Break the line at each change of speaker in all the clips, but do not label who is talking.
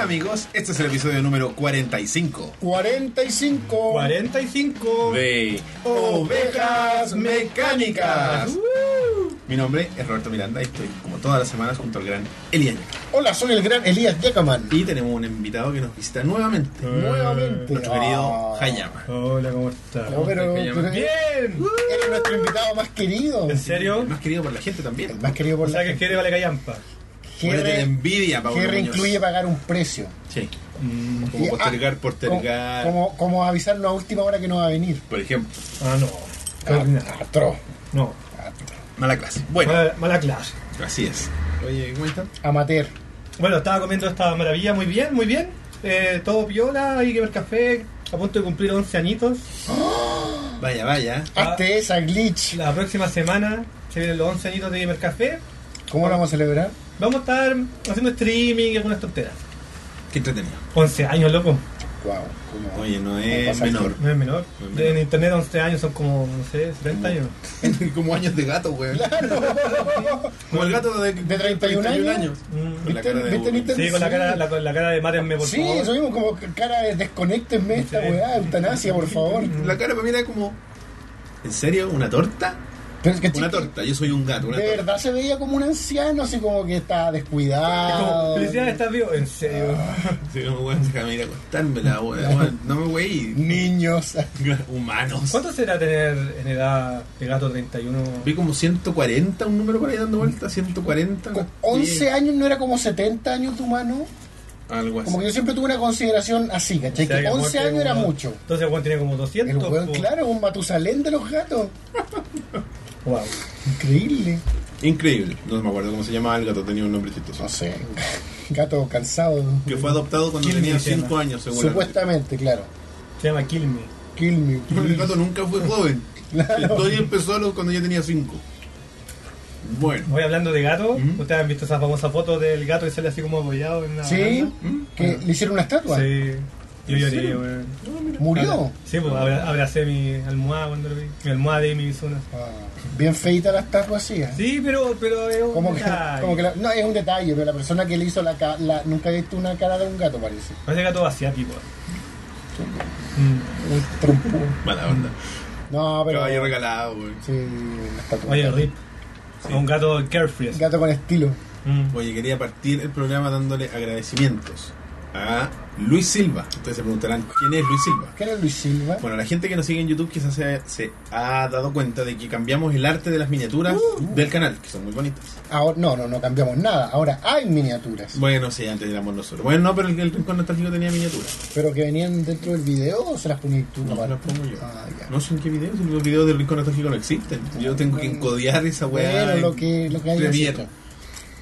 amigos, este es el episodio número 45
45.
45
de Ovejas Mecánicas. Mi nombre es Roberto Miranda y estoy como todas las semanas junto al gran Elian.
Hola, soy el gran Elías Yakaman.
Y tenemos un invitado que nos visita nuevamente,
Nuevamente.
nuestro querido Hayama.
Hola, ¿cómo estás?
No, pero,
Te llaman.
pero
¡Bien!
eres nuestro invitado más querido.
¿En serio?
El más querido por la gente
El
también.
más querido
O
por
sea
la
que
gente.
quiere vale callampa.
Muérete de
GR
envidia, Pablo.
GR
Muñoz.
incluye pagar un precio.
Sí.
Mm,
Y-
Como postergar,
ah,
postergar.
Como, como, como avisarnos a última hora que no va a venir.
Por ejemplo,
Ah, no. Ordinario.
Atro.
No.
mala clase. Bueno,
Mala, mala clase.
así es. Oye, ¿cómo están?
Amateur.
Bueno, estaba comiendo esta maravilla muy bien, muy bien. Eh, todo piola, hay que ver café. A punto de cumplir 11 añitos.
Vaya, vaya.
Hazte esa glitch.
Ah. La próxima semana se vienen los 11 añitos de Gamer Café.
¿Cómo lo vamos a celebrar?
Vamos a estar haciendo streaming y algunas tonteras.
Qué entretenido.
11 años, loco.
Wow.
Oye, no es
pasa el
menor.
No es menor.
No es menor.
En internet 11 años son como, no sé, 70 años.
como años de gato, güey. Como el gato de,
¿De 31 años?
Mm.
Con la cara de
¿Viste- viste
Sí, con la cara, la, con la cara de mátenme, por
Sí,
favor.
eso mismo, como que cara de desconectenme esta
Sí.
weá, eutanasia, por favor.
La cara para mí era como. ¿En serio? ¿Una torta?
Pero es que
Una torta, yo soy un gato, una
De
torta.
verdad se veía como un anciano, así como que estaba
Es
descuidado.
como, felicidades, estás vivo. En serio.
Así como, weón, déjame ir a acostarme la weá, weón. No me wey.
Niños.
Humanos.
¿Cuánto será tener en edad de gato 31?
Vi como 140, un número por ahí dando vueltas, 140.
Con
Sí,
11 años no era como 70 años de humano.
Algo así.
Como que yo siempre tuve una consideración así,
O sea,
¿cachai?
que
Que
el weón
11
tiene
años era
como-
mucho.
Entonces el weón tiene como
El
200.
weón,
po.
claro, un Matusalén de los gatos.
Wow.
Increíble.
Increíble. No me acuerdo cómo se llamaba el gato, tenía un nombre chistoso.
No sé. Gato cansado.
Que fue adoptado cuando
¿Quién
tenía
dice,
5
no?
años, seguramente.
Supuestamente, claro.
Se llama Kill Me.
Kill me.
Porque El gato nunca fue joven. La historia empezó a los- cuando yo tenía 5. Bueno.
Voy hablando de gato.
Mm.
Ustedes han visto esa famosa foto del gato que sale así como apoyado en una.
Sí,
baranda?
que le hicieron una estatua.
Sí. Yo
¿En
lloré,
serio?
weón.
Murió.
Sí, pues abra- abracé mi almohada cuando lo vi. Mi almohada de mi zona.
Ah, bien feita la estatua así. ¿eh?
Sí, pero, pero es un
Como que,
detalle.
como que la- no, es un detalle, pero la persona que le hizo la, ca- la nunca he visto una cara de un gato, parece.
Parece gato asiático. Mm.
Un trompo.
Mala onda.
No, pero.
Caballo regalado, güey.
Sí, una estatua.
Oye, Rip.
Sí.
Un gato carefree. así.
Gato con estilo.
Mm.
Oye, quería partir el programa dándole agradecimientos a Luis Silva. Ustedes se preguntarán, ¿quién es Luis Silva?
¿Qué era Luis Silva?
Bueno, la gente que nos sigue en YouTube quizás se, se ha dado cuenta de que cambiamos el arte de las miniaturas del canal, que son muy bonitas.
Ahora, no, no, no cambiamos nada. Ahora hay miniaturas.
Bueno, sí, antes éramos nosotros. Bueno, no, pero el, el rincón nostálgico tenía miniaturas.
Pero que venían dentro del video o se las ponías tú.
No,
Vale.
las pongo yo.
Ah, ya.
No sé en qué video, si los videos del rincón nostálgico no existen. Yo tengo que encodear esa weá. eh,
Bueno, lo
en
que, lo que hay es
Premiere.
esto.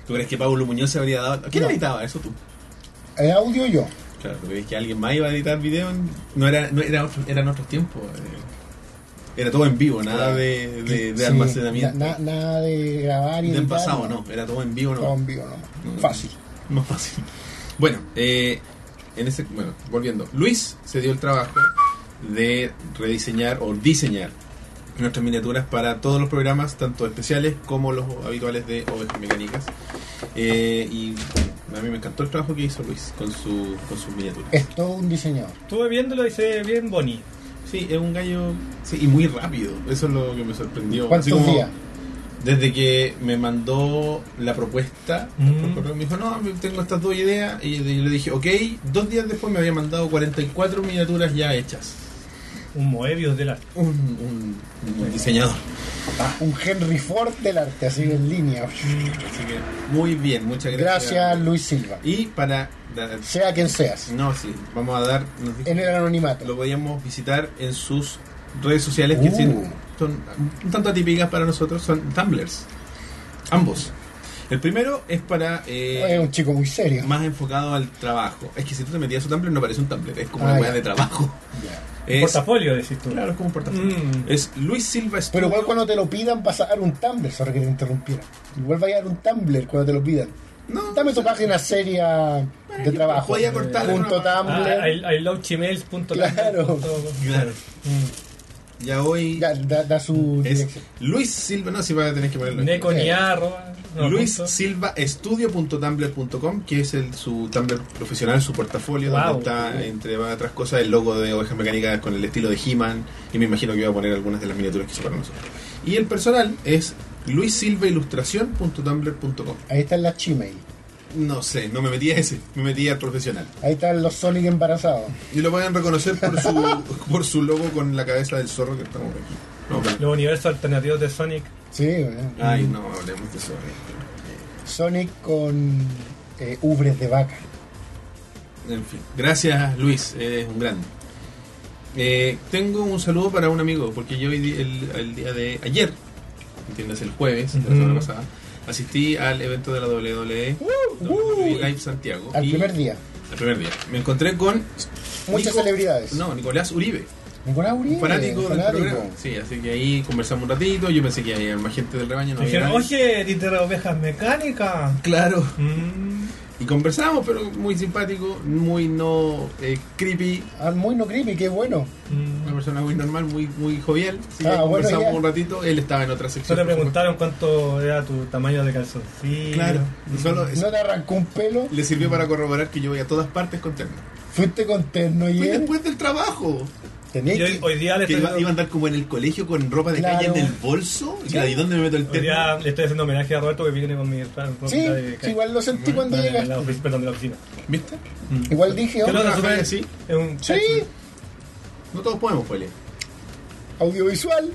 ¿Tú crees que Pablo Muñoz se habría dado? ¿Quién
No.
editaba eso tú?
El audio yo.
Claro, pero es que alguien más iba a editar video. No era, no era otro- eran otros tiempos. eh. Era todo en vivo, nada de, de, de
Sí,
almacenamiento.
na- na- nada de grabar y
Del
editar,
pasado, no. Era todo en vivo,
Todo
no.
en vivo,
No.
no. Fácil.
Más fácil. Bueno, eh, en ese, bueno, volviendo. Luis se dio el trabajo de rediseñar o diseñar nuestras miniaturas para todos los programas, tanto especiales como los habituales de Ovejas Mecánicas. Eh, y a mí me encantó el trabajo que hizo Luis con, su, con sus miniaturas.
Es todo un diseñador.
Estuve viéndolo y se ve bien bonito.
Sí, es un gallo. Sí, y muy rápido. Eso es lo que me sorprendió. Así
¿Cuántos
como
días?
Desde que me mandó la propuesta,
Mm.
por correo, me dijo, no, tengo estas dos ideas. Y yo le dije, ok. Dos días después me había mandado 44 miniaturas ya hechas.
Un Moebius de la.
Un, un- un diseñador.
Un Henry Ford del arte, así en línea.
Así que, muy bien, muchas gracias.
Gracias, Luis Silva.
Y para. dar-
Sea quien seas.
No, sí, vamos a dar. nos dijo-
En el
lo
anonimato.
podíamos visitar en sus redes sociales que
Uh.
sin- son un tanto atípicas para nosotros, son Tumblers. Ambos. El primero es para
Es
eh,
un chico muy serio.
más enfocado al trabajo. Es que si tú te metías a su Tumblr no parece un Tumblr, es como
Ah,
una
ya.
weá de trabajo.
Ya.
Un
Es,
Portafolio, decís tú.
claro, es como un portafolio.
Mm.
Es Luis Silva
Pero
Studio.
igual cuando te lo pidan vas a dar un Tumblr, sorry que te interrumpiera. Igual va a dar un Tumblr cuando te lo pidan.
No,
Dame tu página seria de
yo
trabajo.
podía cortarla,
Punto
no, no.
Ah,
Tumblr.
I, I love gmails punto com.
Claro.
Punto com.
Claro.
Mm.
Ya hoy
Ya, da, da su
es
dirección.
Luis Silva. No, si va a tener que ponerlo.
Neco
Sí.
ni arroba. no,
Luis
punto.
Silva Estudio.tumblr.com, que es el, su Tumblr profesional, su portafolio,
Wow.
donde está, entre otras cosas, el logo de Ovejas Mecánicas con el estilo de He-Man. Y me imagino que voy a poner algunas de las miniaturas que hizo para nosotros. Y el personal es luissilvailustración.tumblr.com.
Ahí están las Chimail.
No sé, no me metí a ese, me metí al profesional.
Ahí están los Sonic embarazados.
Y lo pueden reconocer por su, por su logo con la cabeza del zorro que estamos aquí. No,
Los universos alternativos de Sonic.
Sí, bueno.
Ay, no, hablemos de eso.
Sonic con eh, ubres de vaca.
En fin, gracias Luis, eres un grande. Eh, tengo un saludo para un amigo, porque yo hoy di- el, el día de ayer, entiendes, el jueves de la
Ujú.
semana pasada, asistí al evento de la E, WWE, WWE Live Santiago.
Al
y-
primer día.
Al primer día. Me encontré con.
Muchas
Nico-
celebridades.
No, Nicolás Uribe,
Nicolás Uribe.
un fanático,
fanático.
del programa. Sí, así que ahí conversamos un ratito. Yo pensé que había más gente del rebaño, no
Me
había
dijeron,
nadie.
oye, Titer Ovejas Mecánica.
Claro.
Mm.
Y conversamos, pero muy simpático, muy no eh, creepy,
Ah, muy no creepy, qué bueno.
Mm.
Una persona muy normal, muy, muy jovial. Sí,
Ah, bueno,
conversamos
ya.
un ratito. Él estaba en otra sección.
Solo le
por
preguntaron cuánto era tu tamaño de calzoncillo. Mm.
supuesto. Claro. Y solo eso
No te arrancó un pelo.
le sirvió para corroborar que yo voy a todas partes con terno.
Fuiste con terno y
Fui
él.
después del trabajo.
Tenías
Y hoy,
que-
hoy día le estoy,
Que iba, iba a
haciendo,
andar como en el colegio con ropa de
Claro.
calle en el bolso. Y
Sí.
claro, ¿y dónde me meto el
hoy día
terno?
le estoy haciendo homenaje a Roberto que viene con mi ropa
Sí,
de
sí, igual lo sentí
Bueno,
cuando
de
llegaste.
la oficina, perdón, de la oficina.
¿Viste?
Mm.
Igual dije,
¿Qué
oh,
¿No
lo
trabajáis
resuelve?
así?
Es un
sí,
No todos podemos, Poli.
audiovisual.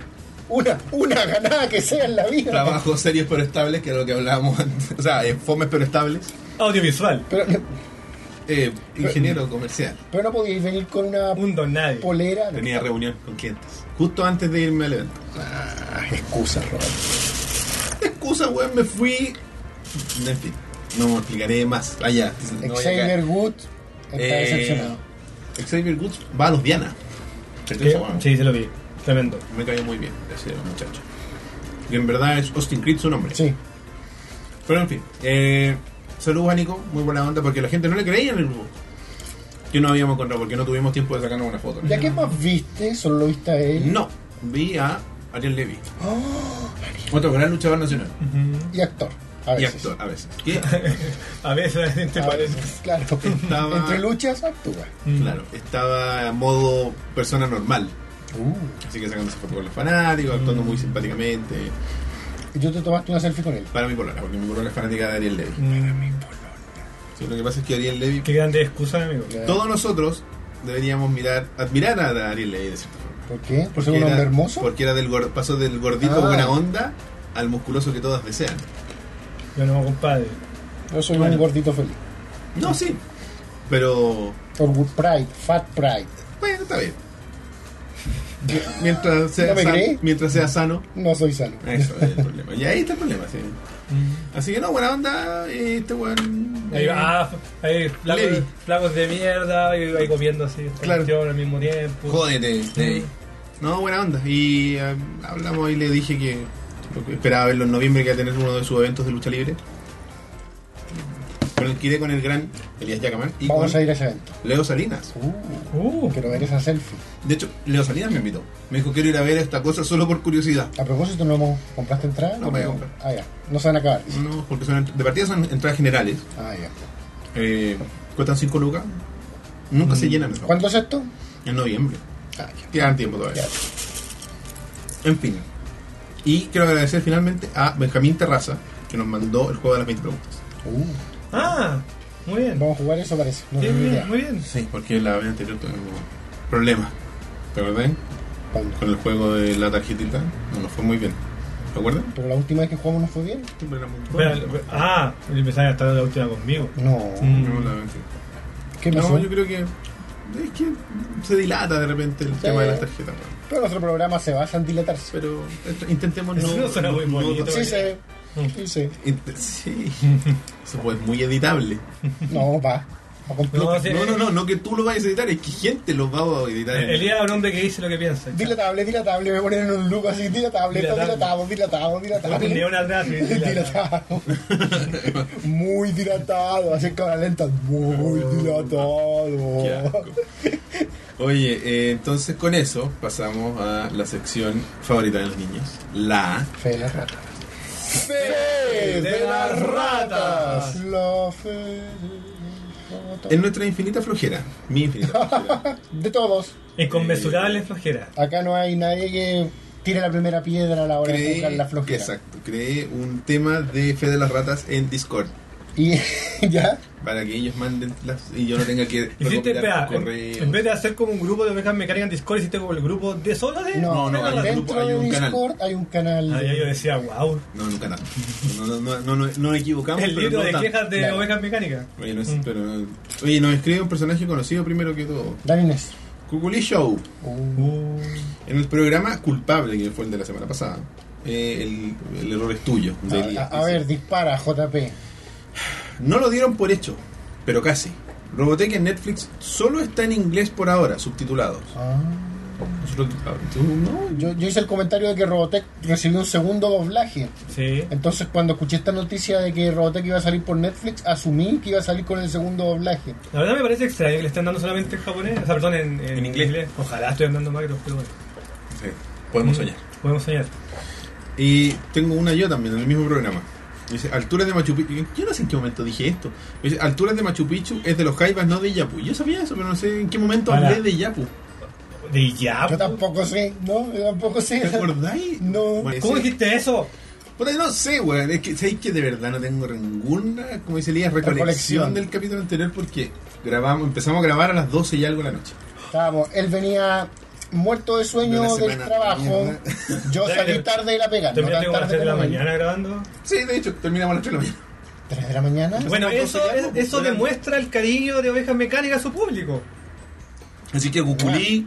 Una, una ganada que sea en la vida.
Trabajos serios pero estables, que era lo que hablábamos antes. O sea, eh, fomes pero estables.
audiovisual.
Pero,
Eh, ingeniero comercial.
pero no podíais venir con una
Un don nadie.
polera.
Tenía reunión con clientes. Justo antes de irme al evento.
Ah, excusas, Roberto.
excusa, weón, me fui. En fin, no explicaré más. Allá. No voy a
Xavier
caer.
Wood está
Eh,
decepcionado.
Xavier Goods va a los Diana.
¿Qué?
Esa, weón,
Sí, se lo vi. Tremendo.
Me cayó muy bien ese muchacho. Y en verdad es Austin Creed su nombre.
Sí.
Pero en fin, eh, saludos a Nico, muy buena onda, porque la gente no le creía en el grupo. Que no habíamos encontrado, porque no tuvimos tiempo de sacarnos una foto.
¿Ya qué más viste? ¿Solo lo viste a él?
No, vi a Ariel Levy. Otro gran luchador nacional
Y actor. A
y
veces.
actor a veces. Que
A veces la gente
A
parece.
veces, claro.
Estaba-
Entre luchas, actúa.
Mm.
Claro, estaba a modo persona normal.
Uh.
Así que sacándose fotos con los fanáticos, actuando muy simpáticamente.
Y tú te tomaste una selfie con él.
Para mi polola, porque mi polola es fanática de Ariel Levy.
Mm.
Sí, lo que pasa es que Ariel Levy.
Qué grande excusa, amigo.
Ya.
Todos nosotros deberíamos mirar, admirar a Ariel Levy de cierta forma.
¿Por qué? ¿Por
Porque
ser un hombre
era-
hermoso?
Porque era del gor- pasó del gordito
Ah.
buena onda al musculoso que todas desean.
Yo no, compadre.
Yo soy
Bueno.
un gordito feliz.
No, sí. Pero.
Orgullo Pride, Fat Pride.
Bueno, está bien. Mientras sea,
¿No me
san-
creí?
mientras sea sano.
No soy sano.
Eso es el problema. Y ahí está el problema, sí.
Mm.
Así que no, buena onda, eh, este weón.
Ahí
eh,
va, ah, ahí flacos,
Levi.
flacos de mierda, y ahí comiendo así,
Claro.
cuestión al mismo tiempo.
Jódete.
Sí.
No, buena onda. Y eh, hablamos y le dije que lo que esperaba verlo en noviembre, que iba a tener uno de sus eventos de lucha libre. Pero quedé con el gran Elías Yacaman y
Vamos a
con
ir a ese evento.
Leo Salinas.
Uh,
Uh,
quiero ver esa selfie.
De hecho, Leo Salinas me invitó. Me dijo, quiero ir a ver esta cosa solo por curiosidad.
A propósito, ¿no hemos- compraste entrada?
No me voy a comprar. Mm.
Ah, ya. No se van a acabar. dice.
No, porque son, ent- de partida son entradas generales.
Ah, ya.
Eh, cuestan 5 lucas. Nunca se llenan. ¿no?
¿Cuándo es esto?
En noviembre.
Ah, ya.
Quedan tiempo todavía. En fin. Y quiero agradecer finalmente a Benjamín Terraza, que nos mandó el juego de las 20 preguntas.
Uh,
ah, muy bien.
vamos a jugar eso, parece. No
Bien,
tengo
bien,
idea.
muy bien.
Sí, porque la vez anterior tuvimos problemas. ¿Te acordás?
Pablo.
Con el juego de la tarjetita. No nos fue muy bien. ¿Te acuerdas?
Pero la última vez que jugamos no fue bien.
Espera, ah, yo pensaba que estaba la última conmigo.
No.
Mm.
No, la verdad que-
¿Qué
No,
pasó?
yo creo que. Es que se dilata de repente el tema de las tarjetas. ¿no?
Pero nuestro programa se basa en dilatarse.
Pero esto- intentemos no.
Eso no suena muy bonito.
Sí, se.
Mm.
Sí, se.
Int- Sí. Eso pues es muy editable.
No, va. Va completo.
sí.
No, no, no, no que tú lo vayas a editar, es que gente lo va a editar.
eh, El día de un hombre que dice lo que piensa.
Dilatable, dilatable. Me ponen en un loop así. Dilatable, esto, dilatado,
Dilatable.
dilatado, dilatable.
Ni una atrás. y la-
dilatado. Muy
Oh,
dilatado. Así en cámara lenta. Muy
Qué asco.
dilatado.
Oye, eh, entonces con eso pasamos a la sección favorita de los niños, la
Fe de las ratas.
Fe de las ratas.
La fe de las ratas.
en nuestra infinita flojera, mi infinita flojera.
De todos.
Inconmensurable flojera.
Acá no hay nadie que tire la primera piedra a la hora de
Creé-
buscar la flojera.
Exacto, creé un tema de fe de las ratas en Discord
Y ya,
para que ellos manden las y yo no tenga que
Hiciste,
recopilar
espera, en, en vez de hacer como un grupo de ovejas mecánicas en Discord, hiciste como el grupo de ¿eh? solo de.
no,
no,
no, hay un
dentro
grupo, hay un
de
canal.
Discord hay un canal.
Ah, ya yo decía, wow.
No, nunca nada. No, no, no, no, no, no equivocamos.
El
pero
libro
no
de
tanto.
quejas Mm. de
Claro.
ovejas mecánicas.
Oye, no es- pero no- oye, nos escribe un personaje conocido primero que todo.
Dan Inés.
Cuculi Show.
Uh,
Uh,
En el programa culpable, que fue el de la semana pasada. eh, el, el error es tuyo. de
a,
Elías,
a
dice.
ver, dispara, JP.
No lo dieron por hecho, pero casi. Robotech en Netflix solo está en inglés por ahora, subtitulados.
Ah.
Nosotros- ah, tú no,
Yo, yo hice el comentario de que Robotech recibió un segundo doblaje.
sí.
Entonces, cuando escuché esta noticia de que Robotech iba a salir por Netflix, asumí que iba a salir con el segundo doblaje.
La verdad me parece extraño que le estén dando solamente en japonés. O sea, perdón, en, en
En inglés.
Ojalá estoy andando macro, pero bueno.
Sí,
Mm.
podemos soñar.
Podemos soñar.
Y tengo una yo también, en el mismo programa. Dice, alturas de Machu Picchu. Yo no sé en qué momento dije esto. Dice, alturas de Machu Picchu es de los Jaivas, no de Yapu. Yo sabía eso, pero no sé en qué momento
Para.
hablé de Yapu.
De ya.
Yo tampoco sé, ¿no? Yo tampoco sé.
¿Te acordáis?
No.
Bueno,
¿Cómo
ese-
dijiste eso?
Puta, no sé, weón. Es que sabéis que de verdad no tengo ninguna, como dice Elías, recolección
Recolección.
del capítulo anterior porque grabamos, empezamos a grabar a las 12 y algo de la noche.
Estábamos, él venía muerto de
De una
sueño del
semana,
trabajo. Yo
Ya,
salí
te-
tarde de la pega. No tan
Terminaste como a las
tarde
3 de la
como él.
mañana grabando.
Sí, de hecho, terminamos a las 3 de la mañana.
¿Tres de la mañana?
Bueno,
Son
eso,
doce ya,
es-
pues,
eso
weón.
demuestra el cariño de ovejas mecánicas a su público.
Así que, Cuculí,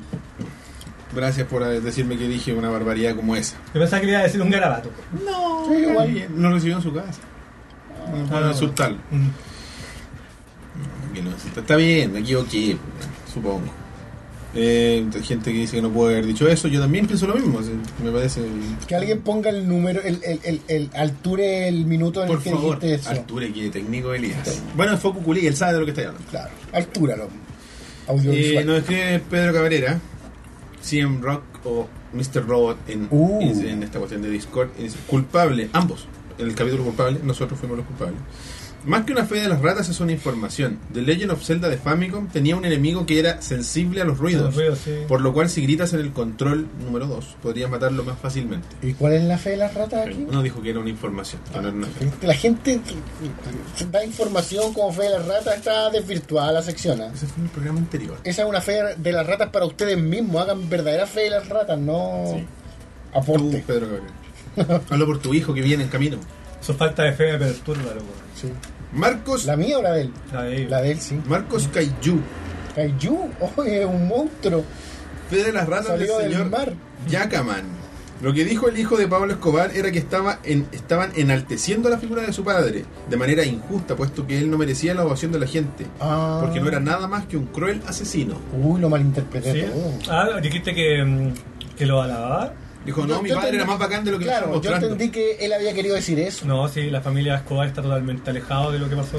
gracias por eh, decirme que dije una barbaridad como esa.
Yo pensaba que le iba a decir un garabato. pues.
No,
Sí, igual.
no recibió en su casa. No pueden
Ah.
insultarlo.
Mm.
Que no insulta. Está bien, me equivoqué, supongo. Eh, gente que dice que no puedo haber dicho eso, yo también pienso lo mismo. así, Me parece.
Que alguien ponga el número, el, el, el, el- alture el minuto en
Por
el que
favor,
dijiste eso.
Arture, que técnico Elías. Bueno, fue Cuculí, él sabe de lo que está hablando.
Claro, altura lo
Eh,
audiovisual.
nos escribe Pedro Cabrera, CM Rock o Mr. Robot en,
Uh.
en esta cuestión de Discord. y dice, culpable, ambos. En el capítulo culpable, nosotros fuimos los culpables. Más que una fe de las ratas es una información. The Legend of Zelda de Famicom tenía un enemigo que era sensible a los ruidos.
Los ruidos, sí.
Por lo cual, si gritas en el control número 2, podrías matarlo más fácilmente.
¿Y cuál es la fe de las ratas aquí?
Uno dijo que era una información. que no era una fe.
La gente que da información como fe de las ratas, está desvirtuada la sección. ¿ah?
Ese fue en el programa anterior.
Esa es una fe de las ratas para ustedes mismos. Hagan verdadera fe de las ratas, no
Sí. Tú,
aporte.
Pedro Cabrera. Hablo por tu hijo que viene en camino.
Su falta de fe me perturba, loco.
Sí.
Marcos,
¿La mía o la de él?
La de ellos.
La de él, sí.
Marcos Kaiju.
Kaiju, oh, es un monstruo.
Fe de las ratas Ah, del
Salió del
señor
mar.
Yacaman. Lo que dijo el hijo de Pablo Escobar era que estaba en, estaban enalteciendo la figura de su padre de manera injusta, puesto que él no merecía la ovación de la gente,
Ah.
porque no era nada más que un cruel asesino.
Uy, lo malinterpreté
Sí.
todo.
Ah, dijiste que, mm, que lo alababa.
Dijo,
Yo-
no, mi
yo
padre
entendí-
era más bacán de lo que me
Claro,
están
yo
mostrando.
entendí que él había querido decir eso.
No, sí, la familia Escobar está totalmente alejada de lo que pasó.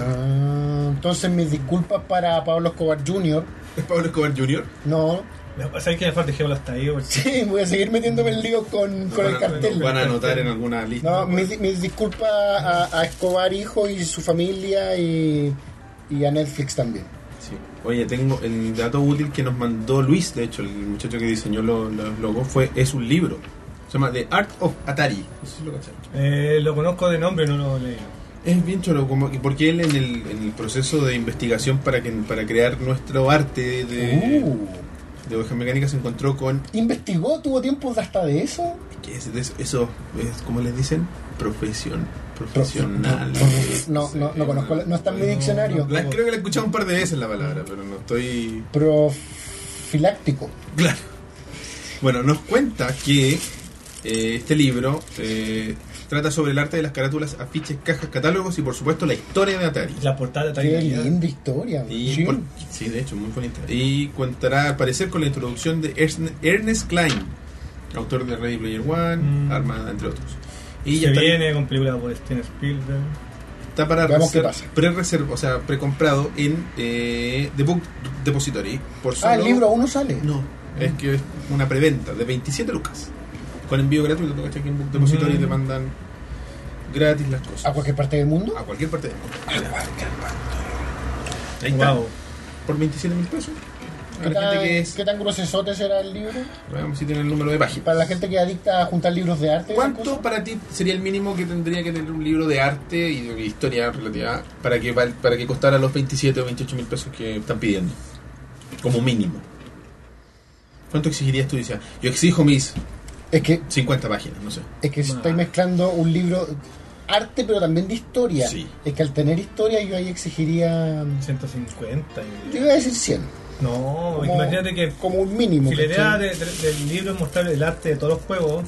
Ah, entonces, mis disculpas para Pablo Escobar Jr.
¿Es Pablo Escobar Jr.?
No,
¿Sabes que mejor dejémoslo hasta ahí? porque-
sí, voy a seguir metiéndome en lío con, con
Nos van a-
el
nos
cartel.
Van a anotar en alguna lista.
No, mis, mis disculpas a, a Escobar hijo y su familia y, y a Netflix también.
Sí. Oye, tengo el dato útil que nos mandó Luis, de hecho, el muchacho que diseñó los los logos, fue, es un libro. Se llama The Art of Atari. No sé si lo cacharon.
Eh, lo conozco de nombre, no lo leí.
Es bien choro, como que- porque él en el, en el proceso de investigación para que para crear nuestro arte de,
Uh,
de ovejas mecánicas se encontró con
¿Investigó? ¿Tuvo tiempo de hasta de eso?
¿qué es de eso, Eso es como les dicen profesión profesional.
No, no, no conozco, la- no está en mi diccionario.
La- creo que la he escuchado un par de veces la palabra, pero no estoy
Profiláctico.
claro. Bueno, nos cuenta que eh, este libro eh, trata sobre el arte de las carátulas, afiches, cajas, catálogos y por supuesto la historia de Atari.
La portada de
Qué
Tarinidad.
linda historia.
Y
sí.
por- ¿eh? sí, de hecho, muy bonita. Y contará al parecer con la introducción de Ernest- Ernest Klein, autor de Ready Player One,
Mm.
Armada, entre otros. Y
Y
ya
se
está,
viene con películas por Steven Spielberg.
está está para
Veamos
ser
qué pasa.
pre-reserv- o sea, precomprado en eh, The Book Depository. Por solo,
Ah, el libro aún no sale.
No, es que es una preventa de 27 lucas. Con envío gratuito, ¿tú cachai? Que en Book Depository
Mm.
te mandan gratis las cosas.
¿A cualquier parte del mundo?
A cualquier parte del mundo. Ahí está.
Wow.
Por 27 mil pesos. A
¿Qué
la gente
tan,
que es.
¿Qué tan grosesote será el libro?
Veamos si tiene el número de páginas.
Para la gente que es adicta a juntar libros de arte. y esas
¿Cuánto
cosas.
para ti sería el mínimo que tendría que tener un libro de arte y de historia relativa para que val- para que costara los 27 o 28 mil pesos que están pidiendo? Como mínimo. ¿Cuánto exigirías tú? Dices, yo exijo mis
Es que,
50 páginas, no sé.
es que estoy mezclando un libro arte, pero también de historia.
Sí.
Es que al tener historia yo ahí exigiría...
150. yo
Yo
diría.
iba a decir 100.
No,
Como,
imagínate que
como un mínimo.
si la idea
¿cachai?
de- de- del libro es mostrar el arte de todos los juegos,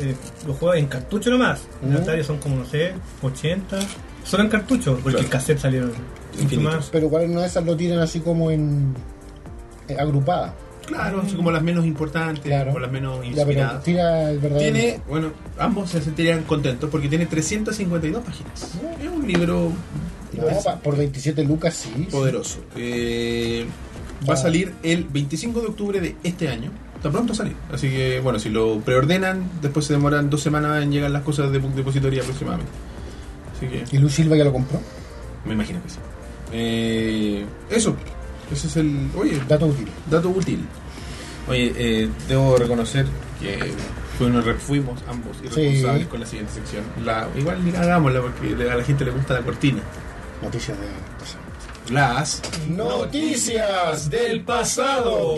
eh, los juegos en cartucho nomás.
Mm.
Los Atari son como, no sé, 80. Solo en cartucho, porque
Claro.
el cassette salieron mucho
Infinitos.
más.
Pero igual en una de esas lo tiran así como en... eh, agrupada.
Claro, así como las menos importantes,
Claro.
como las menos
Ya, pero
inspiradas.
tira el verdadero...
Tiene, bueno, ambos se sentirían contentos porque tiene 352 páginas. Es un libro
No, pa- por 27 lucas sí.
poderoso. Eh, va a salir el 25 de octubre de este año. Está pronto a salir. Así que, bueno, si lo preordenan, después se demoran dos semanas en llegar las cosas de Book Depository aproximadamente. Así que,
¿Y Luz Silva ya lo compró?
me imagino que sí. Eh, eso. Ese es el. Oye,
Dato útil.
dato útil. Oye, eh, debo reconocer que fuimos, fuimos ambos irresponsables
Sí.
con la siguiente sección. La, igual mira, hagámosla porque le- a la gente le gusta la cortina.
Noticias de...
Las
Noticias del
pasado.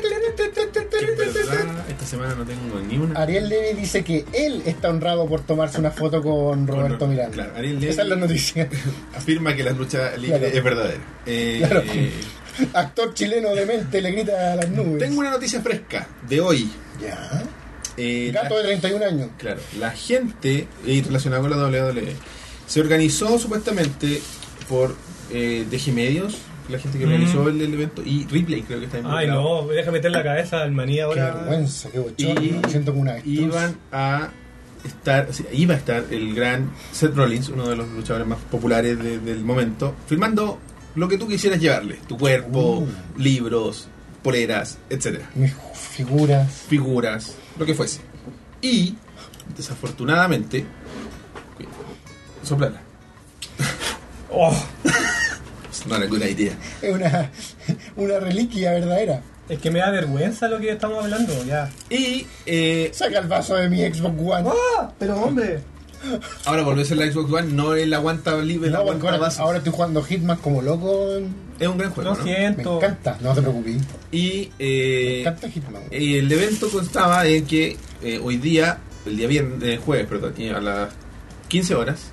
que en verdad, esta semana no tengo ni una.
Ariel Levy dice que él está honrado por tomarse una foto con
Con-
Roberto Miranda.
Claro, Ariel Levy
Esa es la noticia.
afirma que la lucha libre
Claro.
es verdadera. Eh,
Claro.
eh,
Actor chileno de mente le grita a las nubes.
tengo una noticia fresca de hoy.
Ya.
Eh, la-
Gato de 31 años.
Claro, la gente eh, relacionada con la WWE se organizó supuestamente por eh, DG Medios, la gente que
Mm.
organizó el, el evento, y Ripley creo que está
Ay,
involucrado.
no, deja meter la cabeza al maní
Qué
ahora.
vergüenza, qué bochorno.
Y-
Siento como una avestruz.
Iban a estar, o sea, iba a estar el gran Seth Rollins, uno de los luchadores más populares de- del momento, filmando lo que tú quisieras llevarle, tu cuerpo,
Uh.
libros, poleras, etcétera,
Mis figuras.
figuras, lo que fuese. Y desafortunadamente, soplala.
Oh,
It's not a good idea.
Es una, una reliquia verdadera.
es que me da vergüenza lo que estamos hablando, ya.
Y eh,
Saca el vaso de mi Xbox One.
Oh,
¡Ah! Pero hombre.
ahora volvió a ser la Xbox One, no el aguanta libre, la
No, porque
aguanta
ahora,
bases.
ahora estoy jugando Hitman como loco.
es un gran juego.
Lo
¿no?
Me
siento.
encanta, no te preocupes.
Y
Me
eh,
encanta Hitman.
eh, el evento constaba en que eh, hoy día, el día viernes, eh, jueves, perdón, y a las 15 horas,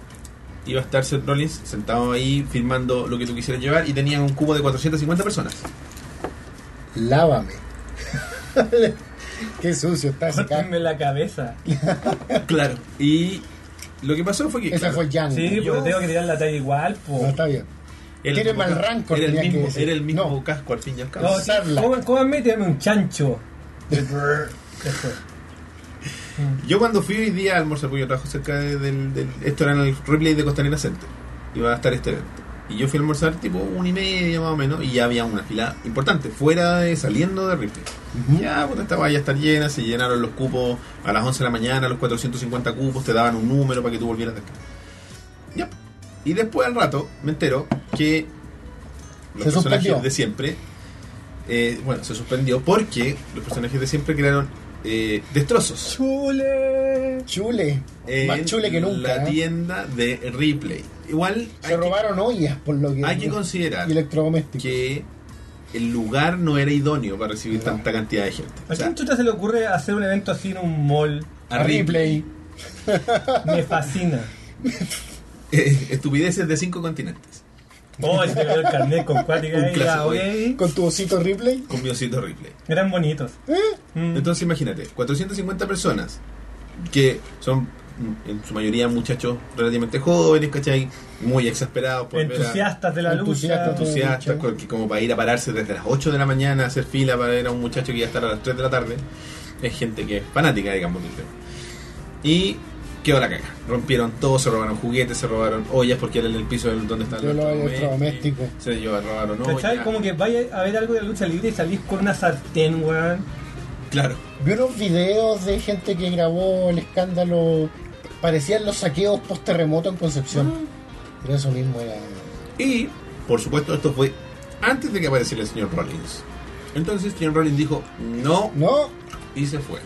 iba a estar Seth Rollins sentado ahí firmando lo que tú quisieras llevar y tenían un cubo de 450 personas.
Lávame. Qué sucio está ese ca-
Córtenme la cabeza.
Claro. Y lo que pasó fue que.
Esa
claro,
fue Yang.
Sí,
yo-
pero tengo que tirar la talla igual, po.
No está bien.
era
tiene
el mismo
mal
ca-
rancor,
Era el
tenía que
mismo,
decir.
era el mismo
No.
casco al fin y al cabo.
No, sí,
Usarla.
coman- cómanme y tirame un chancho. Después.
Yo cuando fui hoy día a almorzar, porque yo trabajo cerca de- del, del- Esto era en el replay de Costanera Center. Iba a estar este evento. Y yo fui a almorzar tipo una y media más o menos. Y ya había una fila importante, fuera de, saliendo de replay. Ya, pues esta vaya a estar llena, se llenaron los cupos a las 11 de la mañana, los 450 cupos, te daban un número para que tú volvieras después. Ya. Y después al rato me entero que los
Se
personajes
suspendió.
de siempre, eh, bueno, se suspendió porque los personajes de siempre crearon eh, destrozos
Chule.
Chule.
en
Más chule que nunca.
la
¿eh?
tienda de Ripley. Igual
Se
hay que,
robaron ollas por lo que.
hay que considerar
y electrodomésticos.
que el lugar no era idóneo para recibir
No.
tanta cantidad de gente.
¿A
O sea,
quién chucha se le ocurre hacer un evento así en un mall?
a
A
Ripley.
replay.
Me fascina.
Eh, estupideces de cinco continentes.
Oh, se te veo el carnet con cuática
Un
ahí, ya,
clásico,
ok.
Con tu osito replay.
Con mi osito Ripley.
Eran bonitos.
¿Eh?
Mm.
Entonces imagínate, 450 personas que son mm, en su mayoría muchachos relativamente jóvenes, ¿cachai? Muy exasperados por ver a-
Entusiastas de la
Entusiastas
lucha.
de-
pues, entusiastas, pues. con- que como para ir a pararse desde las 8 de la mañana a hacer fila para ver a un muchacho que iba a estar a las 3 de la tarde. Es gente que es fanática, digamos, del tema. Y quedó la caca. Rompieron todo, se robaron juguetes, se robaron ollas porque era en el piso del- donde están
Yo lo había
electrodomésticos.
electrodoméstico.
Se lleva- robaron
¿Cachai?
ollas.
Como que vaya a ver algo de la lucha libre y salís con una sartén, weón.
Claro.
Vi unos videos de gente que grabó el escándalo. Parecían los saqueos post terremoto en Concepción.
Ah.
Pero eso mismo era.
Y, por supuesto, esto fue antes de que apareciera el señor Rollins. Entonces, el señor Rollins dijo no
No,
y se fue.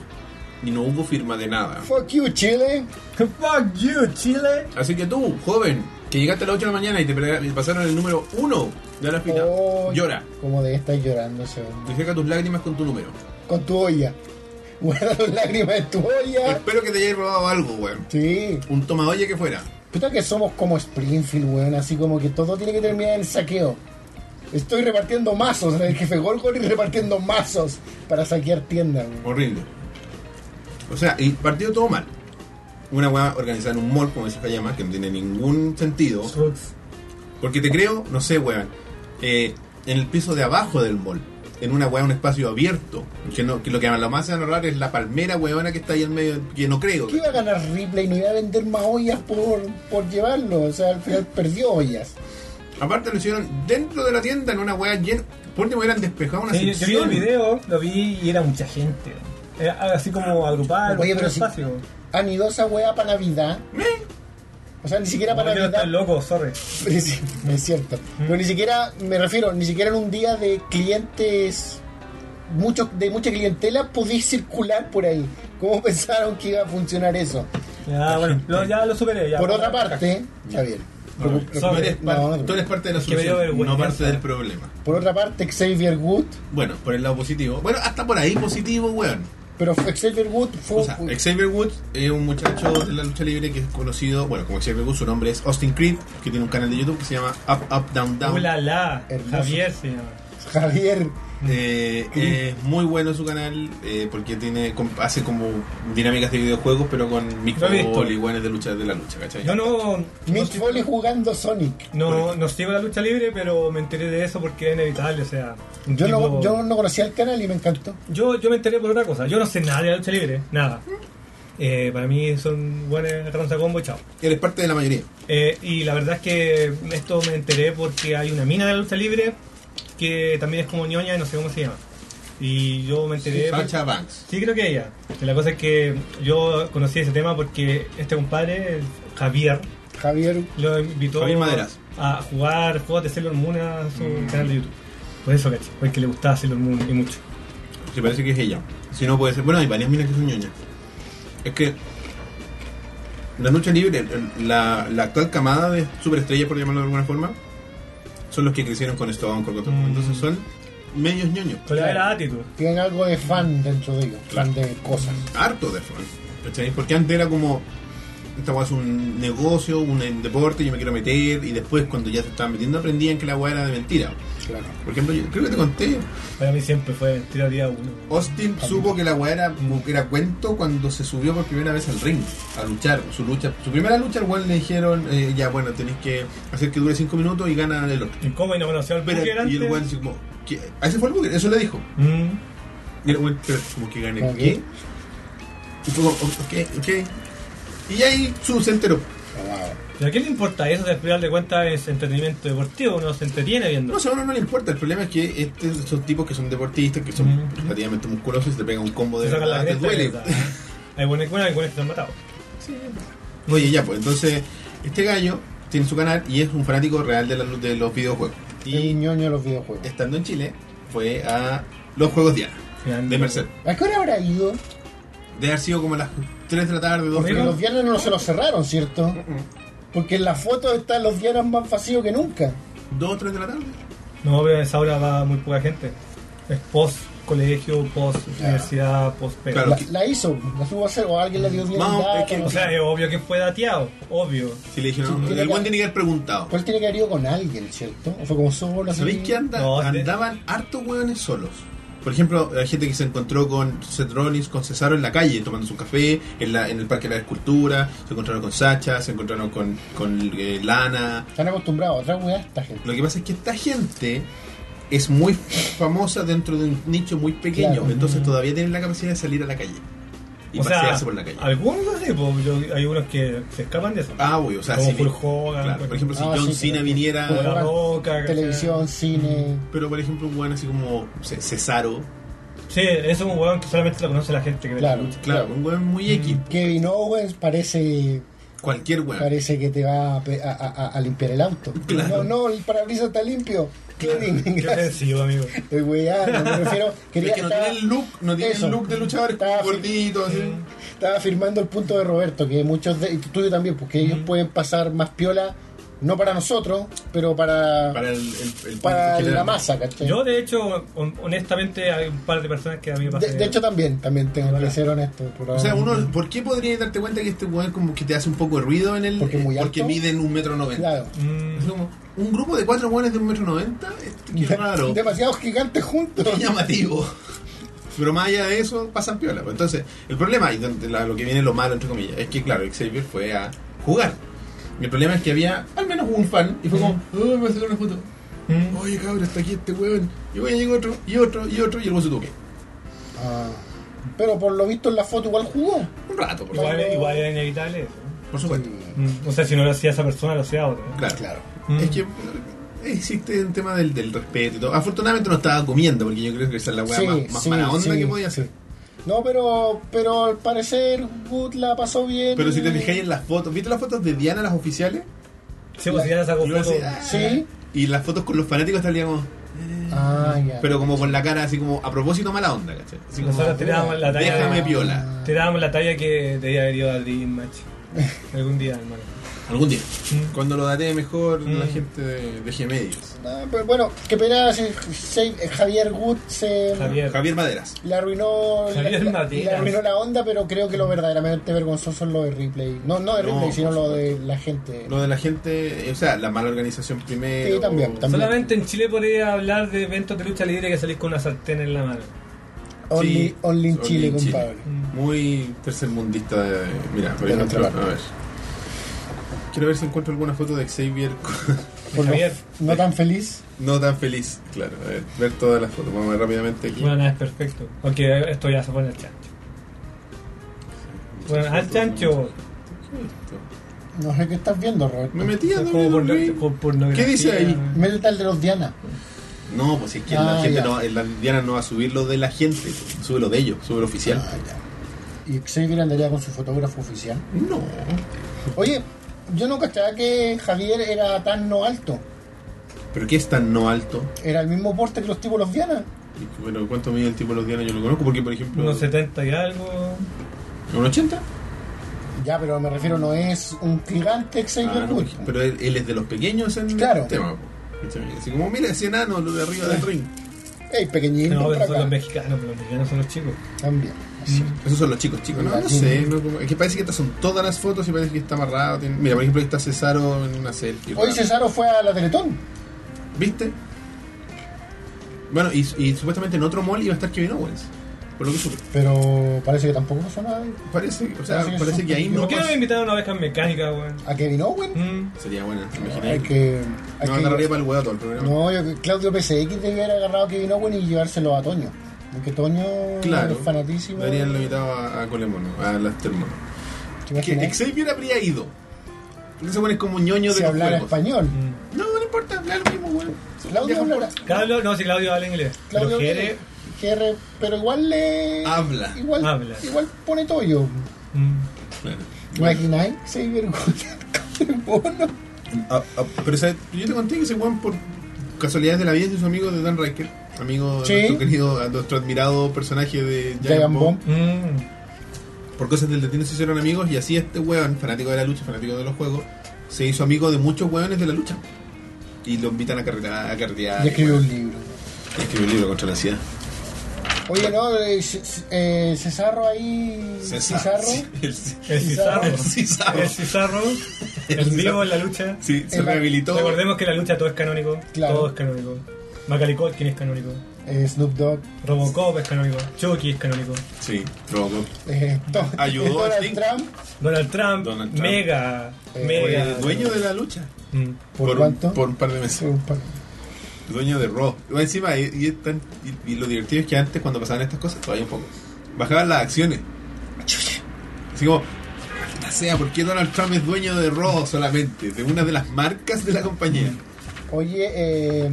Y no hubo firma de nada.
fuck you, Chile.
Fuck you, Chile.
Así que tú, joven, que llegaste a las 8 de la mañana y te pre- pasaron el número 1 de la fila,
Oh,
llora.
Como debe estar llorando ese hombre.
Y seca tus lágrimas con tu número.
Con tu olla. Guarda las lágrimas de tu olla.
Espero que te hayas robado algo, weón.
Sí.
Un tomadolle que fuera.
Puta que somos como Springfield, weón. Así como que todo tiene que terminar en saqueo. Estoy repartiendo mazos. En el jefe Gorgon y repartiendo mazos para saquear tiendas, weón.
Horrible. O sea, y partido todo mal. Una weá organizada en un mall, como dice Kayama, que no tiene ningún sentido.
Strux.
Porque te creo, no sé, weón, eh, en el piso de abajo del mall, en una weá, un espacio abierto, que, no, que lo que lo más se van a ahorrar es la palmera weona que está ahí en medio, que no creo.
¿Qué iba a ganar Ripley? No iba a vender más ollas por, por llevarlo. O sea, al final perdió ollas.
Aparte lo hicieron dentro de la tienda, en una weá llena, por último hubieran despejado una
Sí, yo vi el
sección.
video, lo vi y era mucha gente. Era así como agrupar,
Oye,
un
pero sí.
Ah, espacio.
Han ido esa wea para Navidad.
Eh,
O sea, ni siquiera
No,
para
yo
Navidad.
estoy loco, sorry.
Pero sí, es cierto. Pero ni siquiera, me refiero, ni siquiera en un día de clientes, mucho, de mucha clientela, podís circular por ahí. ¿Cómo pensaron que iba a funcionar eso?
Ya, bueno, lo- ya lo superé. Ya,
por otra parte, Javier.
No,
por-
tú eres
no, no,
par-
no.
tú eres parte de la
Es que me dio
solución, no
vergüenza.
parte del problema.
Por otra parte, Xavier Wood.
Bueno, por el lado positivo. Bueno, hasta por ahí positivo, weón.
Pero Xavier Wood fue.
O sea, Xavier Woods es un muchacho de la lucha libre que es conocido, bueno, como Xavier Woods, su nombre es Austin Creed, que tiene un canal de YouTube que se llama Up, Up, Down, Down.
Ulala,
Hermoso.
Javier se llama.
Javier.
Mm.
Eh, es muy bueno su canal eh, porque tiene com- hace como dinámicas de videojuegos, pero con micro
Lo he visto.
y weones de lucha de la lucha, ¿cachai?
Yo no, no,
Mitch Foley jugando Sonic.
no, no sigo la lucha libre, pero me enteré de eso porque es inevitable, o sea. un
Yo no,
tipo-
yo no conocía el canal y me encantó.
Yo, yo me enteré por otra cosa. Yo no sé nada de la lucha libre, nada. Eh, para mí son buenos agarrándose a combo y chao.
Eres parte de la mayoría.
Eh, y la verdad es que esto me enteré porque hay una mina de la lucha libre que también es como ñoña y no sé cómo se llama. Y yo me enteré. por-
Sacha Banks.
Sí, creo que ella. La cosa es que yo conocí ese tema porque este compadre, Javier,
Javier.
lo invitó
Javier Maderas.
a jugar juegos de Sailor Moon a su
Mm.
canal de YouTube. Por eso, caché, porque le gustaba Sailor Moon y mucho.
Si parece que es ella. Si no puede ser. Bueno, hay varias minas que son ñoñas. Es que la lucha libre, el- la, la actual camada de superestrellas, por llamarlo de alguna forma, son los que crecieron con Stone, con otro.
Mm.
Entonces son medios ñoños.
Con la de la
Claro.
actitud.
Tienen algo de fan dentro de ellos. Fan de cosas.
Harto de fan. ¿cachai? Porque antes era como. Esta weá es un negocio, un en- deporte, yo me quiero meter. Y después, cuando ya se estaban metiendo, aprendían que la weá era de mentira.
Claro.
Por ejemplo, yo creo que te conté.
Para mí siempre fue tira día uno.
Austin supo que la weá era, era cuento cuando se subió por primera vez al ring a luchar. Su lucha, su primera lucha al weón le dijeron, eh, ya bueno, tenéis que hacer que dure 5 minutos y gana el otro.
¿Y cómo? Y no conoció al
Pero-
Booker
y el
antes.
weón así como, ¿qué? ¿A ese fue el Booker? Eso le dijo.
Mm.
Y el weón, pero como que gané.
Ok.
¿Qué? Y fue como, ok, ok. Y ahí su se enteró.
Wow.
¿Pero a quién le importa eso? Si al final de cuentas es entretenimiento deportivo, uno se entretiene viendo.
No sé, a uno no le importa. El problema es que este, estos tipos que son deportistas, que son
Mm.
relativamente musculosos, y te pegan un combo de
Se sacan la
verdad, te
cresta,
duele.
¿verdad? Hay buenas buenas y buenas que se han matado.
Oye, ya, pues entonces, este gallo tiene su canal y es un fanático real de, la, de los videojuegos.
Y
Y
ñoño de los videojuegos.
estando en Chile, fue a los Juegos Diana
Mm.
de Merced.
¿A qué hora habrá ido?
Debe haber sido como las 3 de la tarde, 2 de
Porque
la
Pero-
los viernes no se los cerraron, ¿cierto? Porque en la foto están los viernes más vacíos que nunca.
2 o 3 de la tarde.
No, pero a esa hora va muy poca gente. Es post colegio, post universidad, post pega.
Claro.
La, la hizo, la subo a hacer o alguien le dio bien.
Vamos,
data,
es que-
no
O
sé.
sea, es obvio que fue dateado, obvio.
Si le dijeron,
Sí,
no,
tiene
el
que-
buen tiene que haber preguntado.
Pues él tiene que haber ido con alguien, ¿cierto? O fue como solo así.
¿Sabéis que anda,
No, este-
andaban hartos hueones solos? Por ejemplo, hay gente que se encontró con Seth Rollins, con Cesaro en la calle, tomando un café, en, la, en el Parque de la Escultura, se encontraron con Sacha, se encontraron con, con eh, Lana,
Están acostumbrados a otra weá esta gente.
Lo que pasa es que esta gente es muy famosa dentro de un nicho muy pequeño,
Claro.
entonces todavía tienen la capacidad de salir a la calle. y
o sea,
pasearse por la calle.
algunos sí, pues, yo- hay unos que se escapan de eso.
Ah, obvio, o sea,
como
si-
Hulk Hogan,
claro, por ejemplo, si
Ah,
John
sí,
Cena
claro.
viniera,
como La
Hogan,
Roca, ¿cachai?
Televisión, cine.
pero por ejemplo, un weón así como no sé, Cesaro,
Sí, eso es un hueón que solamente lo conoce la gente que ve
Claro.
la lucha.
claro, un weón muy X,
Kevin Owens parece
cualquier weón.
parece que te va a, pe- a- a- a limpiar el auto.
Claro.
No, no, el parabrisas está limpio. Kevin,
Qué
gracias.
ofensivo, amigo.
Estoy weyando, me refiero.
Es
Quería,
que no
estaba,
tiene el look, no tiene
Eso.
el look de luchadores
Estaba-
gordito, así.
estaba afirmando el punto de Roberto, que muchos de. Y tuyo también, porque ellos pueden pasar más piola, no para nosotros, pero para, para,
Para el, el, el
la
general.
masa, ¿cachai?
Yo, de hecho, hon- honestamente, hay un par de personas que a mí me
de,
pasan.
de hecho, también, también tengo que
Hola.
ser honesto. pero-
O sea, uno, ¿por qué podría darte cuenta que este weón como que te hace un poco de ruido en el.
Porque es muy alto.
miden un metro noventa.
Claro.
Mm,
Es como, un grupo de cuatro weones de un metro noventa, Este, qué raro.
Demasiados gigantes juntos.
Qué llamativo. Pero más allá de eso, pasan piola. pues. Entonces, el problema, y donde la- lo que viene lo malo, entre comillas, es que, claro, Xavier fue a jugar. Y el problema es que había al menos un fan, y fue como, "Oh, me voy a sacar una foto.
mm.
Oye, cabrón, está aquí este weón. Y oye, llegó otro, y otro, y otro, y el weón se tuvo que ir.
Ah, pero por lo visto en la foto igual jugó.
Un rato, por,
Igual,
Cuando-
igual era inevitable eso.
por supuesto.
Mm, O sea, si no lo hacía esa persona, lo hacía otra.
Claro.
Claro.
Mm.
Es que eh, existe un tema del, del respeto y todo. Afortunadamente no estaba comiendo, porque yo creo que esa es la weá
Sí,
más, más
sí,
mala onda
sí,
que podía hacer.
No, pero, pero al parecer Wood la pasó bien.
Pero si te fijáis en las fotos, ¿viste las fotos de Diana, las oficiales?
Sí, pues si ya la sacó
Y uno
foto.
así, ah,
Sí.
Y las fotos con los fanáticos salíamos.
Ah, ya.
Pero como con la cara así como a propósito mala onda, ¿cachai? Así como,
Nosotros tirábamos la talla.
déjame
de-
piola.
Tirábamos la talla que debía haber ido a Dream Match. Algún día, hermano.
Algún día.
Mm.
Cuando lo date mejor la
Mm.
gente de, de Gemedios.
Ah, pero bueno, qué pena si- si- Javier Wood se
Javier.
Javier Maderas.
le arruinó
Javier
la,
Maderas.
le arruinó la onda, pero creo que lo verdaderamente vergonzoso es lo de replay. No, no de
No,
replay, sino
por
lo de la gente.
Lo de la gente, o sea, la mala organización primero.
Sí, también, también.
Solamente en Chile podría hablar de eventos de lucha libre que salís con una sartén en la mano.
Only,
Sí,
only en
only
Chile,
en
compadre.
Chile.
Mm.
Muy tercermundista. De, mira, por
De
ejemplo,
nuestra
a
parte.
ver. Quiero ver si encuentro alguna foto de Xavier con-
De
Por lo-
Javier.
no tan feliz.
no tan feliz. Claro, a ver, ver todas las fotos. Vamos a ver rápidamente aquí.
Bueno, nada, es perfecto. Aunque esto ya se pone al chancho. Bueno, al chancho.
No sé qué estás viendo, Roberto.
Me metí a E.
Es como
WWE.
porno- como pornografía.
¿Qué dice ahí?
Métete al de los Diana.
No, pues es que
Ah,
la gente
ya.
no, la Diana no va a subir lo de la gente, sube lo de ellos, sube lo oficial.
Ah, ya. Y Xavier andaría con su fotógrafo oficial.
No.
Oye, yo no cachaba que Javier era tan no alto.
¿Pero qué es tan no alto?
Era el mismo porte que los tipos los Diana.
Y, Bueno, ¿cuánto mide el tipo de los Diana? Yo lo conozco porque, por ejemplo,
Unos 70 y algo.
¿un 80?
Ya, pero me refiero, no es un gigante Xavier
Ah, no,
Wood.
pero él, él es de los pequeños en
Claro.
el tema. po. ¿Cachai? Así como, mira, ese enano, lo de arriba del ring.
Ey, pequeñito,
No,
por
pero son
acá.
los mexicanos, pero los mexicanos son los chicos. Mm.
También.
Esos son los chicos, chicos. No, no sé. no como- es que parece que estas son todas las fotos y parece que está amarrado. tiene- Mira, por ejemplo, ahí está Cesaro en una selfie.
Hoy
raro.
Cesaro fue a la Teletón.
¿Viste? Bueno, y, y supuestamente en otro mall iba a estar Kevin Owens. Por lo que supe.
Pero parece que tampoco pasó nada.
Parece, o sea,
Parece que
parece
son-
que ahí no
¿Por qué no
pas-
me invitaron a ovejas mecánicas, weón?
A Kevin Owen.
Mm.
Sería buena, te
Hay
imaginas.
que. hay
No,
que-
andaría para el huevo todo el programa.
No, yo, Claudio PCX debió haber agarrado a Kevin Owen y llevárselo a Toño. Porque Toño
claro.
es fanatísimo.
Darían limitado a, a Colemono, a las termono.
¿Te
Que
imaginas?
Xavier habría ido. Porque se ponen como ñoño de
Si
los
hablara
juegos.
español.
Mm.
No, no importa, habla lo mismo, weón.
Claudio
Viaja por-
hablará.
Claudio, no, si Claudio habla inglés.
Claudio
pero Jere,
Jere, pero igual le.
Habla.
Igual,
Habla.
igual pone toyo.
mm,
Claro.
¿Imagináis? Sí, vergüenza con el mono.
Ah, ah, pero ¿sabes? yo te conté que ese weón por casualidades de la vida es un amigo de Dan Riker, amigo
Sí.
de nuestro querido, a nuestro admirado personaje de Giant,
Giant
Bomb.
Bomb.
mm.
Por cosas del destino se hicieron amigos y así este weón, fanático de la lucha, fanático de los juegos, se hizo amigo de muchos weones de la lucha. Y lo invitan a carretear, a carretear.
Y escribió
weón.
un libro.
Escribió un libro contra la ansiedad.
Oye, no, eh, C- C- eh, Cesarro ahí. Cesarro.
El,
El
Cizarro.
Cizarro.
el Cizarro.
El Cizarro.
El
El vivo en la lucha.
Sí, se
El-
rehabilitó.
Recordemos que en la lucha todo es canónico.
Claro.
Todo es canónico. Macaulay Culkin es canónico.
eh, Snoop Dogg.
Robocop es canónico. Chucky es canónico.
Sí, Robocop.
eh, to-
Ayudó a
Donald
Sting.
Trump.
Donald Trump.
Donald Trump.
Mega.
Eh,
Fue
mega.
dueño de la lucha.
Mm.
¿Por,
un-
cuánto?
por un par de meses.
Por un par.
Dueño de Raw. Y Encima, y, y es tan- y- y lo divertido es que antes, cuando pasaban estas cosas, todavía un poco, bajaban las acciones. Así como, maldita sea, ¿por qué Donald Trump es dueño de Raw solamente? De una de las marcas de la compañía.
Mm. Oye, eh,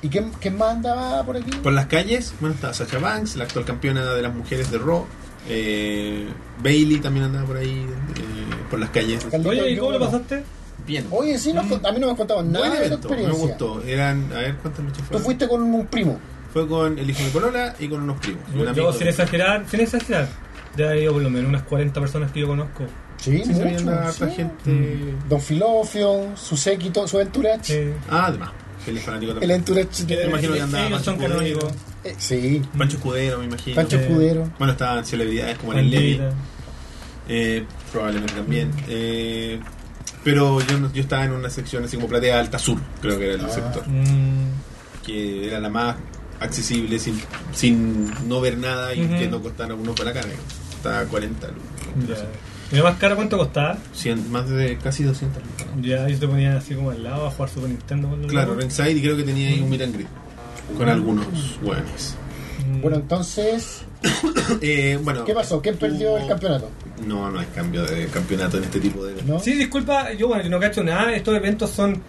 ¿y quién, quién más andaba por aquí?
Por las calles, bueno, está Sasha Banks, la actual campeona de las mujeres de Raw. Eh, Bailey también andaba por ahí, eh, por las calles.
Cal-
Oye, ¿y
yo
cómo lo
no.
pasaste?
Bien.
Oye, sí, no, a mí no me has contado nada
Buen
de tu
evento, me
experiencia.
gustó. Eran, a ver, ¿cuántas luchas
Tú
fueron?
fuiste con un primo.
Fue con el hijo de Polola y con unos primos. y un
Yo,
amigo
sin
de-
exagerar, sin exagerar, ya he ido por lo menos unas 40 personas que yo conozco.
Sí,
Sí, se veía una harta
sí. Mm.
gente.
Don Filofio, su séquito, su entourage.
Eh,
Ah, además, él es fanático
El
también.
entourage
Me
de...
imagino que andaba
ellos son
Pancho Escudero.
canónicos.
eh, sí,
Pancho Escudero, me imagino.
Pancho
Eh,
Escudero.
Bueno, estaban celebridades como en el Levi.
Bandera.
Eh, probablemente también. Eh, pero yo, no- yo estaba en una sección así como platea alta sur, creo que era el
Ah.
sector.
Mm,
Que era la más accesible sin, sin no ver nada y
Ujú.
que no costara uno para la cara. digamos. Estaba a 40 lucas.
ya. ¿Y la más cara cuánto costaba?
Cien- más de casi 200 lucas. ¿no?
Ya, ellos te ponían así como al lado a jugar Super Nintendo. con los
Claro,
locos.
Ringside y creo que tenía ahí un meet and greet con algunos hueones.
Mm,
Bueno, entonces,
Eh, bueno,
¿qué pasó? ¿Quién perdió
hubo-
el campeonato?
No, no hay cambio de campeonato en este tipo de...
¿No?
Sí, disculpa, yo bueno, yo no cacho nada. Estos eventos son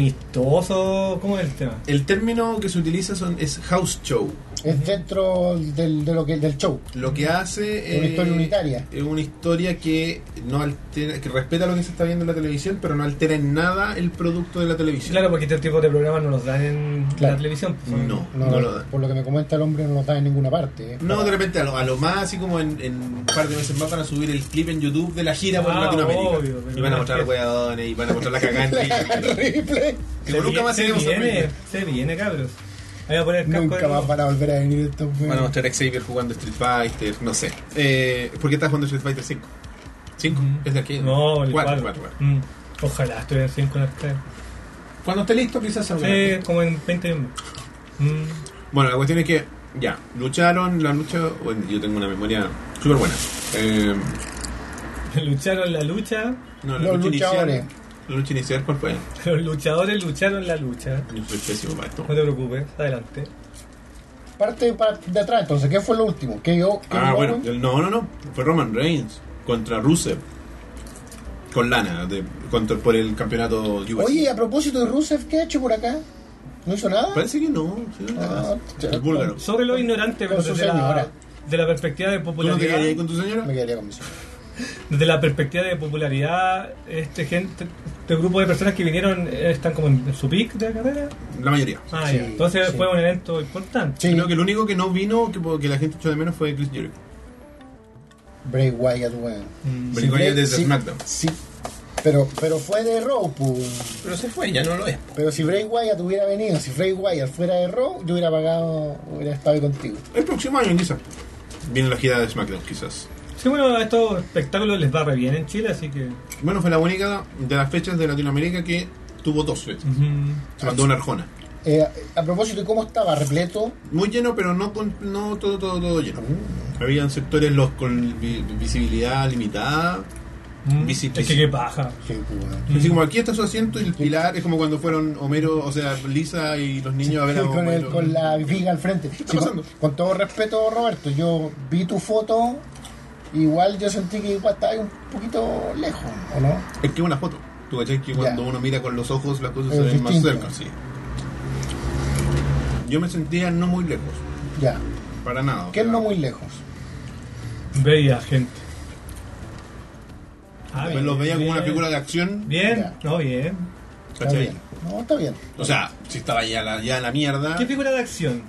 amistosos. ¿Cómo es el tema?
El término que se utiliza son, es house show.
Es dentro del, de lo que, del show.
Lo que hace eh,
Es una historia unitaria.
Es una historia que no altera, que respeta lo que se está viendo en la televisión, pero no altera en nada el producto de la televisión.
Claro, porque este tipo de programas no los dan en
Claro.
la televisión. pues, son-
No,
No,
no, lo da.
por lo que me comenta el hombre, no lo está en ninguna parte. eh.
No, de repente a lo, a lo más, así como en, en un par de meses más van a subir el clip en YouTube de la gira por
Ah,
Latinoamérica.
obvio, pero
y van a
no
mostrar
es
los
que-
weones, y van a mostrar la cagante.
Terrible.
y como nunca más
se
iremos a
viene,
América.
se viene, cabros. Ahí voy a poner el casco.
Nunca
de
más
nuevo.
van a volver a venir estos
Van a
weones.
mostrar a Xavier jugando Street Fighter, no sé. Eh, ¿Por qué estás jugando Street Fighter 5? ¿5?
Mm.
Es de aquí.
No, el
Cuatro, cuatro,
4.
cuatro.
Ojalá estuviera así con arcade.
Cuando esté listo, quizás se lo
Sí,
gane.
como en 20 minutos. Mm,
Bueno, la cuestión es que, ya, lucharon, la lucha. Bueno, yo tengo una memoria súper buena. Eh,
lucharon la lucha,
no, la
Los
lucha
luchadores.
inicial. La lucha inicial, ¿cuál fue?
los luchadores lucharon la lucha.
Yo soy pésimo para esto.
No te preocupes, adelante.
Parte para- de atrás, entonces, ¿qué fue lo último? ¿Qué yo? qué
Ah,
yo-
bueno, el- no, no, no. Fue Roman Reigns contra Rusev. Con lana, de- contra, por el campeonato US.
Oye, a propósito de Rusev, ¿qué ha hecho por acá? ¿No hizo nada?
Parece que no. sí, en la casa.
Ah, ya.
el búlgaro.
Sobre lo ignorante,
Con
pero
su
desde la,
señora.
de la perspectiva de
¿Tú no te quedarías ahí
popularidad.
con tu señora?
Me quedaría con mi señora.
Desde la perspectiva de popularidad, este gente, este grupo de personas que vinieron eh, están como en su pic de la carrera.
La mayoría.
Ah,
Sí,
ya. Entonces
sí.
fue un evento importante.
Sí,
Creo que el único que no vino, que, que la gente echó de menos, fue Chris Jericho.
Bray Wyatt, weón.
Mm.
Bray Wyatt desde
sí,
SmackDown.
Sí, pero, pero fue de Raw, pues.
Pero se fue, ya no lo es.
Pero si Bray Wyatt hubiera venido, si Bray Wyatt fuera de Raw, yo hubiera pagado, hubiera estado ahí contigo.
El próximo año, quizás. Viene la gira de SmackDown, quizás.
Sí, bueno, a estos espectáculos les va re bien en Chile, así que.
Bueno, fue la única de las fechas de Latinoamérica que tuvo dos fechas. Se mandó una Arjona.
Eh, a propósito, ¿y cómo estaba? ¿Repleto?
Muy lleno, pero no con- no todo, todo, todo lleno. Habían sectores los con vi- visibilidad limitada.
Mm.
Bici,
Es que
bici.
qué paja.
Sí, pues, weón.
Así como aquí está su asiento y el pilar es como cuando fueron Homero, o sea, Lisa y los niños a ver a
con, el-
Homero.
con la viga al frente. Sí, con,
pasando?
con todo respeto, Roberto, yo vi tu foto, igual yo sentí que igual estaba ahí un poquito lejos, ¿o no?
Es que una foto. Tú cachai que
Ya.
cuando uno mira con los ojos las cosas
Es
se ven más
distinto.
cerca, sí. Yo me sentía no muy lejos,
Ya,
para nada.
que
O sea,
no muy lejos.
Veía gente. Ah,
me Pues los veía como una
bien.
película de acción,
Bien,
Ya.
no, bien.
Está
¿cachai?
bien. No, está bien.
O sea, si estaba ya la, ya la mierda,
¿Qué figura de acción?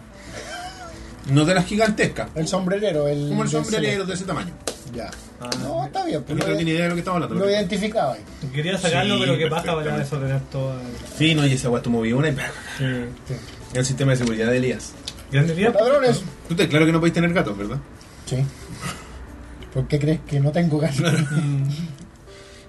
no de las gigantescas,
El sombrerero, el.
como el
del
sombrerero de ese tamaño.
celeste. Ya.
Ah.
no, está bien,
Yo
pues
no
lo,
tengo ni idea de lo que estamos hablando.
lo
pero-
identificaba ahí.
Quería sacarlo,
Sí,
pero qué paja para
perfectamente.
desordenar todo.
Sí, no, y esa guay tú moví una y ¡pah!
Sí.
Sí.
el sistema de seguridad de Elías.
Grande día.
Ladrones.
Tú te claro que no podéis tener gatos, ¿verdad?
Sí. ¿Por qué crees que no tengo ganas?
Mm.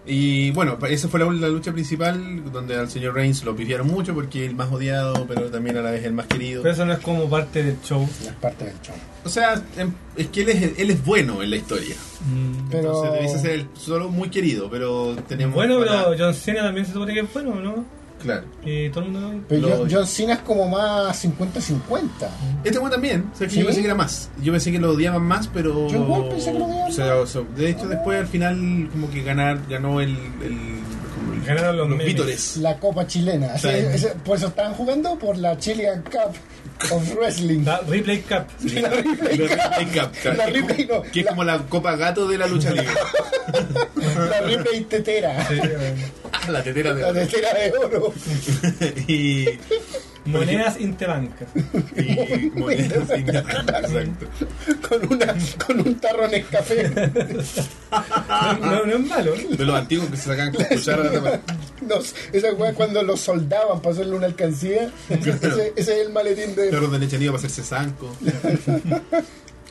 Y bueno, pa- esa fue la, la lucha principal donde al señor Reigns lo pifiaron mucho porque el más odiado, pero también a la vez el más querido.
Pero eso no es como parte del show.
Las partes del show.
O sea, em- es que él es, él es bueno en la historia.
Mm.
Pero-
Entonces debéis ser el solo muy querido, pero tenemos.
Bueno,
para-
pero John Cena también se supone que es bueno, ¿no?
Claro.
Y todo el mundo.
Pero
Lo
John,
odio.
John Cena es como más 50-50.
Este weón también, o sea, que
¿Sí?
yo pensé que era más. Yo pensé que lo odiaban más, pero.
Yo igual pensé que lo odiaban
O sea, o sea, de hecho, después al final, como que ganar, ganó el. el, como el-
Ganaron los memes.
vítores.
La copa chilena.
Sí.
Ese- ese- por eso están jugando por la Chilean Cup of Wrestling.
Da replay cap.
Sí, La Ripley Cup, Ah, claro,
La
que es
Ripley
como-
no,
Que es
la-
como la copa gato de la lucha libre.
la Ripley tetera.
Sí, eh,
la tetera de
La
oro.
tetera de oro.
y,
Monedas interbancas.
y monedas sin nada, Exacto.
Con, una, con un tarro en el café.
No, no, no es malo.
De los antiguos que se sacan con cuchara de
Nos- esa weá cuando lo soldaban para hacerle una alcancía. Ese, ese es el maletín de.
perros de leche nido para hacerse zanco.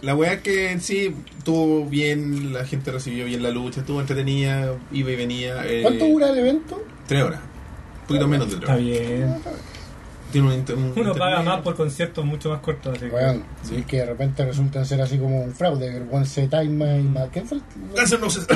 La weá es que en sí estuvo bien, la gente recibió bien la lucha, estuvo entretenida, iba y venía. eh,
¿Cuánto dura el evento?
Tres horas. Un poquito menos de tres
Está
horas.
bien.
Tiene un inter- un
Uno paga
intermedio.
más por conciertos mucho más cortos. Así que-
Weón,
Sí.
es que de repente resultan ser así como un fraude. El one se time y más. ¿Qué fue?
Guns N' Roses.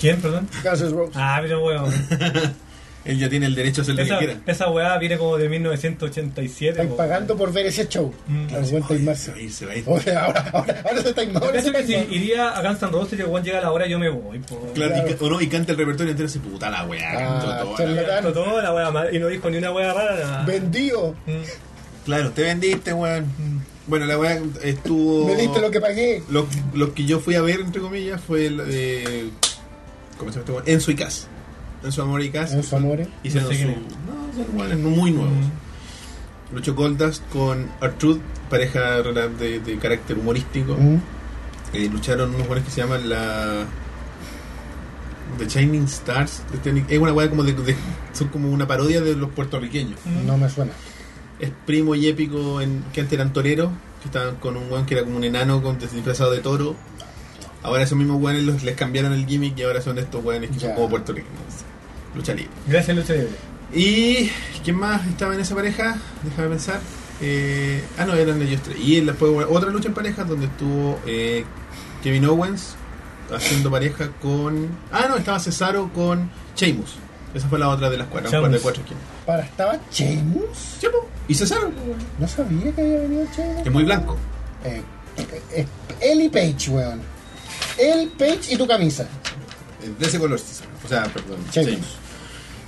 ¿Quién, perdón?
Guns N' Roses.
Ah, pero weón.
Él ya tiene el derecho a hacer lo que
Esa,
quiera.
esa weá viene como de 1987.
Están
po.
pagando por ver ese show.
Mm.
Al buen Time
Se
Marshall.
va a ir, se va a ir.
Oye, Ahora, ahora, ahora se time ahora
Yo
se
pienso que si
time
iría a Guns N' Roses y cuando llega la hora yo me voy. po.
Claro,
Claro.
Y, ca- o no, y canta el repertorio entero así, puta la weá,
Ah,
cantó toda la
charla-
weá.
Cantó todo la weá mal, y no dijo ni una weá rara. nada.
Vendido.
Mm.
Claro, te vendiste, weón. Bueno, la weá estuvo.
Me diste lo que pagué.
Lo, lo que yo fui a ver, entre comillas, fue el. Eh, ¿Cómo se llama este weón? Enzo y Cas. Enzo Amor y Cas.
En su amores.
Hicieron
No sé
su.
quién
No, son weones muy nuevos.
mm,
Luchó Goldust con Artrud, pareja rela- de, de carácter humorístico.
Mm.
Eh, lucharon unos buenos que se llaman la. The Shining Stars. Este- Es una weá como de, de- Son como una parodia de los puertorriqueños.
Mm.
No me suena.
Es primo y épico en, que antes eran toreros, que estaban con un weón que era como un enano con, disfrazado de toro. Ahora esos mismos weones los- les cambiaron el gimmick y ahora son estos weones que son
Ya.
como puertorriqueños. Lucha libre.
Gracias, Lucha Libre.
¿Y quién más estaba en esa pareja? Déjame pensar. Eh, ah, no, eran ellos tres. Y después hubo otra lucha en pareja donde estuvo eh, Kevin Owens haciendo pareja con. Ah, no, estaba Cesaro con Sheamus. Esa fue la otra de las cuatro.
Sheamus.
de cuatro esquinas.
Para, ¿estaba Sheamus?
Sí, po. Y Cesaro.
No sabía que había venido Sheamus.
Es muy blanco.
Eh, eh, Eli Page, weón. El Page y tu camisa.
Eh, De ese color, Cesaro. O sea, perdón.
Sheamus.
Sheamus.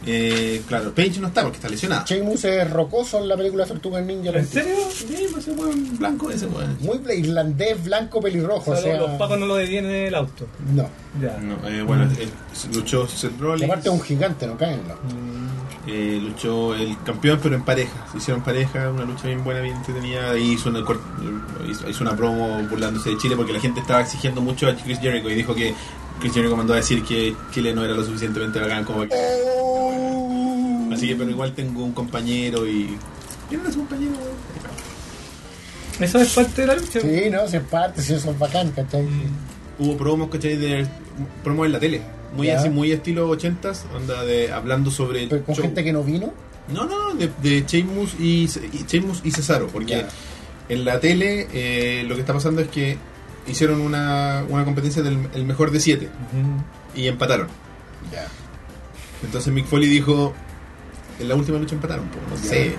Eh, claro, Page no está porque está lesionada.
Sheamus es rocoso en la película Tortuga Ninja.
¿En serio?
Sí, pues ese weón blanco, ese weón.
Muy bla- irlandés, blanco, pelirrojo.
O
O
sea,
sea,
los pacos no lo detienen en el auto.
no.
Ya.
No, eh, bueno, eh, luchó Seth
Y
Rollins.
Mm. aparte es un gigante, no cáenlo.
Mm.
Eh, luchó el campeón, pero en pareja. Se hicieron pareja, una lucha bien buena, bien entretenida. Ahí hizo una, cor- hizo, hizo una promo burlándose de Chile porque la gente estaba exigiendo mucho a Chris Jericho y dijo que Chris Jericho mandó a decir que Chile no era lo suficientemente bacán como
Eh.
que. Así que, pero igual tengo un compañero y. ¿Quién era su compañero? weón?
Eso es parte de la lucha. Mm.
Sí, no, se parte, si eso es bacán, ¿cachai?
Mm. Hubo promos, ¿cachai? De, promos en la tele. Muy
Ya.
así, muy estilo 80s, onda de hablando sobre. el
Pero con
show.
gente que no vino.
No, no, no, de, de Sheamus y, y Sheamus y Cesaro, porque
Ya.
en la tele eh, lo que está pasando es que hicieron una, una competencia del el mejor de siete y empataron.
Ya.
Entonces Mick Foley dijo, en la última lucha empataron, po, no sé,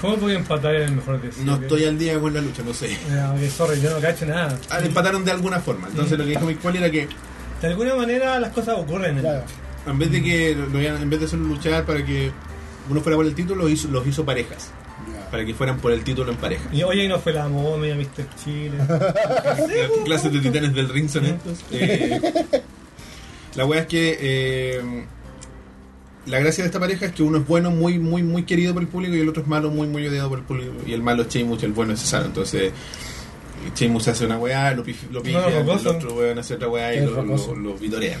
¿Cómo voy a empatar en el mejor de
no estoy al día con la lucha, no sé.
Ya, ok, sorry, yo no cacho nada.
Ah, empataron de alguna forma, entonces lo que dijo Mick Foley era que
De alguna manera las cosas ocurren.
Claro.
en vez de que lo iban- en vez de hacerlo luchar para que uno fuera por el título, hizo, los hizo parejas, para que fueran por el título en pareja.
Y oye, y no fue la momia, Mr. Chile.
¿Qué clases de titanes del ring son estos? Eh, la wea es que eh, la gracia de esta pareja es que uno es bueno, muy, muy, muy querido por el público y el otro es malo, muy, muy odiado por el público. Y el malo es Sheamus y el bueno es Cesaro. Entonces, Sheamus hace una weá, lo, pif- lo pifian, el
rocoso.
otro weón hace otra weá y
Es
lo, lo,
rocoso.
lo vitorean.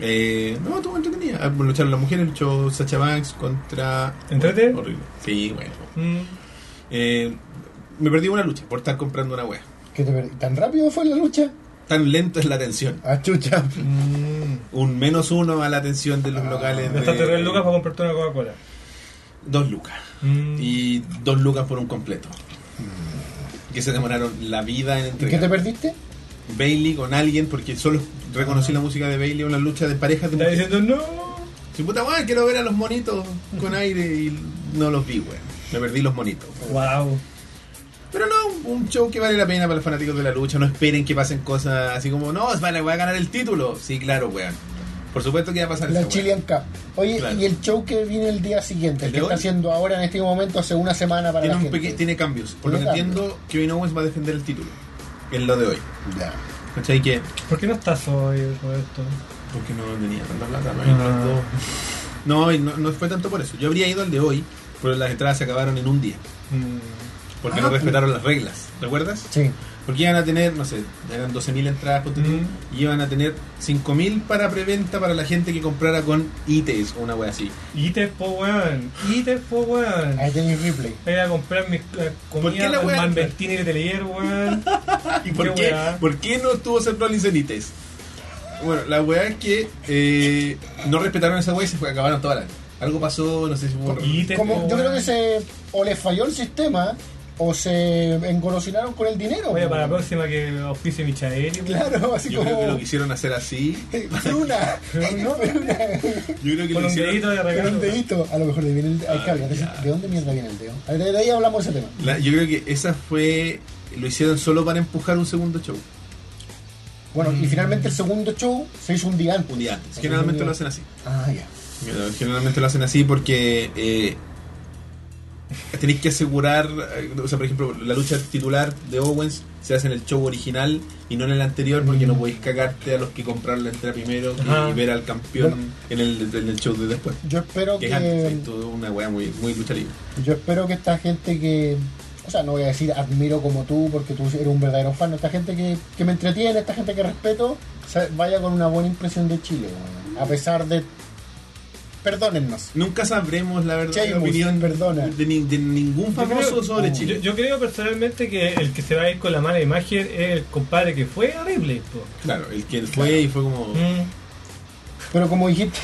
Eh, no, estuvo entretenida. Ah, bueno, Lucharon las mujeres, luchó Sacha Banks contra.
¿Entrete?
Horrible. Sí, bueno.
Mm.
Eh, me perdí una lucha por estar comprando una weá.
¿Qué te perdí? ¿Tan rápido fue la lucha?
Tan lento es la tensión.
Ah, chucha.
Mm.
un menos uno a la atención de los locales. de-
Hasta te doy Ah, lucas para comprarte una Coca-Cola.
Dos lucas.
Mm.
Y dos lucas por un completo.
Mm.
Que se demoraron la vida en
¿Y qué te
entregar.
perdiste?
Bailey con alguien, porque solo reconocí la música de Bailey, una lucha de parejas de
Está
mujeres.
diciendo no.
Sí, Que puta weón, quiero ver a los monitos con aire y no los vi, weón. Me perdí los monitos.
Wow.
Pero no, un show que vale la pena para los fanáticos de la lucha. No esperen que pasen cosas así como, no, vale, voy a ganar el título. Sí, claro, weón. Por supuesto que va a pasar
La
esa weá.
Chilean Cup. Oye,
Claro.
y el show que viene el día siguiente,
¿El
el
de
que
hoy?
está haciendo ahora en este momento hace una semana para
Tiene,
la
un
gente.
peque- tiene cambios. Por lo que
Tiene cambios.
entiendo, Kevin Owens va a defender el título. En lo de hoy.
Ya.
¿Cachai? Que
¿Por qué no estás hoy, Roberto?
Porque no tenía tanta plata, no
Ah.
Los dos. No, y no, no fue tanto por eso. Yo habría ido al de hoy, pero las entradas se acabaron en un día.
Mm.
Porque
Ah,
no
pues.
respetaron las reglas, ¿recuerdas?
Sí.
Porque iban a tener, no sé, eran 12.000 entradas, ponte tú, y iban a tener 5.000 para preventa para la gente que comprara con ITES o una wea así.
Y te po, weón. Y te po, weón.
Ahí tenéis replay.
Voy a ir a comprar mis eh,
¿Por qué
comida
la
al
weá?
Malbertini de Telier, weón.
¿Y por qué,
weá?
por qué no estuvo Seth Rollins en ITES? Bueno, la wea es que eh, no respetaron esa wea y se fue, acabaron todas las. Algo pasó, no sé si fue un-
Y te
Como,
po,
yo creo
weón.
que se o les falló el sistema o se engolosinaron con el dinero.
Oye,
po.
para la próxima que auspicie Michael. weón.
Claro, así
Yo
como.
creo que lo quisieron hacer así.
Fruna, fruna,
Yo creo que
Con
lo
un
hicieron.
dedito de
con
regalo.
un dedito. A lo mejor le viene el. Ay,
Ah,
carga, ¿de-
ya.
¿De dónde mierda viene el dedo? A ver, De ahí hablamos de ese tema.
La- yo creo que esa fue. Lo hicieron solo para empujar un segundo show.
Bueno, y finalmente el segundo show se hizo un día antes.
Mm. Un día antes. Generalmente lo hacen así.
Ah, ya.
Generalmente lo hacen así porque. eh, tenéis que asegurar. eh, O sea, por ejemplo, la lucha titular de Owens se hace en el show original y no en el anterior porque no podéis cagarte a los que compraron la entrada primero que-
Mm. Ajá.
y ver al campeón
Bueno.
en, el, en el show de después.
Yo espero
Que
que.
es antes. Es toda una wea muy, muy lucha libre.
Yo espero que esta gente que. O sea, no voy a decir admiro como tú, porque tú eres un verdadero fan. Esta gente que, que me entretiene, esta gente que respeto, se- vaya con una buena impresión de Chile, weón. A pesar de. Perdónennos.
Nunca sabremos la verdad la
Sheamus,
opinión
perdona.
de, ni- de ningún
Yo
famoso
creo-
sobre Chile.
Yo, yo creo personalmente que el que se va a ir con la mala imagen es el compadre que fue a Ripley. po.
Claro, el que fue y fue como.
Mm.
Pero como dijiste.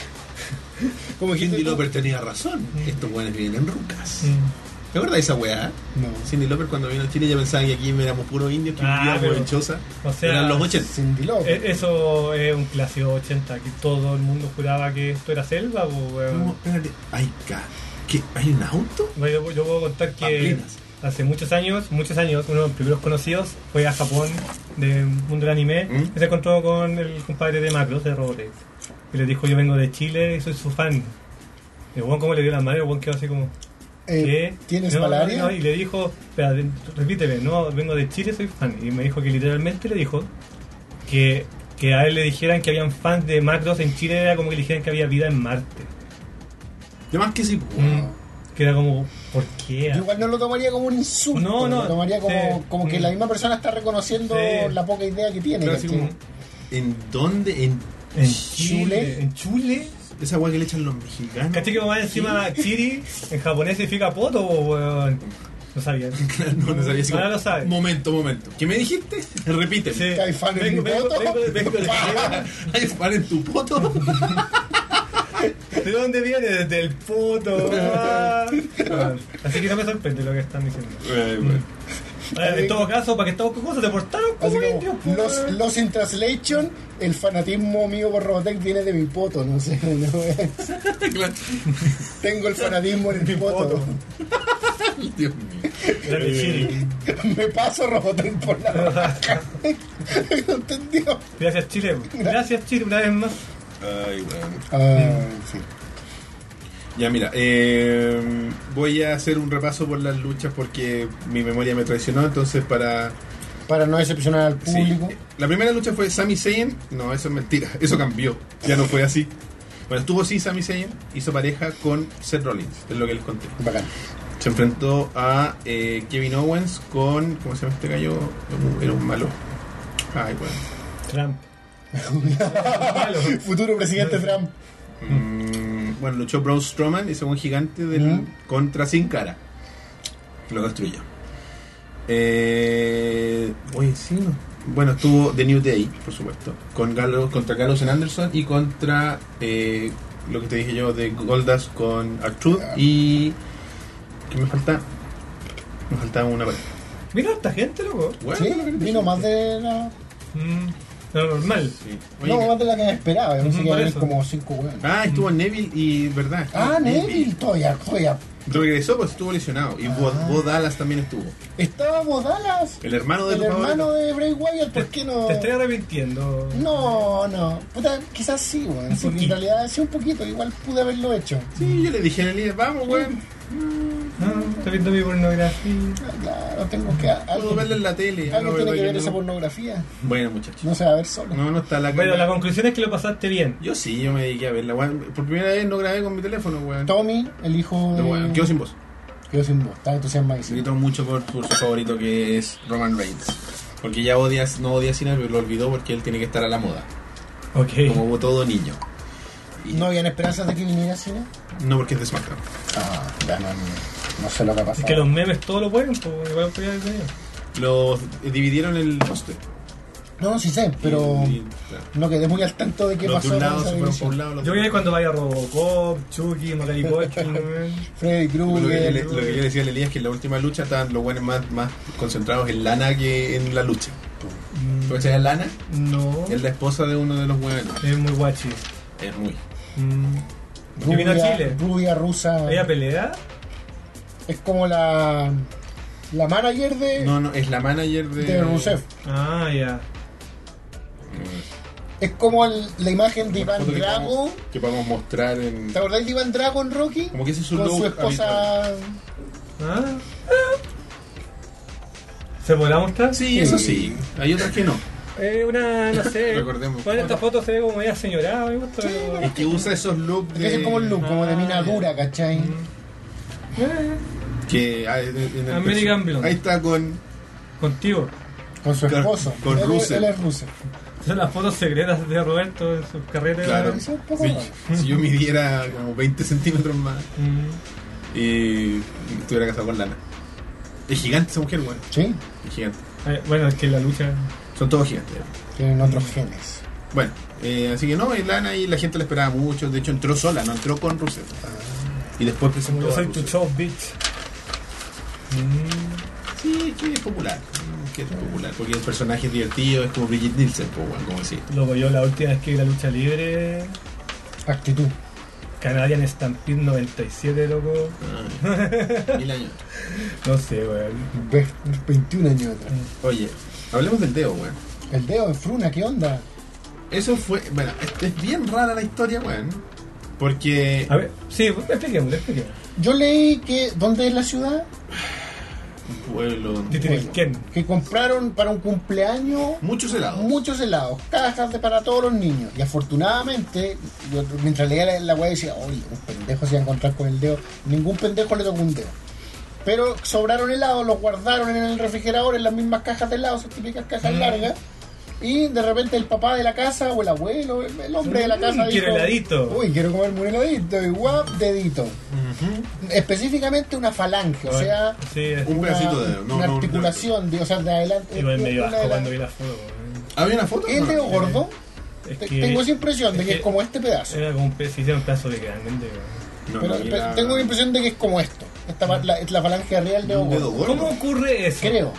Como dijiste.
Cindy
tú-
Loper tenía razón. Estos buenos vienen rucas.
Mm.
¿Te acuerdas de esa weá?
No.
Cindy Loper cuando vino a Chile ya pensaba que aquí éramos puros indios, que
Ah,
vivíamos
pero-
en choza.
o sea,
Eran los 80.
Cindy Lauper.
E- Eso es un clásico 80, que todo el mundo juraba que esto era selva. po, weón.
No, espérate. Ay, ca. ¿Qué? ¿Hay un auto?
Bueno, Yo, yo puedo contar que
Pamplinas.
hace muchos años, muchos años, uno de los primeros conocidos fue a Japón de mundo del anime
¿Mm?
y se encontró con el compadre de Macros, de Robotex. Y le dijo, yo vengo de Chile y soy su fan. Y el weón como le dio la madre, el weón quedó así como,
Eh,
¿qué?
¿Tienes
No, no,
malaria?
no, y le dijo, espera, de- repíteme, no, vengo de Chile, soy fan. Y me dijo que literalmente le dijo que, que a él le dijeran que habían fans de Macros en Chile era como que le dijeran que había vida en Marte.
De más que sí. pues, po.
Mm. Que era como, ¿por qué?
Yo igual no lo tomaría como un insulto.
No, no,
Lo tomaría como,
sí.
como que la misma persona está reconociendo
Sí.
la poca idea que tiene.
Pero así
¿cachai?
como, ¿En dónde? ¿En
En
Chile.
Chile. En Chile.
esa weá que le echan los mexicanos?
¿Caché que más encima Chiri en japonés significa poto, weón? No sabía.
no, no sabía así
Ahora
como,
lo sabes.
Momento, momento. ¿Qué me dijiste? Repíteme.
Sí.
¿Hay fan en
Vengo-
mi
vengo-
poto?
vengo- vengo de Chile.
¿Hay spam en tu poto?
¿De dónde viene? Desde el poto. ah. Bueno, Así que no me sorprende lo que están diciendo.
Ay, bueno.
Ahora, en todo caso, para que todos cosas se portaron
Así
como
como,
indios, po,
los,
weón.
los in translation, el fanatismo mío por Robotech viene de mi poto, no sé. no es.
Claro.
Tengo el fanatismo en mi poto.
Dios mío.
Era de Chile.
Me paso Robotech por la raja. ¿No entendió?
Gracias Chile, weón. gracias Chile una vez más.
Ay, bueno.
Ah, sí.
Ya, mira, eh, voy a hacer un repaso por las luchas porque mi memoria me traicionó, entonces para...
Para no decepcionar al
sí.
público.
La primera lucha fue Sami Zayn, no, eso es mentira, eso cambió, ya no fue así. Bueno, estuvo sí Sami Zayn, hizo pareja con Seth Rollins, es lo que les conté.
Bacán.
Se enfrentó a eh, Kevin Owens con... ¿Cómo se llama este gallo? Era un- Era un malo. Ay, bueno.
Trump.
Futuro presidente Trump.
Mm, bueno, luchó Braun Strowman, ese buen gigante del
Mm.
contra sin cara. Lo destruyó. Eh, oye, sí, no. Bueno, estuvo The New Day, por supuesto. Con Gallows, contra Carlos and Anderson y contra eh, lo que te dije yo de Goldas con Artruth y. ¿Qué me falta? Me faltaba una pareja.
Mira esta gente, loco.
Bueno,
Sí,
lo que te
vino
dije.
más de la.
Mm. lo normal.
Sí. Oye,
No, más de la que esperaba. Yo pensé
Ujú,
que iba a
por
haber
eso.
como cinco weones.
Ah, estuvo Neville y verdad.
Ah, Neville, todavía, todavía.
Regresó, pues estuvo lesionado. Y Bo,
Ah.
Bo Dallas también estuvo.
Estaba Bodalas,
El hermano de
el
tu
hermano
favorito.
de Bray Wyatt, ¿por qué no?
Te estoy arrepintiendo.
No, no. Puta, quizás sí, weón. Sí, en
poquito.
realidad sí un poquito, igual pude haberlo hecho.
Sí, yo le dije a Elías, vamos, weón.
No, Ah, estoy viendo mi pornografía.
Ah, Claro, tengo que.
Puedo verla en
Alguien,
la tele.
alguien
Ahora
tiene
voy
que ver
viendo.
esa pornografía.
Bueno, muchachos.
No se va a ver solo.
No, no está la
Bueno, la
cámara.
conclusión es que lo pasaste bien.
Yo sí, yo me dediqué a verla, weón. Por primera vez no grabé con mi teléfono, weón.
Tommy, el hijo de.
No, weón, Quedó sin voz.
Quedó sin voz. Estaba entusiasmadísimo.
Gritó mucho por, por su favorito que es Roman Reigns. Porque ya odias, no odia a Cena, pero lo olvidó porque él tiene que estar a la moda.
Ok.
Como todo niño. Y-
¿No habían esperanzas de que viniera a cine?
No, porque es de SmackDown.
Ah, ya no, no, no sé lo que ha
Es
pasado.
que los memes todo lo pueden, pues igual podía haber tenido.
Los dividieron el roster.
No, no, sí sé, pero.
Y- y- claro.
No quedé muy al tanto de qué
los de
pasó
un
en
lado se
esa
fueron por
división.
un lado. los
Yo
de-
voy a ir cuando vaya Robocop, Chucky, ¿eh? Macaulay Culkin, weón.
Freddy
Lo que, yo le,
Krueger.
lo que yo le decía a Elías es que en la última lucha estaban los buenos más, más concentrados en lana que en la lucha.
Mm,
¿Cachai a lana?
No,
Es la esposa de uno de los buenos.
es muy guachi.
Es muy.
Mm, que vino a
Rubia,
Chile.
rubia rusa.
¿Ella pelea?
Es como la. La manager de.
No, no, es la manager de.
de Rusev.
Ah, ya.
Es como el- la imagen de
Una
Iván
foto que
Drago.
podemos- Que podemos mostrar en.
¿Te acordás de Iván Drago en Rocky?
Como que ese es su
Con su
look
esposa.
Ah. ¿Se podrá mostrar?
Sí, eso sí. Hay otras que no.
Eh, una, no sé.
Recordemos.
Bueno, esta foto se ve como media señorada, me gusta. pero-
Es que usa esos looks
Que
de.
ese es como el look, como de
Ah,
mina
ya.
dura, ¿cachai?
Eh,
Que hay en el- en el
American Blonde.
Ahí está con.
contigo.
Con su
Con-
esposo.
con
él, es-
Rusev.
Él es Rusev.
Son las fotos secretas de Roberto en sus carreras.
Claro.
Eso es un poco
Si,
raro.
si yo midiera como 20 centímetros más
Mm.
y estuviera casado con Lana. Es gigante esa mujer, weón.
Sí,
Es gigante.
Eh, bueno, es que la lucha.
Son todos gigantes.
tienen otros genes.
Bueno, eh, así que no, es Lana y la gente la esperaba mucho. De hecho, entró sola, no entró con Rusev. Y después
Como
presentó.
yo
a
soy tu
Rusev.
show, bitch. Mm.
Sí, es que es popular. ¿no? Que es popular. Porque el personaje es divertido, es como Brigitte Nielsen, pues, weón, como así.
Loco, yo la última vez que vi la lucha libre,
Actitud.
Canadian Stampede 97, loco.
Ay, Mil años.
No sé, weón.
Ve- 21 años atrás.
Oye, hablemos del dedo, weón.
El dedo de Fruna, ¿qué onda?
Eso fue. Bueno, es- es bien rara la historia, weón. Porque.
A ver, sí, expliquemos, expliquemos.
Yo leí que. ¿Dónde es la ciudad?
Un pueblo.
Titirquén.
Que compraron para un cumpleaños
Muchos helados.
muchos helados, cajas de para todos los niños. Y afortunadamente, yo, mientras leía la, la weá decía, oye, un pendejo se iba a encontrar con el dedo. Ningún pendejo le tocó un dedo. Pero sobraron helados, los guardaron en el refrigerador, en las mismas cajas de helados, esas típicas cajas
Mm.
largas. Y de repente el papá de la casa, o el abuelo, el, el hombre de la
Mm,
casa
quiero
dijo,
heladito.
Uy, quiero comerme un heladito. Y guap, dedito. Específicamente una falange, o sea...
Sí, es-
Un
una,
pedacito de dedo, no,
una
no, un
articulación, de, o sea, de adelante. eh,
igual me dio
una
asco
de la-
cuando vi la foto, weón.
¿Había una foto?
¿El
No.
dedo gordo?
Es
Te-
que
tengo esa impresión de
es
que es
que- eh,
como este pedazo.
Era como un pedazo, hicieron pedazo de grande, weón.
No,
pero
no,
pe-
era-
tengo la impresión de que es como esto. Esta, pa- la, la falange de arriba del dedo
Un dedo
gordo.
gordo.
¿Cómo ocurre eso?
Creo.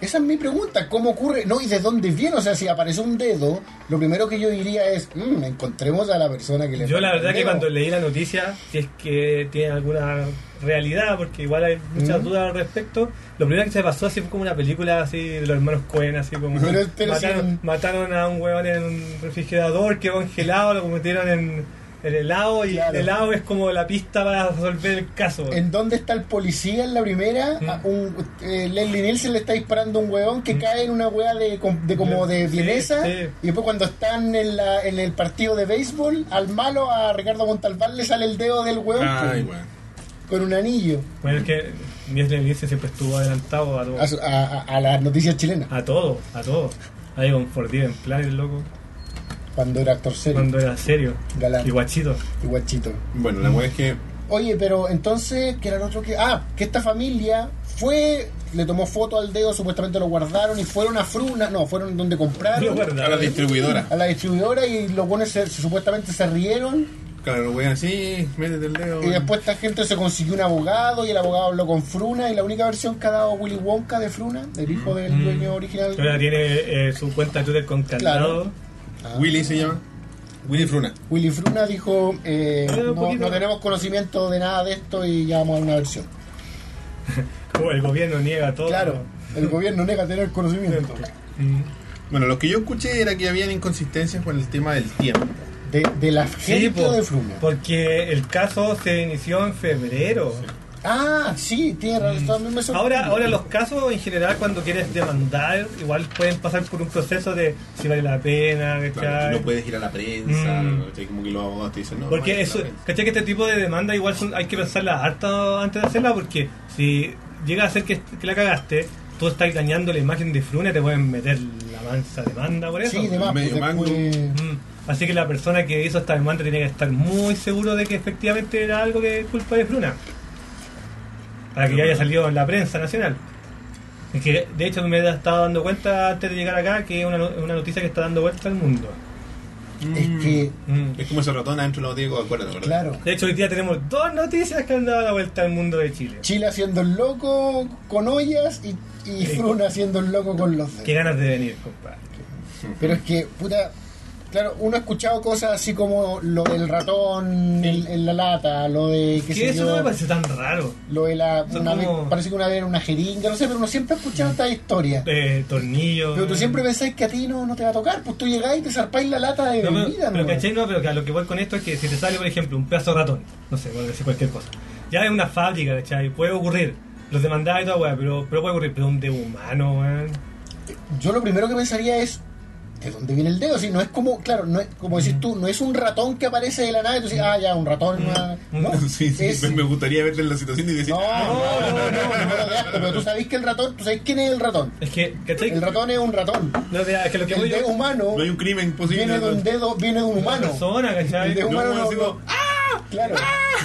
Esa es mi pregunta. ¿Cómo ocurre? No, y de dónde viene. O sea, si aparece un dedo, lo primero que yo diría es: "Mm, encontremos a la persona que le
Yo
falta
la
el
verdad que
dedo".
cuando leí la noticia, si es que tiene alguna realidad, porque igual hay muchas
Mm.
dudas al respecto, lo primero que se pasó así fue como una película así de los hermanos Cohen, así como
Pero- pero
mataron,
sin-
mataron a un huevón en un refrigerador, quedó congelado, lo metieron en el helado y
Claro.
el helado es como la pista para resolver el caso.
¿En dónde está el policía en la primera?
Mm.
a Un, eh, Leslie Nielsen le está disparando a un huevón que cae en una hueá de, com- de como de
Sí,
vienesa.
sí.
Y después cuando están en, la- en el partido de béisbol, al malo, a Ricardo Montalbán le sale el dedo del huevón
Ay,
con,
weón.
con un anillo.
Bueno, es que Miesler Nielsen siempre estuvo adelantado a todo.
A, su- a- a- a las noticias chilenas,
A todo, a todo. Ahí con Fortier en plan, el loco.
cuando era actor serio
Cuando era serio.
Galán.
Y guachito.
y guachito.
Bueno, la weón es que.
Oye, pero entonces, ¿qué era el otro que...? Ah, que esta familia fue... Le tomó foto al dedo, supuestamente lo guardaron y fueron a Fruna, no, fueron donde
Lo
compraron.
guardaron.
A la distribuidora.
a la distribuidora y los buenos se- se- supuestamente se rieron
Claro, lo weón así, métete el dedo.
Y después esta gente se consiguió un abogado y el abogado habló con Fruna y la única versión que ha dado Willy Wonka de Fruna, del hijo del
Mm.
dueño original.
Ahora tiene eh, su cuenta Twitter con candado.
Ah.
Willy se llama. Willy Fruna.
Willy Fruna dijo, eh,
Eh, un
no,
poquito.
no tenemos conocimiento de nada de esto y ya vamos a dar una versión.
Como el gobierno niega todo.
Claro, el gobierno nega tener conocimiento
Mm.
Bueno, lo que yo escuché era que habían inconsistencias con el tema del tiempo.
de, de la
Sí,
gente
po,
de Fruna.
porque el caso se inició en febrero.
Ah, sí, tiene razón. a mí me sorprendió.
Mm. Ahora, ahora los casos en general cuando quieres demandar, igual pueden pasar por un proceso de si vale la pena, ¿cachai?
Claro, no puedes ir a la prensa,
Mm.
¿cachai? como que los abogados te dicen no. no
Porque
vayas a
eso,
la prensa.
¿cachai? Que este tipo de demanda igual son- hay que pensarla harta antes de hacerla porque si llega a ser que, que la cagaste, tú estás dañando la imagen de Fruna, te pueden meter la mansa demanda por eso.
Sí, de más,
Medio
pues,
mango.
después-
Mm. Así que la persona que hizo esta demanda tiene que estar muy seguro de que efectivamente era algo que es culpa de Fruna. Para que ya haya salido en la prensa nacional. Es que de hecho me he estado dando cuenta antes de llegar acá que es una, no- una noticia que está dando vuelta al mundo.
es que,
Mm.
Es como esa ratona dentro de la botella de Coca-Cola, ¿te acordás?
claro,
De hecho hoy día tenemos dos noticias que han dado la vuelta al mundo de Chile.
Chile haciendo el loco con ollas y, y
Sí.
Fruna haciendo el loco con los
Qué
dedos.
ganas de venir, compadre.
Pero es que, puta, claro, uno ha escuchado cosas así como lo del ratón en, en la lata, lo de qué
Que
sé
eso
yo,
no me parece tan raro.
lo de la.
Son
una vez-
como- Mm.
parece que una vez era una jeringa, no sé, pero uno siempre ha escuchado estas historias.
Eh, tornillo.
Pero tú siempre pensás que a ti no, no te va a tocar, pues tú llegás y te zarpáis la lata de
No, pero,
bebida,
pero,
¿no? eh.
¿cachai? No, pero que a lo que voy con esto es que si te sale, por ejemplo, un pedazo de ratón, no sé, voy a decir cualquier cosa. Ya es una fábrica, ¿cachai? Puede ocurrir. Los demandados y toda weá, pero, pero puede ocurrir. Pero un de humano, weón.
Yo lo primero que pensaría es ¿de dónde viene el dedo? Si no es como, claro, no es, como decís tú, no es un ratón que aparece de la nada y tú dices, ah, ya, un ratón. una- No,
Sí, sí,
es-
me- me gustaría verte en la situación y decir,
No,
"Ah,
no, no, no, primero de asco, pero tú sabés que el ratón, tú sabés quién es el ratón.
Es que, ¿cachai?
El ratón es un ratón.
No, mira, es que lo que voy
El
yo.
dedo humano
no hay un crimen posible.
viene de un dedo, viene de un
una
humano.
persona, ¿cachai?
El de
No,
humano
bueno,
no-
así como, "Ah".
Claro.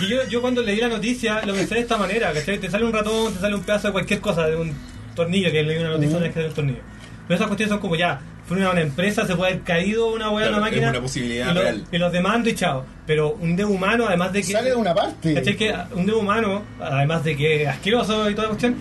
Y yo, yo cuando leí la noticia lo pensé de esta manera, ¿cachai? Te sale un ratón, te sale un pedazo de cualquier cosa, de un tornillo, que leí una noticia
Ujú.
de que era un tornillo. Pero esas cuestiones son como ya, fue una, una empresa, se puede haber caído una weá en
Claro,
una máquina.
es una posibilidad
y lo-
real.
Y los demando y chao. Pero un dedo humano, además de que.
Sale de una parte.
¿Cachai? Que un dedo humano, además de que es asqueroso y toda la cuestión,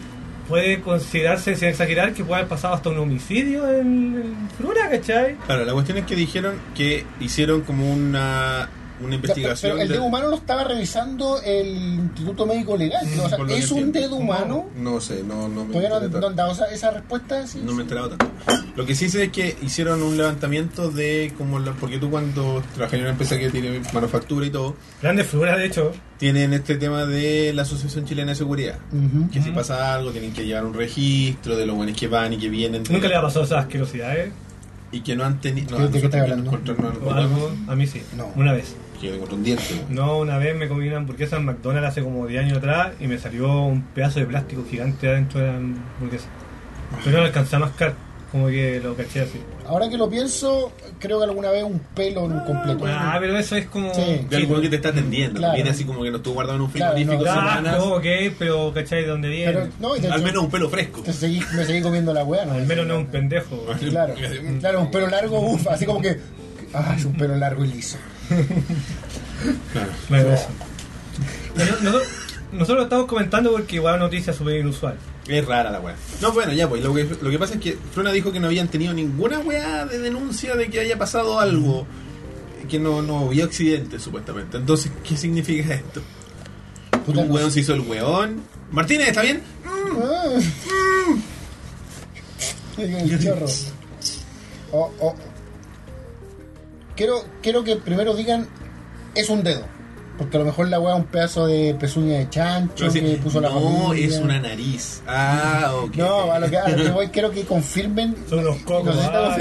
puede considerarse, sin exagerar, que puede haber pasado hasta un homicidio en, en Fruna, ¿cachai?
Claro, la cuestión es que dijeron que hicieron como una, una
Ya, pero-
investigación.
Pero el
de-
dedo humano lo estaba revisando el Instituto Médico Legal.
Mm,
o sea,
por lo que
¿Es un
entiendo.
dedo humano?
No sé, no, no me
Todavía no,
enteré
no
tanto.
han dado esa, esa respuesta. sí,
No
sí.
me he enterado tanto. Lo que sí sé es que hicieron un levantamiento de como la- porque tú cuando trabajas en una empresa que tiene manufactura y todo,
Grande Fruna, de hecho.
tienen este tema de la Asociación Chilena de Seguridad.
Ujú.
Que si pasa algo tienen que llevar un registro de los buenos que van y que vienen.
Nunca le ha pasado esas asquerosidades.
Y que no han tenido...
¿De-
No,
de qué estás
nosotros
hablando?
encontrarnos
O
algo-
algo, a mí sí.
No.
Una vez.
Que yo encontré un diente.
No, una vez me comí una hamburguesa en McDonald's hace como 10 años atrás y me salió un pedazo de plástico gigante adentro de la hamburguesa. Pero no lo alcancé a mascar, como que lo caché así.
Ahora que lo pienso, creo que alguna vez un pelo en completo.
Ah, pero eso es como...
Sí.
De alguno que te está atendiendo.
Claro.
Viene así como que no estuvo guardado en un
Claro,
frigorífico
no,
Da
semanas.
asco, Ah, ok, pero ¿cachai de dónde viene?
Pero, no, y de
Al
hecho,
menos un pelo fresco.
te seguí- me seguí comiendo la weá, ¿no?
Al menos no un pendejo.
Claro, claro, un pelo largo, uff, así como que. Ah, es un pelo largo y liso.
Bueno, eso. Bueno, nosotros, nosotros lo estamos comentando porque igual una noticia súper inusual.
Es rara la weá. No, bueno, ya, pues. Lo que, lo que pasa es que Fruna dijo que no habían tenido ninguna weá de denuncia de que haya pasado algo. Que no, no vio accidente, supuestamente. Entonces, ¿qué significa esto?
Puta,
un
no
weón
sé.
se hizo el weón. Martínez, ¿está bien?
Ah. El chorro. Mm. Oh, oh. Quiero, quiero que primero digan: es un dedo. Porque a lo mejor la weá es un pedazo de pezuña de chancho
Pero sí,
que puso la
no,
familia.
es una nariz. Ah, ok.
No, a lo, que, a lo que voy quiero que confirmen.
Son los cocos.
Necesitamos-
ah,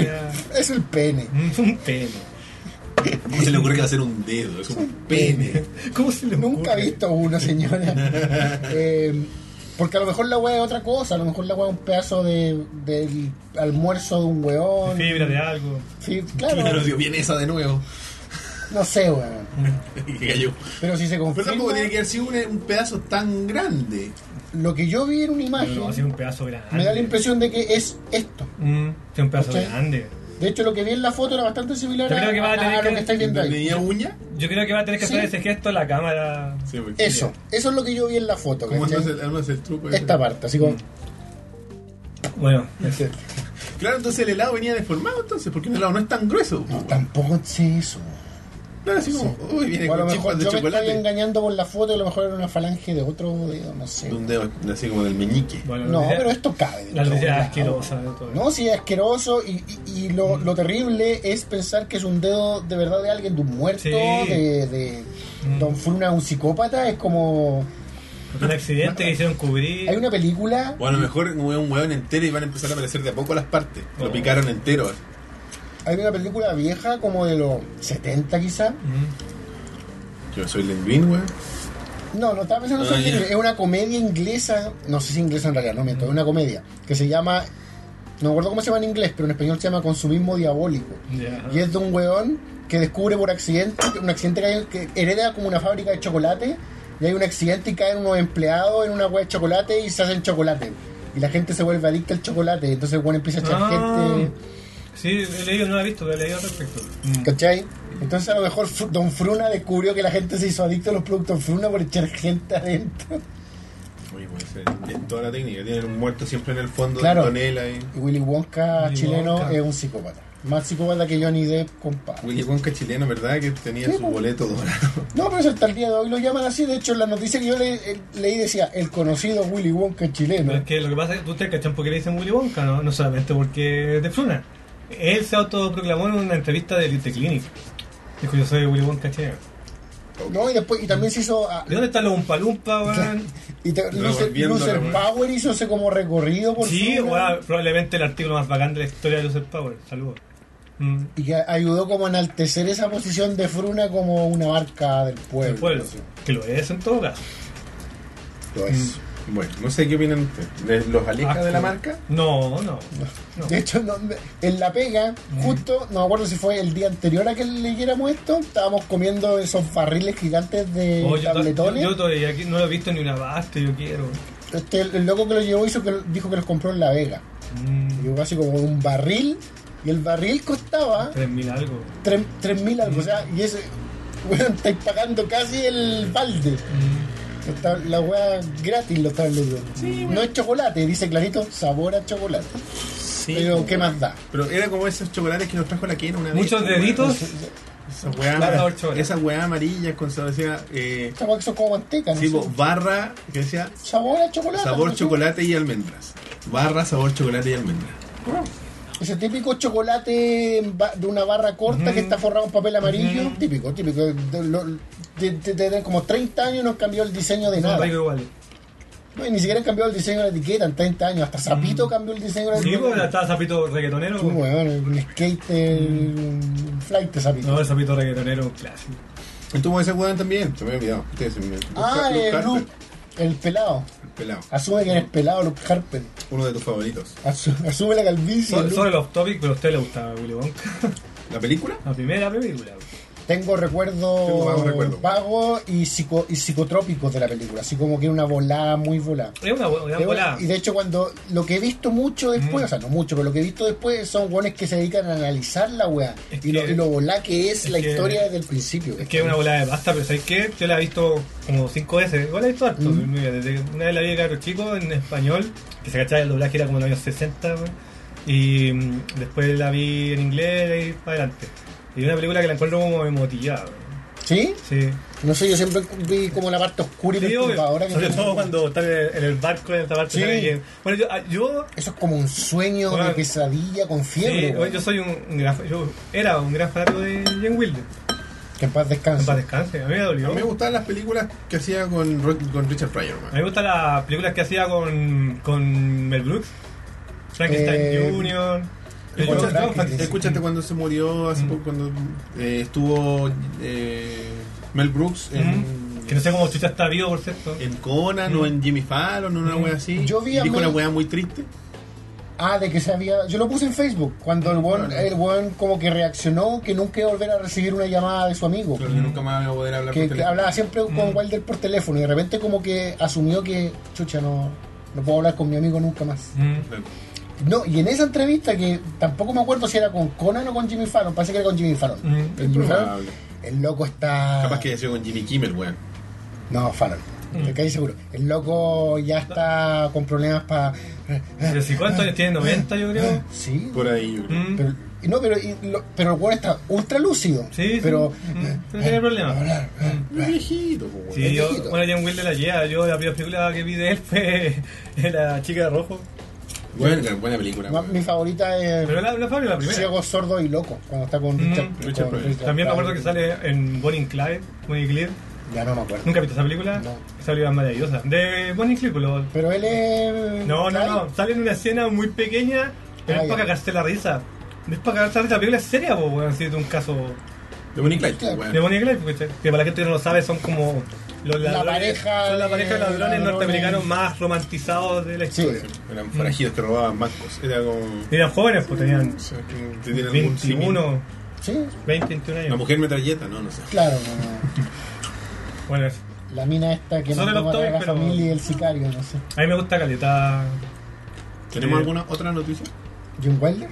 ya.
Es el pene.
un pene.
¿Cómo se le ocurre que va a ser un dedo? Es un pene.
¿Cómo se le
Nunca
ocurre?
he visto uno, señora. Eh, porque a lo mejor la weá es otra cosa. A lo mejor la weá es un pedazo de, del almuerzo de un weón.
Fibra de algo.
Sí,
Claro,
claro.
Dios, viene esa de nuevo.
No sé, weón.
que cayó.
Pero si se
Pero
confirma,
tampoco tiene que haber sido un, un pedazo tan grande.
lo que yo vi en una
No, no, ha sido
imagen
un pedazo grande.
me da la impresión de que es esto.
Mm, sí, un pedazo
¿Cachai?
grande.
De hecho, lo que vi en la foto era bastante similar
Yo
a,
creo que va a
a-
tener
a lo
que-
que estáis viendo ahí.
¿Tenía uña?
Yo creo que va a tener que
Sí.
hacer ese gesto la cámara.
Sí, pues, porque-
Eso, eso es lo que yo vi en la foto.
¿Cómo
¿cachai?
andas el, armas el truco? ese?
Esta parte, así como.
Bueno,
Claro, entonces el helado venía deformado, entonces, porque un helado no es tan grueso.
No, tampoco sé eso.
Claro, así como, uy, viene
O a lo
con
mejor
chispas de
yo me estoy
chocolate.
engañando con la foto, a lo mejor era una falange de otro dedo, no sé.
De un dedo, así como del meñique.
bueno
No,
noticia-
pero esto cabe.
La
dentro de
noticia
un
es
lado.
asquerosa. ¿no? Todo.
No, sí, es asqueroso y, y- y lo, lo terrible es pensar que es un dedo de verdad de alguien, de un muerto,
Sí.
de, de
Mm.
Don Fruna, un psicópata. Es como.
Un accidente que hicieron cubrir.
Hay una película.
O a lo mejor un hueón- un hueón entero y van a empezar a aparecer de a poco las partes. Lo
Oh.
picaron entero.
Hay una película vieja, como de los 70 quizá.
Mm.
Yo soy Lenguín, weón.
No, no estaba pensando
Ah,
en
ya.
inglés. Es una comedia inglesa. No sé si inglesa en realidad, no miento. Es una comedia que se llama. No me acuerdo cómo se llama en inglés, pero en español se llama Consumismo Diabólico.
Ya.
Y es de un weón que descubre por accidente, un accidente que, hay- que hereda como una fábrica de chocolate. Y hay un accidente y caen unos empleados en una wea de chocolate y se hacen chocolate. Y la gente se vuelve adicta al chocolate. Entonces el weón empieza a echar
Ah.
gente.
Sí, he leído, no la he visto, pero he leído al respecto. Mm.
¿Cachai? Entonces a lo mejor Fr- Don Fruna descubrió que la gente se hizo adicta a los productos Fruna por echar gente adentro.
Oye, puede ser. Es toda la técnica. Tienen un muerto siempre en el fondo
Claro.
de tonela. Y...
Y Willy Wonka
Willy
chileno
Wonka.
es un psicópata. Más psicópata que Johnny Depp, compadre.
Willy Wonka chileno, ¿verdad? Que tenía
Sí,
su
pues.
boleto dorado.
No, pero eso hasta el día de hoy lo llaman así. De hecho, en la noticia que yo le- eh, leí decía, el conocido Willy Wonka
Pero
chileno.
es que lo que pasa es que ustedes cachan porque le dicen Willy Wonka, ¿no? No solamente porque es de Fruna. Él se autoproclamó en una entrevista de Elite Clinic. Dijo, yo soy Willy Wonka chileno.
No, y después, y también se hizo... ah,
¿De dónde están los Umpalumpa, weón?
y te- Lucer,
Revolviendo
Lucer
la wea.
Power hizo ese como recorrido por
Sí,
Fruna,
weón, probablemente el artículo más bacán de la historia de Lucer Power. Saludos. Mm.
Y que ayudó como a enaltecer esa posición de Fruna como una marca del pueblo.
El pueblo. Que lo es en todo caso.
Lo es.
Bueno, no sé qué opinan ustedes. ¿Les- ¿Los aleja
Ah,
de la
sí.
marca?
No, no. no.
De hecho, no- en La Pega,
Mm.
justo, no me acuerdo si fue el día anterior a que leyéramos esto, estábamos comiendo esos barriles gigantes de
Oh, yo, yo,
tabletones.
yo todavía aquí no lo he visto ni una basta, yo quiero.
Este, el, el loco que lo llevó hizo que dijo que los compró en La Vega.
Mm,
Llevó casi como un barril y el barril costaba
3.000 algo.
tres- 3.000 algo. O sea, y ese, weón, estáis pagando casi el balde.
Mm,
Está- la weá gratis lo están leyendo. no es chocolate, dice clarito, sabor a chocolate.
Sí.
Pero, ¿qué más da?
Pero era como esos chocolates que nos trajo la Kena una
Muchos
vez. weón.
deditos.
Esa weá,
Claro,
amar-
el chocolate.
esa weá amarilla con sabor, decía, eh,
Esta weá que son como manteca, ¿no?
sí,
sé.
po, barra, que decía
Sabor a chocolate.
sabor
¿no?
chocolate y almendras. Barra, sabor chocolate y almendras.
Ese típico chocolate en ba- de una barra corta
Ujú.
que está forrado en papel amarillo.
Ujú.
Típico, típico. De, lo- de- de- de- de como 30 años no cambió el diseño de
Son
nada.
ricos iguales.
No, y ni siquiera han cambiado el diseño de la etiqueta en 30 años. Hasta Zapito cambió el diseño de la
Sí, pues
etiqueta.
estaba Zapito reggaetonero.
Sí,
pues.
weón, un skate, un flight de Zapito.
No, el Zapito reggaetonero clásico.
Y tuvo ese weón también, se me había olvidado. Ustedes se me-
ah,
Luke
eh,
Harper,
Luke, el pelado.
el pelado.
Asume que eres pelado, Luke Harper.
Uno de tus favoritos.
Asu- Asume la calvicie.
Sobre
Luke.
sobre los topics, pero a usted le gustaba Willy Wonka.
¿La película?
La primera película.
Tengo recuerdos
Tengo vagos recuerdos.
vagos y, psico- y psicotrópicos de la película. Así como que una volada muy volada.
Es una buena
Pero-
volada.
Y de hecho, cuando lo que he visto mucho después,
Mm.
o sea, no mucho, pero lo que he visto después son guones que se dedican a analizar la weá.
Es
Y, lo,
que-
y lo volá que es,
es
la
que-
historia desde el principio.
Es que es una volada de pasta, pero ¿sabes qué? Yo la he visto como cinco veces. Igual la he visto harto.
Mm.
Mira, desde que una vez la vi de cabro chico en español, que se cachaba el doblaje era como en los años 60, weón. Y mm, después la vi en inglés y para adelante. Y una película que la encuentro como emotiva, weón.
¿Sí?
Sí.
No sé, yo siempre vi como la parte oscura y
Sí, obvio.
perturbadora que
sobre
tiene.
todo cuando están en el- en el barco, en esta parte.
Sí.
¿sabes? Y, Bueno, yo, ah, yo
Eso es como un sueño de
Bueno.
pesadilla con fiebre.
Sí,
weón.
yo soy un, un gran yo era un gran fanático de Jen Wilder.
Que en paz descanse.
En paz descanse, a mí me
A
dolió.
mí me gustaban las películas que hacía con, Ro- con Richard Pryor,
A
man.
mí me gustan las películas que hacía con, con Mel Brooks, Frankenstein
Eh,
Junior.
el
Yo- yo-
Frankenstein,
yo- Frankenstein.
Escúchate cuando se murió, hace
Mm.
poco, cuando eh, estuvo eh, Mel Brooks en,
Mm, Que no sé cómo Chucha está vivo, por cierto.
en Conan
Mm.
o en Jimmy Fallon o una
Mm.
wea así.
Yo vi a
Dijo
Mel-
una wea muy triste.
Ah, de que se había. Yo lo puse en Facebook. Cuando el weón,
Claro.
el weón como que reaccionó que nunca iba a volver a recibir una llamada de su amigo.
Claro, que nunca más voy a poder hablar
Que,
por
que
teléfono.
hablaba siempre con
Mm.
Wilder por teléfono y de repente como que asumió que, chucha, no, no puedo hablar con mi amigo nunca más.
Mm.
Claro.
No, y en esa entrevista que tampoco me acuerdo si era con Conan o con Jimmy Fallon, parece que era con Jimmy Fallon.
Mm,
es
Jimmy Fallon,
probable.
el loco está.
Capaz que haya sido con Jimmy Kimmel, weón.
No, Fallon.
Mm.
Estoy casi seguro. El loco ya está con problemas para.
Pero si cuántos años tiene, 90 yo creo.
Sí.
Por ahí, yo creo.
Mm.
Eh, Pero, y no, pero, y lo- pero el weón está ultra lúcido.
Sí, sí.
Pero. eh,
Mm, no tiene problema.
Hablar,
Pero viejito, po, weón.
Sí, yo,
viejito.
bueno, John Will de la lleva. Yo la primera película que vi de él fue La chica de rojo.
Buena, buena película,
Ma-
weón.
Mi favorita es.
Pero la, la fue la primera.
Ciego, sordo y loco. Cuando está con
Mm,
Richard.
Richard
con
Pryor.
También me acuerdo que
Pryor.
sale en Bonnie and Clyde, Bonnie y Clyde.
Ya no me acuerdo.
¿Nunca viste esa película?
No.
Esa película es maravillosa. De Bonnie y Clyde, pues, lo-
Pero él es.
No, no,
Ay,
no. Sale en una escena muy pequeña, pero
Ah,
es
ya.
para cagarse la risa. Es para cagarse la risa. La película es seria, pues, weón. Así de un caso
De Bonnie Clyde, po,
de
weón.
Bonnie y Clyde, porque este- que para la gente que no lo sabe, son como. Los
La
ladrones-
pareja
Son la
de
pareja de ladrones,
ladrones.
norteamericanos más romantizados de la
Sí.
historia.
Eran forajidos que robaban bancos. Era como.
Eran jóvenes, pues tenían
o sea, que tienen algún símil.
21,
Sí,
20, 21 años.
La mujer metralleta, no, no sé.
claro. no, no.
Bueno, eso.
La mina esta que
Son
mandó
los
matar
toys,
a la
pero-
familia y el sicario, no sé.
a mí me gusta Caleta.
¿Tenemos
Sí.
alguna otra noticia?
Jim Wilder.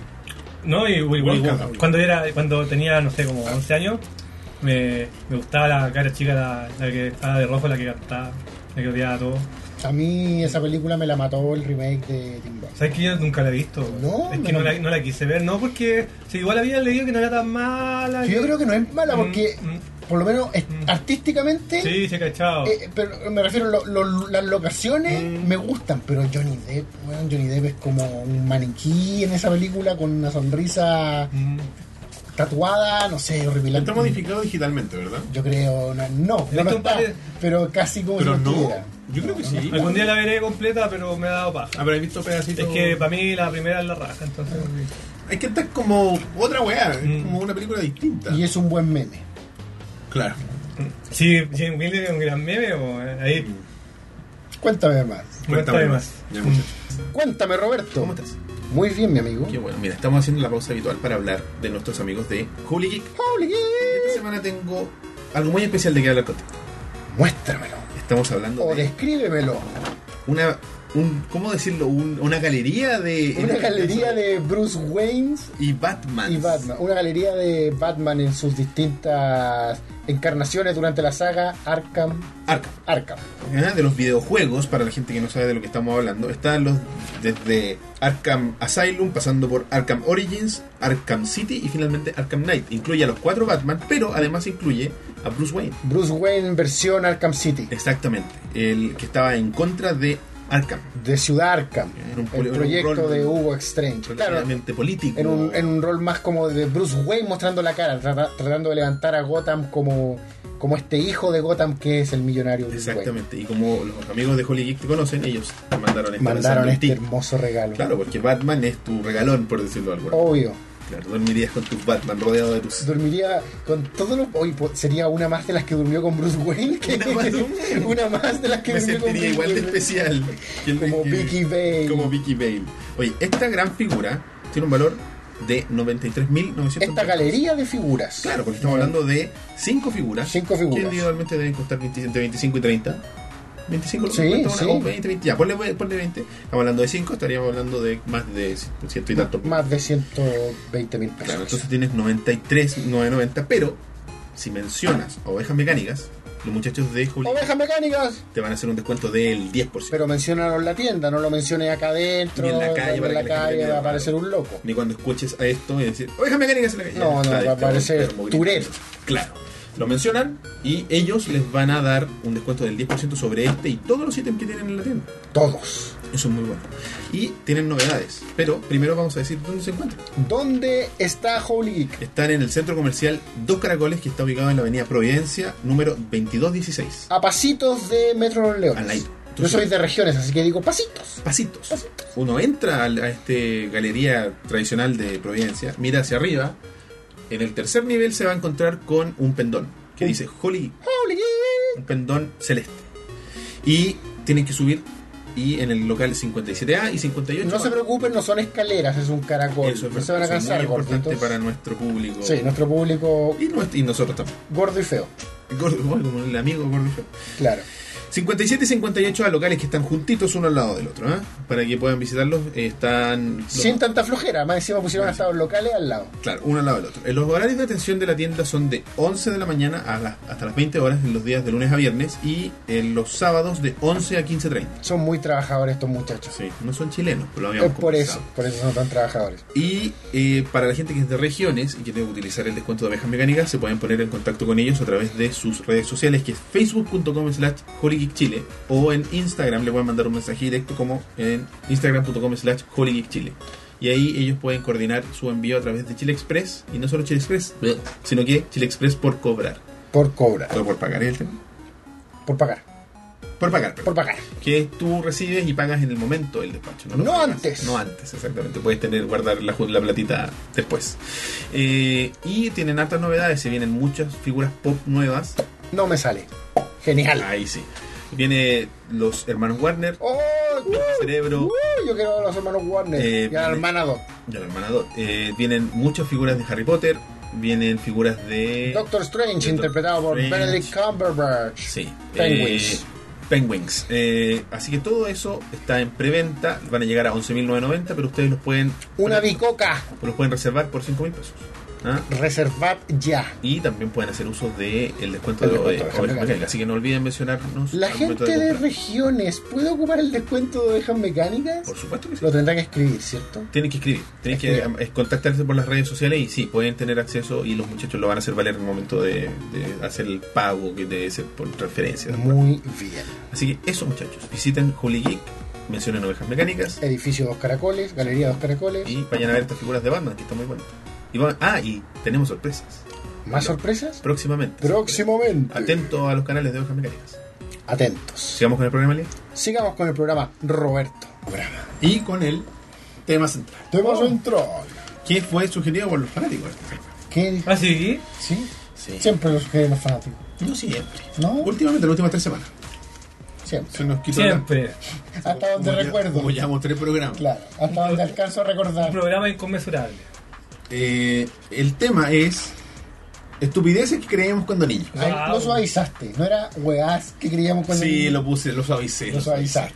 No, y Willy
Willy
Wonka.
Wonka.
Cuando, era, cuando tenía, no sé, como 11 años, me, me gustaba la cara chica, la, la que estaba de rojo, la que cantaba, la que odiaba a todos.
A mí esa película me la mató el remake de Jim Wilder.
¿Sabes que yo nunca la he visto?
No,
es que
no.
no, la, no la quise ver, no, porque si igual había leído que no era tan mala.
Que yo creo que no es mala
Mm,
porque,
mm.
por lo menos es-
Mm.
artísticamente,
Sí, se ha cachado.
eh, pero me refiero, lo- lo- las locaciones
Mm.
me gustan, pero Johnny Depp, weón, Johnny Depp es como un maniquí en esa película con una sonrisa
Mm.
tatuada, no sé, horripilante.
Está modificado digitalmente, ¿verdad?
Yo creo, no, no, no, lo
Esto
está,
parece-
pero casi como
Pero
si lo
no.
estuviera.
Yo creo que sí.
Algún día la veré completa, pero me ha dado paja.
Ah, pero he visto pedacitos.
Es que para mí la primera es la raja, entonces.
Es que esta es como otra weá, es
Mm.
como una película distinta.
Y es un buen meme.
Claro.
Sí, Jim Wilder es un gran meme, o, eh, ahí
Cuéntame más.
Cuéntame más.
Ya, muchachos.
Cuéntame, Roberto.
¿Cómo estás?
Muy bien, mi amigo.
Qué bueno. Mira, estamos haciendo la pausa habitual para hablar de nuestros amigos de Holy Geek.
Holy Geek.
Esta semana tengo algo muy especial de que hablar contigo.
Muéstramelo.
Estamos hablando
O
de
descríbemelo.
una, un, ¿cómo decirlo? Un- una galería de...
Una galería de Bruce Wayne
Y Batman.
y Batman. Una galería de Batman en sus distintas encarnaciones durante la saga Arkham.
Arkham.
Arkham.
Ah, de los videojuegos, para la gente que no sabe de lo que estamos hablando, están los desde Arkham Asylum, pasando por Arkham Origins, Arkham City y finalmente Arkham Knight. Incluye a los cuatro Batman, pero además incluye a Bruce Wayne.
Bruce Wayne en versión Arkham City.
Exactamente, el que estaba en contra de Arkham.
De Ciudad Arkham.
Era un poli-
El
era un
proyecto
rol-
de Hugo Strange. Claro.
Relativamente político.
En un, en un rol más como de Bruce Wayne mostrando la cara, trata- tratando de levantar a Gotham como, como este hijo de Gotham que es el millonario Bruce Wayne.
Exactamente, y como los amigos de Holy Geek te conocen, ellos te mandaron este
Mandaron
mensaje a
este
ti.
hermoso regalo.
Claro, porque Batman es tu regalón, por decirlo de alguna manera.
Obvio.
Claro, dormirías con tus Batman rodeado de tus
Dormiría con todos los. Hoy po- pues, sería una más de las que durmió con Bruce Wayne. que-
Una más.
una más de las que
me
durmió
sentiría
con Bruce
igual de
Wayne.
especial que el-
Como
que-
Vicky Bale.
como Vicky Bale. Oye, esta gran figura tiene un valor de 93.900
Esta galería de figuras.
Claro, porque estamos hablando de 5 figuras.
Cinco figuras.
Que individualmente deben costar 20 entre 25 y 30. 25
Sí,
una,
sí.
o 20, 20. Ya, ponle, ponle 20. Estamos hablando de 5, estaríamos hablando de más de ciento y tanto.
Más de 120 mil pesos.
Claro, entonces tienes 93, 990. Pero si mencionas ovejas mecánicas, los muchachos de Juli
Ovejas mecánicas.
te van a hacer un descuento del 10%.
Pero mencionaron la tienda, no lo menciones acá adentro.
Ni en la calle,
en
para
la
que la gente
calle
te
va
vea
a aparecer un loco.
ni cuando escuches a esto y decir, oiga mecánicas en la calle.
No, no,
Está
va a
dictado
parecer
por Mogherini.
Tourette.
Claro. Lo mencionan y ellos les van a dar un descuento del 10% sobre este y todos los ítems que tienen en la tienda.
Todos.
Eso es muy bueno. Y tienen novedades, pero primero vamos a decir dónde se encuentran.
¿Dónde está Holy Geek?
Están en el centro comercial Dos Caracoles que está ubicado en la avenida Providencia número 2216.
A pasitos de Metro Los Leones.
Al aire.
Yo
Entonces-
soy de regiones, así que digo pasitos.
Pasitos. Uno entra al- a, este galería tradicional de Providencia, mira hacia arriba, en el tercer nivel se va a encontrar con un pendón
Uh.
que dice Holy Geek.
Holy Geek.
un pendón celeste. Y tienen que subir y en el local 57A y 58.
No se preocupen, no son escaleras, es un caracol.
Eso es
No se van a
eso es
cansar,
muy importante
gorditos.
para nuestro público.
Sí, nuestro público
y, nuestro- y nosotros también.
gordo y feo.
Gordo, como el amigo Gordo. y yo.
Claro.
57 y 58 locales que están juntitos uno al lado del otro, ¿ah? Para que puedan visitarlos, eh, están... los-
Sin tanta flojera, más encima pusieron hasta los locales al lado.
Claro, uno al lado del otro. Eh, Los horarios de atención de la tienda son de 11 de la mañana a las- hasta las 20 horas en los días de lunes a viernes y en los sábados de 11 a 15.30.
Son muy trabajadores estos muchachos.
Sí, no son chilenos, pero lo
Es
habíamos
por eso,
conversado.
por eso son tan trabajadores.
Y eh, para la gente que es de regiones y que debe utilizar el descuento de abejas mecánicas, se pueden poner en contacto con ellos a través de sus redes sociales, que es facebook.com slash holygeekchile o en Instagram le pueden mandar un mensaje directo como en instagram.com slash holygeekchile. Y ahí ellos pueden coordinar su envío a través de Chile Express, y no solo Chile Express, sino que Chile Express por cobrar,
Por cobrar,
o por pagar ¿eh? el tema.
por pagar,
Por pagar, perdón
por pagar.
que tú recibes y pagas en el momento del despacho. No, lo
No
pagas.
antes.
No antes, exactamente. Puedes tener, guardar la, ju- la platita después. Eh, y tienen hartas novedades. Se vienen muchas figuras pop nuevas.
No me sale. Genial.
Ahí sí. Viene los hermanos Warner,
¡Oh!
Doctor Cerebro
uh, yo quiero a los hermanos Warner
Eh,
y a la hermana Doc.
y la hermana Dot. Eh, vienen muchas figuras de Harry Potter. Vienen figuras de.
Doctor Strange,
eh, Doctor
interpretado por
Strange.
Benedict Cumberbatch.
Sí.
Penguins.
Eh, Penguins. Eh, así que todo eso está en preventa. Van a llegar a 11.990, pero ustedes los pueden.
Una bicoca.
Los pues, pueden reservar por 5.000 pesos. ¿Ah?
Reservad ya.
y también pueden hacer uso del el descuento
El
de, de
descuento de
Ovejas
Ovejas
Mecánicas. Así que no olviden mencionarnos.
La
al momento
gente de
comprar.
regiones puede ocupar el descuento de ovejas mecánicas.
Por supuesto que sí.
Lo tendrán que escribir, ¿cierto?
Tienen que escribir, tienen que
Escribir.
eh, contactarse por las redes sociales y sí, pueden tener acceso y los muchachos lo van a hacer valer en el momento de, de hacer el pago que debe ser por transferencia.
Muy bien.
Así que eso muchachos, visiten Holy Geek, mencionen ovejas mecánicas
Edificio Dos Caracoles, Galería Dos Caracoles.
y vayan a ver estas figuras de Batman que están muy buenas. Y van- ah, y tenemos sorpresas
¿Más sorpresas?
próximamente.
Próximamente.
Atento a los canales de ovejas mecánicas.
Atentos.
Sigamos con el programa, Lía.
Sigamos con el programa Roberto. Oh. Programa.
Y con el tema central.
Tema central.
que fue sugerido por los fanáticos.
¿Qué dijo?
¿Ah, sí?
¿Sí?
Sí.
Siempre los que los fanáticos.
No siempre.
¿No?
Últimamente, las últimas tres semanas.
Siempre.
Se nos quitó
Siempre.
la-
Hasta donde
como ya-
recuerdo.
como llevamos tres programas.
Claro. Hasta donde alcanzo a
Un
recordar.
programa inconmensurable.
Eh, el tema es estupideces que creíamos cuando niños.
Ahí
Wow.
Lo suavizaste. No era weás que creíamos cuando.
Ah, Sí, lo puse, lo suavicé.
Lo suavizaste.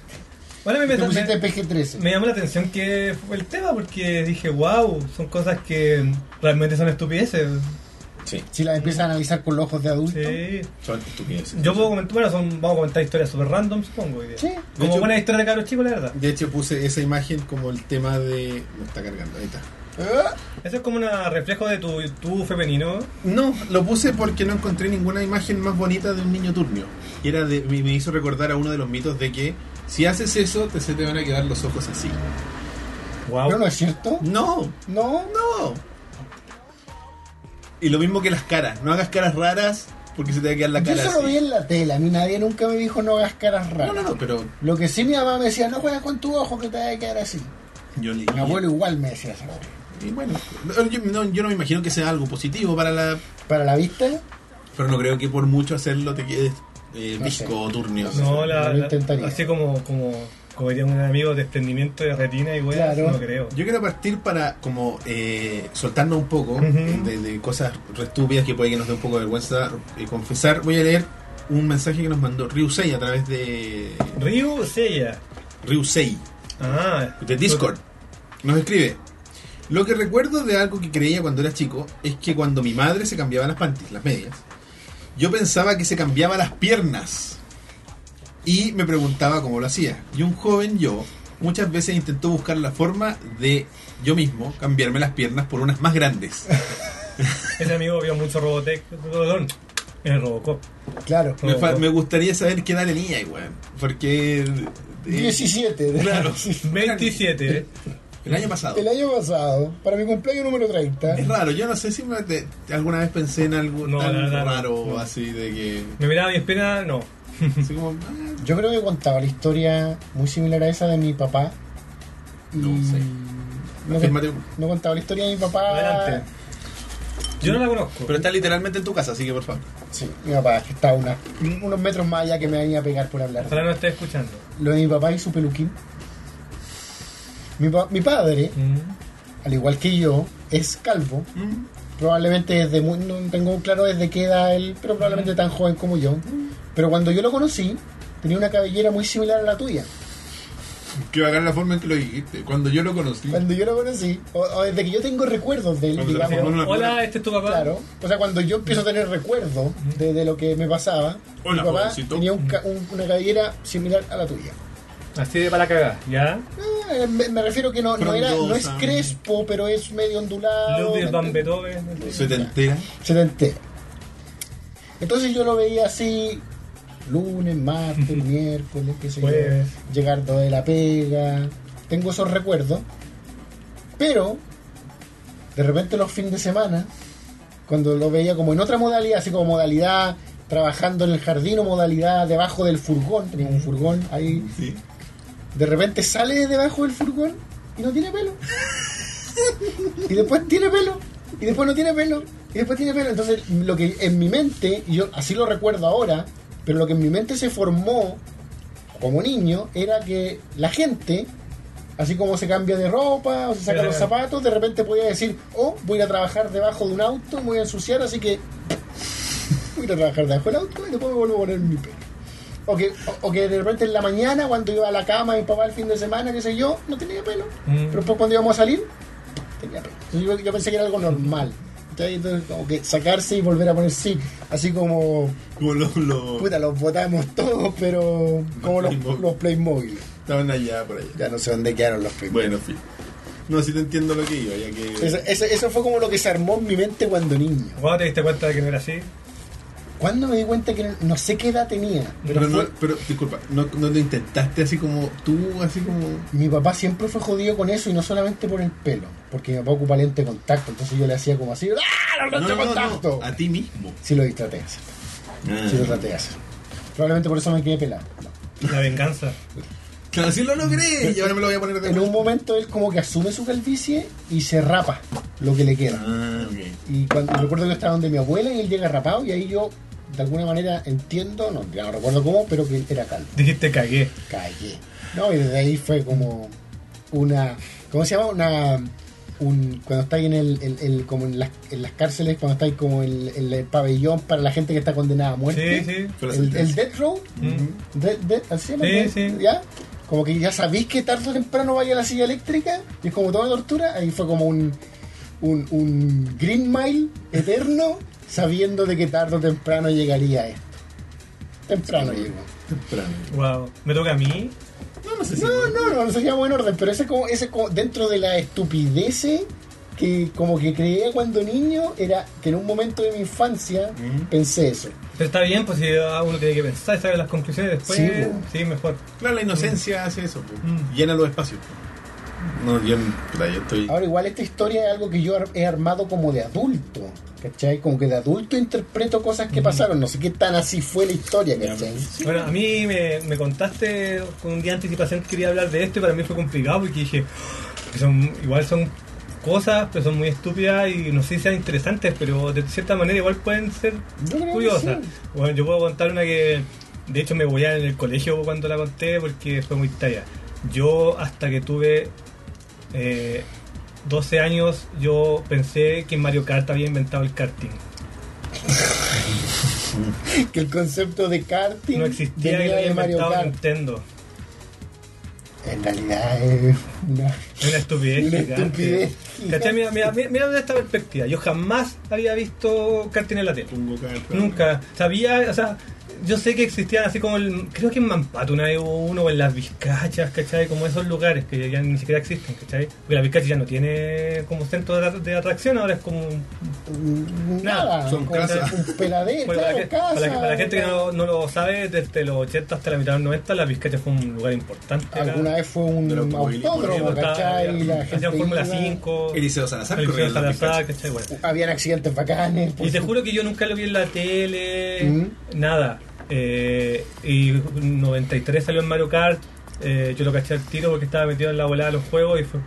Bueno, a mí me,
Te
me-
pusiste PG-13.
me llamó la atención que fue el tema porque dije, wow, son cosas que realmente son estupideces.
Sí,
Si las empiezas a analizar con los ojos de adulto.
Sí.
son estupideces.
Yo puedo comentar, bueno, son- vamos a comentar historias super random, supongo. hoy día.
Sí.
De hecho-
Como buena historia de cabros chicos, la verdad.
De hecho, puse esa imagen como el tema de. No está cargando, ahí está.
Ah,
Eso es como un reflejo de tu, tu femenino.
No, lo puse porque no encontré ninguna imagen más bonita de un niño turnio. Y era de, me me hizo recordar a uno de los mitos de que si haces eso, te, se te van a quedar los ojos así.
Wow.
No, no es cierto.
No,
No.
no. Y lo mismo que las caras. No hagas caras raras porque se te va a quedar la
Yo
cara
solo
así.
vi en la tela. A mí nadie nunca me dijo no hagas caras
No,
raras.
no, no, pero
Lo que sí mi mamá me decía, no juegas con tu ojo que te va a quedar así.
yo le
Mi abuelo igual me decía eso.
Y bueno, no, yo, no, yo no me imagino que sea algo positivo para la.
Para la vista,
Pero no creo que por mucho hacerlo te quedes eh,
No sé.
visco o turnio.
No,
No
la,
lo
la-
intentaría.
así como, como, como diría un amigo, desprendimiento de retina y weas,
Claro.
no creo.
Yo quiero partir para como eh, soltarnos un poco eh,
Ujú.
de, de cosas re estúpidas que puede que nos dé un poco de vergüenza eh, confesar. Voy a leer un mensaje que nos mandó Ryusei a través de
Ryu Seiya.
Ryusei
Ah.
de Discord. Nos escribe. Lo que recuerdo de algo que creía cuando era chico es que cuando mi madre se cambiaba las panties, las medias, yo pensaba que se cambiaba las piernas y me preguntaba cómo lo hacía. Y un joven yo muchas veces intentó buscar la forma de yo mismo cambiarme las piernas por unas más grandes.
Ese amigo vio mucho Robotech. Perdón. El Robocop.
claro.
Me, fa- me gustaría saber qué edad tenía, weón. Porque... eh,
17.
Claro.
27. ¿eh?
El año pasado.
El año pasado, para mi cumpleaños número 30,
Es raro, yo no sé si me- te- alguna vez pensé en algo
No,
tan
la verdad,
raro
no.
así de que.
Me miraba mi espina, no.
así como, ah,
yo creo que contaba la historia muy similar a esa de mi papá.
No sé.
No,
afírmate uno.
no contaba la historia de mi papá.
Adelante. Yo no la conozco.
Pero está literalmente en tu casa, así que por favor.
Sí, mi papá, que estaba una- unos metros más allá que me venía a pegar por hablar.
Ojalá no esté escuchando.
Lo de mi papá y su peluquín. Mi, pa- mi padre,
Mm.
al igual que yo, es calvo.
Mm.
probablemente desde muy, no tengo claro desde qué edad él, pero probablemente tan joven como yo. Pero cuando yo lo conocí, tenía una cabellera muy similar a la tuya.
Que bacán la forma en que lo dijiste. Cuando yo lo conocí.
Cuando yo lo conocí, o, o desde que yo tengo recuerdos de él,
Cuando se
digamos.
formó una-
Hola, este es tu papá.
Claro, o sea, cuando yo empiezo a tener recuerdos de, de lo que me pasaba,
Hola,
mi papá
jovencito.
tenía un ca- un- una cabellera similar a la tuya.
Así de para cagar, ¿ya?
Eh, me, me refiero que no, no, era, no es
Frondosa.
crespo, pero es medio ondulado.
Ludwig
¿me
van
entiendes?
Beethoven.
Se te entera.
Se te entera. Entonces yo lo veía así lunes, martes, miércoles, qué sé yo,
Jueves.
llegar de la pega. Tengo esos recuerdos. Pero de repente los fines de semana, cuando lo veía como en otra modalidad, así como modalidad trabajando en el jardín o modalidad debajo del furgón, tenía un furgón ahí,
Sí.
de repente sale de debajo del furgón y no tiene pelo. y después tiene pelo. Y después no tiene pelo. Y después tiene pelo. Entonces, lo que en mi mente, y yo así lo recuerdo ahora, pero lo que en mi mente se formó como niño era que la gente, así como se cambia de ropa o se saca
Claro.
los zapatos, de repente podía decir, oh, voy a ir a trabajar debajo de un auto, me voy a ensuciar, así que voy a ir a trabajar debajo del auto y después me vuelvo a poner mi pelo. O que, o, o que de repente en la mañana, cuando iba a la cama, mi papá el fin de semana, qué sé yo, no tenía pelo.
Mm.
Pero después cuando íbamos a salir, tenía pelo. Entonces yo, yo pensé que era algo normal. Entonces, entonces como que sacarse y volver a poner sí. Así como,
Como los. los-
puta, los botamos todos, pero como los,
Playmobil.
los Playmobil.
Estaban allá por allá.
Ya no sé dónde quedaron los Playmobil.
Bueno, en fin. No, sí te entiendo lo que iba, ya que.
Eso, eso- eso fue como lo que se armó en mi mente cuando niño.
¿Cuándo te diste cuenta de que no era así?
Cuando me di cuenta que no, no sé qué edad tenía, pero,
Pero, no,
fue-
pero disculpa, no, no lo intentaste así como tú, así como.
mi papá siempre fue jodido con eso y no solamente por el pelo, porque mi papá ocupa lente de contacto, entonces yo le hacía como así, ¡ah, la lente de contacto!
a ti mismo.
Sí lo traté de hacer, sí
Ah.
lo traté de hacer. Probablemente por eso me quedé pelado.
La venganza.
Claro, sí lo logré y ahora me lo voy a poner de
En un
vuelta.
momento él como que asume su calvicie y se rapa lo que le queda.
Ah, ok.
Y cuando y recuerdo que estaba donde mi abuela y él llega rapado y ahí yo de alguna manera entiendo, no, ya no recuerdo cómo, pero que él era calvo.
Dijiste cagué.
Calle. No, y desde ahí fue como una. ¿Cómo se llama? Una. Un, cuando estáis en el, el- el- como en las, en las cárceles, cuando estáis como en el, el pabellón para la gente que está condenada a muerte.
Sí, sí.
Fue la
El, el
sentencia.
Death Row,
Mm.
de- de- así se llama,
Sí,
de-
sí.
¿ya? Como que ya sabéis que tarde o temprano vaya a la silla eléctrica, y es como toda tortura, ahí fue como un, un, un Green Mile eterno, sabiendo de que tarde o temprano llegaría esto. Temprano
Sí.
llegó.
Temprano.
Wow. ¿Me toca a mí?
No, no sé si.
No, no, no, no se llama en orden, pero ese como, ese como dentro de la estupidez que como que creía cuando niño era que en un momento de mi infancia
Mm.
pensé eso.
Pero está bien, pues si uno tiene que pensar y saber las conclusiones después.
Sí,
Sí,
bueno.
mejor.
Claro, la inocencia hace eso, pues.
Mm.
llena los espacios. pues. No, yo, puta, yo estoy.
Ahora igual esta historia es algo que yo ar- he armado como de adulto, ¿cachai? Como que de adulto interpreto cosas que pasaron, no sé qué tan así fue la historia, ¿cachai?
Bueno, a mí me, me contaste con un día de anticipación que quería hablar de esto y para mí fue complicado porque dije, que son, igual son cosas, pero son muy estúpidas y no sé si sean interesantes, pero de cierta manera igual pueden ser
Yo creo que
curiosas.
sí.
Bueno, yo puedo contar una que de hecho me voy a en el colegio cuando la conté porque fue muy talla. Yo hasta que tuve eh, 12 años yo pensé que Mario Kart había inventado el karting.
Que el concepto de karting
No existía y lo
venía
había
de Mario
inventado
Kart.
Nintendo.
En realidad es una...
Es Una estupidez.
Una
gigante.
estupidez
¿Cachai? Mira, mira, mira, mira desde esta perspectiva. Yo jamás había visto karting en la tele.
Pongo carta.
Nunca. Sabía, o sea, yo sé que existían así como el. Creo que en Mampato una vez hubo uno, o en las Vizcachas, ¿cachai? Como esos lugares que ya ni siquiera existen, ¿cachai? Porque la Vizcacha ya no tiene como centro de, de atracción, ahora es como. un-
Nada,
son
como
casas.
un peladero,
Bueno, para,
claro,
la, que- para la que- para la gente que
casa.
no, no lo sabe, desde los 80 hasta la mitad de los 90, la Vizcacha fue un lugar importante. acá.
Alguna vez fue un
Del automovilismo,
autódromo,
¿no?
¿cachai? La gente
Hacían Fórmula
iba.
5.
Eliseo Salazar
Eliseo
corría en la
Salazar,
Vizcacha.
¿cachai? Bueno.
Habían accidentes bacanes.
Y
pues,
te juro que yo nunca lo vi en la tele,
¿Mm?
nada. Eh, y 93 salió en Mario Kart, eh, yo lo caché al tiro porque estaba metido en la volada de los juegos y fue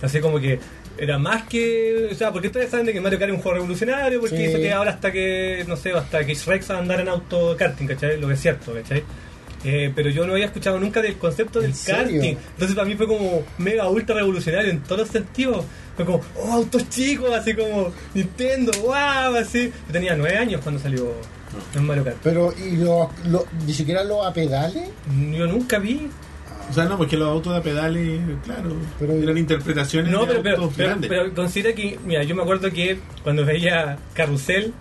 así como que era más que... O sea, porque ustedes saben de que Mario Kart es un juego revolucionario, porque
Sí.
hizo que ahora hasta que, no sé, hasta que Shrek sabe andar en auto karting, ¿cachai? Lo que es cierto, ¿cachai? Eh, pero yo no había escuchado nunca del concepto
¿En
del
serio?
karting. Entonces para mí fue como mega ultra revolucionario en todos los sentidos. Fue como, oh, autos chicos, así como Nintendo, wow, así. Yo tenía nueve años cuando salió en Mario Kart.
Pero, ¿y los, los- ni siquiera los a pedales?
Yo nunca vi.
O sea, no, porque los autos de pedales, claro,
Pero-
eran interpretaciones
No,
de
pero, pero,
autos
pero,
grandes.
pero considera que, mira, yo me acuerdo que cuando veía Carrusel,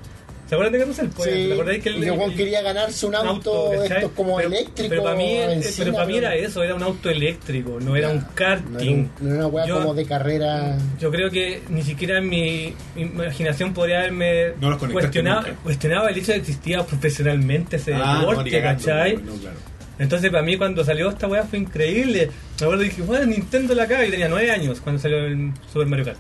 ¿se acuerdan de Carrusel? Pues,
sí,
¿te acordáis que el-
y el weón
el-
quería ganarse un auto, de
¿cachai?
estos como
pero,
eléctrico.
Pero para, mí, eh,
encina,
pero para mí era
pero-
eso, era un auto eléctrico, no era un
No era,
karting.
un- no era una weá
Yo-
como de carrera.
Yo creo que ni siquiera en mi imaginación podría haberme
No los conectaste
cuestionado,
nunca.
cuestionaba el hecho de que existía profesionalmente ese
Ah, no,
deporte,
ni cagando,
¿cachai?
no, claro.
Entonces para mí cuando salió esta weá fue increíble. Me acuerdo que dije, bueno, Nintendo la caga. Yo tenía nueve años cuando salió el Super Mario Kart.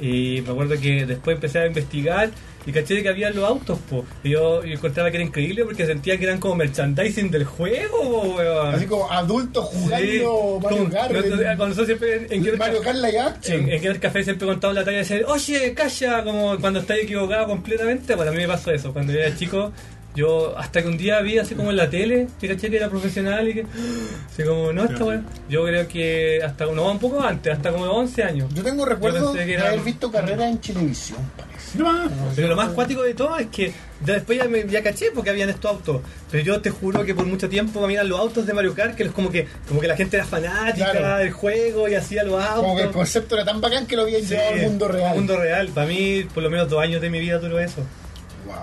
Y me acuerdo que después empecé a investigar y caché que había los autos, po. Y yo, yo encontraba que era increíble porque sentía que eran como merchandising del juego, po, weón.
Así como adultos
Ah. Sí.
jugando Mario
Como-
Kart.
no, no, Con nosotros siempre en, en Quebec-
Mario Kart Live Action.
en, en Gamer Café siempre he contado la talla de ser, oye, calla, como cuando estás equivocado completamente. Bueno, a mí me pasó eso. Cuando yo era chico, yo hasta que un día vi así como en la tele, que caché que era profesional y que. Así como, no, esta weá. Yo creo que hasta, no, un poco antes, hasta como 11 años.
Yo tengo recuerdos
pensé que
de
era-
haber visto carreras en televisión, parece.
No más.
Pero lo más cuático de todo es que ya después ya, me, ya caché porque habían estos autos. Pero yo te juro que por mucho tiempo miran los autos de Mario Kart, que los como que, como que la gente era fanática
Claro.
del juego y hacía los autos.
Como que el concepto era tan bacán que lo había llevado al mundo real.
Mundo real. Para mí, por lo menos dos años de mi vida duró eso.
Wow.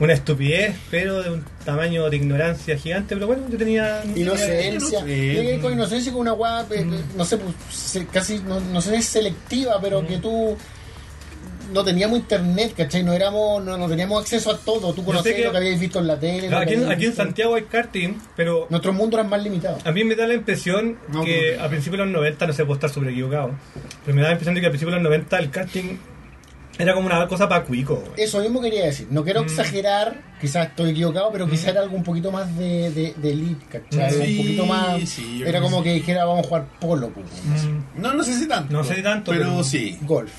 Una estupidez, pero de un tamaño de ignorancia gigante. Pero bueno, yo tenía.
Inocencia.
no sé. Mm.
Tiene que ver con inocencia con una weá, eh, no sé, pues, se- casi, no, no sé, es selectiva, pero
Mm.
que tú. No teníamos internet, ¿cachai? No éramos, no, no teníamos acceso a todo. Tú conocías
que-
lo que habíais visto en la tele. lo que
Aquí, en-
habíais
aquí en
visto.
Santiago hay karting, pero
Nuestro mundo era más limitado.
a mí me da la impresión
No,
que
no.
a principios de los 90, no sé, puedo estar súper equivocado, pero me da la impresión de que a principios de los 90 el karting era como una cosa para cuico. güey.
Eso mismo quería decir. No
Mm.
quiero exagerar, quizás estoy equivocado, pero quizás era algo un poquito más de, de, de elite, ¿cachai?
Mm. Sí,
un poquito más.
sí, yo
era
creo
como
que
que dijera, vamos a jugar polo, pues,
Mm,
No, no sé si tanto.
No sé si tanto,
Pero,
pero-
sí.
golf.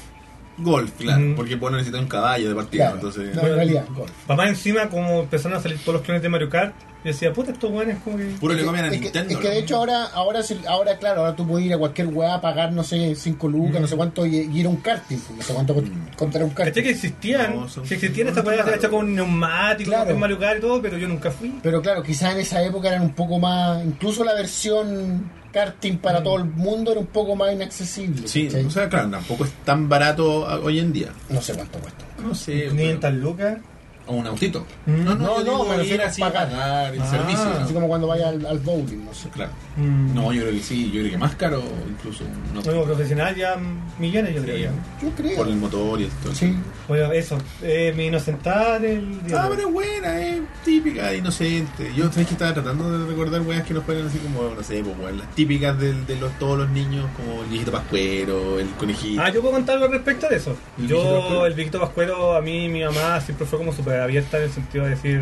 Golf, claro.
Mm.
Porque vos no necesitas un caballo de partida.
Claro,
Entonces.
no, en realidad, golf.
Papá encima, como empezaron a salir todos los clones de Mario Kart, yo decía, puta, estos weones como que...
Puro le
Es que-
comen a
es que-
Nintendo.
Es que de
¿no?
hecho ahora, ahora, sí- ahora claro, ahora tú puedes ir a cualquier weá a pagar, no sé, 5 lucas,
Mm.
no sé cuánto, y, y ir a un karting, pues, no sé cuánto cont- contará un
Caché
karting.
que existían,
No, son-
si existían
no,
estas cosas
claro.
hechas con neumáticos,
Claro.
con Mario Kart y todo, pero yo nunca fui.
Pero claro, quizás en esa época eran un poco más, incluso la versión karting para todo el mundo era un poco más inaccesible.
Mm. Sí,
¿cachai?
o sea, claro, tampoco es tan barato a- hoy en día.
no sé cuánto cuesta.
No sé.
Ni
pero-
en tal lucas.
O un autito.
Mm.
No,
yo
no,
digo
me refiero
ir
a
así,
pagar.
pagar el
Ah.
servicio. ¿no?
Así como cuando vaya al, al bowling, no sé.
Claro.
Mm.
No, yo creo que sí, yo creo que más caro incluso un autito,
Como profesional ya mm, millones yo creo
Sí.
ya.
Yo creo.
por el motor y todo.
Sí.
Bueno, eso, eh, mi inocentada del día.
Ah,
de hoy.
pero es buena, es típica, inocente. Yo sabes que estaba tratando de recordar weas que nos ponen así como, no sé, pues, weas, las típicas del- de, los, todos los niños, como el viejito pascuero, el conejito.
Ah, yo puedo contar algo al respecto de eso.
¿El Víctor Pascuero?
Yo, el Víctor Pascuero, a mí, mi mamá siempre fue como súper abierta en el sentido de decir,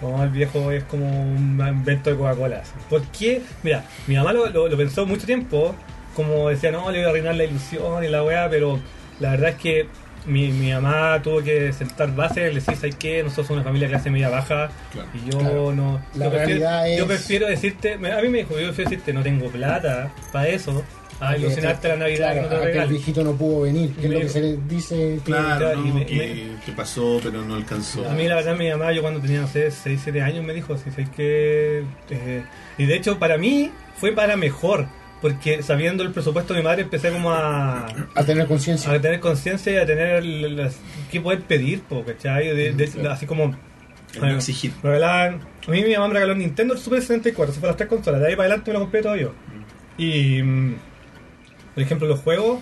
no, el viejo es como un invento de Coca-Cola. así. ¿Por qué? Mira, mi mamá lo, lo- lo pensó mucho tiempo, como decía, no, le voy a arruinar la ilusión y la weá, pero la verdad es que mi, mi mamá tuvo que sentar bases, le decir, ¿sabes qué? Nosotros somos una familia de clase media baja
Claro.
y yo
Claro.
no...
La
yo prefiero,
realidad es-
yo prefiero decirte, me- a mí me dijo, yo prefiero decirte, no tengo plata para eso, a Ah, ilusionarte la Navidad
Claro,
que no
a
te
que el
regalen.
viejito no pudo venir, que es lo que
Medio.
se le dice.
Claro,
y
¿no?
me- Ah,
que, que pasó, pero no alcanzó.
A mí la verdad mi mamá, yo cuando tenía, no sé, 6, 7 años me dijo, si sé que... eh, y de hecho para mí fue para mejor, porque sabiendo el presupuesto de mi madre empecé como a,
A tener conciencia.
a tener conciencia y a tener el- las- qué poder pedir, po, ¿cachai? De- de-
Claro.
Así como...
El no exigir.
Me regalaban- a mí mi mamá me regaló el Nintendo Super 64, se fue las tres consolas, de ahí para adelante me lo compré todo yo. Y, mm, por ejemplo, los juegos,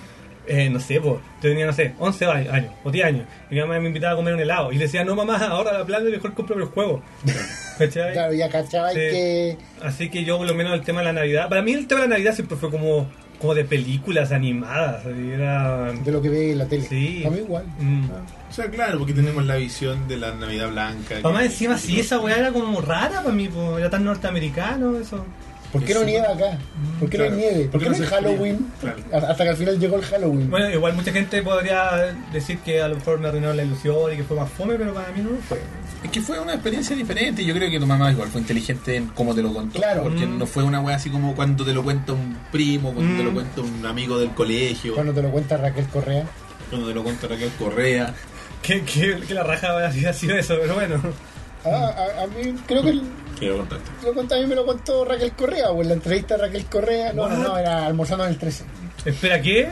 eh, no sé, po, yo tenía, no sé, 11 a- años o 10 años, y mi mamá me invitaba a comer un helado, y le decía, no mamá, ahora la plata mejor compro el juego. ¿Cachai?
Claro, ya cachaba
Sí.
que.
Así que yo, por lo menos, el tema de la Navidad, para mí el tema de la Navidad siempre fue como, como de películas animadas, así, era...
de lo que ve en la tele.
Sí.
A mí igual.
Mm.
O sea, claro, porque tenemos la visión de la Navidad Blanca.
Mamá,
que-
encima
que-
sí, esa weá era como rara para mí, po, era tan norteamericano eso.
¿Por qué no
Eso.
nieva acá? ¿Por qué
Claro.
no hay nieve? ¿Por qué no hay
se fría?
Halloween?
Claro.
Hasta que al final llegó el Halloween.
Bueno, igual mucha gente podría decir que a lo mejor me arruinó la ilusión y que fue más fome, pero para mí no lo fue.
Es que fue una experiencia diferente. y Yo creo que tu mamá igual fue inteligente en cómo te lo contó.
Claro.
Porque
Mm.
no fue una wea así como cuando te lo cuenta un primo, cuando
Mm.
te lo cuenta un amigo del colegio,
Cuando te lo cuenta Raquel Correa.
cuando te lo cuenta Raquel Correa.
Que, que, que la raja había sido eso, pero bueno.
Ah, a, a mí creo que el-
Que lo contaste.
lo contó, a mí me lo contó Raquel Correa, o en la entrevista de Raquel Correa. No, no, no, era almorzando en el 13.
Espera, ¿qué?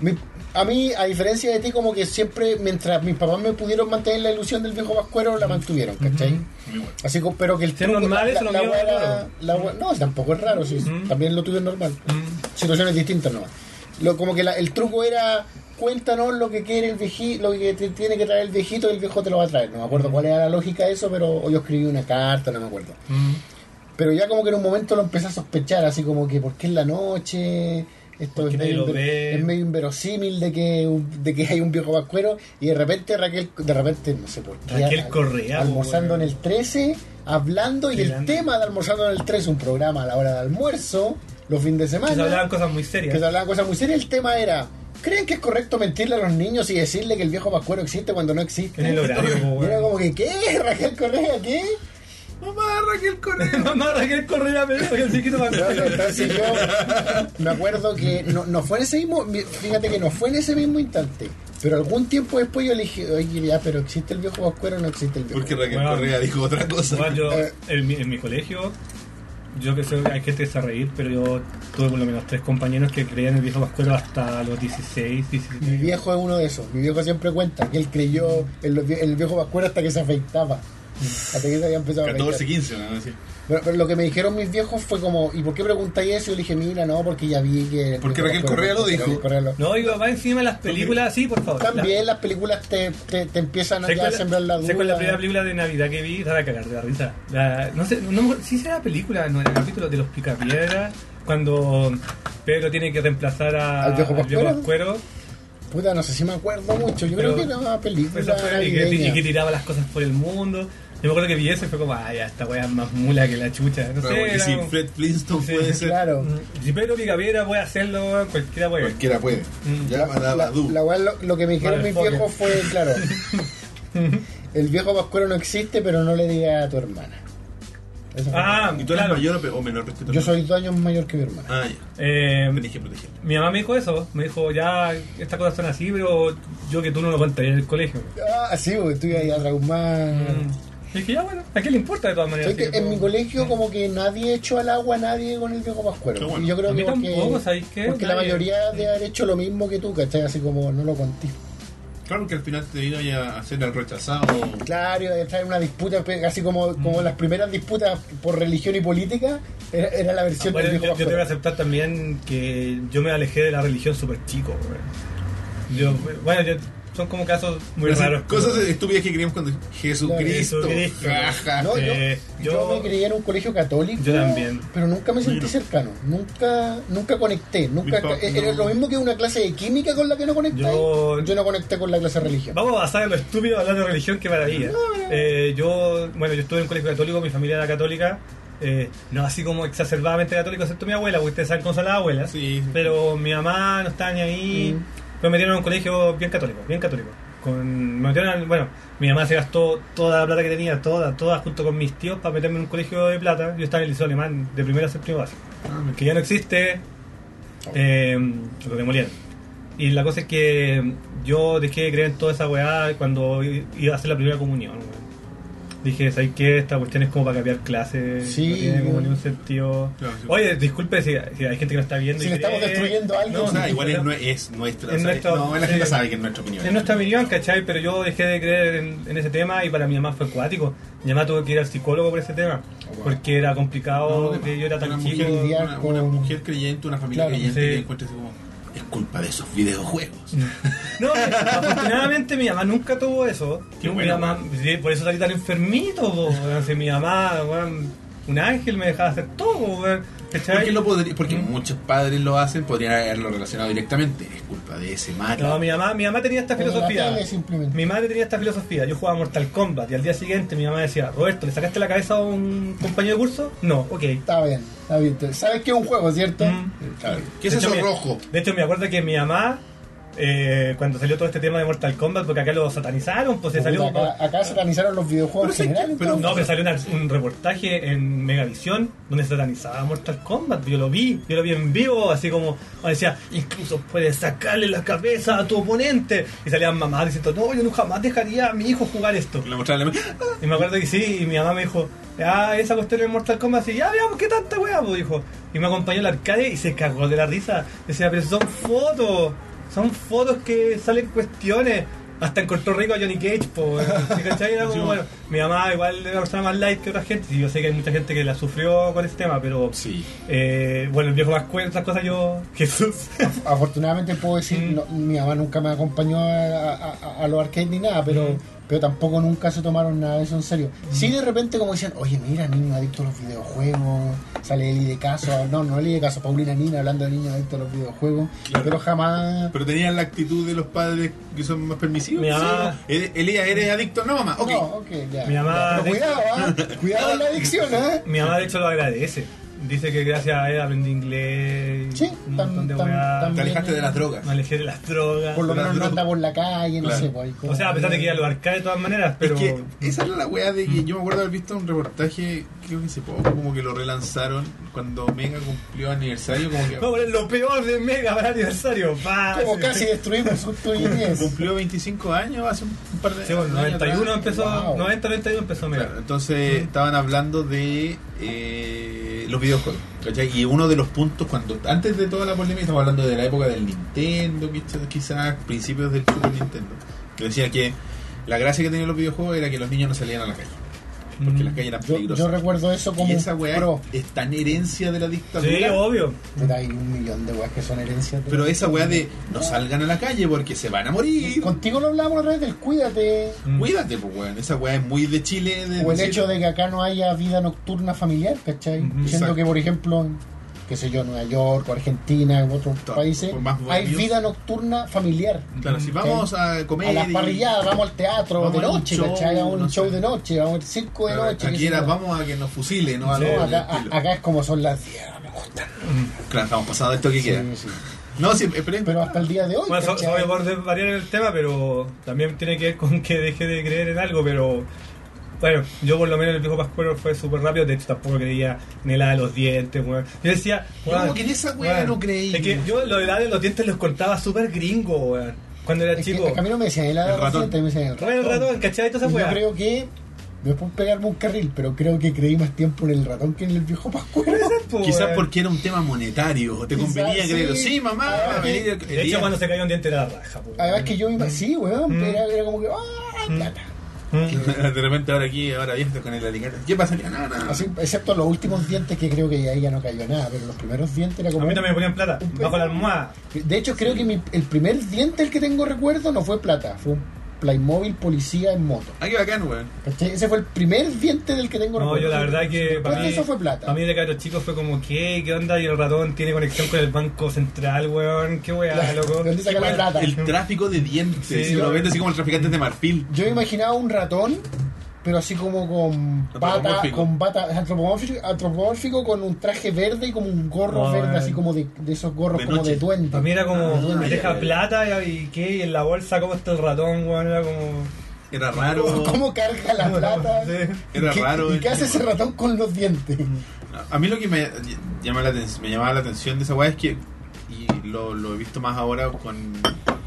Mi- a mí, a diferencia de ti, como que siempre, mientras mis papás me pudieron mantener la ilusión del viejo vascuero, la mantuvieron, ¿cachai?
Muy bueno.
Así como, pero que el
Ser normal,
la,
eso
la,
lo
la
mío
wea
es
era-
raro.
la wea- no, tampoco es raro, sí,
Ujú.
también lo tuyo es normal.
Mm,
Situaciones distintas nomás. Lo, como que la- el truco era, cuéntanos lo que quiere el viejito, lo que te tiene que traer el viejito y el viejo te lo va a traer. No me acuerdo cuál era la lógica de eso, pero yo escribí una carta, no me acuerdo.
mm.
Pero ya como que en un momento lo empecé a sospechar, así como que ¿por qué es la noche? Esto
Porque
es
nadie
medio,
lo
inver-
ve.
es medio inverosímil de que, de que hay un viejo vascuero y de repente Raquel, de repente, no sé por qué.
Raquel
al-
Correa, pues,
Almorzando en
bueno.
el 13, hablando y el
Hablando.
tema de almorzando en el 13, un programa a la hora de almuerzo, los fines de
Que
semana.
se hablaban cosas muy
Que se
serias.
hablaban cosas muy serias. El tema era, ¿creen que es correcto mentirle a los niños y decirle que el viejo vascuero existe cuando no existe?
En el horario, po,
Y era
weón.
como que, ¿qué? ¿Raquel Correa? ¿Qué?
Mamá, Raquel Correa.
Mamá, Raquel Correa me dijo que el chiquito
No, no,
me
Entonces yo me acuerdo que no, no fue en ese mismo, fíjate que no fue en ese mismo instante, pero algún tiempo después yo le dije, oye, ya, pero existe el viejo vascuero o no existe el viejo.
Porque Raquel
Bueno.
Correa dijo otra cosa.
Bueno, yo,
Eh.
en, mi, en mi colegio, yo que sé, hay gente que se va a reír, pero yo tuve por lo menos tres compañeros que creían en el viejo Pascuero hasta los 16, 17
mi viejo es uno de esos, mi viejo siieempre cuenta que él creyó en los vie- en el viejo vascuero hasta que se afeitaba. Hasta que se había empezado a afeitar.
14, 15, ¿no? Así.
Pero, pero lo que me dijeron mis viejos fue como, ¿y por qué preguntáis eso? Yo le dije, mira, no, porque ya vi que... el
Porque
viejo
Raquel
vascuero-
Correa lo
Raquel
dijo.
Correa lo-
No, y va encima de las películas, sí, por favor.
También las películas te, te, te empiezan
La-
a
¿Sabes
ya
cuál-
sembrar la duda.
¿sabes cuál es la primera película de Navidad que vi? Estaba a cagar de la risa. La- no sé, no, me acuerdo- sí será película, no era capítulo de los Picapiedras, cuando Pedro tiene que reemplazar a,
¿Al viejo Pascuero?
Pascuero.
Puta, no sé si me acuerdo mucho. Yo
Pero-
creo que era una película
Esa fue, y, que,
navideña.
y que tiraba las cosas por el mundo. Yo me acuerdo que vi eso y fue como, ay, esta wea es más mula que la chucha. No
Pero
sé,
porque
era
si
como-
Fred Flintstone
Sí,
puede ser.
Claro.
Mm, Si Pedro Picapiedra puede hacerlo, cualquiera puede.
Cualquiera puede.
Mm.
Ya para
La,
Badu.
la weá, lo, lo que me dijeron
Vale,
mis
fuck
viejos
it.
fue, claro, el viejo pascuero no existe, pero no le digas a tu hermana. Eso fue.
Ah,
¿Y tú eres
claro.
mayor o pe- o menor respecto a
Yo
tu-
soy dos años mayor que mi hermana.
Ah, ya.
Eh,
Tenéis que protegerla.
Mi mamá me dijo eso, me dijo, ya, estas cosas son así, pero yo que tú no lo contarías en el colegio.
Ah, sí, porque estuve ahí a traumar.
Y dije, ya bueno, ¿a qué le importa de todas maneras?
Sabes que
Mm. Sí,
en
como-
mi
Mm.
colegio como que nadie echó al agua a nadie con el viejo pascuero.
Qué bueno.
Y yo
A
creo
mí
que porque,
tampoco, ¿sabes qué?
porque la
Nadie. Mm.
mayoría de haber hecho lo mismo que tú, ¿cachai? Así como no lo conté.
Claro que al final te iba a hacer al rechazado.
Claro, iba a traer una disputa, pe- casi como, como las primeras disputas por religión y política, era, era la versión
Bueno,
del
yo,
viejo
yo tengo que
Pascuero.
aceptar también que yo me alejé de la religión súper chico. güey. Yo, bueno, yo- son como casos muy
Así,
raros.
Cosas
pero-
estúpidas que creíamos cuando Jesucristo.
Jesucristo.
Ja, ja.
Ah, No, yo,
Eh,
yo
yo-
me crié en un colegio católico.
Yo también.
Pero nunca me sentí
Mira.
cercano. Nunca nunca conecté. nunca
Mi pa-
eh, Era
no.
lo mismo que una clase de química con la que no conecté.
Yo-
Yo no conecté con la clase de religión.
Vamos a basar en lo estúpido hablando de religión, qué maravilla. Eh, yo, bueno, yo estuve en un colegio católico, mi familia era católica. eh, no así como exacerbadamente católico, excepto mi abuela, porque ustedes saben cómo son las abuelas.
Sí. Mm.
Pero mi mamá no estaba ni ahí. Pero me metieron en un colegio bien católico, bien católico. Con, me metieron al- bueno, mi mamá se gastó toda la plata que tenía, toda, toda, junto con mis tíos, para meterme en un colegio de plata. Yo estaba en el liceo alemán de primero a séptimo básico
Ah, me
que ya no existe, eh, lo demolieron. Y la cosa es que yo dejé de creer en toda esa weá cuando i- iba a hacer la primera comunión. weón. Dije, ¿sabes qué? Esta cuestión es como para cambiar clases.
Sí,
no tiene como
weón.
ningún sentido.
Claro, sí.
Oye, disculpe si, si hay gente que no está viendo.
Si
y
le estamos
cree.
destruyendo algo.
O sea,
No,
igual es, nue- es nuestra.
Es
o sea,
nuestro-
no, la gente
sí.
sabe que es nuestra opinión.
Es nuestra opinión, ¿cachai? Pero yo dejé de creer en, en ese tema y para mi mamá fue acuático. Mi mamá tuvo que ir al psicólogo por ese tema.
Oh, wow.
Porque era complicado,
No,
que yo era
una
tan
mujer,
chico.
lidiar
una, una
con-
mujer creyente, una familia
Claro,
creyente
sí.
que encuentra así como. Es culpa de esos videojuegos.
No, afortunadamente mi mamá nunca tuvo eso.
Qué
Mi
bueno,
mamá- sí, por eso salí tan enfermito, po, weón. Si mi mamá, weón, un ángel me dejaba hacer todo, weón. ¿Cachai?
Porque, lo podri- porque
Mm.
muchos padres lo hacen, podrían haberlo relacionado directamente. Es culpa de ese Mario.
No, mi mamá, mi mamá tenía esta
Pero la
filosofía.
tele simplemente.
Mi madre tenía esta filosofía. Yo jugaba Mortal Kombat y al día siguiente mi mamá decía, Roberto, ¿le sacaste la cabeza a un compañero de curso? No, ok.
Está bien, está bien. Entonces, ¿Sabes que es un juego, cierto?
Mm.
Claro. ¿Qué es
De hecho,
eso
mi-
rojo?
Mm. De hecho, me acuerdo que mi mamá, eh, cuando salió todo este tema de Mortal Kombat, porque acá lo satanizaron, pues se
Puta,
salió.
acá, acá satanizaron los
Pero
videojuegos en
sé
general.
que- pero
entonces.
No, pero salió una- un reportaje en Megavisión donde satanizaba Mortal Kombat. Yo lo vi, yo lo vi en vivo, así como decía, incluso puedes sacarle la cabeza a tu oponente. Y salían mamás diciendo, no, yo no jamás dejaría a mi hijo jugar esto.
Le mostraba la mano.
Y me acuerdo que sí, y mi mamá me dijo, ah, esa cuestión en Mortal Kombat, así, ya veamos qué tanta wea, pues, dijo. Y me acompañó al arcade y se cagó de la risa. Decía, pero son fotos, son fotos que salen cuestiones. Hasta encontró rico a Johnny Cage, pues. ¿Cachai? Era como, bueno, mi mamá igual era una persona más light que otra gente, y yo sé que hay mucha gente que la sufrió con este tema, pero.
¡Ah! Sí.
eh, bueno, el viejo Vasco, esas cosas yo. Jesús.
Afortunadamente puedo decir,
Mm.
no, mi mamá nunca me acompañó a, a- a- a los arcades ni nada, pero,
Mm.
pero tampoco nunca se tomaron nada de eso en serio. Sí, de repente como decían, oye, mira, niño adicto a los videojuegos, sale Eli de caso, no, no Eli de caso, Paulina Nina hablando de niños adictos a los videojuegos,
Claro.
pero jamás...
Pero tenían la actitud de los padres que son más permisivos. Sí,
Mi mamá-
¿no? Ele- Elías, ¿eres adicto? No, mamá. Ok.
No, ok, ya.
Mi mamá-
Ya, pero cuidado, ¿ah? cuidado con la adicción, ¿eh?
Mi mamá, de hecho, lo agradece. Dice que gracias a él aprendí inglés. y
Sí,
un
tam-
montón de
tam-
weá.
tam-
Te alejaste de las drogas.
Me alejé de las drogas.
Por lo
Las
menos no
drogas.
anda por la calle, no
Claro.
sé, pues, ahí como-
O sea, a pesar de que iba a lo arcade de todas maneras, pero. Mm.
Es que esa era la weá de que yo me acuerdo haber visto un reportaje, creo que se poco, como que lo relanzaron cuando Mega cumplió aniversario, como que
No, pero es lo peor de Mega para aniversario. Va,
Como
sí.
casi destruimos su niñez.
cumplió 25 años hace un par de
Sí, bueno,
años
91
atrás.
empezó.
Wow.
90, 91 empezó Mega.
Claro, entonces
Mm.
estaban hablando de eh, los videojuegos, ¿cachai? Y uno de los puntos, cuando antes de toda la polémica, estamos hablando de la época del Nintendo, quizás- quizás principios del Super Nintendo, que decía que la gracia que tenían los videojuegos era que los niños no salían a la calle, porque
Mm.
las calles eran
Yo,
peligrosas.
yo recuerdo eso como
y esa weá
pro.
es tan herencia de la dictadura.
Sí, obvio.
Puta, hay un millón de weas que son herencias. de-
Pero esa weá de no salgan a la calle porque se van a morir.
Contigo lo hablábamos otra vez del cuídate.
Mm.
Cuídate, pues weón. Esa weá es muy de Chile. De
O el
decir,
hecho de que acá no haya vida nocturna familiar, ¿cachai?
Ujú.
Siendo
Exacto.
que, por ejemplo, en, qué sé yo, Nueva York, o Argentina, u otros
Claro,
países,
por más bohemios.
hay vida nocturna familiar.
Claro, si vamos a comer.
A las
y-
parrilladas, vamos al teatro
Vamos
de
a un
noche,
show,
¿cachai? A un
no
show
sé.
de noche, a un circo de
Claro,
noche. qué
Aquí
sé
era,
yo.
vamos a que nos fusilen, ¿no?
Sí,
Algo
No,
del
acá,
estilo.
a- acá es como son las 10. de la puta.
Mm.
Claro, estamos pasando esto que
Sí,
queda.
sí.
No, sí, esperen.
Pero hasta el día de hoy.
Bueno, so-
¿cachai?
sorry por variar el tema, pero también tiene que ver con que deje de creer en algo, pero. Bueno, yo por lo menos el viejo Pascuero fue súper rápido, de hecho tampoco creía en el hada de los dientes, weón. Yo decía,
Yo como que en esa weá
weón,
no creí.
Es que yo lo del hada de los dientes los contaba súper gringo, weón. Cuando era
Es que-
chico.
es que a mí no me decían el hada
El ratón.
reciente, me decían el
Rey el ratón, ¿cachai? Toda esa
Y
weá.
yo creo que después pegarme un carril, pero creo que creí más tiempo en el ratón que en el viejo Pascuero.
Quizás porque era un tema monetario. Te
Quizás
convenía
sí.
creerlo. Sí, mamá,
Ah,
va a venir el-
De hecho,
Elías.
cuando se caía un diente era la raja, po.
Además que yo me sí, weón,
Mm.
era, era como que ah,
Mm.
plata.
Mm.
De repente ahora aquí, ahora viendo con el alicate. ¿Qué pasaría? No, no.
Así, excepto los últimos dientes que creo que ahí ya no cayó nada, pero los primeros dientes era como
A mí también me ponían plata, bajo la almohada.
De hecho, creo que mi- el primer diente el que tengo recuerdo no fue plata, fue un Playmobil policía en moto.
Ah, qué bacán, weón.
¿Cachai? Ese fue el primer diente del que tengo
No,
recuerdo.
yo la verdad que
Después
para
de
mí,
eso fue plata.
para mí de cabros chicos fue como, ¿qué? ¿Qué onda? Y el ratón tiene conexión con el Banco Central, weón. ¿Qué weá,
La-
loco?
¿de dónde saca la
Weón,
plata?
El tráfico de dientes.
Sí,
se
yo-
lo vende así como el traficante de marfil.
Yo imaginaba un ratón, pero así como con bata,
Antropomórfico.
con bata, antropomórfico, antropomórfico, con un traje verde y como un gorro
Ah,
verde,
bueno.
así como de, de esos gorros
De
como
noche.
de duende.
Para mí era como,
Ah,
me
ya,
deja
ya.
plata y, y qué, y en la bolsa, ¿cómo está el ratón, weón? Era como...
Era raro.
¿Cómo carga la
No,
plata?
sí.
Era
¿Qué-
raro,
¿Y qué
eh.
hace ese ratón con los dientes?
A mí lo que me, llama la aten- me llamaba la atención de esa weá es que, y lo, lo he visto más ahora con,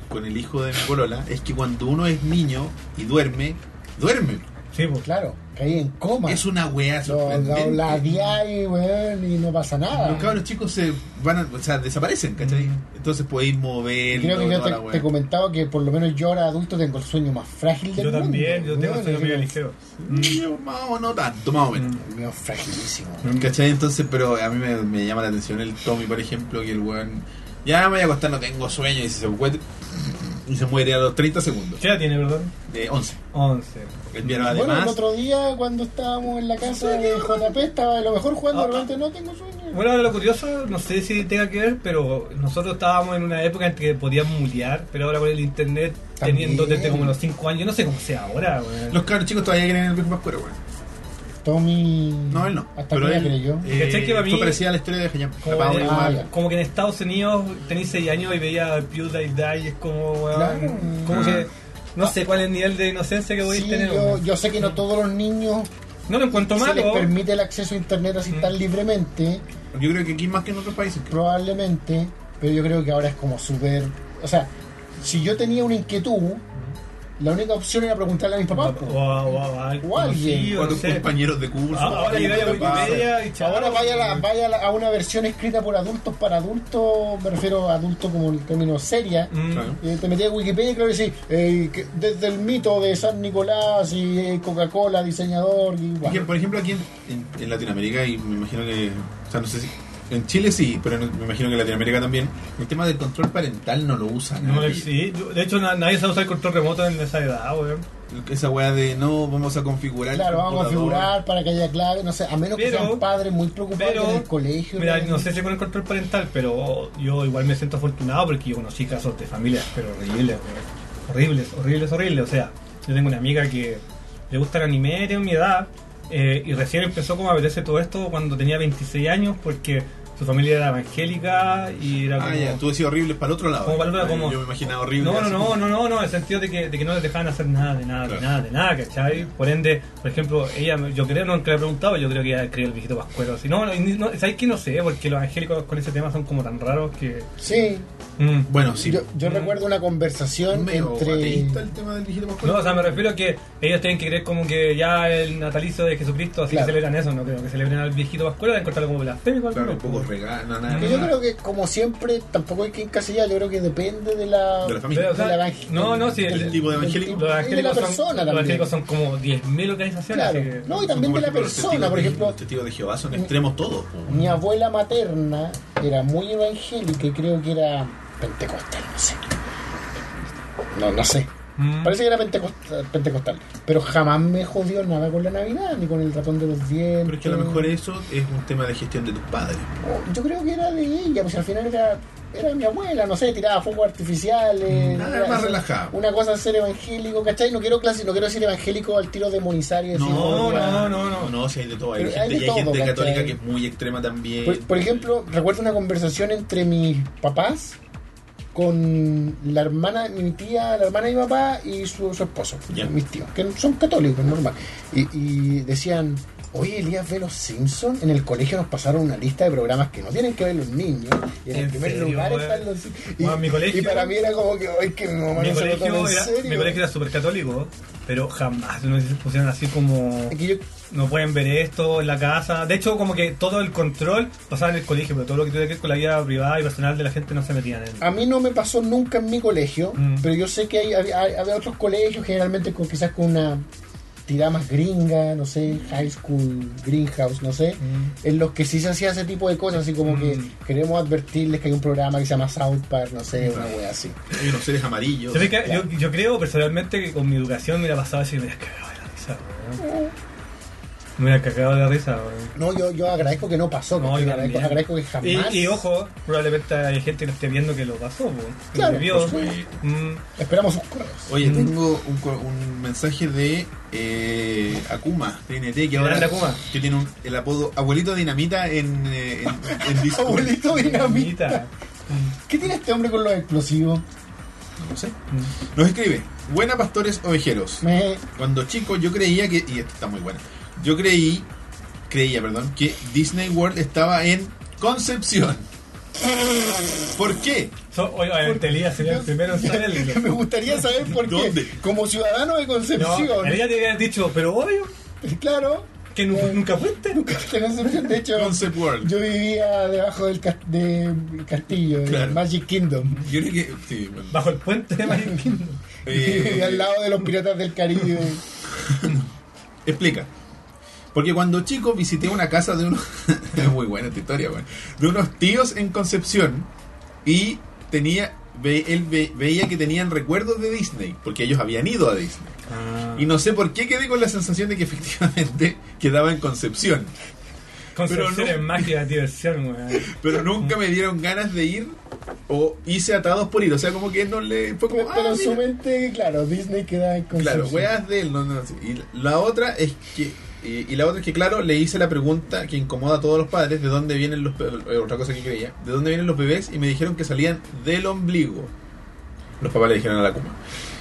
con el hijo de mi polola, es que cuando uno es niño y duerme, duerme.
Sí, pues.
Claro, caí en coma.
Es una weá
Lo,
sorprendente.
lo, la di ahí, weón, y no pasa nada.
Los cabros chicos se van, a- o sea, desaparecen, ¿cachai?
Mm.
Entonces podéis mover
Creo que yo
toda
te,
la
te he
weá.
comentado que por lo menos yo ahora adulto tengo el sueño más frágil del
Yo
mundo.
también, yo tengo
weón,
sueño
es
medio
como-
ligero.
Mm, yo más o no tanto, más o menos.
Mm.
El mío es fragilísimo.
¿Cachai? Entonces, pero a mí me, me llama la atención el Tommy, por ejemplo, que el weón. Ya me voy a acostar, no tengo sueño, y si se encuentra. Y se muere a los 30 segundos.
¿Qué edad tiene, perdón?
De 11.
11.
Enviaron
Bueno, el
además.
otro día cuando estábamos en la casa de JP estaba a lo mejor jugando, de repente no tengo sueño.
Bueno, ahora lo curioso, no sé si tenga que ver, pero nosotros estábamos en una época en que podíamos mutear, pero ahora con el internet,
También.
teniendo desde como los 5 años, no sé cómo sea ahora, weón.
Los cabros chicos todavía creen en el Big Bang Theory, weón.
Tommy.
No, él no.
Hasta
Pero
que
él,
creyó.
eh,
¿Cachai que para mí-
fue parecida a la historia de Hayam.
Como,
Papá,
en-
bueno,
ah,
igual.
ya.
como que en Estados Unidos tenía 6 años y veía PewDiePie y es como, weón,
Claro.
como
Ah.
que no sé cuál es el nivel de inocencia que voy
Sí,
a tener.
yo,
weón.
yo sé que no todos los niños
No lo encuentro
se les
malo.
permite el acceso a internet así
Mm.
tan libremente,
Yo creo que aquí más que en otros países.
probablemente, pero yo creo que ahora es como súper... O sea, si yo tenía una inquietud,
Mm.
la única opción era preguntarle a mis
O,
papás. po.
Oh,
o, o- o-
O alguien,
sí,
O
o
a
no
tus
sé.
compañeros de curso.
Ah, Ahora llegáis a Wikipedia y
oh,
chao.
Ahora vaya, a la- vaya a la- a una versión escrita por adultos para adultos, me refiero a adultos como en términos seria.
Mm.
Claro.
Eh, te metías a Wikipedia y claro que sí, eh, que- desde el mito de San Nicolás y eh, Coca-Cola, diseñador y
Por ejemplo-
bueno.
Por ejemplo, aquí en, en- en Latinoamérica, y me imagino que. O sea, no sé si. En Chile sí, pero no- me imagino que en Latinoamérica también. El tema del control parental no lo usan.
No,
¿eh?
sí, yo- de hecho na- nadie sabe usar el control remoto en esa edad, weón.
Esa weá de no, vamos a configurar. el
Claro, vamos a
computador.
configurar para que haya clave, no sé, a menos que
Pero-
sean padres muy preocupados
pero-
en el colegio.
Mira,
¿no?
no sé si con el control parental, pero yo igual me siento afortunado porque yo conocí casos de familias, pero horribles, weón. horribles, horribles, horribles. O sea, yo tengo una amiga que le gusta el anime, tiene mi edad, eh, y recién empezó como a verse todo esto cuando tenía 26 años porque su familia era evangélica y era como...
Ah, ya, tú decías horrible para el otro lado.
Como para el otro lado,
Ay,
como-
Yo me imaginaba horrible.
No, no,
así
no,
como-
no, no, no, en el sentido de que, de que no les dejaban hacer nada, de nada,
Claro.
de nada, de nada, ¿cachai? Por ende, por ejemplo, ella, yo creo, nunca le he preguntado, yo creo que ella creía el viejito pascuero. Si no, no, no, ¿sabes qué? No sé, porque los angélicos con ese tema son como tan raros que.
Sí,
Mm.
Bueno, sí.
yo, yo
Mm.
recuerdo una
Es
conversación
medio
entre...
ateísta el tema del viejito pascual.
No, o sea, me refiero a que ellos tienen que creer como que ya el natalicio de Jesucristo, así
Claro.
que celebran eso, no creo que celebren al viejito pascuero, deben cortarlo como blasfémico.
Claro,
¿no?
un poco regalo, nada.
Porque
que yo creo que como siempre tampoco hay que encasillar, yo creo que depende de la...
De la familia.
Pero, o sea,
del evangel-
no, no, sí,
del-
el tipo de
del
evangélico.
tipo-
los
y de la
evangélicos son,
persona
los
también.
evangélicos son como 10.000 organizaciones.
Claro.
así que-
No, y también de la persona, por ejemplo.
Los testigos de Jehová son extremos todos. po.
Mi abuela materna era muy evangélica y creo que era pentecostal, no sé. No, no sé.
Mm.
Parece que era pentecostal, pentecostal. Pero jamás me jodió nada con la Navidad, ni con el ratón de los dientes.
Pero es que a lo mejor eso es un tema de gestión de tus padres.
Oh, Yo creo que era de ella, pues al final era, era mi abuela, no sé, tiraba fuegos artificiales.
Ah,
era
más
eso.
relajado.
Una cosa es ser evangélico, ¿cachai? No quiero, clasi- no quiero decir evangélico al tiro demonizar y decir... "Oh,
No,
"Hola".
no, no, no.
No, si hay de todo. Hay
Pero
gente,
hay de
y hay
todo,
gente
¿cachai?
católica que es muy extrema también.
Pues, Por, por ejemplo, recuerdo una conversación entre mis papás con la hermana, mi tía, la hermana de mi papá y su, su esposo,
Ya.
mis tíos, que son católicos, normal. Y, y decían, oye, Elías, ve los Simpsons. En el colegio nos pasaron una lista de programas que no tienen que ver los niños. Y en, el
¿En
primer
serio,
lugar
weón?
están los Simpsons. Y,
Weón, mi colegio-
y para mí era como que, ay, que mi mamá
mi
no se lo toma
colegio,
en
era,
serio.
mi colegio era súper católico, pero jamás nos pusieron así como
Es que yo-
no pueden ver esto en la casa. De hecho, como que todo el control pasaba en el colegio, pero todo lo que tuviera que ver con la vida privada y personal de la gente no se metía en él.
A mí no me pasó nunca en mi colegio,
Mm.
pero yo sé que hay, había, había otros colegios, generalmente con, quizás con una tirada más gringa, no sé, high school, greenhouse, no sé,
Mm.
en los que sí se hacía ese tipo de cosas, así como que
Mm.
queremos advertirles que hay un programa que se llama South Park, no sé, una
Mm.
wea así.
Hay unos seres amarillos.
¿Sabes qué? Yo, yo creo personalmente que con mi educación me la pasaba así, me hubiera cagado de la risa, weón. Me hubiera cagado de la risa, weón.
No, yo, yo agradezco que no pasó,
No,
¿cachai?
yo
agradezco,
también.
agradezco que jamás...
Y, y ojo, probablemente hay gente que lo esté viendo que lo pasó, weón, que
Claro,
lo
Por
vivió.
supuesto.
Mm.
Esperamos sus correos.
Oye, tengo un, co- un mensaje de eh, Akuma, TNT, que ahora
Grande Akuma.
que tiene un- el apodo Abuelito Dinamita en, eh, en, en Discord.
Abuelito dinamita.
Mamita.
¿Qué tiene este hombre con los explosivos?
No sé.
Mm.
Nos escribe, buena pastores ovejeros.
Me...
Cuando chico yo creía que... Y esta está muy buena. Yo creí, creía, perdón, que Disney World estaba en Concepción. ¿Por qué?
So, oye, obviamente Elías sería el primero en saberlo.
me gustaría saber por qué,
¿Dónde?
como ciudadano de
No,
Concepción...
Elías te habían dicho, pero obvio,
Claro,
que nu- nunca fuiste.
que no se- de hecho,
Concept World.
yo vivía debajo del cas- de castillo, del
Claro.
Magic Kingdom.
Yo creo que... Sí, bueno.
Bajo el puente de Magic Kingdom.
Eh,
Y al lado de los piratas del Caribe.
Explica. Porque cuando chico visité una casa de unos. es muy buena esta historia, weón. De unos tíos en Concepción. Y tenía. ve- él ve- veía que tenían recuerdos de Disney, porque ellos habían ido a Disney. Y no sé por qué quedé con la sensación de que efectivamente quedaba en Concepción.
Concepción
Pero no-
es magia, diversión, weón.
Pero nunca me dieron ganas de ir o hice atados por ir. O sea, como que no le. Fue como.
Pero
"Ah,
en su
mira".
mente, claro, Disney queda en
Claro,
Concepción.
weas de él. no, no, sí. y la otra es que. Y, y la otra es que, claro, le hice la pregunta que incomoda a todos los padres: ¿de dónde vienen los pe- eh, Otra cosa que creía. ¿De dónde vienen los bebés? Y me dijeron que salían del ombligo. Los papás le dijeron a la cuma.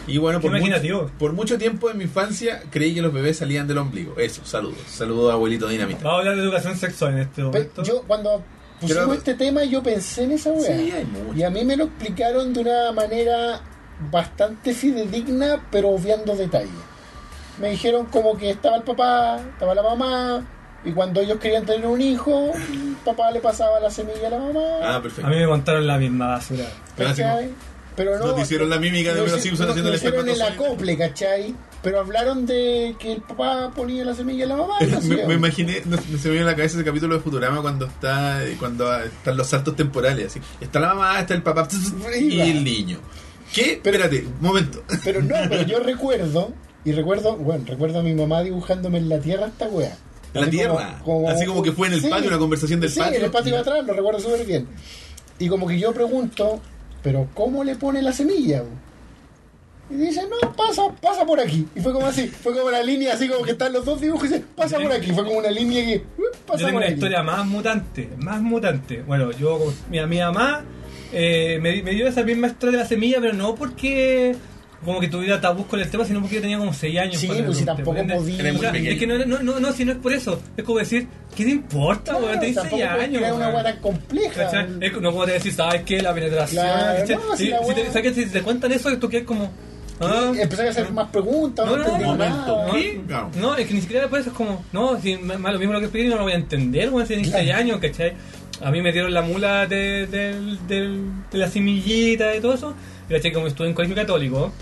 Y bueno,
Qué
por mucho,
imaginativo.
por mucho tiempo en mi infancia creí que los bebés salían del ombligo. Eso, saludos. Saludos, abuelito dinamita.
Vamos a hablar de educación sexual en este
Pe-
momento.
Yo cuando pusimos
Pero-
este tema yo pensé en esa wea.
Sí, hay mucho.
y a mí me lo explicaron de una manera bastante fidedigna, pero obviando detalles. Me dijeron como que estaba el papá, estaba la mamá, y cuando ellos querían tener un hijo, el papá le pasaba la semilla a la mamá.
Ah,
A mí
perfecto.
me contaron la misma basura.
Clásico.
¿cachai? Pero no,
No te hicieron la mímica de
no
los
hici-
Simpsons
no-
haciendo
no
el
hicieron el
espermatozoide.
acople, ¿cachai? Pero hablaron de que el papá ponía la semilla a la mamá. y lo
me,
hacía.
me imaginé, no, se me vino a la cabeza ese capítulo de Futurama cuando está cuando están los saltos temporales. Así. Está la mamá, está el papá y el niño. ¿Qué? Espérate, un momento.
Pero no, pero yo recuerdo, y recuerdo, bueno, recuerdo a mi mamá dibujándome en la tierra esta wea.
En la
Así como-
tierra. Así como que fue en el
Sí.
patio, una conversación del
sí,
patio.
en el patio de
Ya.
atrás, lo recuerdo súper bien. Y como que yo pregunto, ¿pero cómo le pone la semilla? bo? Y dice, no, pasa, pasa por aquí. Y fue como así, fue como la línea, así como que están los dos dibujos y dice, pasa por aquí. Fue como una línea que, uh,
Yo
pasa
tengo
por
una
aquí.
historia más mutante, más mutante. Bueno, yo, como- mira, mi mamá eh, me, me dio esa misma historia de la semilla, pero no porque como que tuviera tabú con el tema, sino porque yo tenía como 6 años.
Sí,
cuando
pues si
me
tampoco
pregunté, ¿me entiendes?
podía.
Era muy
O sea,
pequeño.
es que no, no, no, no, si no es por eso. Es como decir, ¿qué te importa,
Claro,
weón? Tenés 6
tampoco puedes
años.
crear una
weón.
wea tan compleja.
¿Cachai? Es que no puedo decir, ¿sabes qué? La penetración.
Claro,
¿cachai?
no, si
si,
la
si te,
wea-
¿sabes qué? si te cuentan eso, tú quedas como. ah,
Y Empezar a hacer más preguntas, no,
No, no, no,
entendí
momento.
nada.
¿Qué?
No, este no, es que ni siquiera por eso es como, no, si ma- ma- lo mismo lo que expliqué no lo voy a entender, weón, si
Claro.
16 años, ¿cachai? A mí me dieron la mula de, del- del- de la semillita y todo eso, y ¿cachai? Como estuve en colegio católico,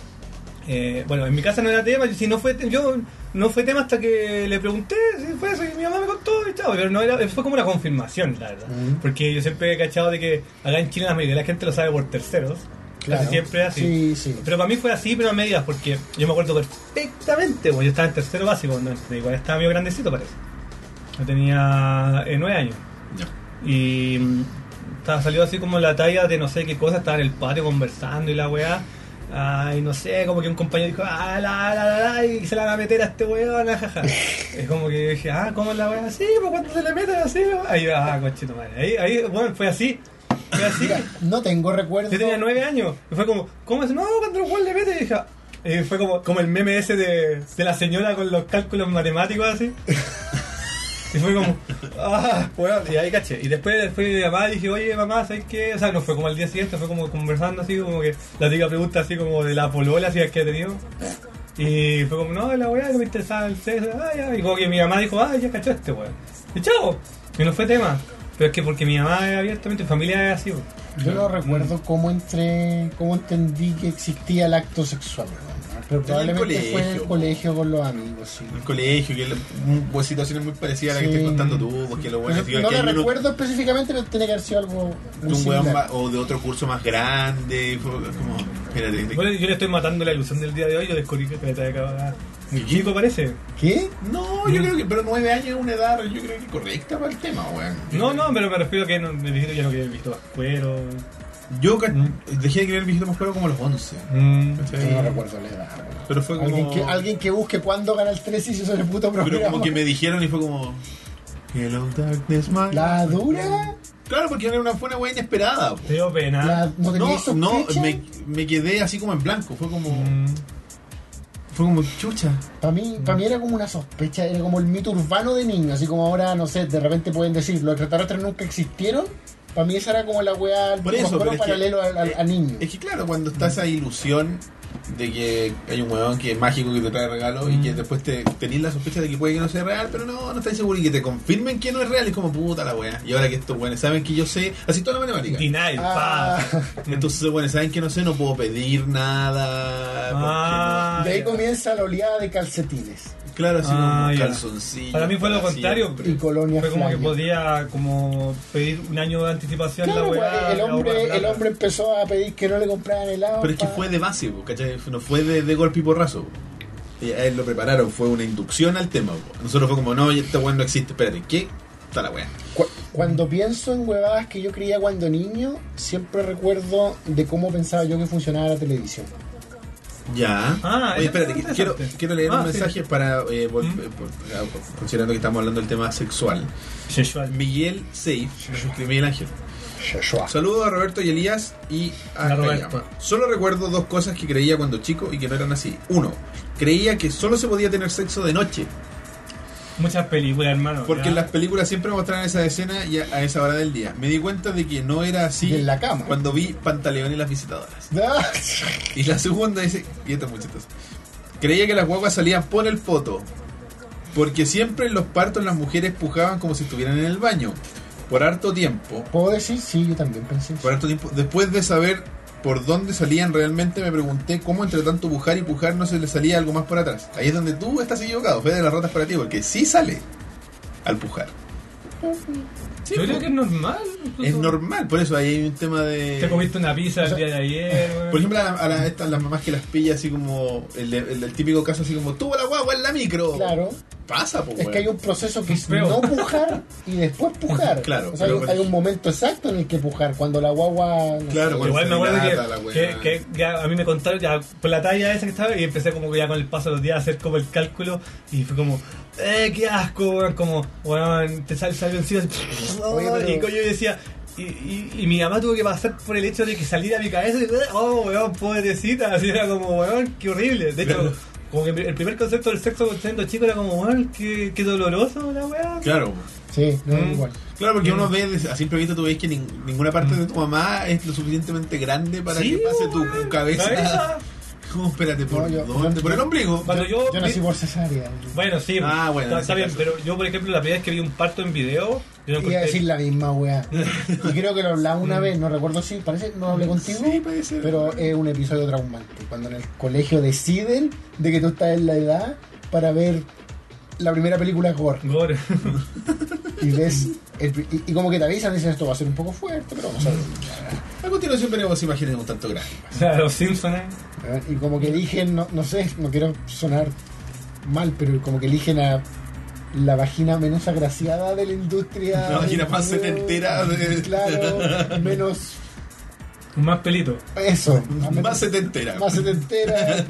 eh, bueno, en mi casa no era tema, yo, si no fue, te- yo no fue tema hasta que le pregunté, si fue eso, y mi mamá me contó, y chao, pero no era, fue como una confirmación, la verdad,
Mm.
porque yo siempre he cachado de que acá en Chile la mayoría de la gente lo sabe por terceros,
Claro.
casi siempre es así.
Sí, sí.
Pero para mí fue así, pero a medias, porque yo me acuerdo perfectamente, bueno, yo estaba en tercero básico, no, igual estaba medio grandecito parece. Yo tenía eh, nueve años. Y mm, estaba salido así como la talla de no sé qué cosa, estaba en el patio conversando y la weá. Ay, no sé, como que un compañero dijo, ah, la, la, la, la, y se la va a meter a este weón, jaja. es como que yo dije, ah, ¿cómo es la weá? Sí, pues cuando se le meten así, weón. Ahí, ah, cochito madre. Ahí, ahí, bueno, fue así. Fue así.
Mira, no tengo recuerdo.
Yo tenía nueve años. Y fue como, ¿cómo es? No, cuando el Juan le mete, dije. Y fue como, como el meme ese de, de la señora con los cálculos matemáticos así. Y fue como, ah, bueno, y ahí caché. Y después fui de mamá y dije, oye, mamá, ¿sabes qué? O sea, no fue como al día siguiente, fue como conversando así, como que la típica pregunta así como de la polola, así que ha tenido. Y fue como, no, la weá, que me interesaba el sexo, ah, ya. Y como que mi mamá dijo, ah, ya cachó este weón. Y chao, y no fue tema. Pero es que porque mi mamá es abiertamente, mi familia es así, weón.
Yo no recuerdo cómo entré, cómo entendí que existía el acto sexual. ¿no? Pero probablemente
colegio,
fue en el
po.
colegio con los amigos, sí.
En el colegio, que la situaciones muy parecidas a la que
Sí.
estás contando tú, porque lo bueno es que
no
hay
la
uno-
recuerdo específicamente, pero tiene que haber sido algo
de
muy
un weón
similar.
más- o de otro curso más grande. fue como, espérate, de-
Bueno, yo le estoy matando la ilusión del día de hoy, yo descubrí que te acaba Muy chico parece.
¿Qué?
No,
Mm.
yo creo que, pero nueve años es una edad, yo creo que correcta para el tema, weón.
No, no, pero me refiero a que no, me dijiste ya no quería el visto cuero.
Yo ca- dejé de creer el viejito más cuero como a los 11.
Mm.
¿cachai?
Yo no recuerdo la edad.
Pero fue como.
Eh, Alguien, que, alguien que busque cuándo gana el 3 y se hizo el puto
pero
programa.
como que me dijeron y fue como. Hello, darkness, my.
¿La dura?
Claro, porque era una, fue una weá inesperada. po.
Te dio pena.
¿La, ¿No
No,
tenía sospecha?
no, me, me quedé así como en blanco. Fue como.
Mm.
Fue como chucha.
Para mí, pa' mí era como una sospecha, era como el mito urbano de niño, así como ahora, no sé, de repente pueden decir, los extraterrestres nunca existieron. Para mí esa era como la weá, el
Por eso, pero
coro
es que- eh,
paralelo al- al- a, niños.
Es que claro, cuando está esa ilusión de que hay un huevón que es mágico que te trae regalos y
Mm.
que después te tenés la sospecha de que puede que no sea real, pero no, no estáis seguro y que te confirmen que no es real, es como puta la weá. Y ahora que estos weones saben que yo sé, así toda la matemática.
Denial,
Ah.
pa.
Entonces, bueno, saben que no sé, no puedo pedir nada. porque
Ah, Ah,
de ahí
ya.
comienza la oleada de calcetines
Claro, así
Ah,
como
ya.
calzoncillo.
Para mí fue lo
para
contrario.
siempre.
y colonias
Fue como que
flyers.
podía como pedir un año de anticipación
Claro,
la
pues,
weá.
el,
la
hombre,
weá,
el
la-
hombre empezó a pedir que no le compraran helado.
Pero es que
pa-
fue de base, po, ¿cachai? No fue de, de golpe y porrazo. po. Y a él lo prepararon, fue una inducción al tema. po. Nosotros fue como, no, esta weá no existe, espérate, ¿qué? Está la weá.
Cu- Cuando pienso en huevadas que yo creía cuando niño, siempre recuerdo de cómo pensaba yo que funcionaba la televisión.
Ya. Oye,
Ah, eso es
espérate, que- quiero,
interesante.
quiero leer
Ah,
un
sí.
mensaje para. eh, vol-
¿Mm?
eh, por- ah, considerando que estamos hablando del tema sexual.
Sexual.
Miguel Seif, Miguel Ángel.
Shashua.
Saludos a Roberto y Elías y a
A Roberto.
Kayama. Solo recuerdo dos cosas que creía cuando chico y que no eran así. Uno, creía que solo se podía tener sexo de noche,
Muchas películas, hermano.
porque
ya.
en las películas siempre mostraban esa escena y a, a esa hora del día. Me di cuenta de que no era así
Y en la cama.
cuando vi Pantaleón y las visitadoras. Y la segunda dice, y esta es muy chistosa. Creía que las guaguas salían por el poto. Porque siempre en los partos las mujeres pujaban como si estuvieran en el baño. Por harto tiempo.
¿Puedo decir? Sí, yo también pensé. eso.
Por harto tiempo. Después de saber por dónde salían realmente, me pregunté cómo entre tanto pujar y pujar no se le salía algo más por atrás. Ahí es donde tú estás equivocado. Fede de las ratas para ti, porque sí sale al pujar. Sí,
Yo creo
po.
que es normal. incluso.
es normal, por eso ahí hay un tema de...
Te comiste una pizza el día de ayer, weón.
Por ejemplo, a, la- a la- estas, las mamás que las pilla así como el, el- el típico caso así como tuvo la guagua en la micro.
Claro.
Pasa, pues.
Es que hay un proceso que es
Feo.
no pujar y después pujar.
Claro,
O sea, hay,
pero-
hay un momento exacto en el que pujar, cuando la guagua... no
Claro,
sé,
bueno.
Igual me acuerdo
se
que,
dilata la weá.
que- que ya a mí me contaron ya por la talla esa que estaba y empecé como que ya con el paso de los días a hacer como el cálculo y fue como, eh, qué asco, weón, como, weón, te sale, sale un sitio
Oye, pero-
y coño, yo decía, y, y, y mi mamá tuvo que pasar por el hecho de que saliera mi cabeza y, oh, weón, pobrecita, así era como, weón, qué horrible. De hecho,
Claro.
como que el primer concepto del sexo con siendo chico era como, weón, qué, qué doloroso la weá.
Claro.
Sí, no
Mm.
igual.
Claro, porque uno ve, a simple vista tú ves que nin- ninguna parte de tu mamá es lo suficientemente grande para
Sí,
que pase
weón,
tu cabeza.
cabeza.
No, espérate, ¿por
No, yo-
dónde?
yo-
¿Por el ombligo?
Cuando yo,
Yo nací por cesárea.
Bueno, sí,
Ah, bueno, en
está,
ese
está bien,
caso.
pero yo, por ejemplo, la primera vez que vi un parto en video, yo Mm. no
Iba a
encontré-
decir la misma weá. Y creo que lo hablamos una vez, no recuerdo si, parece, no hablé contigo.
Sí, puede ser.
Pero es un episodio traumante. Cuando en el colegio deciden de que tú estás en la edad para ver la primera película gore.
Gore.
Y ves. el pri- y, y como que te avisan, dicen esto va a ser un poco fuerte, pero vamos a
A continuación veremos imágenes de un tanto gráfico.
o sea, los Simpsons. ¿eh?
ver. Y como que eligen, no, no sé, no quiero sonar mal, pero como que eligen a la vagina menos agraciada de la industria.
La vagina más
Eh,
setentera de-
Claro, menos.
Más pelito.
Eso.
Más setentera.
más setentera.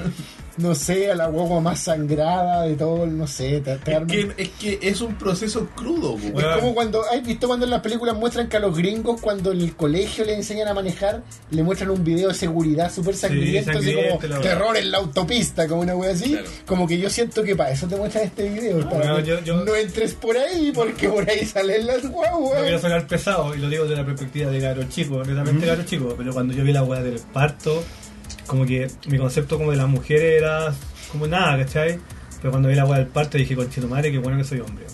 No sé, a la guagua más sangrada de todo, no sé. Te, te
Es
arman-
que, es que es un proceso crudo, po.
Es
Weón.
como cuando, ¿has visto cuando en las películas muestran que a los gringos cuando en el colegio les enseñan a manejar, le muestran un video de seguridad súper sangriento, así como
sangriento, la verdad.
terror en la autopista, como una wea así?
Claro.
Como que yo siento que para eso te muestran este video, para
no,
que
Ah, yo- yo-
no entres por ahí, porque por ahí salen las
No quiero
guaguas.
sonar pesado, y lo digo desde la perspectiva de garo chico, netamente garo chico, pero cuando yo vi la weá del parto, como que mi concepto como de las mujeres era como nada, ¿cachai? Pero cuando vi la weá del parto dije, conchito madre, qué bueno que soy hombre.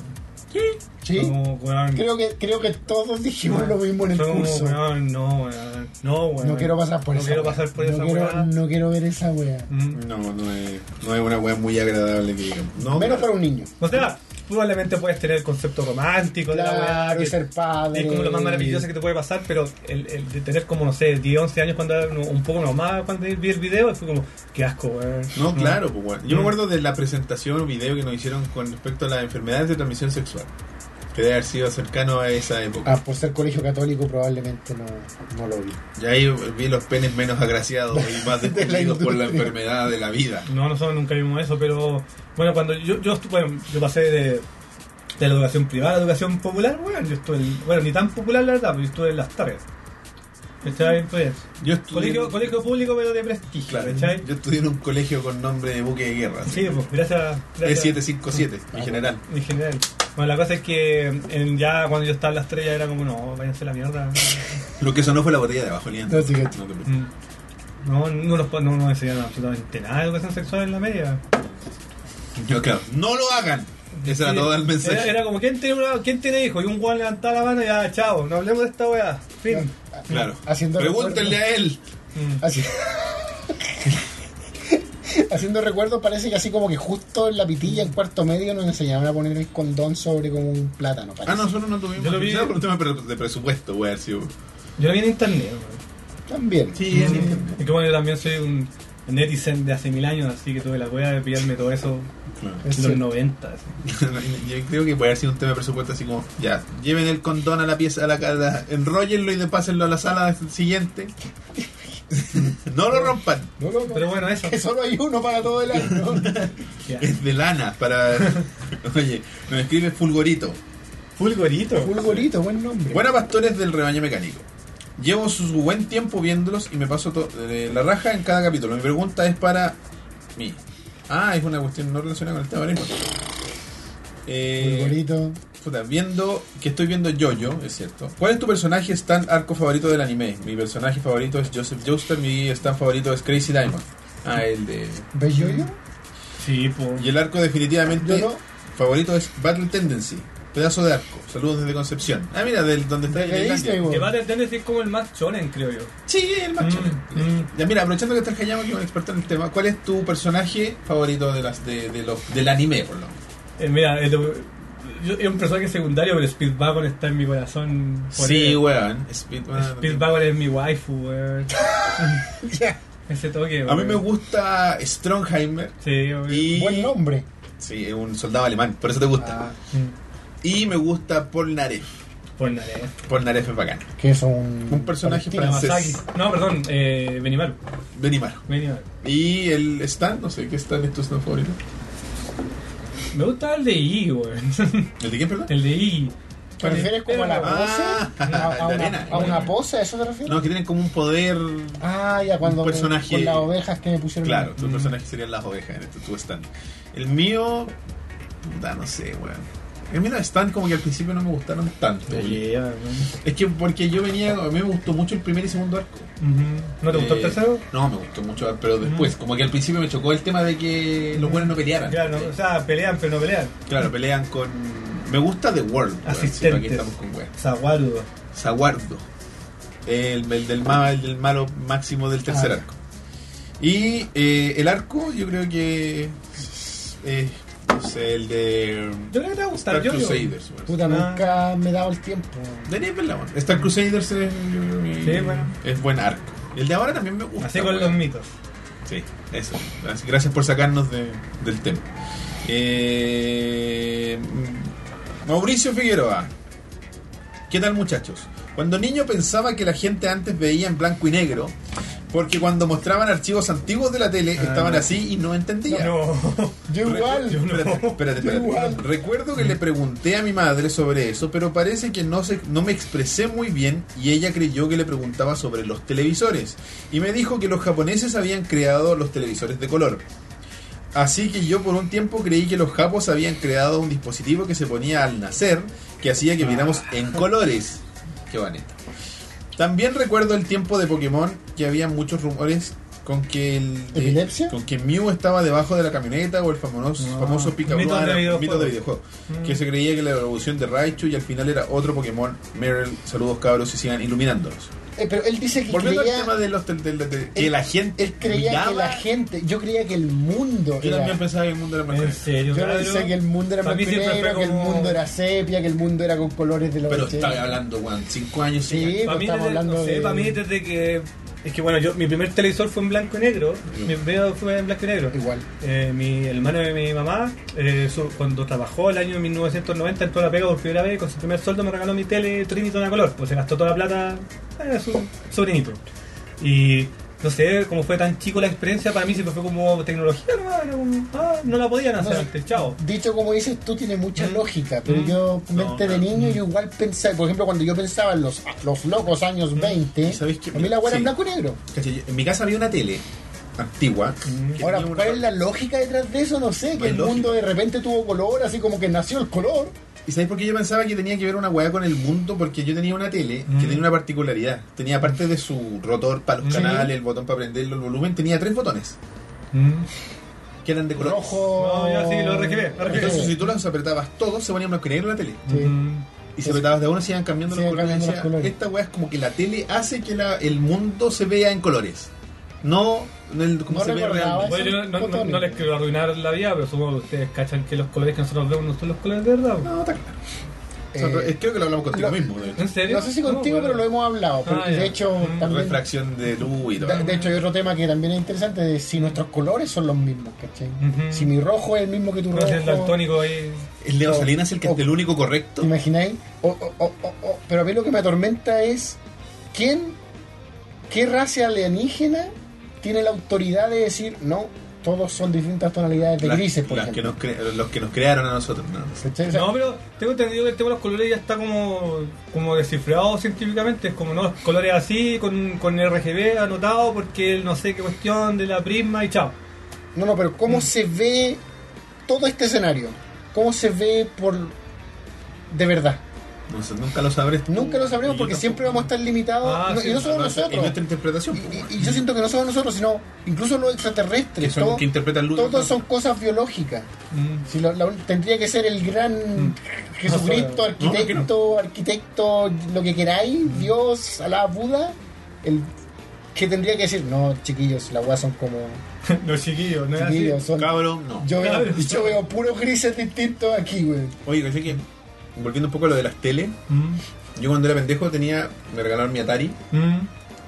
weón".
Sí,
Como, weón,
creo que, creo que todos dijimos lo mismo en el
fue como,
curso.
weón, no, weón, no, weón.
No quiero pasar por
no
esa
quiero
wea.
pasar por
no
esa
quiero,
weá.
No quiero ver esa wea.
Mm.
No, no es, no es una weá muy agradable que digamos. No,
Menos para un niño.
O sea, probablemente puedes tener el concepto romántico de la weá,
Claro, y
que
ser padre.
es como lo más maravilloso que te puede pasar, pero el, el de tener como, no sé, 10, 11 años cuando era uno- un poco normal, cuando vi el video, fue como, qué asco, weón.
No, claro, pues, bueno. Yo me
Mm.
acuerdo de la presentación o video que nos hicieron con respecto a las enfermedades de transmisión sexual. Que debe haber sido cercano a esa época.
Ah, por ser colegio católico probablemente no, no lo vi.
Y ahí vi los penes menos agraciados y más
De la
descubridos por la
industria.
enfermedad de la vida.
No, nosotros nunca vimos eso, pero bueno, cuando yo, yo estuve, bueno, yo pasé de, de la educación privada a la educación popular, bueno, yo estuve, en- bueno, ni tan popular la verdad, pero yo estuve en las tardes. ¿Cachai? Pues,
Yo estudié,
colegio, colegio público, pero de prestigio,
claro,
¿cachai?
yo estudié en un colegio con nombre de buque de guerra. así.
Sí, pues, gracias. gracias.
E757,
Ah.
en general.
En general. Bueno, la cosa es que en- ya cuando yo estaba en la estrella era como, no, váyanse a la mierda.
Lo que sonó fue la botella de abajo, Lian.
No, sí, que-
No te preocupes.
Mm. No, no nos, no nos enseñaron absolutamente nada de educación sexual en la media.
Yo, claro, no lo hagan. Ese era
Sí.
todo el mensaje.
Era, era como, ¿quién tiene, una- ¿quién tiene hijo? Y un guan levantaba la mano y ya, chao, no hablemos de esta weá. Fin.
Claro.
Haciendo
Pregúntenle
recuerdo.
a él.
Mm.
Así. Haciendo recuerdo, parece que así como que justo en la pitilla, en cuarto medio, nos enseñaban a poner el condón sobre como un plátano. Parece.
Ah, nosotros no tuvimos.
Yo lo vi-
quizá por un tema de pre- de presupuesto, voy a ver si.
Yo lo vi en internet, weón. Mm.
También.
Sí, en internet.
Y como yo también soy un netizen de hace mil años, así que tuve la wea de pillarme todo eso en
Es
los
cierto.
90. así.
Yo creo que puede haber sido un tema de presupuesto así como, ya, lleven el condón a la pieza, a la casa, enróllenlo y depásenlo a la sala siguiente. no lo rompan,
No, no, no.
Pero bueno, eso.
Que solo hay uno para todo el año.
Ya.
es de lana para... Oye, nos escribe Fulgorito.
Fulgorito.
Fulgorito, buen nombre.
Buena pastores del rebaño mecánico. Llevo su buen tiempo viéndolos y me paso to- eh, la raja en cada capítulo. Mi pregunta es para mí. Ah, es una cuestión no relacionada con el tema. vale, igual. Eh,
Fulgorito.
Puta, viendo que estoy viendo Jojo, es cierto. ¿Cuál es tu personaje stand arco favorito del anime? Mi personaje favorito es Joseph Joestar, mi stand favorito es Crazy Diamond. Ah, el de.
¿Ves yo yo?
Sí, pues.
Y el arco definitivamente
Yo no.
favorito es Battle Tendency. Pedazo de arco. Saludos desde Concepción. Ah, mira, del donde está
¿Qué dice,
Islandia.
güey?
Que va a tener es como el más shonen, creo yo.
Sí, el macho.
Mm, mm.
Ya mira, aprovechando que estás callado, que es un experto en el tema, ¿cuál es tu personaje favorito de las de, de los del anime, por lo menos?
Eh, mira, eh, lo- yo, es un personaje secundario, pero Speedwagon está en mi corazón. por
Sí,
él.
weón. Speedwagon.
Speedwagon es mi waifu, weón.
Ya.
Ese toque,
A mí
weón.
me gusta Strongheimer
Sí, weón.
y
Buen nombre.
Sí, es un soldado alemán, por eso te gusta.
Ah,
Mm.
Y me gusta Paul Naref.
Por nariz.
Paul Naref es bacán.
que es un.
Un personaje
palestino.
francés.
Kawasaki. No, perdón, eh, Benimaru.
Benimaro.
Benimaru.
Y el Stan, no sé, ¿qué Stan es tu Stan favorito?
Me gusta el de Iggy, weón.
¿El de quién, perdón?
El de Iggy.
¿Te refieres como a la
Pero-
pose?
Ah,
¿A, a
la
una,
arena.
a una pose? ¿A eso te refieres?
No, que tienen como un poder...
Ah, ya cuando.
Un personaje-
Con las ovejas que me pusieron.
Claro, tu
Mm.
personaje serían las ovejas en este, tu Stan. El mío... Puta, no sé, weón. El mío Stan como que al principio no me gustaron tanto.
Te
weón.
lleva, weón.
Es que porque yo venía... A mí me gustó mucho el primer y segundo arco.
Ujú. ¿No te gustó el
Eh,
tercero? Mm.
No, me gustó mucho, pero después. Como que al principio me chocó el tema de que los buenos no pelearan. Eh,
Claro, no, o sea, pelean, pero no pelean.
Claro, pelean con. Me gusta The World. weón,
Asistentes.
sí, pero aquí estamos con weón.
Zaguarudo.
Zaguardo. El, el del, ma- el del malo máximo del tercer
Ah.
arco. Y eh, el arco, yo creo que. eh, no sé, el de.
Yo creo que te va a gustar,
Star
yo. yo.
Crusaders. weón.
Puta,
Ah.
nunca me he dado el tiempo.
Debería verla, weón. Star Crusaders es, yo creo que
Sí, bueno.
es buen arco. El de ahora también me gusta.
Así con
weón.
los mitos.
Sí, eso. Así que Gracias por sacarnos de- del tema. Eh, Mauricio Figueroa. ¿Qué tal muchachos? Cuando niño pensaba que la gente antes veía en blanco y negro, porque cuando mostraban archivos antiguos de la tele
Ah,
estaban
no.
así y no entendía.
No.
Yo
Re-
igual.
yo-
Espérate, espérate, espérate.
Igual.
Recuerdo que le pregunté a mi madre sobre eso, pero parece que no, se, no me expresé muy bien y ella creyó que le preguntaba sobre los televisores. Y me dijo que los japoneses habían creado los televisores de color. Así que yo por un tiempo creí que los japos habían creado un dispositivo que se ponía al nacer, que hacía que viéramos
Ah.
en colores. Qué bonito. También recuerdo el tiempo de Pokémon que había muchos rumores con que el
¿Epilepsia?
con que Mew estaba debajo de la camioneta o el famoso,
Ah.
famoso
Mito de
Picabruana,
videojuego.
mito de videojuego,
Mm.
que se creía que la evolución de Raichu y al final era otro Pokémon, Meryl, saludos cabros y sigan iluminándolos.
Eh, pero él dice que
Volviendo
creía-
al tema de los del- del- del- de- que la gente
Él creía que
miraba-
la gente, yo creía que el mundo
yo
era.
también pensaba que el mundo era
En
más
serio,
yo
cabrón.
pensé que el mundo era
Para mí
blanco y
siempre fue
negro, que el
como-
mundo era sepia, que el mundo era con colores de los
pero
80.
estaba hablando, weón, cinco años
Sí.
señor.
Para mí,
estamos
desde,
hablando
no sé,
de-
para mí desde que... Es que bueno, yo mi primer televisor fue en blanco y negro. Mi video fue en blanco y negro.
Mm. Igual.
Eh, mi hermano de mi mamá, eh, su- cuando trabajó el año 1990, entró a la pega por primera vez, con su primer sueldo me regaló mi tele Triniton a color, pues se gastó toda la plata a su sobrinito. Y no sé, como fue tan chico la experiencia, para mí siempre fue como tecnología, no, Era como, ah, no la podían hacer
No.
antes, chao.
Dicho como dices tú, tiene mucha
Mm.
lógica, pero
Mm.
yo,
No,
mente de
claro.
niño, yo igual pensaba, por ejemplo, cuando yo pensaba en los, los locos años
Mm.
20,
¿Sabéis qué?
a mí la hueá era
Sí.
en blanco y negro.
Caché, yo- En mi casa había una tele antigua. que
Mm, Ahora,
tenía una-
¿cuál es la lógica detrás de eso? No sé, que
No hay
el
lógica.
mundo de repente tuvo color, así como que nació el color.
¿Y sabéis por qué yo pensaba que tenía que ver una weá con el mundo? Porque yo tenía una tele
Mm.
que tenía una particularidad. Tenía, aparte de su rotor para los
Sí.
canales, el botón para prenderlo, el volumen, tenía tres botones
Mm.
Mm,
que eran de color.
Rojo. Eh,
No, ya sí, lo regivé, lo regivé.
Entonces,
Sí.
si tú los apretabas todos, se ponían blanco y negro la tele.
Sí.
Mm.
Y si apretabas de a uno, se iban cambiando los
Se iban
colores.
cambiando
Decía,
los colores.
Esta weá es como que la tele hace que la- el mundo se vea en colores. No, no el- como
No
se ve
recordaba
realmente.
eso.
Bueno, yo no, no- no les quiero arruinar la vida, pero supongo que ustedes cachan que los colores que nosotros vemos no son los colores de verdad.
No, está claro. O sea,
Eh,
pero, eh, creo que lo hablamos contigo
lo-
mismo, de hecho.
¿En serio?
No sé si contigo,
No,
pero lo hemos hablado. pero-
Ah,
y
ya.
de hecho,
Mm,
también.
Refracción de luz y todo.
De, de hecho, hay otro tema que también es interesante: de si nuestros colores son los mismos, ¿cachai?
Ujú.
Si mi rojo es el mismo que tu
No
rojo.
sé, el daltónico ahí.
¿El Leo Salinas el que es el único correcto?
¿Te imagináis? O- o- o- o- o- Pero a mí lo que me atormenta es quién, qué raza alienígena tiene la autoridad de decir, no, todos son distintas tonalidades de
Las-
grises, por
las que
ejemplo.
nos cre- los que nos crearon a nosotros, ¿no?
¿Cachai? O sea,
No, pero tengo entendido que el tema de los colores ya está como, como descifrado científicamente. Es como, no, los colores así, con, con RGB anotado, porque el no sé qué cuestión de la prisma y chao.
no, no, pero
Mm.
¿cómo se ve todo este escenario? ¿Cómo se ve por... de verdad?
No sé, nunca lo sabré.
Nunca lo sabremos
Mm, Y yo
porque
tampoco.
siempre vamos a estar limitados.
Ah,
no,
sí,
y no solo
No, esa- Es
nosotros.
nuestra interpretación. po,
Y,
bueno.
y yo siento que no solo nosotros, sino incluso los
que
extraterrestres.
son
todo-
que interpretan luz.
todos son cosas biológicas.
Mm.
Si lo- la- tendría que ser el gran Jesucristo,
No, Mm.
no, que
arquitecto, arquitecto, lo que queráis, Dios, Alá, Buda, el que tendría que decir, no, chiquillos, la weá son como
los chiquillos, ¿no es así?
chiquillos, son-
Cabrón, no.
yo, veo,
Cabros.
yo veo puros grises distintos aquí, güey.
Oye, caché que volviendo un poco a lo de las teles,
Mm.
yo cuando era pendejo tenía, me regalaron mi Atari
Mm.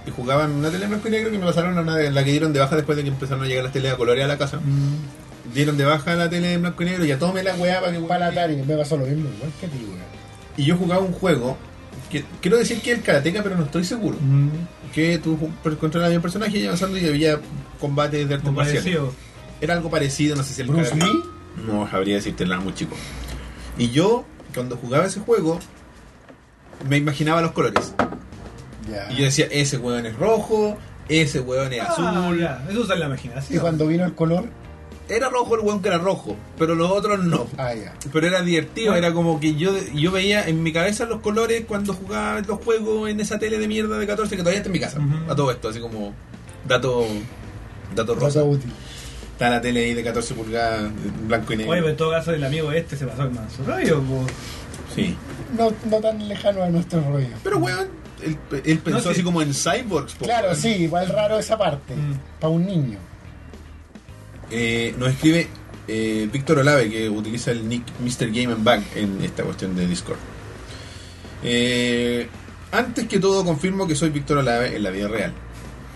y jugaba en una tele en blanco y negro que me pasaron a una de la que dieron de baja después de que empezaron a llegar las teles a colores a la casa.
Mm.
Dieron de baja la tele en blanco y negro y ya tome la weá para que
Para la Atari, me pasó lo mismo, igual que a ti, güey.
Y yo jugaba un juego que quiero decir que es el karateka, pero no estoy seguro.
Mm.
Que tú ju- controlabas a un personaje y avanzando y había combates de artes
Como
marciales.
parecido.
Era algo parecido, no sé si el
Bruce
karate-
Lee,
No sabría decirte nada muy chico. Y yo, cuando jugaba ese juego, me imaginaba los colores.
ya.
Y yo decía, ese hueón es rojo, ese hueón es
Ah,
azul.
ya, eso está en la
Y
imaginación.
cuando vino el color,
Era rojo el hueón que era rojo, pero los otros no.
ah, ya.
Pero era
Ah.
divertido, era como que yo, yo veía en mi cabeza los colores cuando jugaba los juegos en esa tele de mierda de 14 que todavía está en mi casa.
Ujú.
A todo esto, así como dato, dato
Cosa
rosa.
útil.
Está la tele ahí de 14 pulgadas, en blanco y negro.
Oye, pero en todo caso, el amigo este se pasó el manso rollo. po.
Sí.
No, no tan lejano a nuestro rollo.
Pero weón, él, él pensó
sí.
así como en cyborgs. po,
Claro,
weón.
sí, igual raro esa parte.
Mm.
Para un niño.
Eh, nos escribe eh, Víctor Olave, que utiliza el nick Mr. Game and Back en esta cuestión de Discord. Eh, antes que todo, confirmo que soy Víctor Olave en la vida real.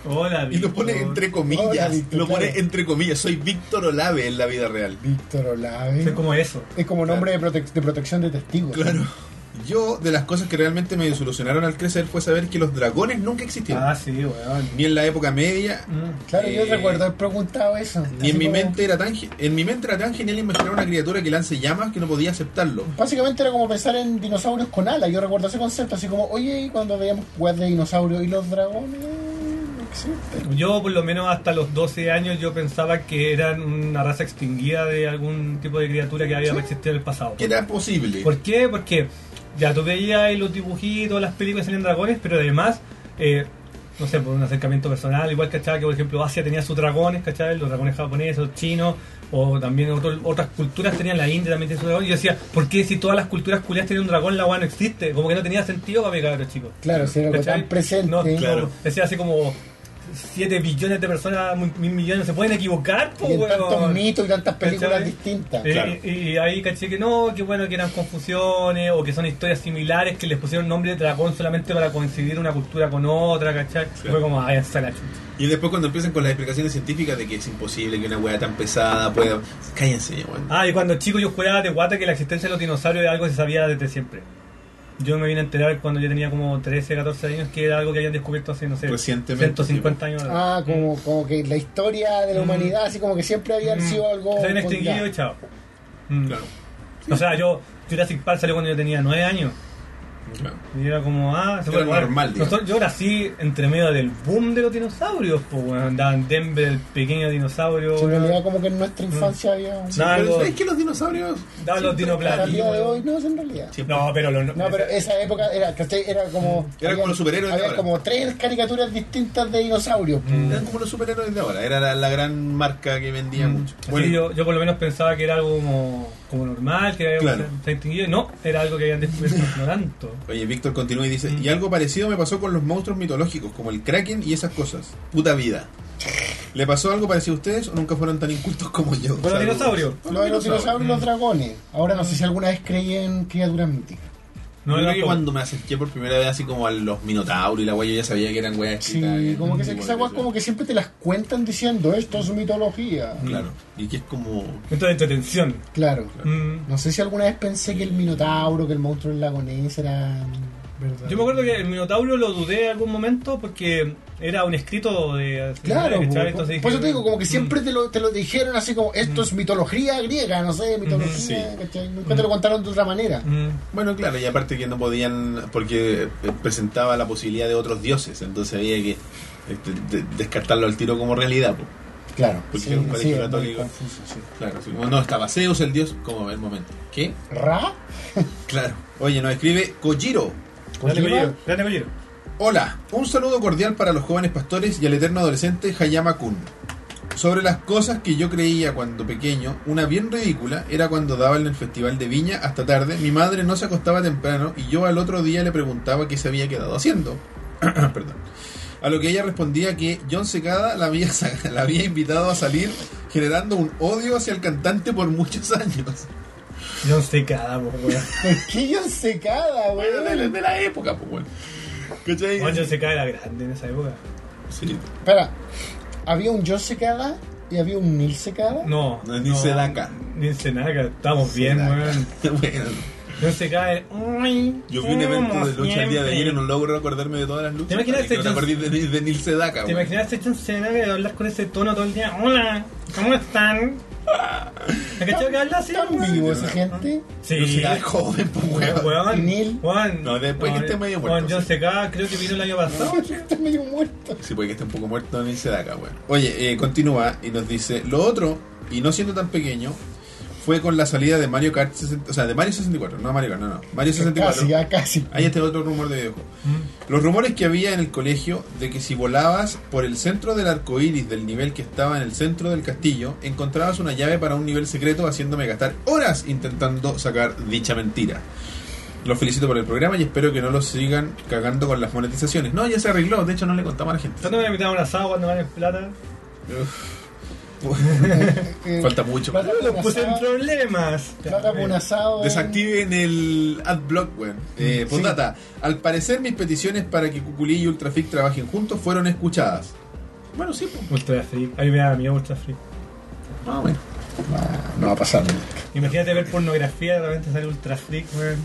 Hola,
Y lo
Víctor.
pone entre
Hola,
comillas.
Víctor,
lo pone
claro.
entre comillas. Soy Víctor Olave en la vida real.
Víctor Olave.
Es como eso.
Es como nombre de, protec- de protección de testigos.
Claro. Yo, de las cosas que realmente me desilusionaron al crecer fue saber que los dragones nunca existieron.
Ah, sí, weón.
Ni en la época media,
Mm.
Claro, yo
Eh,
recuerdo haber preguntado eso.
ni
Así
en mi
como-
mente era tan ge- en mi mente era tan genial imaginar una criatura que lance llamas que no podía aceptarlo.
Básicamente era como pensar en dinosaurios con alas. Yo recuerdo ese concepto, así como, oye, y cuando veíamos weas de dinosaurios y los dragones. no existen.
Yo, por lo menos hasta los 12 años, yo pensaba que eran una raza extinguida de algún tipo de criatura que había existido en el pasado.
Que era posible.
¿Por qué? Porque ya tú veías ahí los dibujitos, las películas en dragones, pero además, eh, no sé, por un acercamiento personal, igual cachaba que, por ejemplo, Asia tenía sus dragones, ¿cachai? Los dragones japoneses, los chinos, o también otro- otras culturas tenían la India, también tenía sus dragones. Y yo decía, ¿por qué si todas las culturas culiadas tienen un dragón, la agua no existe? Como que no tenía sentido para mi cabrón, chicos.
Claro, si era algo
¿Cachai?
tan presente.
No,
claro.
Decía así como 7 billones de personas, mu- mil millones, se pueden equivocar, po,
Y en tantos
weón?
mitos y tantas películas
Oh, ¿Cachai?
distintas.
Eh,
Claro.
y, y ahí caché que no, que bueno, que eran confusiones o que son historias similares que les pusieron nombre de dragón solamente para coincidir una cultura con otra, ¿cachai?
Claro.
Fue como, ay, esa la chucha.
Y después cuando empiezan con las explicaciones científicas de que es imposible que una weá tan pesada pueda... Cállense, ya, weón.
Ah, y cuando chico yo juraba de guata que la existencia de los dinosaurios era algo que se sabía desde siempre. Yo me vine a enterar cuando yo tenía como 13, 14 años que era algo que habían descubierto hace, no sé,
Recientemente,
150 años. atrás.
Ah, como, como que la historia de la humanidad, así como que siempre habían
Mm.
sido algo.
Se habían
con-
extinguido y chao. Mm.
Claro,
O sea, yo Jurassic Park salió cuando yo tenía 9 años.
claro.
Y era como, ah, se
Era
puede jugar.
normal, digamos.
Nosotros- Yo nací entre medio del boom de los dinosaurios, pues, weón. Andaban Denver, el pequeño dinosaurio,
En realidad,
weón. Mm.
como que en nuestra infancia había un.
Sí, No, algo-
Pero ¿sabes que los dinosaurios...
Daban
Hasta
los
el día de
dinoplatíbulos.
hoy, no, en realidad.
Siempre-
No, pero los.
No, pero esa época era, ¿cachai? Era como.
Era como los superhéroes de
Había
ahora. Mm.
como tres caricaturas distintas de dinosaurios. po.
Eran como los
Mm,
superhéroes de ahora. Era la, la gran marca que vendía mucho.
Así yo, yo por lo menos pensaba que era algo como. como normal, que había
Claro.
se extinguido. No, era algo que habían descubierto no tanto.
Oye, Víctor continúa y dice, y algo parecido me pasó con los monstruos mitológicos, como el kraken y esas cosas. Puta vida. ¿Le pasó algo parecido a ustedes o nunca fueron tan incultos como yo?
Con los
Saludos.
dinosaurios.
Con
Los, los dinosaurios y los
Mm.
dragones. Ahora no sé si alguna vez creí en criaturas míticas.
No,
No,
yo
era
creo que cuando me acerqué por primera vez así como a los minotauros y la wea, yo ya sabía que eran weas
Sí,
escritas, eh,
como
muy
que esas esas weas
bonitas.
como que siempre te las cuentan diciendo esto es mitología.
Claro, y que es como...
Esto de entretención.
Claro.
Mm.
No sé si alguna vez pensé que el minotauro, que el monstruo del lago Ness era verdad.
Yo me acuerdo que el Minotauro lo dudé en algún momento porque era un escrito de...
Claro,
de-
po,
¿cachai?
por,
Entonces
por eso
dije,
te digo, como que
mm,
siempre te, lo, te lo dijeron así como, esto es mitología griega, no sé, mitología,
Mm, Sí.
¿cachai? Nunca te lo contaron de otra manera.
mm.
Bueno, claro, y aparte que no podían, porque eh, presentaba la posibilidad de otros dioses, entonces había que este, de- descartarlo al tiro como realidad. po.
Claro.
Porque era un colegio
es muy
católico.
confuso, sí.
Claro, así como, no, estaba Zeus el dios, como el momento. ¿Qué?
¿Ra?
Claro. Oye, nos escribe Kojiro.
Grande
¿Kojima?
Collero, grande Collero.
Hola, un saludo cordial para los jóvenes pastores y al eterno adolescente Hayama Kun. Sobre las cosas que yo creía cuando pequeño, una bien ridícula era cuando daba en el festival de Viña hasta tarde, mi madre no se acostaba temprano y yo al otro día le preguntaba qué se había quedado haciendo. Perdón. A lo que ella respondía que John Secada la había, sa- la había invitado a salir, generando un odio hacia el cantante por muchos años.
Yo no sé cada, po, weón.
¿Por qué yo secada,
Bueno, de,
weón?
de la época, pues, bueno. ¿Cachai?
Juan John se cae la grande en esa época.
Sí.
Espera, ¿había un yo secada y había un Nil secada?
No.
No, ni Sedaka.
Ni Sedaka, estamos bien,
Sedaka.
weón.
Bueno.
John se cae. Ay,
Yo fui a un evento
como
de lucha el día de
siempre.
ayer y no logro acordarme de todas las luchas.
¿Te imaginas
que no te
que-
acordé de, de Neil Sedaka,
¿Te
güey?
imaginas a John Sedaka hablar con ese tono todo el día? Hola, ¿cómo están? ¿Me cachado que habla así,
¿Tan
weón?
vivo
sí,
esa
sí.
gente?
Neil
Sí.
Sedaka es joven, pues,
Weón,
weón.
weón.
Neil.
Weón.
No, después que esté medio muerto,
Juan John Seca creo que vino el año
Ah.
pasado.
Está medio muerto.
Sí, puede que esté un poco muerto Neil Sedaka, weón. Oye, eh, continúa y nos dice: Lo otro, y no siendo tan pequeño, fue con la salida de Mario Kart 60, o sea, de Mario 64, no Mario Kart, no, no. Mario 64.
Casi, ya casi. Eh,
Ahí está otro rumor de videojuego.
Mm.
Los rumores que había en el colegio de que si volabas por el centro del arco iris del nivel que estaba en el centro del castillo, encontrabas una llave para un nivel secreto, haciéndome gastar horas intentando sacar dicha mentira. Los felicito por el programa y espero que no los sigan cagando con las monetizaciones. No, ya se arregló, de hecho no le contamos a la gente.
¿Cuándo me invitaron a un asado cuando ganes plata?
Eh,
Falta mucho.
Plata por un
Puse en
asado,
problemas.
plata por un asado. weón.
Desactiven el adblock, weón. Eh,
Mm,
postdata. Al parecer mis peticiones para que Cuculí y Ultrafic trabajen juntos fueron escuchadas. Bueno, sí, pues.
Ultra Free. A mí me da miedo Ultra Free.
Más o menos.
Ah, no va a pasar.
Imagínate ver pornografía y de repente sale Ultra Freak, weón.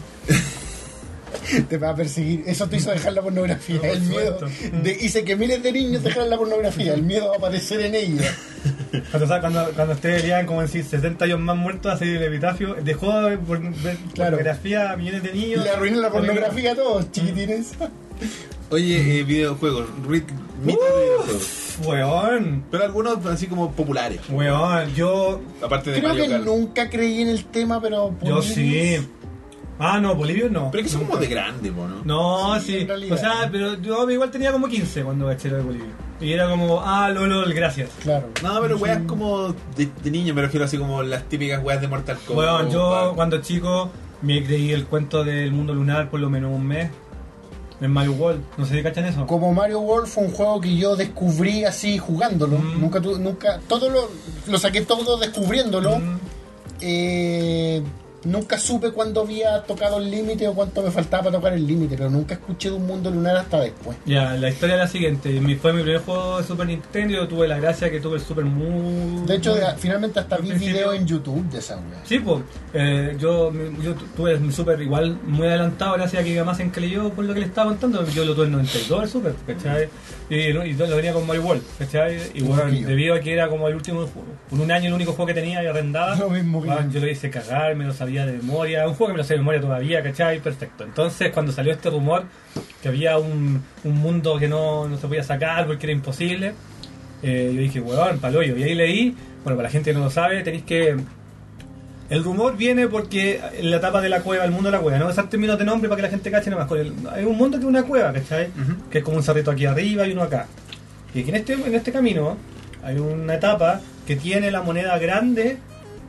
Te va a perseguir. Eso te hizo dejar la pornografía.
No, por
el miedo.
supuesto.
De, dice que miles de niños dejaron la pornografía. El miedo va a aparecer en ella.
Cuando, ¿sabes? cuando, cuando ustedes leían como decir 60 años más muertos, así el epitafio, dejó de por- ver
Claro.
pornografía a millones de
Y
niños.
le arruinan la pornografía a todos, chiquitines.
Oye, eh, videojuegos, rit- mitos de videojuegos.
Weón,
Pero algunos así como populares.
weón, yo,
Aparte de
Creo
Mario
que
Kart.
nunca creí en el tema, pero.
yo
por-
sí. Ah, no, Bolivio no.
Pero es que son como de grande, po, ¿no?
No,
Sí,
sí.
en realidad.
O sea, pero yo igual tenía como 15 cuando caché lo de Bolivia. Y era como, ah, lol, gracias.
Claro.
No, pero weas como de, de niño, me refiero así como las típicas weas de Mortal Kombat.
Weón, yo
weón.
cuando chico me creí el cuento del mundo lunar por lo menos un mes. En Mario World. No sé si cachan eso.
Como Mario World fue un juego que yo descubrí así jugándolo.
Mm.
Nunca tu- nunca. Todo lo, lo saqué todo descubriéndolo.
Mm.
Eh, nunca supe cuándo había tocado el límite o cuánto me faltaba para tocar el límite, pero nunca escuché de un mundo lunar hasta después.
Ya, la historia es la siguiente. Mi, fue mi primer juego de Super Nintendo. Yo tuve la gracia que tuve el Super Moon.
De hecho, de- finalmente hasta
Al
vi
principio-
videos en YouTube de esa wea.
Sí, pues. eh, yo, mi- yo tu- tuve mi Super igual muy adelantado, gracias a que además se encreyó por lo que le estaba contando. Yo lo tuve en 92 el Super, ¿cachai? Y, no- y yo lo venía con Mario World, ¿cachai? Y bueno,
poquillo.
debido a que era como el último juego, por un año el único juego que tenía y arrendaba,
Lo mismo que
bueno,
yo.
yo lo hice cagar, me lo sabía de memoria. Un juego que me lo sé de memoria todavía, ¿cachai? Perfecto. Entonces, cuando salió este rumor que había un, un mundo que no, no se podía sacar porque era imposible. Eh, yo dije, weón, paloyo. Y ahí leí, bueno, para la gente que no lo sabe, tenéis que. El rumor viene porque en la etapa de la cueva, el mundo de la cueva, no usar términos de nombre para que la gente cache nada más. con el- Hay un mundo que es una cueva, ¿cachai?
Ujú.
Que es como un cerrito aquí arriba y uno acá. Y aquí en este, en este camino hay una etapa que tiene la moneda grande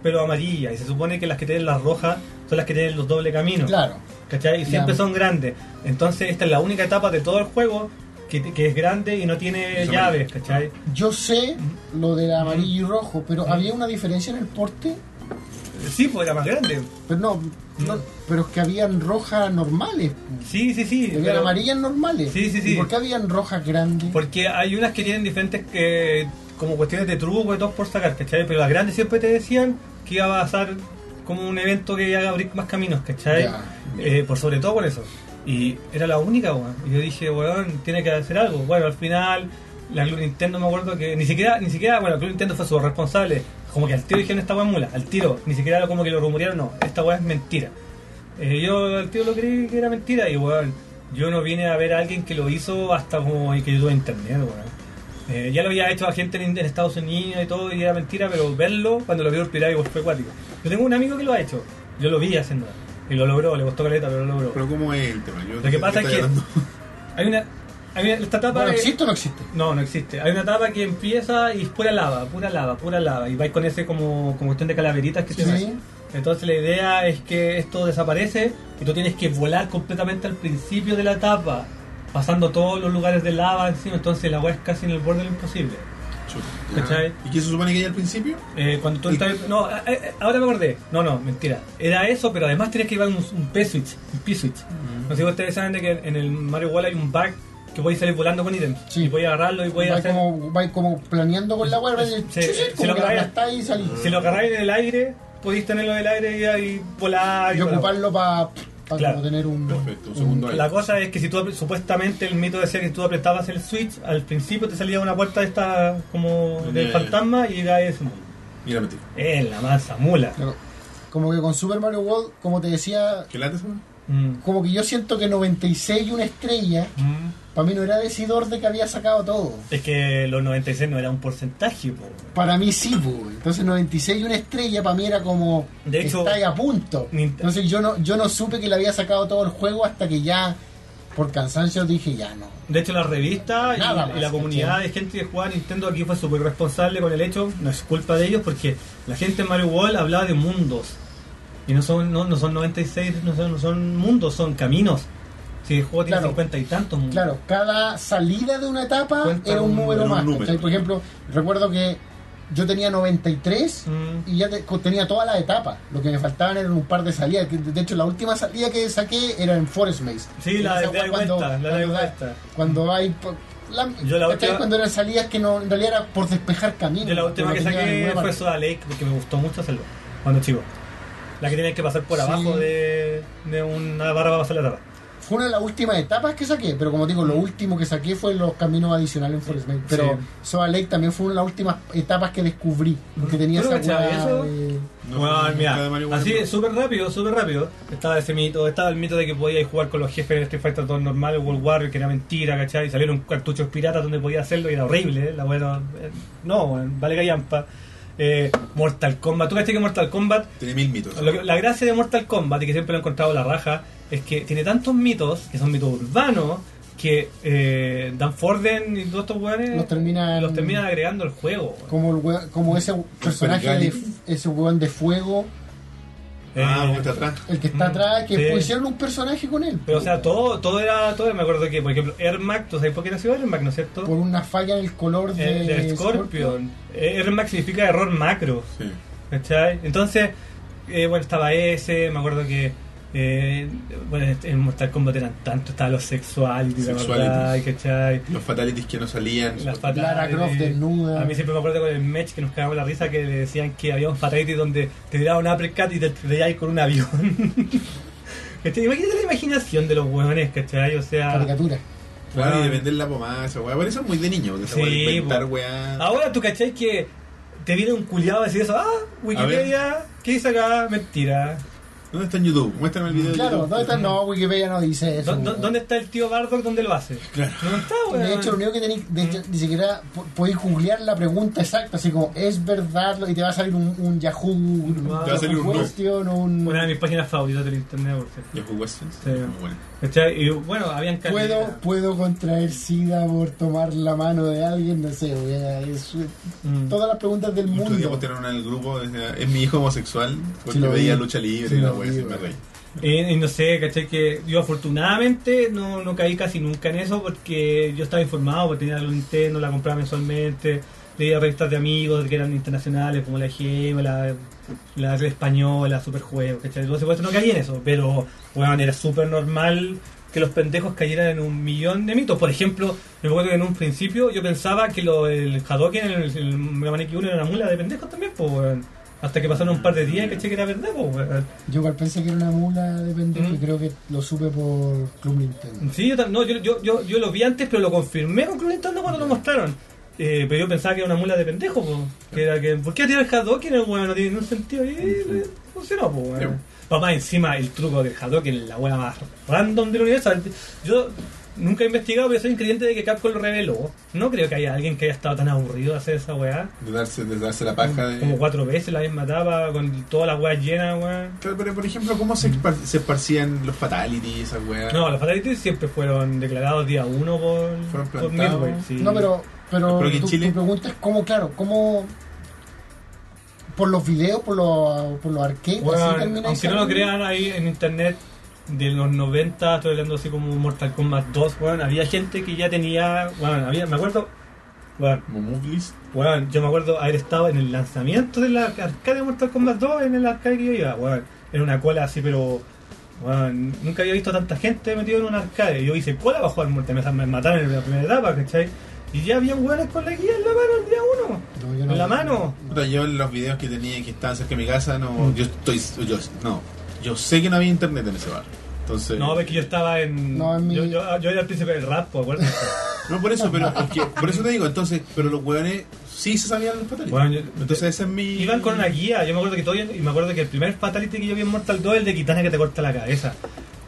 pero amarillas. Y se supone que las que tienen las rojas son las que tienen los doble caminos.
Claro.
¿Cachai? Y siempre
Ya.
son grandes. Entonces, esta es la única etapa de todo el juego que, que es grande y no tiene
Y son
llaves, ¿cachai?
Yo sé
Mm.
lo del amarillo y rojo, pero había una diferencia en el porte.
Sí, pues era más grande.
Pero no, no, pero es que habían rojas normales.
Sí, sí, sí.
Habían
pero-
amarillas normales.
Sí, sí,
¿Y
sí.
por qué habían rojas grandes?
Porque hay unas que tienen diferentes eh, como cuestiones de truco y todo por sacar, ¿cachai? Pero las grandes siempre te decían que iba a pasar como un evento que haga abrir más caminos, ¿cachai?
Ya.
Eh, por sobre todo por eso. Y era la única, weón. Y yo dije, weón, tiene que hacer algo. Bueno, al final, la Club Nintendo me acuerdo que ni siquiera, ni siquiera, bueno, Club Nintendo fue su responsable. Como que al tiro dijeron esta weá es mula, al tiro, ni siquiera como que lo rumorearon, no, esta weá es mentira. Eh, yo al tío lo creí que era mentira y weón, yo no vine a ver a alguien que lo hizo hasta como que yo tuve internet, weón. Eh, ya lo había hecho a gente en, en Estados Unidos y todo y era mentira, pero verlo cuando lo vio el pirata igual fue cuático. Yo tengo un amigo que lo ha hecho, yo lo vi haciendo y lo logró, le costó caleta, pero lo logró.
Pero ¿cómo es el tema? Yo-
Lo que pasa es que-
hablando-
Hay una, hay una- esta etapa
Bueno,
de-
¿existe o no existe?
No, no existe. Hay una etapa que empieza y es pura lava, pura lava, pura lava. Y vais con ese como, como cuestión de calaveritas que
Sí.
te hacen. Entonces la idea es que esto desaparece y tú tienes que volar completamente al principio de la etapa, pasando todos los lugares de lava encima. Entonces la weá es casi en el borde de lo imposible.
Chuta, ya.
¿Cachai?
¿Y qué se supone que hay al principio?
Eh, cuando tú
Y-
estás- No, eh, eh, ahora me acordé. No, no, mentira. Era eso, pero además tenías que llevar un, un P-switch. Un P-switch.
Mm.
No sé si ustedes saben de que en el Mario World hay un bug que podéis salir volando con ítems.
Sí.
Y podéis agarrarlo y podéis
Vais
hacer...
como, vais como planeando con la web,
Sí,
chuchu,
sí,
como
lo
que la
agarráis.
aplastáis y salís.
Si lo agarráis en el aire, podéis tenerlo en el aire y, y volar.
Y
volar.
ocuparlo para
Claro.
tener un.
Perfecto, un segundo aire.
La cosa es que si tú apre- supuestamente el mito decía que tú apretabas el switch, al principio te salía una puerta de esta como
Ya,
del
ya.
fantasma y llegaba ese mundo.
Mira, mentira.
Es "Eh, la masa mula.
Mm, Claro. Como que con Super Mario World, como te decía,
¿Qué late son?
Mm.
como que yo siento que 96 y una estrella,
Mm.
para mí no era decidor de que había sacado todo.
Es que los 96 no era un porcentaje, po.
Para mí sí, pues. Entonces 96 y una estrella para mí era como
De hecho,
está ahí a punto.
Nint-
Entonces yo no yo no supe que le había sacado todo el juego hasta que ya por cansancio dije ya no.
De hecho, la revista y,
Nada
y
más,
la comunidad de gente que juega a Nintendo aquí fue súper responsable con el hecho. No es culpa de ellos porque la gente en Mario World hablaba de mundos. Y no son, no, no son 96, no son, no son mundos, son caminos. Si el juego tiene
Claro.
50 y tantos mundos.
Claro, cada salida de una etapa
Cuenta
era un
un-
número
era un
más.
número.
¿cachai? Por ejemplo, recuerdo que yo tenía 93
Mm.
y ya te- co- tenía todas las etapas. Lo que me faltaban eran un par de salidas. que De hecho, la última salida que saqué era en Forest Maze.
Sí, la
Esa
de
fue
dar vuelta, la de vuelta.
Cuando hay... po- la-
Yo la
¿cachai?
última-
Cuando eran salidas que no, en realidad era por despejar camino.
Yo la última que saqué fue Soda Lake porque me gustó mucho hacerlo cuando chico. La que tienes que pasar por
Sí.
abajo de, de una barra para pasar la tapa.
Fue una de las últimas etapas que saqué, pero como digo, lo último que saqué fue los caminos adicionales en Forest Maze. Pero
Mm. Sí.
Soda Lake también fue una de las últimas etapas que descubrí, porque tenía
¿Tú
esa
no cachabas
weá
eso?
de-
No,
Bueno,
no, nunca de Mario
mira,
World,
así
pero-
súper rápido, súper rápido. Estaba ese mito, estaba el mito de que podíais jugar con los jefes de Street Fighter 2 normal, World Warrior, que era mentira, ¿cachai? Y salieron cartuchos piratas donde podía hacerlo y era horrible, ¿eh? la buena. eh, No, bueno, vale callampa. Eh, Mortal Kombat, ¿tú cachaste que Mortal Kombat
Tiene mil mitos.
lo que- la gracia de Mortal Kombat, y que siempre lo he encontrado la raja, es que tiene tantos mitos, que son mitos urbanos, que eh, Dan Forden y todos estos weones
Los terminan-
los terminan agregando al juego. weón.
como, el wea- como ese personaje de
Fergali.
ese weón de fuego,
Ah,
Eh,
porque está atrás.
el que está
Mm,
atrás, que
sí.
pues, hicieron un personaje con él.
Pero o
po,
sea,
weón.
todo, todo era, todo, me acuerdo que, por ejemplo, Ermac, ¿tú sabes por qué nació Ermac, no es cierto?
Por una falla en el color de,
Eh, del
Scorpion.
Scorpion. Eh, Ermac significa error macro,
Sí.
¿cachai? Entonces, eh, bueno, estaba ese, me acuerdo que, eh, bueno, en Mortal Kombat eran tanto, estaba los sexualities, ¿te
Sexualities.
acordás? ¿cachai?
Los fatalities que no salían.
Las fatalities.
Lara Croft desnuda.
A mí siempre me acuerdo con el match que nos cagamos la risa que le decían que había un fatality donde te tiraba un uppercut y te estrellabas con un avión. ¿Cachai? Imagínate la imaginación de los hueones, ¿cachai? O sea...
Caricatura.
Claro, y de vender la pomada, esa weá. Bueno, eso es muy de niño, de esa
Sí,
weá de inventar
po.
weá.
Ahora tú cachai "Ah, que te viene un culiado a decir eso, ah, Wikipedia, ¿qué dice acá? Mentira.
¿Dónde está en YouTube? Muéstrame el video.
Claro,
de YouTube.
¿dónde está? No, Wikipedia no dice eso.
¿Dó- dó-
weón.
¿Dónde está el tío Bardock? ¿Dónde lo hace?
Claro.
No está, weón. Mm.
De hecho, lo único que tenéis, de hecho, ni siquiera po- podéis googlear la pregunta exacta, así como, ¿es verdad? lo- Y te va a salir un, un Yahoo, un
va a
Yahoo
salir un no.
question, un-
Una de mis páginas favoritas del internet, por cierto.
Yahoo Questions.
Sí.
Muy bueno.
¿Cachai? Y bueno, habían
¿Puedo,
caleta.
¿Puedo contraer SIDA por tomar la mano de alguien? No sé, weá, es-
Mm.
todas las preguntas del
Otro día
mundo.
postearon en el grupo, decía, es mi hijo homosexual, porque
Sí, lo
veía
vi.
lucha libre
Sí,
y la
lo
wea,
vi,
sí, me
weón.
reí.
Eh, Y no sé, caché que yo afortunadamente no, no caí casi nunca en eso porque yo estaba informado, porque tenía los Nintendo, la compraba mensualmente, leía revistas de amigos que eran internacionales como la EGM, la, la Red Española, Superjuegos, ¿cachai? Por supuesto no caí en eso, pero bueno, era súper normal que los pendejos cayeran en un millón de mitos. Por ejemplo, me acuerdo que en un principio yo pensaba que lo, el Hadoken en el, el Mega Man X1 era una mula de pendejos también, pues, weón. hasta que pasaron un par de días y caché que era verdad, pues, weón.
Yo igual pensé que era una mula de pendejo
Mm.
y creo que lo supe por Club Nintendo.
Sí, yo, tam- no, yo, yo, yo, yo lo vi antes, pero lo confirmé con Club Nintendo cuando lo mostraron. Eh, pero yo pensaba que era una mula de pendejo, po. Que era que, ¿por qué tirar el Hadouken, el weón? No tiene ningún sentido. Y eh, funcionó, po, weón.
Sí.
Papá, encima el truco del Hadouken es la weá más random del universo. Yo nunca he investigado, pero soy creyente de que Capcom lo reveló. No creo que haya alguien que haya estado tan aburrido de hacer esa weá.
De darse, de darse la paja de...
Como cuatro veces la misma etapa, con todas las weas llenas, weón.
Claro, pero por ejemplo, ¿cómo se, espar- se esparcían los fatalities, esas weas?
No, los Fatalities siempre fueron declarados día uno por,
Fueron
por
plantados.
Midway, sí.
No, pero, pero
Pero que en
tu,
Chile-
tu pregunta es cómo, claro, cómo... Por los videos, por los, por los arcades, así
Bueno,
termina
aunque
esa
no lo
mula.
crean ahí en internet de los 90, estoy hablando así como Mortal Kombat 2, bueno, había gente que ya tenía, bueno, había, me acuerdo, bueno,
Como movies.
bueno, yo me acuerdo haber estado en el lanzamiento de la arcade de Mortal Kombat 2 en el arcade que yo iba, bueno, era una cola así, pero bueno, nunca había visto tanta gente metida en un arcade, yo hice cola bajo el muerte, me me mataron en la primera etapa, ¿cachai? Y ya habían hueones con la guía en la mano el día uno,
No, yo no-
en la mano.
Puta, yo en los videos que tenía que estaban cerca de mi casa, no,
Mm.
yo estoy, yo, no, yo sé que no había internet en ese bar. Entonces,
No, ves que yo estaba en.
No, en mi-
yo, yo, yo era el príncipe del rap, po, acuérdate.
no por eso, pero es que- por eso te digo, entonces, pero los weones sí se sabían los fatalities.
Bueno, yo-
entonces ese es mi...
Iban con una guía, yo me acuerdo que todo, y me acuerdo que el primer fatality que yo vi en Mortal 2 es el de Kitana que te corta la cabeza.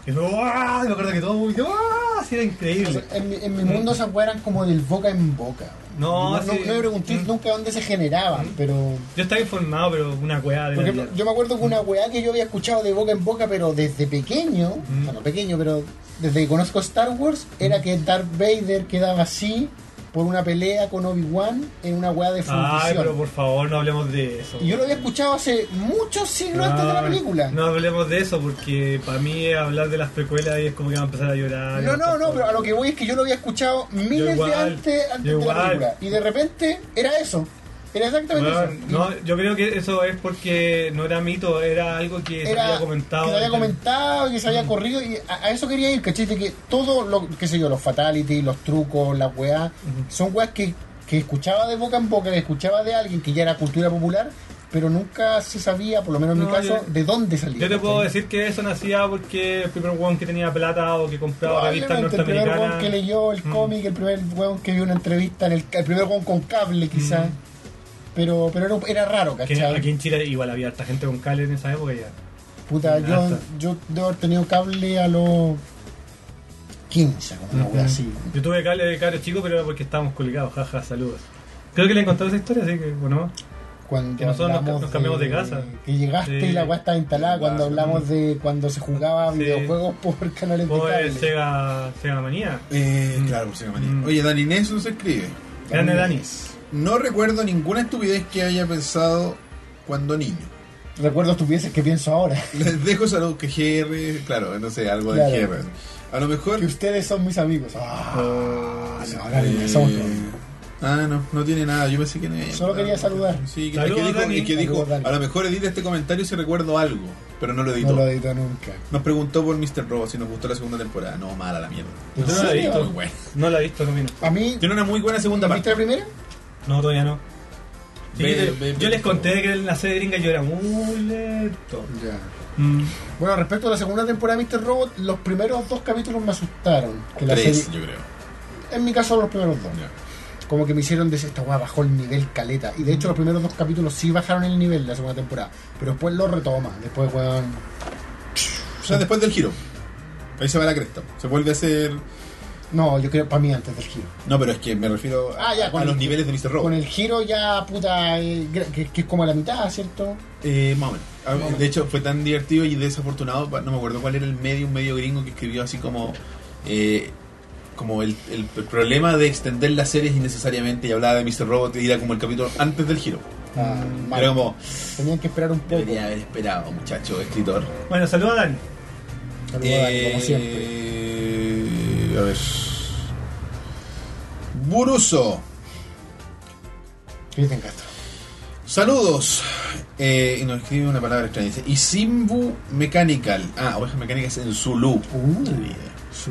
Y fue, ¡guau! me acuerdo que todo muy ¡guau! así era
O
increíble.
sea, en, mi, en mi mundo esas weas eran como del boca en boca.
No,
no,
sí.
me pregunté
Mm.
nunca dónde se generaban, pero.
Yo estaba informado, pero una cueva de
Por
la
ejemplo,
vida.
yo me acuerdo que una weá que yo había escuchado de boca en boca, pero desde pequeño,
Mm.
bueno, pequeño, pero desde que conozco Star Wars, era que Darth Vader quedaba así por una pelea con Obi-Wan en una weá de fundición.
Ay, pero por favor, no hablemos de eso.
Y yo lo había escuchado hace muchos siglos antes de la película.
No hablemos de eso porque para mí hablar de las precuelas ahí es como que van a empezar a llorar.
No, no, no, pero a lo que voy es que yo lo había escuchado miles
igual,
de antes, antes
yo
de la
igual.
película. Y de repente era eso. Era exactamente
Bueno,
eso. Y-
no, yo creo que eso es porque no era mito, era algo que se
era-
había comentado.
que se había comentado y que se había corrido y a, a eso quería ir, ¿cachiste? Que todo lo, qué sé yo, los fatality, los trucos, las weas,
Ujú.
son weas que, que escuchaba de boca en boca, que escuchaba de alguien que ya era cultura popular, pero nunca se sabía, por lo menos en
No,
mi caso,
yo-
de dónde salía.
Yo te
¿cachai?
puedo decir que eso nacía porque el primer weón que tenía plata o que compraba revistas
Probablemente el primer weón
norteamericanas.
que leyó el
Mm.
cómic, el primer weón que vio una entrevista, en el, el primer weón con cable quizás,
Mm.
pero, pero era, era raro,
Que
¿cachai?
aquí en Chile igual había harta gente con cable en esa época ya.
Puta, yo,
Hasta.
yo debo haber tenido cable a los 15, como una wea así.
Yo tuve cable de caro chico, pero era porque estábamos colgados, jaja, saludos. Creo que le he contado esa historia, así que bueno.
Cuando
Que nosotros nos
hablamos
ca- nos cambiamos de casa.
Que llegaste
Sí.
y la weá estaba instalada cuando
Ah,
hablamos de cuando se jugaba
Sí.
videojuegos por canales de
Pues
cable.
Sega, Sega Manía.
Eh, claro, por si no me
Mm.
Oye, Dani Nelson se escribe.
Grande Dani.
No recuerdo ninguna estupidez que haya pensado cuando niño.
Recuerdo estupideces que pienso ahora.
Les dejo saludos que GR, claro, no sé, algo de
Claro.
GR. A lo mejor.
Que ustedes son mis amigos. Ah, no, ahora
Eh,
empezamos.
Ah, no, no tiene nada. Yo pensé que no era-
Solo quería saludar.
Sí, que,
Saludos,
que dijo,
Dani.
y que dijo,
Saludos, Dani.
a lo mejor edita este comentario si recuerdo algo, pero no lo editó.
No lo edito nunca.
Nos preguntó por Mr. Robot si nos gustó la segunda temporada. No, mala la mierda.
¿En
Yo no la he
serio?
visto.
Muy buena.
No la he visto, no vino.
A mí,
Tiene una muy buena segunda parte.
¿viste la primera?
No, todavía no. Sí,
Ve-
yo te-
ve- ve-
yo les conté que en la serie gringa yo era muy lento.
Ya.
Mm.
Bueno, respecto a la segunda temporada de Mr. Robot, los primeros dos capítulos me asustaron. Que la
Tres,
serie-
yo creo.
en mi caso, los primeros dos.
Ya.
como que me hicieron decir, esta weá bajó el nivel caleta. Y de hecho los primeros dos capítulos sí bajaron el nivel de la segunda temporada. Pero después lo retoma. Después, weón,
O sea, después del giro. Ahí se va la cresta. Se vuelve a hacer.
No, yo creo para mí antes del giro.
No, pero es que me refiero a,
Ah, ya,
a
con
los
el-
niveles de Mr. Robot.
Con el giro ya, puta, eh, que, que es como la mitad, ¿cierto?
Eh, más o menos. A- De hecho, fue tan divertido y desafortunado. pa- No me acuerdo cuál era el medio, un medio gringo que escribió así como. eh, como el, el problema de extender las series innecesariamente y hablaba de Mr. Robot y era como el capítulo antes del giro.
Ah, mal.
Mm, Era como,
Tenían que esperar un poco.
debería haber esperado, muchacho, escritor.
Bueno, saluda a Dani.
Saludos,
Eh,
como siempre.
a ver. Buruso.
Cristian Castro.
Saludos. Eh, y nos escribe una palabra extraña. Dice Isimbu Mechanical. Ah, ovejas mecánicas en Zulu.
Uh.
Ni idea.
Sí.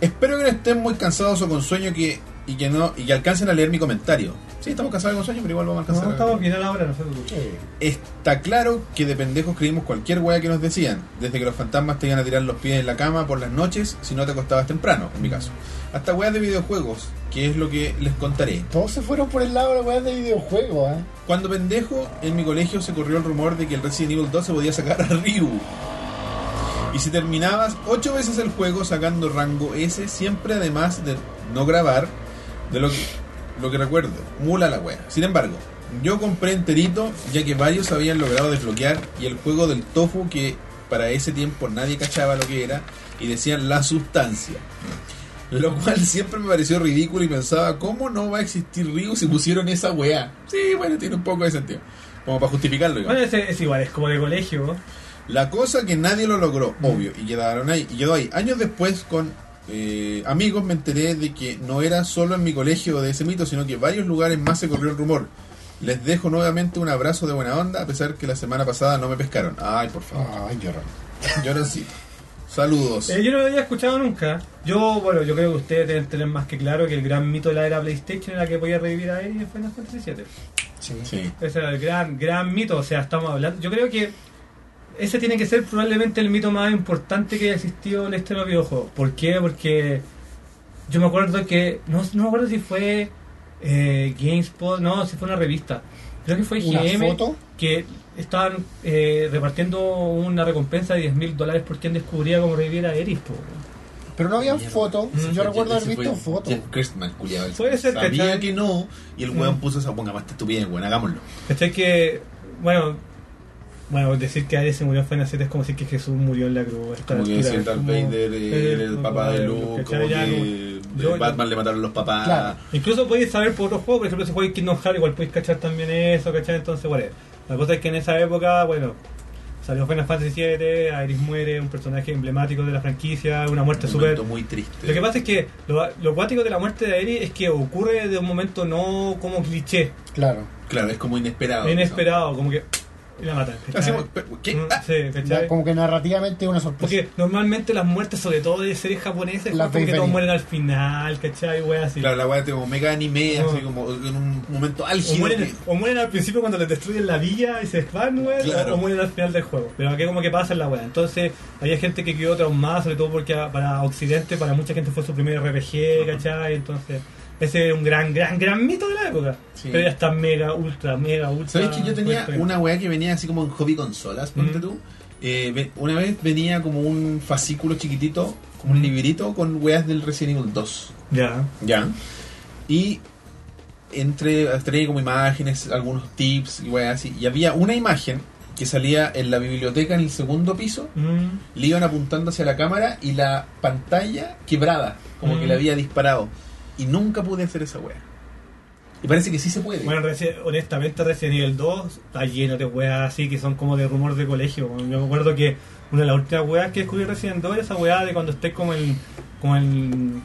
Espero que no estén muy cansados o con sueño que, y que no y que alcancen a leer mi comentario. Sí, estamos cansados y con sueño, pero igual vamos a alcanzar.
No,
a-
estamos bien a la hora nosotros.
Eh,
Está claro que de pendejos creímos cualquier wea que nos decían, desde que los fantasmas te iban a tirar los pies en la cama por las noches si no te acostabas temprano, en mi caso. Hasta weas de videojuegos, que es lo que les contaré.
Todos se fueron por el lado de la weá de videojuegos, ¿eh?
Cuando pendejo, en mi colegio se corrió el rumor de que el Resident Evil 2 se podía sacar a Ryu. Y si terminabas ocho veces el juego sacando rango S, siempre además de no grabar, de lo que, lo que recuerdo, mula la wea. Sin embargo, yo compré enterito, ya que varios habían logrado desbloquear, y el juego del tofu que para ese tiempo nadie cachaba lo que era, y decían la sustancia. Lo cual siempre me pareció ridículo y pensaba, ¿cómo no va a existir Ryu si pusieron esa weá? Sí, bueno, tiene un poco de sentido. Como para justificarlo, digamos.
Bueno, es, es igual, es como de colegio. ¿no?
La cosa que nadie lo logró, obvio, y quedaron ahí, y quedó ahí. Años después, con eh, amigos, me enteré de que no era solo en mi colegio de ese mito, sino que en varios lugares más se corrió el rumor. Les dejo nuevamente un abrazo de buena onda, a pesar que la semana pasada no me pescaron. Ay, por favor.
Ay, llorón.
Lloroncito. Saludos.
Eh, yo no lo había escuchado nunca. Yo, bueno, yo creo que ustedes deben tener más que claro que el gran mito de la era PlayStation era que podía revivir a Eddie en Final Fantasy VII.
Sí.
Sí.
Ese era el gran, gran mito. O sea, estamos hablando. Yo creo que ese tiene que ser probablemente el mito más importante que haya existido en la historia de los videojuegos. ¿Por qué? Porque yo me acuerdo que. No, no me acuerdo si fue eh, GameSpot, no, si fue una revista. Creo que fue
Una
IGM
foto.
que estaban eh, repartiendo una recompensa de 10 mil dólares por quien descubría cómo revivir a Eris. po.
Pero no había
Mierda.
fotos.
Mm.
Yo recuerdo haber
Ese fue
visto fotos.
Jeff Kirstman, culiao, él
Puede ser,
Sabía
¿cachai?
que no, y el
Mm.
weón puso esa ponga más estupidez, weón, hagámoslo.
¿Cachai que, bueno, bueno, decir que Aries se murió en Final 7 es como decir que Jesús murió en la cruz. a esta
Como que
altura,
decir
es
Darth
como-
Vader, eh,
eh,
era el papá de Luke,
¿cachai?
como
Ya, como-
que
yo-
Batman le mataron los papás.
Claro.
Incluso podéis saber por otros juegos, por ejemplo, si juegas Kingdom Hearts, igual podéis cachar también eso, ¿cachai? Entonces, bueno, la cosa es que en esa época, bueno, salió Final Fantasy VII, Aeris muere, un personaje emblemático de la franquicia, una muerte
Un
súper...
momento muy triste.
Lo que pasa es que lo, lo cuático de la muerte de Aeris es que ocurre de un momento no como cliché,
Claro.
Claro, es como inesperado.
inesperado, como que... Y la matan.
¿no?
¿cachai?
Así como, pero, ¿qué?
Mm,
Ah,
Sí, ¿cachai?
Ya, Como que narrativamente es una sorpresa.
Porque normalmente las muertes, sobre todo de series
Las
japonesas, es como
veis
que todos
venir.
mueren al final, ¿cachai? Wea, así.
Claro, la weá como mega anime,
No.
así como en un momento
O
álgido.
mueren,
que-
o mueren al principio cuando les destruyen la villa y se van, weón,
Claro.
o mueren al final del juego. Pero aquí como que pasa en la weá. Entonces, había gente que quedó traumada, sobre todo porque a- para Occidente, para mucha gente fue su primer RPG, ¿cachai? Entonces, ese es un gran, gran, gran mito de la época.
Sí.
Pero ya está mega, ultra, mega, ultra.
¿Sabes que yo tenía
ultra-
una weá que venía así como en hobby consolas, ponte
Ah, Mm.
tú? Eh, ve- una vez venía como un fascículo chiquitito, como
Mm.
un librito con weas del Resident Evil 2.
Ya.
Ya. Y entre traía como imágenes, algunos tips y weas así. Y había una imagen que salía en la biblioteca en el segundo piso
Mm.
le iban apuntando hacia la cámara y la pantalla quebrada, como
Mm.
que le había disparado. Y nunca pude hacer esa wea. Y parece que sí se puede.
Bueno, reci- honestamente Resident Evil 2 está lleno de weas así que son como de rumor de colegio. weón. Yo me acuerdo que una de las últimas weas que descubrí en Resident 2 era esa wea de cuando estés como en... Como en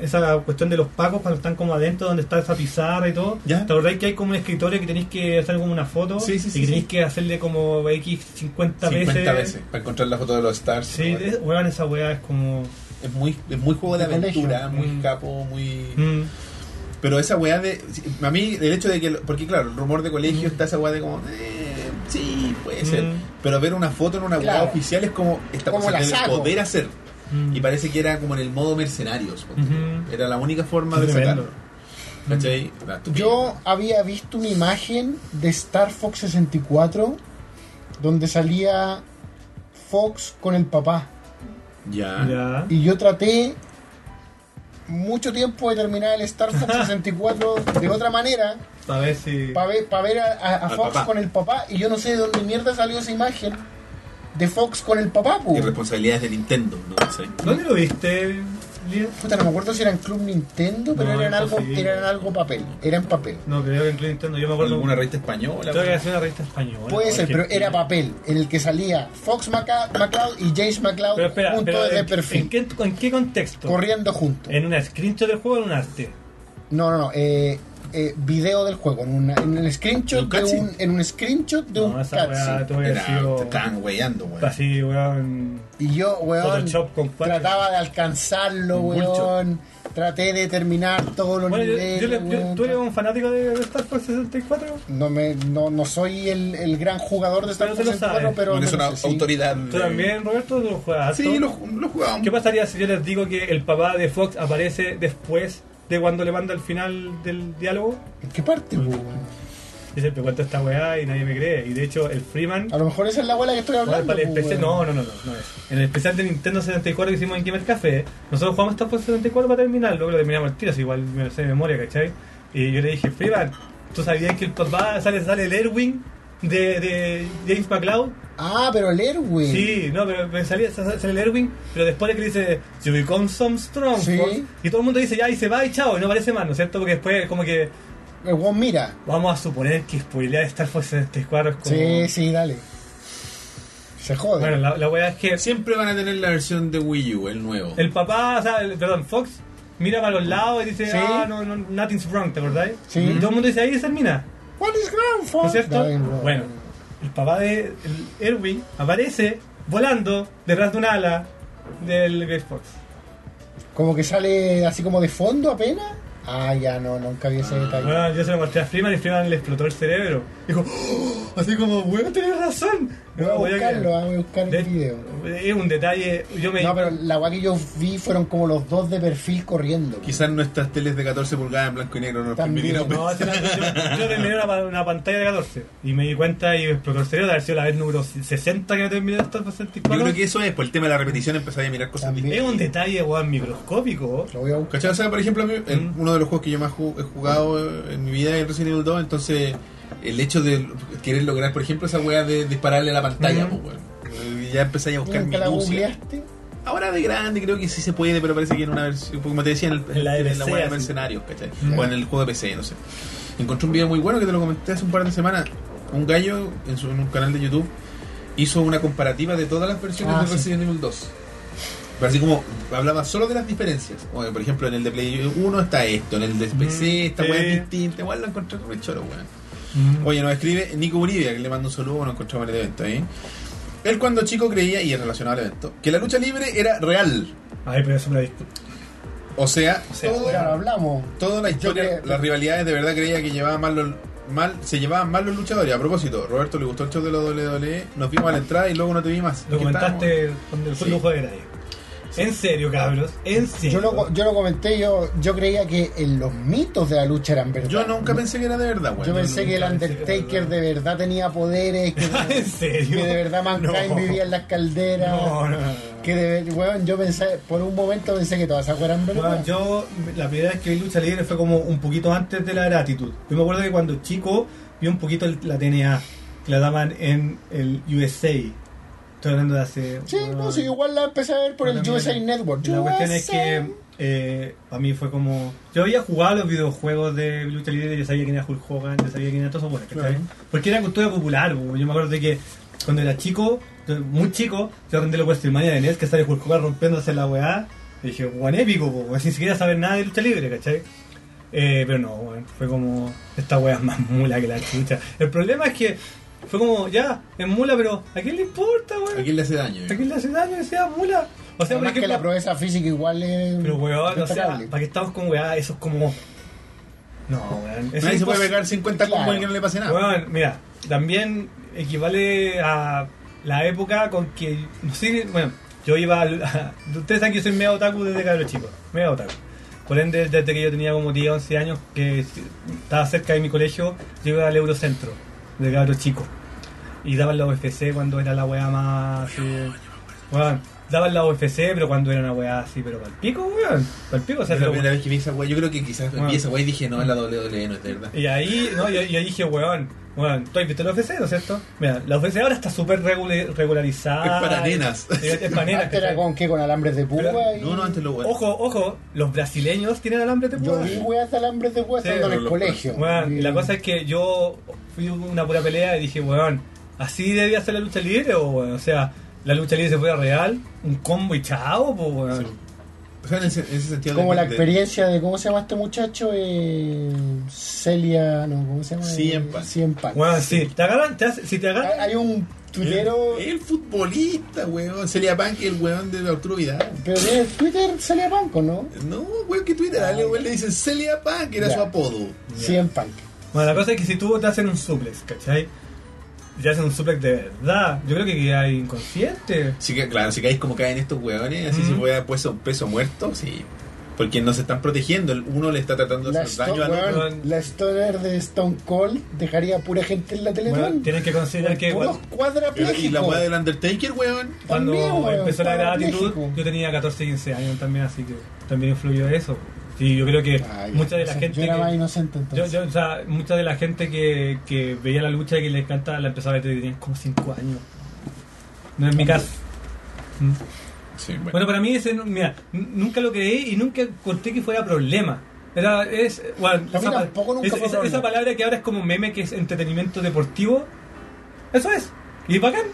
esa cuestión de los pacos cuando están como adentro donde está esa pizarra y todo.
¿Ya?
¿Te acordáis que hay como un escritorio que tenéis que hacer como una foto?
Sí, sí, sí,
y tenéis
sí.
que hacerle como X 50,
50 veces para encontrar la foto de los stars.
eh, Sí,
¿no?
es- weón, esa wea es como...
es muy es muy juego de
De
aventura,
colegio.
muy
Mm.
capo, muy
Mm.
pero esa weá de a mí el hecho de que porque claro, el rumor de colegio
Mm.
está esa weá de como eh, sí, puede ser,
Mm.
pero ver una foto en una weá
Claro.
oficial es como esta
¿Cómo
cosa
la
que debe
saco?
poder hacer.
Mm.
Y parece que era como en el modo mercenarios. ponte tú.
Ujú.
Era la única forma de
Tremendo.
sacarlo. ¿Cachai? La estupidez.
Mm. Yo había visto una imagen de Star Fox 64 donde salía Fox con el papá.
Ya.
Ya.
Y yo traté mucho tiempo de terminar el Star Fox 64 de otra manera,
A ver si.
para ver, pa' ver a, a- a
Al
Fox
papá.
con el papá. Y yo no sé de dónde mierda salió esa imagen de Fox con el papá.
Uh.
po.
Y responsabilidades de Nintendo, no sé.
¿Dónde lo viste, Lía?
Puta, no me acuerdo si eran Club Nintendo, pero
No,
eran, algo,
imposible.
eran algo papel. Eran papel.
No, creo que en Club Nintendo. Yo me acuerdo.
¿Alguna revista española?
Creo que era una revista española.
Puede ser, pero
cualquier
era
tía.
papel en el que salía Fox Maca- McCloud y James McCloud
Pero espera,
juntos
pero
desde
¿en,
perfil,
en qué, ¿en qué contexto?
corriendo juntos.
¿En un screenshot del juego o en un arte?
No, no, no. Eh, eh, video del juego, en, una- en el
¿Un
screenshot de
cutscene?
un, en un screenshot de
No,
un
esa weá
cutscene.
tuve que
Era- te
sido
estaban weyando, weón.
así, weón.
Y yo, weón,
Photoshop con cuatro.
trataba de alcanzarlo,
Mucho.
weón. Traté de terminar todos los
Bueno, yo-
niveles.
yo le- yo-
weón.
¿Tú eres un fanático de de Star Fox 64?
no, me, no, no soy el, el gran jugador de Star
Pero
Fox
te lo
64,
sabes.
pero...
Bueno,
me
es
lo
una
sé, sí.
autoridad.
¿Tú
de-
también, Roberto? ¿Lo juegas? harto?
Sí, lo, lo jugamos.
¿Qué pasaría si yo les digo que el papá de Fox aparece después de cuando le manda el final del diálogo?
¿En qué parte, weón?
Yo siempre cuento esta weá y nadie me cree. Y de hecho, el Freeman.
A lo mejor esa es la abuela que estoy
Bueno,
hablando.
para el
pues,
especial-
weón.
este no, no, no, no, no es. En el especial de Nintendo 64 que hicimos en Gamer Café, nosotros jugamos Star Fox 64 para terminarlo, que lo terminamos al tiro, así igual me lo sé de memoria, ¿cachai? Y yo le dije, Freeman, ¿tú sabías que el papá sale, sale el Erwin de, de James McLeod?
Ah, pero el Erwin.
Sí, no, pero me salía, sa- sale el Erwin, pero después de que le dice, You become some strong,
Sí.
Fox", y todo el mundo dice, ya, y se va y chao, y no aparece más, ¿no es cierto? Porque después, como que,
El weón mira.
vamos a suponer que spoilear Star Fox 64 es como.
Sí, sí, dale. Se jode.
Bueno, la, la weá es que.
Siempre van a tener la versión de Wii U, el nuevo.
El papá, o sea, el- perdón, Fox mira para los lados y dice,
Sí.
ah, no, no, nothing's wrong, ¿te acordáis?
Sí. Ah,
Y todo el mundo dice, ahí termina,
What is ground for?
¿no es cierto?
Dale, weón.
Bueno, el papá de el Erwin aparece volando detrás de una ala del Great Fox.
Como que sale así como de fondo apenas. Ah, ya no, nunca vi ese detalle.
Bueno, yo se lo mostré a Freeman y Freeman le explotó el cerebro. Dijo, "Oh", así como, weón, tenés razón.
Voy a
Una weá que-
buscarlo, ah, voy a buscar
de-
el video.
Es un detalle, yo me...
No, pero la weá que yo vi fueron como los dos de perfil corriendo.
Quizás nuestras teles de 14 pulgadas en blanco y negro nos
También,
permitieron
No,
ver.
hace una- yo, yo terminé una, pa- una pantalla de 14 y me di cuenta y me explotó el cerebro de haber sido la vez número 60 que me terminé hasta el 64.
Yo creo que eso es, por el tema de la repetición empezáis a mirar cosas
También.
distintas.
es un detalle weón, microscópico.
Lo voy a buscar.
¿Cachai? O sea, por ejemplo, a mí, el- uno de los juegos que yo más ju- he jugado eh, en mi vida es el Resident Evil 2, entonces el hecho de querer lograr, por ejemplo, esa weá de dispararle a la pantalla,
Ujú.
pues, weón. Eh, Ya empezáis a buscar
¿Nunca la
¿eh?
minucias.
googleaste?
Ahora de grande creo que sí se puede, pero parece que en una versión, como te decía, en, el,
En la de
en
PC,
weá de
así.
mercenarios, ¿cachai?
Mm.
O en el juego de PC, no sé. Encontré un video muy bueno que te lo comenté hace un par de semanas. Un gallo en, su- en un canal de YouTube hizo una comparativa de todas las versiones
Ah,
de
sí.
Resident Evil 2. Pero así como hablaba solo de las diferencias. Bueno, por ejemplo, en el de Play 1 está esto, en el de PC esta
Mm, sí.
weá es distinta. Igual lo encontré re choro, weón.
Mm.
Oye, nos escribe Nico Uribe, que le mando un saludo, nos encontramos en el evento ahí. Él cuando chico creía, y es relacionado al evento, que la lucha libre era real.
Ay, pero eso me lo discuto.
O sea,
O sea,
todo-
Ya lo hablamos.
toda la historia,
Yo que-
las rivalidades de verdad creía que llevaban mal los- mal, se llevaban mal los luchadores. A propósito, Roberto le gustó el show de los WWE, E? nos vimos a la entrada y luego no te vi más.
Lo
Aquí
comentaste cuando el
Sí.
fútbol juega de nadie. En serio, cabros. En serio.
Yo lo, yo lo comenté, yo, yo creía que en los mitos de la lucha eran verdad.
estábamos. Yo nunca pensé que era de verdad, güey.
Yo pensé que el Undertaker de verdad tenía poderes, que,
¿En serio?
que de verdad Mankind
No.
vivía en las calderas.
No, no, no, no.
Que de ver- weón, yo pensé, por un momento pensé que todas esas fueran verdad.
Bueno, yo la primera vez que vi lucha libre fue como un poquito antes de la gratitud. Yo me acuerdo que cuando chico vi un poquito el- la TNA, que la daban en el USA. Estoy hablando de hace...
sí, no,
bueno,
sí, igual la empecé a ver por el
bueno,
USA
mira,
Network.
La cuestión es
USA.
que eh, para mí fue como... Yo había jugado los videojuegos de lucha libre, yo sabía quién era Hulk Hogan, yo sabía quién era todo eso, bueno, ¿cachai?
Claro.
Porque era cultura popular, bo. yo me acuerdo de que cuando era chico, yo- muy chico, yo rendí la WrestleMania de NES, que sale Hulk Hogan rompiéndose la weá, y dije, guan épico, bo, sin siquiera saber nada de lucha libre, ¿cachai? Eh, pero no, weón, fue como, esta weá es más mula que la chucha. El problema es que fue como, ya, es mula, pero ¿a quién le importa, weón?
¿A quién le hace daño?
¿A quién le hace daño que sea mula? O sea, por
Además que
ejemplo-
la proeza física igual es.
pero weón, o sea,
destacable.
¿para qué estamos con weá? Eso es como... No, weón. eso
Nadie
es
se puede
impos-
pegar 50
Claro.
combos y que no le pase nada.
Weón, mira, también equivale a la época con que. No sé, bueno, yo iba. al- ustedes saben que yo soy mega otaku desde cabro chico, mega otaku. Por ende, desde que yo tenía como 10, 11 años, que estaba cerca de mi colegio, yo iba al Eurocentro, de cabro chico. Y daban la UFC cuando era la weá más. así, weón, daban la UFC, pero cuando era una weá así, pero pal pico, weón. Pal pico, o sea,
Es la
pero-
primera vez que vi esa wey. Yo creo que quizás
Bueno.
vi esa wey y dije, no, es la WWE, no es de verdad.
Y ahí, no, yo, yo dije, weón, weón, estoy invitado a la UFC, ¿no es cierto? Mira, la UFC ahora está súper regula- regularizada.
Es para nenas.
Es, es para nenas.
Antes era
¿cachai?
con qué, con alambres de púa.
Pero-
y-
No, no, antes lo bueno.
Ojo, ojo, los brasileños tienen alambre de
Yo
púa.
vi weas de alambres de púa
Sí,
estando en el
los-
colegio.
Weón, y
Y-
la cosa es que yo fui a una pura pelea y dije, weón, ¿así debía ser la lucha libre? O, weón? o sea, la lucha libre se fue a real, un combo y chao, pues, weón.
Sí. O sea, en ese, en ese sentido.
Como
de-
la
de-
experiencia de, ¿cómo se llama este muchacho? Eh, Celia, no, ¿cómo se llama? Eh,
Cien Pan.
Cien Pan.
Weón, sí, te agarran, te hace- si te agarran,
Hay hay un tuitero,
El, el futbolista, weón. Celia Bank, el weón de Arturo Vidal.
pero de Twitter Celia Panco, ¿no?
No, weón, que Twitter, dale, weón, le dicen Celia Bank, que era
Ya.
su apodo.
Cien Pan.
Bueno, la cosa es que si tú te hacen un suplex, ¿cachai? Y te hacen un suplex de verdad, yo creo que quedas inconsciente.
Sí, que, claro, si caéis como caen estos weones, así
Mm.
se puede a peso, peso muerto, sí. Porque no se están protegiendo, el- uno le está tratando de
La,
hacer daño
Stone-
al otro.
weón, la stoner de Stone Cold dejaría pura gente en la Teletón.
Bueno, tienes que considerar que
Puros
Pero-
cuando,
Y la
cuadrapléjicos.
weá del Undertaker, weón.
cuando
también, weón,
empezó la
estaba
gratitud,
México.
yo tenía 14, 15 años también, así que también influyó eso. Y yo creo que
Ay,
mucha de la
o sea,
gente...
Ah, Yo era
que-
más inocente entonces.
Yo, yo, o sea, mucha de la gente que, que veía la lucha y que le encanta la empezaba a ver desde que tenían como 5 años. No es mi caso. Mm.
Sí, bueno.
Bueno, para mí ese, no- mira, n- nunca lo creí y nunca conté que fuera problema. Era, es, bueno,
Para mí
pa-
tampoco nunca
es-
fue
esa-
problema.
esa palabra que ahora es como meme, que es entretenimiento deportivo, eso es. Y bacán,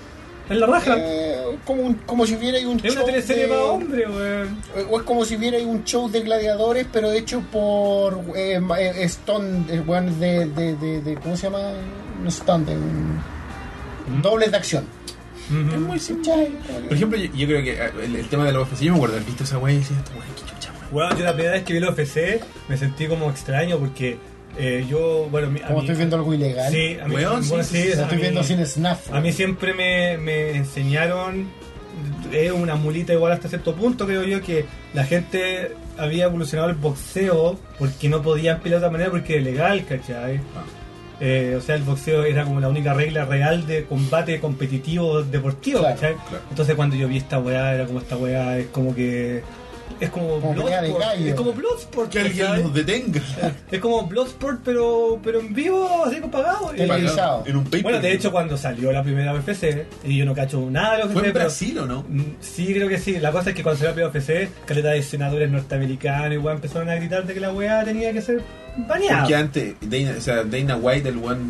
en la raja.
Eh, como, un- como si hubiera ahí un
es una
show
teleserie
de-
para hombre, weón.
O es Eh, como si viera ahí un show de gladiadores, pero hecho por eh, ma- eh, Stone, el weón de, de, de, de- ¿Cómo se llama? No Stone, de un-
¿Mm?
dobles de acción.
Ujú.
Es muy simple.
¿Cachai?
Por ejemplo, yo, yo creo que eh, el, el tema de la UFC, yo me acuerdo haber visto esa weá y decía, esta weá, qué chucha, weón.
Weón, yo la primera vez que vi el UFC me sentí como extraño porque eh, yo, bueno, mi- a
Como
mí-
estoy viendo algo ilegal.
Sí, a mí,
Weón, sí,
bueno,
sí, sí,
sí,
Lo
a
estoy
mí-
viendo sin snap.
A mí siempre me, me enseñaron, es una mulita igual hasta cierto punto, creo yo, que la gente había evolucionado el boxeo porque no podían pelear de otra manera porque era legal, ¿cachai?
Ah.
Eh, o sea, el boxeo era como la única regla real de combate competitivo deportivo,
Claro,
¿cachai?
claro.
Entonces cuando yo vi esta weá, era como esta weá, es como que... Es como,
Como pelea de
Bloodsport,
gallo.
es como Bloodsport,
Que alguien
¿cachai?
nos detenga.
Es como Bloodsport, pero, pero en vivo, así con pagado.
Te
Y-
Televisado.
Pagado En un paper.
bueno, de hecho, cuando salió la primera UFC, y yo no cacho nada de lo que
fue
sé,
en
pero-
Brasil o no?
Mm, Sí, creo que sí. La cosa es que cuando salió la primera UFC, caleta de senadores norteamericanos y weá, empezaron a gritar de que la weá tenía que ser baneada.
Porque antes, Dana, o sea, Dana White, el, one,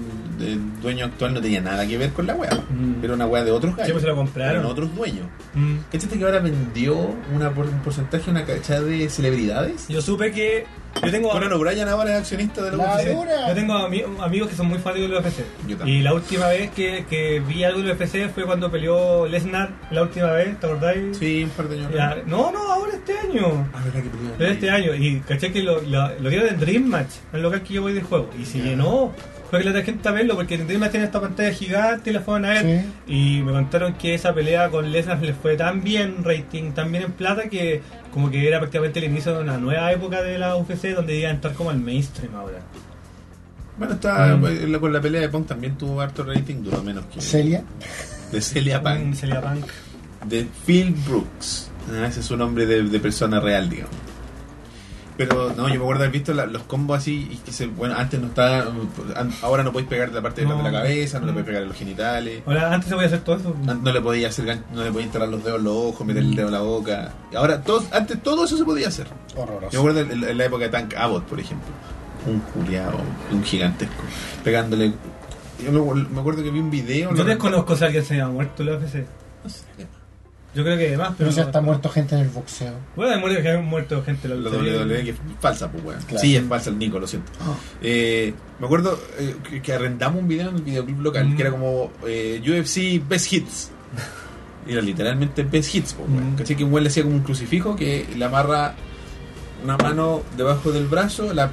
el dueño actual, no tenía nada que ver con la weá.
Mm.
Era una weá de otros
Sí, pues se lo compraron.
Eran otros dueños.
Mm.
¿Cachaste que ahora vendió una, por- un porcentaje, una cachada de celebridades?
Yo supe que. Yo tengo,
Conan O'Brien ahora es accionista de la
La
UFC.
sí,
dura.
yo tengo ami- amigos que son muy fanáticos de la UFC.
Yo también.
Y la última vez que, que vi algo de la UFC fue cuando peleó Lesnar la última vez, ¿te acordáis?
Sí, un par de años.
Ya- No, no, ahora este año.
Ah, verdad que perdieron.
Pero este año, y caché que lo, lo, lo dieron en Dream Match, el local que yo voy de juego, y se
Ya.
llenó. Fue que la gente a verlo, porque en Dream Match tiene esta pantalla gigante y la fueron a ver. Y me contaron que esa pelea con Lesnar les fue tan bien rating, tan bien en plata, que como que era prácticamente el inicio de una nueva época de la UFC donde iba a entrar como al mainstream ahora.
Bueno, está,
Mm.
eh, la- con la pelea de Pong también tuvo harto rating, duró menos que.
Celia.
De Celia
Mm,
Punk.
Celia Punk.
De Phil Brooks. Ah, ese es su nombre de, de persona real, digamos. Pero no, yo me acuerdo haber visto la- los combos así. Y que se, bueno, antes no estaba. an- Ahora no podéis pegar de la parte de atrás de la
No.
cabeza, no le
Mm.
podéis pegar en los genitales.
Ahora, antes se podía hacer todo eso.
Antes no le podía hacer gan- no le podía enterrar los dedos en los ojos, meter el dedo en la boca. Y ahora todo, antes todo eso se podía hacer. Yo
Horroroso.
me acuerdo en, en la época de Tank Abbott, por ejemplo. Un culiado, un gigantesco. Pegándole. Yo me, me acuerdo que vi un video.
Yo
lo-
desconozco si alguien se había muerto en la UFC.
No sé,
Yo creo que además,
Pero
pero.
ya
no-
está muerto gente en el boxeo.
Bueno, hay muerto- hay muerto gente en la
La
lucha libre.
WWE E que es falsa, pues, weón.
Claro.
Sí, es falsa el Nico, lo siento. Eh, me acuerdo eh, que, que arrendamos un video en el videoclub local
Mm.
que era como eh, UFC Best Hits. Y Era literalmente Best Hits, pues, weón.
Mm.
Caché que un weón le hacía como un crucifijo que le amarra una mano debajo del brazo, la,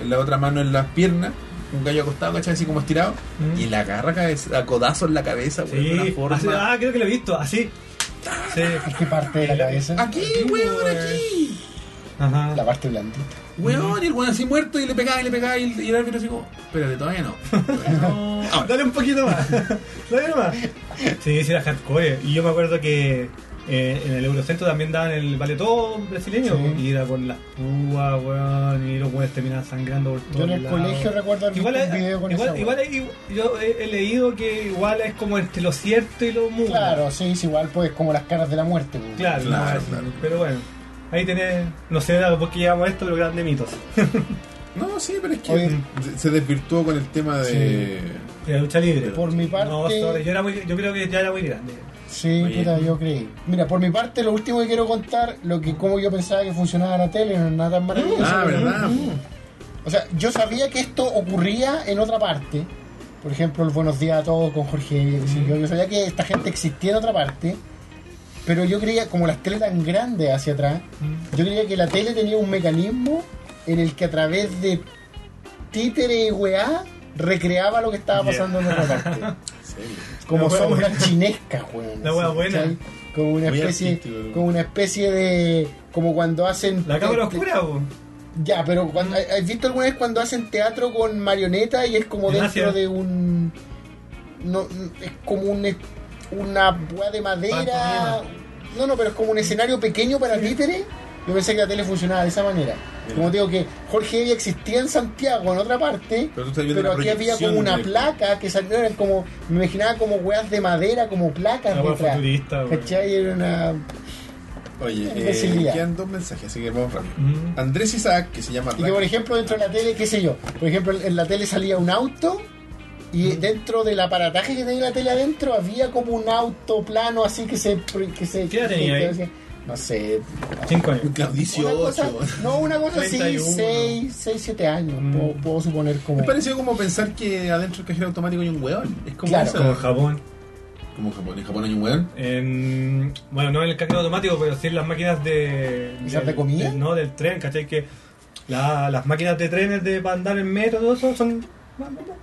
el- la otra mano en las piernas, un gallo acostado, caché así como estirado,
Mm.
y la agarra cabeza- a codazo en la cabeza, weón, de una
Sí,
forma.
así- ah, creo que lo he visto, así. Sí. Ah,
ah,
¿Qué parte de la cabeza?
Aquí, weón, aquí.
Ajá.
la parte blandita.
Weón, y el weón así muerto y le pegaba y le pegaba y el, y el árbitro así como, espérate, todavía no. Todavía no. Ahora.
Dale un poquito más. Dale más.
Sí, sí, era hardcore. Y yo me acuerdo que eh, en el Eurocentro también daban el vale todo brasileño.
Sí.
Y era con las púas, weón. Y los weones terminaban sangrando por
Yo
todos
en el
lados.
colegio recuerdo haber
Igual,
visto un video con
igual,
esa
igual
wea.
hay- yo he, he leído que igual es como entre lo cierto y lo mudo.
Claro, sí, es igual pues como las caras de la muerte. weón.
Claro,
Claro,
no, es-
claro.
pero bueno. Ahí tenés, no sé por qué llevamos esto, pero grande mitos.
No, sí, pero es que
Oye.
se- se desvirtuó con el tema de.
De la lucha libre.
Por mi parte-
No, sorry, yo, era muy- yo creo que ya era muy grande.
Sí,
Oye.
puta, yo creí. Mira, por mi parte, lo último que quiero contar, lo que como yo pensaba que funcionaba la tele, no Mm. es nada tan maravilloso.
Ah,
pero-
verdad. po.
O sea, yo sabía que esto ocurría en otra parte. Por ejemplo, el Buenos Días a Todos con Jorge. qué sé yo. Yo sabía que esta gente existía en otra parte. Pero yo creía, como las tele tan grandes hacia atrás, yo creía que la tele tenía un mecanismo en el que a través de títere y weá recreaba lo que estaba pasando en otra parte.
Serio.
Como
La wea
sombras
buena.
chinescas, weón.
La
así,
wea buena.
¿cachai? Como una
Muy
especie,
artístico.
como una especie de. Como cuando hacen.
La cámara
te-
oscura, po.
Ya, pero cuando, ¿has visto alguna vez cuando hacen teatro con marioneta y es como
En
dentro
Asia.
de un. No, es como un, es- una weá de madera.
Pantomima.
No, no, pero es como un escenario pequeño para títeres. Yo pensé que la tele funcionaba de esa manera.
Mira.
Como te digo que Jorge Evia existía en Santiago, en otra parte,
Pero tú
pero,
estás viendo la
aquí había
proyección
como una
de-
placa que salió, eran como, me imaginaba como weas de madera, como placas
Una wea
detrás.
futurista, weón.
¿Cachai? Era una...
Oye, eh,
Imbecilidad.
quedan dos mensajes, así que vamos rápido.
Mm.
Andrés Isaac, que se llama
Y que por ejemplo dentro de la tele, qué sé yo, por ejemplo en la tele salía un auto y dentro del aparataje que tenía la tele adentro había como un auto plano así que se... Que se
¿Qué edad tenía
que-
ahí?
que- No sé.
Cinco años.
Claro,
Una cosa-
18.
no, una cosa así,
31.
6, 7 años,
Mm.
puedo, puedo suponer como...
Es parecido como pensar que adentro del cajero automático hay un weón. Es como
Claro.
esa-
Como en Japón.
Como en Japón. ¿En Japón hay un weón?
En- bueno, no en el cajero automático, pero sí en las máquinas de.
¿Esas de
del-
comida?
del- no, del tren, ¿cachai? Que la- las máquinas de trenes de para andar en metro, todo eso, son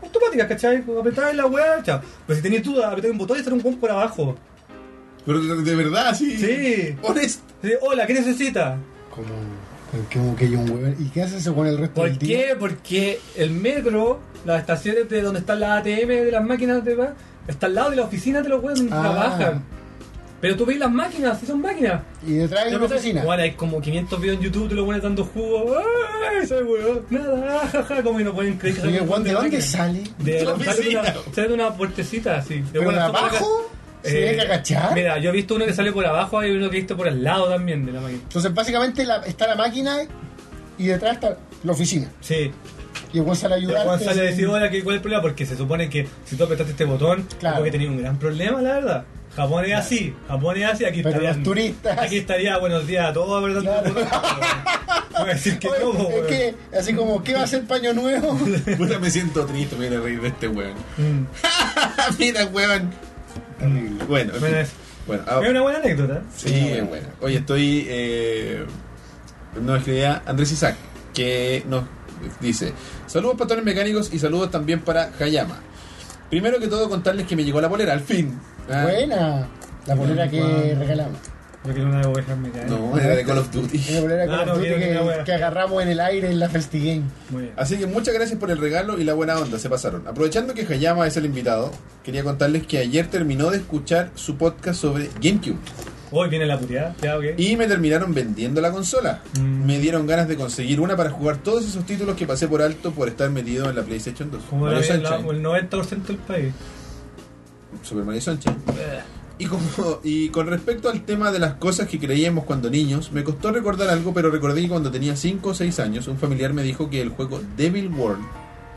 automáticas, ¿cachai? Apretar la weá, chao. Pero si tenéis duda, apretar un botón y sale un pump por abajo.
Pero de de verdad, sí.
Sí.
Honesto.
Sí, Hola, ¿qué necesita?
Como... pero como que hay un hueón. ¿Y qué hace eso con el resto
¿Por
del día?
qué? Porque el metro, las estaciones de donde están las ATM de las máquinas de está al lado de la oficina de los weones donde
Ah.
trabajan. Pero tú ves las máquinas, sí son máquinas.
Y detrás de una oficina.
Bueno, hay como 500 videos en YouTube de los weones dando jugo. ¡Ay, ese weón! Nada, jaja, como que no pueden creer que
Oye,
un
Juan, ¿de
de
dónde
máquina.
sale?
Tu
De la sale de una,
oficina.
sale de una puertecita así. De
¿Pero de
buena-
abajo? ¿Se
Eh,
tiene que agachar?
Mira, yo he visto uno que sale por abajo y uno que he visto por al lado también de la máquina.
Entonces básicamente la- está la máquina y detrás está la oficina.
Sí,
Y el weón sale a
Pero
ayudarte.
Juan sale a
así.
decir, hola, ¿qué- ¿cuál es el problema? Porque se supone que si tú apretaste este botón,
Claro.
claro. que tenía un gran problema, la verdad. Japón es así, Japón es así, aquí
Pero
estarían-
los turistas-
Aquí estaría buenos días a todos, ¿verdad?
Claro.
Voy a decir que
Oye,
no, pues,
es
weón.
que, así como, ¿qué va a ser paño nuevo?
Puta, me siento triste, me voy a reír de este weón. Ah,
Mm.
Mira, weón.
Mm.
Bueno, en
Bueno,
fin.
es-
bueno ah,
Es una buena anécdota. ¿eh?
sí, es bueno. Oye, estoy. Eh, nos escribía Andrés Isaac, que nos dice: Saludos, patrones mecánicos, y saludos también para Hayama. Primero que todo, contarles que me llegó la polera, al fin. Ah,
Buena. La polera que
Juan.
regalamos.
Yo quiero una de ovejas mecánicas.
No, era de Call of
La
Duty.
polera
Ah, No,
Call of
no,
Duty
quiero que me
que,
haga.
que agarramos en el aire en la Festi Game.
Muy bien.
Así que muchas gracias por el regalo y la buena onda, se pasaron. Aprovechando que Hayama es el invitado, quería contarles que ayer terminó de escuchar su podcast sobre GameCube.
Hoy viene la puteada, ya, ok.
Y me terminaron vendiendo la consola.
Mm.
Me dieron ganas de conseguir una para jugar todos esos títulos que pasé por alto por estar metido en la PlayStation 2.
Como la,
Mario
la-
Sunshine,
el 90% del país.
Super Mario Sunshine.
Eh.
Y, como, y con respecto al tema de las cosas que creíamos cuando niños, me costó recordar algo, pero recordé que cuando tenía 5 o 6 años, un familiar me dijo que el juego Devil World.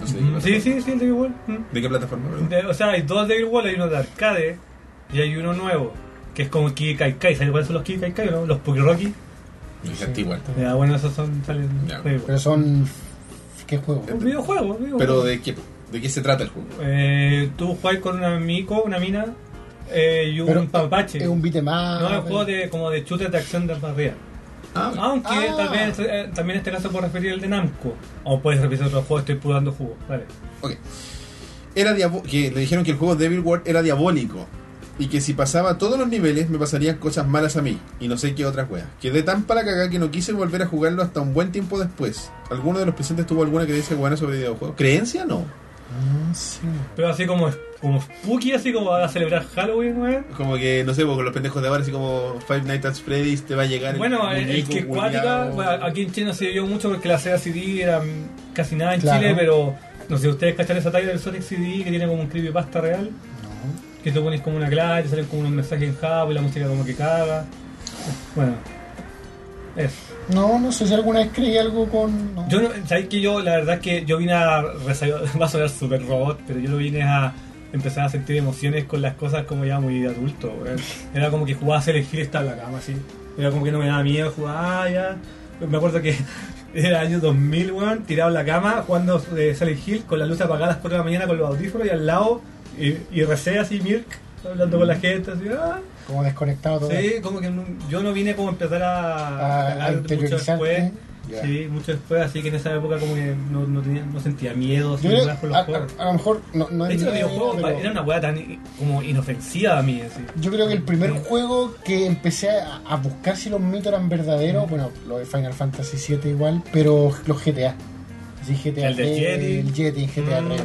No sé de qué,
Mm, Sí,
plataforma-
sí, sí, el Devil World. Mm.
¿de qué plataforma. perdón?
De- o sea, hay dos de Wall, hay uno de arcade y hay uno nuevo, que es como Kid Kai Kai. ¿Sabes cuáles son los Kid Kai Kai? o no? Los Poki Rocky.
Me encanta igual.
Ya, bueno, esos son. Salen,
Ya.
de Wall.
Pero son. ¿Qué juego?
Un videojuego, un videojuego.
Pero ¿de qué, de qué se trata el juego?
Eh, tú juegas con un amigo, una mina eh, y un
Pero
papache.
Es un Ah, beat más.
no, es un juego de, como de chutes de acción de armas arriba.
Ah, bueno.
Aunque
Ah.
tal vez eh, también en este caso puedo referir el de Namco. O puedes repetir otro juego, estoy dando jugo. Vale.
ok. Era diabo- que le dijeron que el juego Devil World era diabólico. y que si pasaba todos los niveles me pasarían cosas malas a mí y no sé qué otras weas. Quedé tan para cagar que no quise volver a jugarlo hasta un buen tiempo después. ¿Alguno de los presentes tuvo alguna creencia buena sobre videojuegos? ¿Creencia? No.
Ah, sí.
Pero así como, como spooky, así como van a celebrar Halloween, weón.
Como que, no sé, pues, con los pendejos de ahora, así como Five Nights at Freddy's, te va a llegar
Bueno, el, el
muñeco
que cuática,
culiao.
bueno, aquí en Chile no se vio mucho porque la Sega CD era mm, casi nada en
Claro.
Chile, pero no sé si ustedes cachan esa talla del Sonic CD que tiene como un creepypasta real,
No.
que tú pones como una clave, te salen como unos mensajes en Java y la música como que caga. Bueno, eso.
No, no sé si alguna vez creí algo con. no.
Yo no, sabéis que yo, la verdad es que yo vine a resa- va a sonar super robot, pero yo lo vine a empezar a sentir emociones con las cosas como ya muy adulto, weón. Era como que jugaba a elegir estaba en la cama así. Era como que no me daba miedo jugaba ah, ya. Me acuerdo que era año 2000, weón, tirado en la cama jugando de Silent Hill con las luces apagadas a las 4 de la mañana con los audífonos y al lado y, y recé así Milk hablando con la gente así. Ah.
Como desconectado todo.
Sí, como que no- yo no vine como a empezar a,
A-
a
a
mucho
interiorizarte.
después.
Ya.
Sí, mucho después, así que en esa época como que no, no, tenía, no sentía miedo,
Yo
sin
creo,
jugar con
a,
los juegos.
a- a lo mejor no, no
De hecho,
es
los
nada,
videojuegos pa-
pero
era una weá tan i- como inofensiva a mí, así.
Yo creo que el primer juego que empecé a, a buscar si los mitos eran verdaderos, bueno, lo de Final Fantasy VII igual, pero los GTA. Sí, GTA
El del
3,
Yeti.
el Yeti en GTA 3,
Mm.
weón,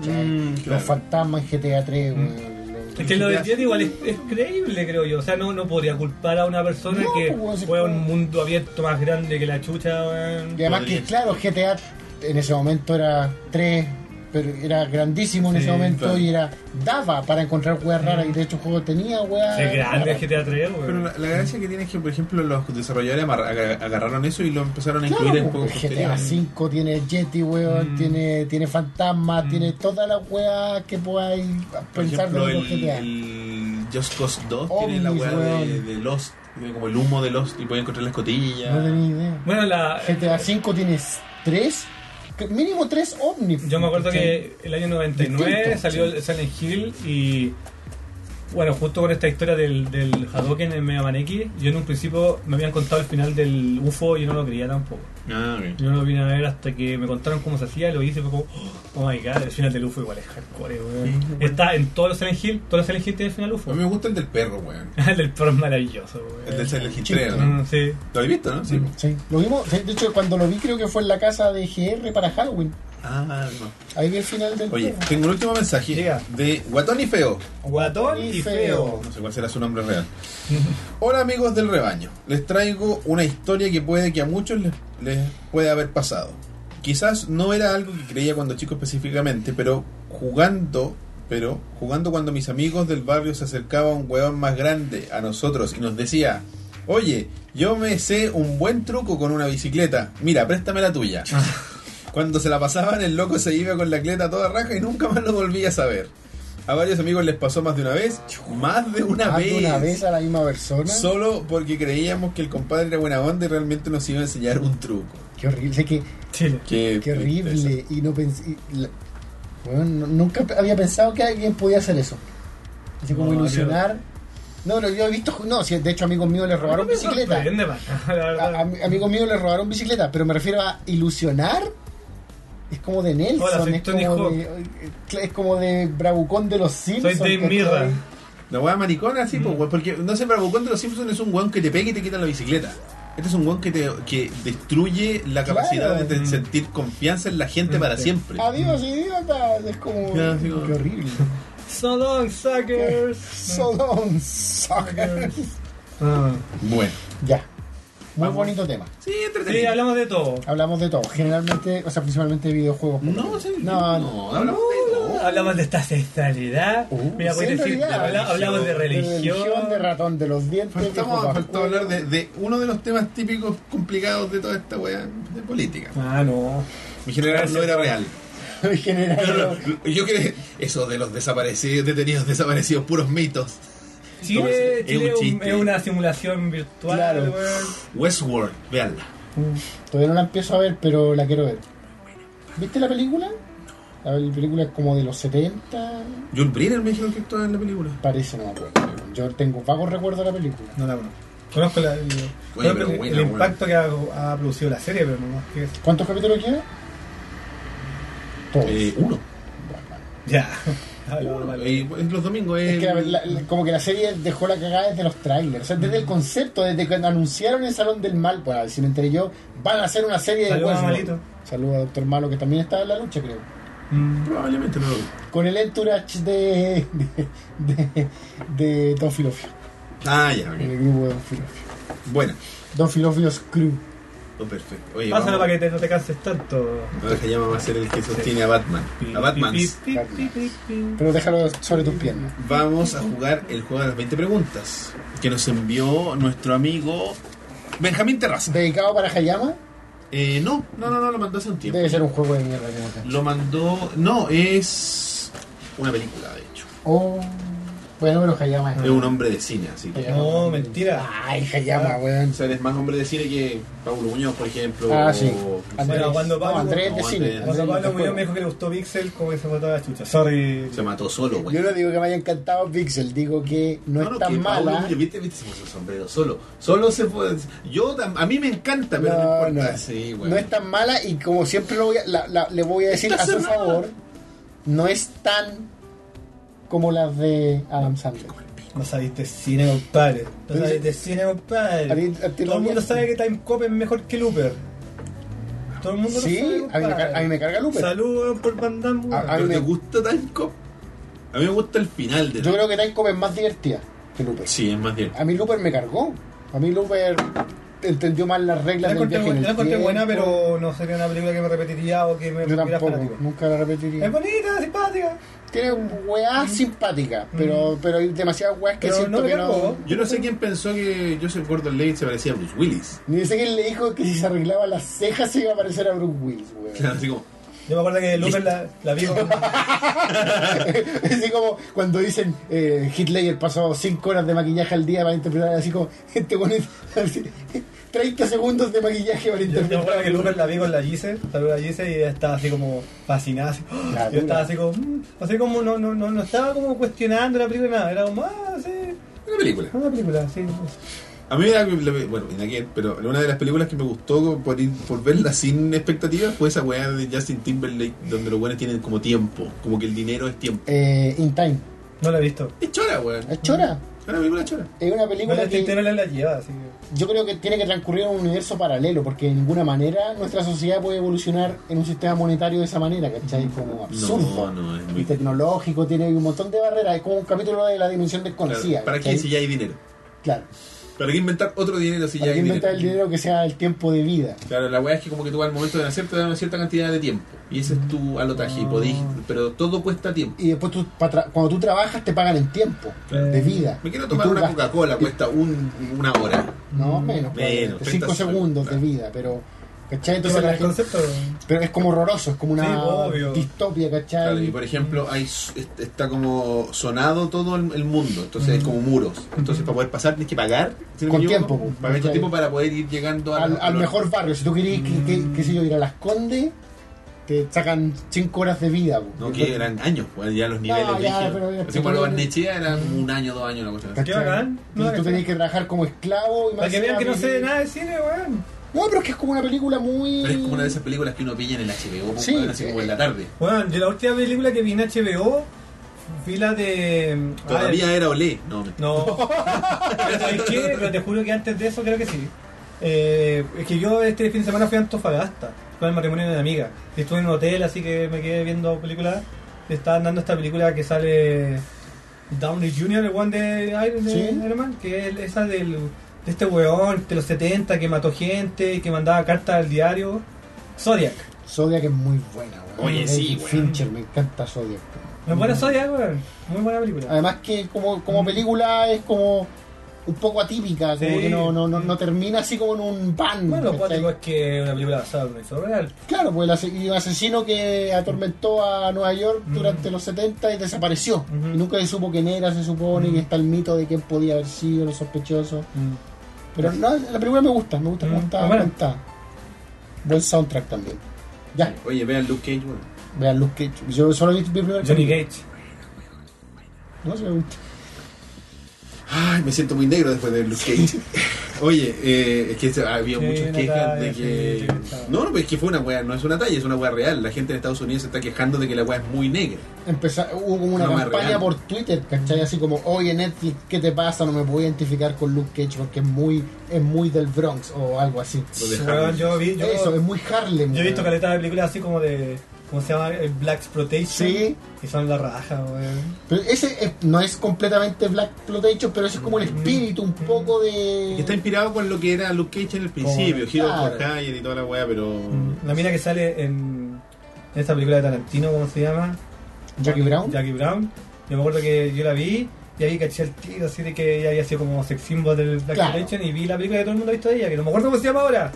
¿cachai?
Mm, claro.
Los fantasmas en GTA 3, weón. los-
Es que lo de Jet igual es, es creíble, creo yo. O sea, no, no podría culpar a una persona
No,
que
pues, weón, si
fue a un
fue-
mundo abierto más grande que la chucha, weón.
Y además que,
Podría-
claro, GTA en ese momento era 3, pero era grandísimo en
Sí,
ese momento
claro. Mm.
y era daba para encontrar weas raras y de hecho el juego tenía weas.
Es grande
raras.
el GTA 3,
Pero
weón.
la, la gracia que tiene es que, por ejemplo, los desarrolladores amarra- aga- agarraron eso y lo empezaron a
Claro,
incluir en
pues,
juegos
GTA
posteriores.
5 tiene Yeti, weón,
Mm.
tiene, tiene fantasmas, tiene todas las weas que podáis
Mm. Por
pensar
ejemplo,
de los
el,
GTA.
el Just Cause 2 tiene
Omnis,
la weá de,
weón.
de Lost, de como el humo de Lost y pueden encontrar la escotilla.
No tenía idea.
Bueno, la,
eh,
GTA 5 tienes 3, mínimo 3 ovnis.
Yo me acuerdo
¿cachai?
que el año 99
Distinto,
salió
sí.
el Silent Hill y. Bueno, justo con esta historia del, del Hadoken en Mega Man X, yo en un principio me habían contado el final del UFO y yo no lo creía tampoco.
Ah, ok.
Yo no lo vine a ver hasta que me contaron cómo se hacía, lo hice y fue como, oh my god, el final del UFO igual es hardcore, weón.
Sí, bueno.
Está en todos los Silent Hill, todos los Silent Hill tienen el final
A
UFO.
mí me gusta el del perro, weón.
el del pro es maravilloso, weón.
El del Silent Hill
Sí.
3, ¿no?
Mm, sí.
¿Lo habéis visto, no? Sí. po.
Sí, lo vimos. De hecho, cuando lo vi, creo que fue en la casa de GR para Halloween.
Ah, no.
Ahí vi el final del
Oye,
juego.
tengo un último mensaje
Diga.
de Guatón y Feo.
Guatón y feo.
No sé cuál será su nombre real. Hola amigos del rebaño, les traigo una historia que puede que a muchos les, les pueda haber pasado. Quizás no era algo que creía cuando chico específicamente, pero jugando, pero jugando cuando mis amigos del barrio se acercaba un huevón más grande a nosotros y nos decía, oye, yo me sé un buen truco con una bicicleta, mira, préstame la tuya.
Ah.
Cuando se la pasaban, el loco se iba con la cleta toda raja y nunca más lo volvía a saber. A varios amigos les pasó más de una vez, más de una
Más de
vez.
una vez a la misma persona.
Solo porque creíamos que el compadre era buena onda y realmente nos iba a enseñar un truco.
Qué horrible, sé que,
Chile.
Qué,
qué
tristeza.
horrible. Y no pensé. y la- Bueno, no- nunca había pensado que alguien podía hacer eso. Así como
No,
ilusionar. No, no, yo he visto. No, sí, de hecho, amigos míos les robaron
No me
bicicleta.
sorprende, pa, la
A,
verdad.
a- amigos míos les robaron bicicleta, pero me refiero a ilusionar. Es como de Nelson,
Hola, soy
es,
Tony
como
Hawk.
de, eh, es como de Bravucón de los Simpsons.
Soy Dave Mirra.
¿cachai?
La weá maricona, así,
Mm.
pues, weón, porque no sé, pero contra los Simpsons es un weón que te pega y te quita la bicicleta. Este es un weón que, te, que destruye la
Claro. Ah,
capacidad de te-
Mm.
sentir confianza en la gente
Mm,
para
sí.
siempre.
Adiós, idiota. Es como.
Ya, sí,
qué
como-
horrible.
So long, suckers.
So long, sucker.
Ah.
Bueno,
Ya. Muy
Vamos.
bonito tema.
sí, entretenido.
Sí, hablamos de todo.
Hablamos de todo. Generalmente, o sea, principalmente de videojuegos.
No, sí, no,
No, no.
hablamos de todo.
Hablamos de esta sexualidad.
Uh,
Mira,
sí,
puedes
en
decir,
realidad.
habla- hablamos de religión.
de ratón, de los dientes.
Faltamos,
de
faltó hablar de, de uno de los temas típicos complicados de toda esta weá de política.
Ah, no.
Mi general no era real.
En general,
Yo creo eso de los desaparecidos, detenidos desaparecidos, puros mitos.
Chile,
Es
Chile
un
es, un-
chiste.
es una simulación virtual.
Claro.
weón.
Westworld, veanla.
Todavía no la empiezo a ver, pero la quiero ver. ¿Viste la película? La película es como de los 70,
John Brenner me dijeron que actuaba en la película.
parece, no me acuerdo. Yo tengo vagos recuerdos de la película.
No la conozco. Conozco la- el, conozco
pero
el-
buena,
el
weón.
impacto que ha, ha producido la serie, pero no más que eso.
¿Cuántos capítulos quedan? Todos.
Eh, uno.
Bueno,
Ya.
Uno, y, pues, los domingos es.
Es que la- la- la- como que la serie dejó la cagada desde los trailers, o sea, desde el concepto, desde cuando anunciaron el Salón del Mal, por si me enteré yo, van a hacer una serie de
Saludos a
Westworld.
Malito.
Saludos a Doctor Malo, que también está en la lucha, creo.
Mm.
Probablemente no lo vi.
Con el entourage de, de, de, de Don Filofio,
Ah, ya,
en
ok.
el grupo de Don Filofio.
Bueno,
Don Filofio's Crew.
oh, perfecto. Oye,
Pásalo
vamos-
para que te- no te canses tanto.
Ahora se llama va a ser el que sostiene a Batman. A Batman.
Pi, pi, pi, pi, pi, pi.
Pero déjalo sobre tus piernas.
Vamos a jugar el juego de las 20 preguntas que nos envió nuestro amigo Benjamín Terraza.
¿Dedicado para Hayama?
Eh, no, no, no, no, lo mandó hace un tiempo.
Debe ser un juego de mierda como tal.
Lo mandó. No, es una película, de hecho.
Oh, bueno, pero Hayama es.
Es un hombre de cine, así que.
No, mentira.
Ay, Hayama, weón.
O sea, eres más hombre de cine que Pablo Muñoz, por ejemplo.
Ah, sí.
o-
Andrés.
Bueno, cuando Pablo-
No, Andrés de
no, Andrés.
cine. Andrés
Cuando
no
Pablo
te
Muñoz me
juega.
dijo que le gustó Pixel, como que se mató a la chucha. Sorry.
Se mató solo, güey.
Yo no digo que me haya encantado Pixel, digo que no, es tan
que Pablo
mala.
Muñoz, viste, viste, se puso el sombrero solo. Solo se puede. Yo, tam- a mí me encanta, pero no,
No,
importa.
no.
Sí, güey.
No es tan mala y como siempre lo voy a- la- la- le voy a decir
Está
a su
cerrada.
favor, no es tan como las de Adam Sandler.
No sabéis de cine, compadre. No sabéis de cine,
A ti-
compadre.
a ti
Todo el
no-
mundo sabe que Time Cop es mejor que Looper. Todo el mundo
Sí,
lo sabe.
a mí me
compadre.
car- a mí me carga Looper.
Saludos por Van Damme,
A-
weón.
a mí
¿Pero
me-
te gusta Tanco? A mí me gusta el final de
Yo
Tanco.
creo que Time Cop es más divertida que Looper.
Sí, es más bien.
A mí Looper me cargó. A mí Looper entendió mal las
La
reglas del
encontré
viaje en
buena,
el
la encontré
tiempo.
buena, pero no sería una película que me repetiría o que me
Yo
volviera
tampoco,
fanático.
nunca la repetiría.
Es bonita, simpática.
Tiene weá simpática, pero, pero hay demasiadas weas que
Pero
siento
no me
que
cargó.
no.
Yo no sé quién pensó que Joseph Gordon Levitt se parecía a Bruce Willis.
Ni sé quién le dijo que si se arreglaba las cejas se iba a parecer a Bruce Willis, weón.
Claro, así como.
Yo me acuerdo que Looper la, la vi con-
así como cuando dicen eh, Hitler pasó 5 horas de maquillaje al día para interpretar, así como este gente pone 30 segundos de maquillaje para
Yo me
interpretar.
acuerdo que Looper la vi con la Gise, saludos a la Gise, y ella estaba así como fascinada. Así, ¡oh!
La dura.
yo estaba así como, mm, así como no, no, no, no estaba como cuestionando la película, nada, era como, ah, sí,
Una película.
es una película, sí.
A mí, la- la- bueno, en aquel, pero una de las películas que me gustó por, ir- por verla sin expectativas fue esa weá de Justin Timberlake, donde los weones tienen como tiempo, como que el dinero es tiempo.
Eh, In Time.
No la he visto.
Es chora, weón. Es
Es chora.
una película chora.
Es una
No,
película
la
que
tintera la, la lleva, así que.
yo creo que tiene que transcurrir en un universo paralelo, porque de ninguna manera nuestra sociedad puede evolucionar en un sistema monetario de esa manera, ¿cachai? Como absurdo.
No, no, es
y
muy.
tecnológico, tiene un montón de barreras, es como un capítulo de la dimensión
Claro,
desconocida.
¿Para qué
¿cachai?
si ya hay dinero?
Claro.
¿Para qué inventar otro dinero si ya
Para
hay
que inventar el
dinero?
dinero que sea el tiempo de vida.
Claro, la weá es que como que tú al momento de nacer te dan una cierta cantidad de tiempo. Y ese es tu alotaje. y podís- pero todo cuesta tiempo.
Y después tú, pa tra- cuando tú trabajas te pagan en tiempo
Claro.
de vida.
Me quiero
Y
tomar
tú
una
gastas-
Coca-Cola, cuesta un, una hora.
No, menos.
Menos, 30
5 segundos de
claro.
vida, pero... ¿Cachai? Entonces
Entonces,
la
el
gente-
concepto.
pero es como horroroso, es como una
Sí, obvio.
distopia, ¿cachai?
Claro, y por ejemplo, hay, s- est- está como sonado todo el, el mundo, entonces hay como muros. Entonces, para poder pasar, tienes que pagar. si no
Con
me equivoco,
tiempo, pues,
Pagar con
¿cachai?
tiempo para poder ir llegando a
al,
la- a
al
los-
mejor barrio. Si tú querés, que, que-
Mm.
qué sé yo, ir a Las Condes, te sacan 5 horas de vida. po.
No, que eran años, pues, ya los niveles.
No, ya,
rígidos.
pero ya,
Así cuando
pero-
Barnechea eran como un año, dos años, una cosa así.
¿Cachai?
Qué bacán. No,
Entonces tú
qué
tenías que trabajar como esclavo. Y
Para que
más
vean que no sé de
encima-
nada de cine, weón.
No, pero es que es como una película muy.
Pero es como una de esas películas que uno pilla en el HBO, pues,
Sí,
así
eh,
como en la tarde.
Bueno, yo la última película que vi en HBO, vi la de. ah,
Todavía era Olé. No, mentira.
No. Pero ¿sabes qué? Pero te juro que antes de eso creo que sí. Eh, es que yo este fin de semana fui a Antofagasta con el matrimonio de una amiga. Y Estuve en un hotel, así que me quedé viendo películas. Y Estaban dando esta película que sale Downey Jr., el one de Iron, de
Sí.
Iron Man, que es esa del, de este weón de los 70 que mató gente, que mandaba cartas al diario. Zodiac.
Zodiac es muy buena, weón.
Oye,
David
sí, weón.
Fincher, me encanta Zodiac. weón.
Muy buena Zodiac, weón. Muy buena película.
Además, que como, como película es como. Un poco atípica, como
Mm. Sí.
que no, no, no, no termina así como en un pan.
Bueno, lo
¿cachai?
cuático es que es una película basada en una historia real.
Claro, pues el ase- y un asesino que atormentó a Nueva York durante los 70 y desapareció.
Ujú.
Y nunca se supo quién era, se supone, y está el mito de quién podía haber sido, los sospechosos. Pero no, la película me gusta, me gusta cómo
Mm,
está
bueno.
contada. Buen soundtrack también. Ya,
Oye, vean Luke Cage, bueno.
vean Luke Cage. Yo solo vi mi primer
Johnny
capítulo.
Cage.
No, sí me gusta.
Ay, me siento muy negro después de Luke Cage. Oye, eh, es que se- había
Sí,
muchas
una
quejas
talla,
de
sí,
que.
sí.
no, no, pero es que fue una wea, no es una talla, es una wea real. La gente en Estados Unidos se está quejando de que la wea es muy negra.
Empeza- hubo como una
No, más
campaña
real.
por Twitter, ¿cachai? Así como, oye Netflix, ¿qué te pasa? No me puedo identificar con Luke Cage porque es muy, es muy del Bronx o algo así.
Lo de
Weón,
Harlem.
yo, vi, yo,
Eso, es muy Harlem.
yo he visto
weón.
caleta de películas así como de. ¿Cómo se llama? El Black Exploitation.
Sí.
Y son la raja, weón.
Pero ese es- no es completamente Black Plotation, pero ese es como el espíritu un poco de...
Que Mm. Está inspirado con lo que era Luke Cage en el principio, Hero
claro.
por Hire y toda la wea, pero.
Mm, La mina que sale en, en esta película de Tarantino, ¿cómo se llama?
Jackie Brown.
Jackie Brown. Yo me acuerdo que yo la vi y ahí caché el tiro así de que ella había sido como sex symbol del Black
Claro.
Exploitation y vi la película que todo el mundo ha visto de ella, que no me acuerdo cómo se llama ahora.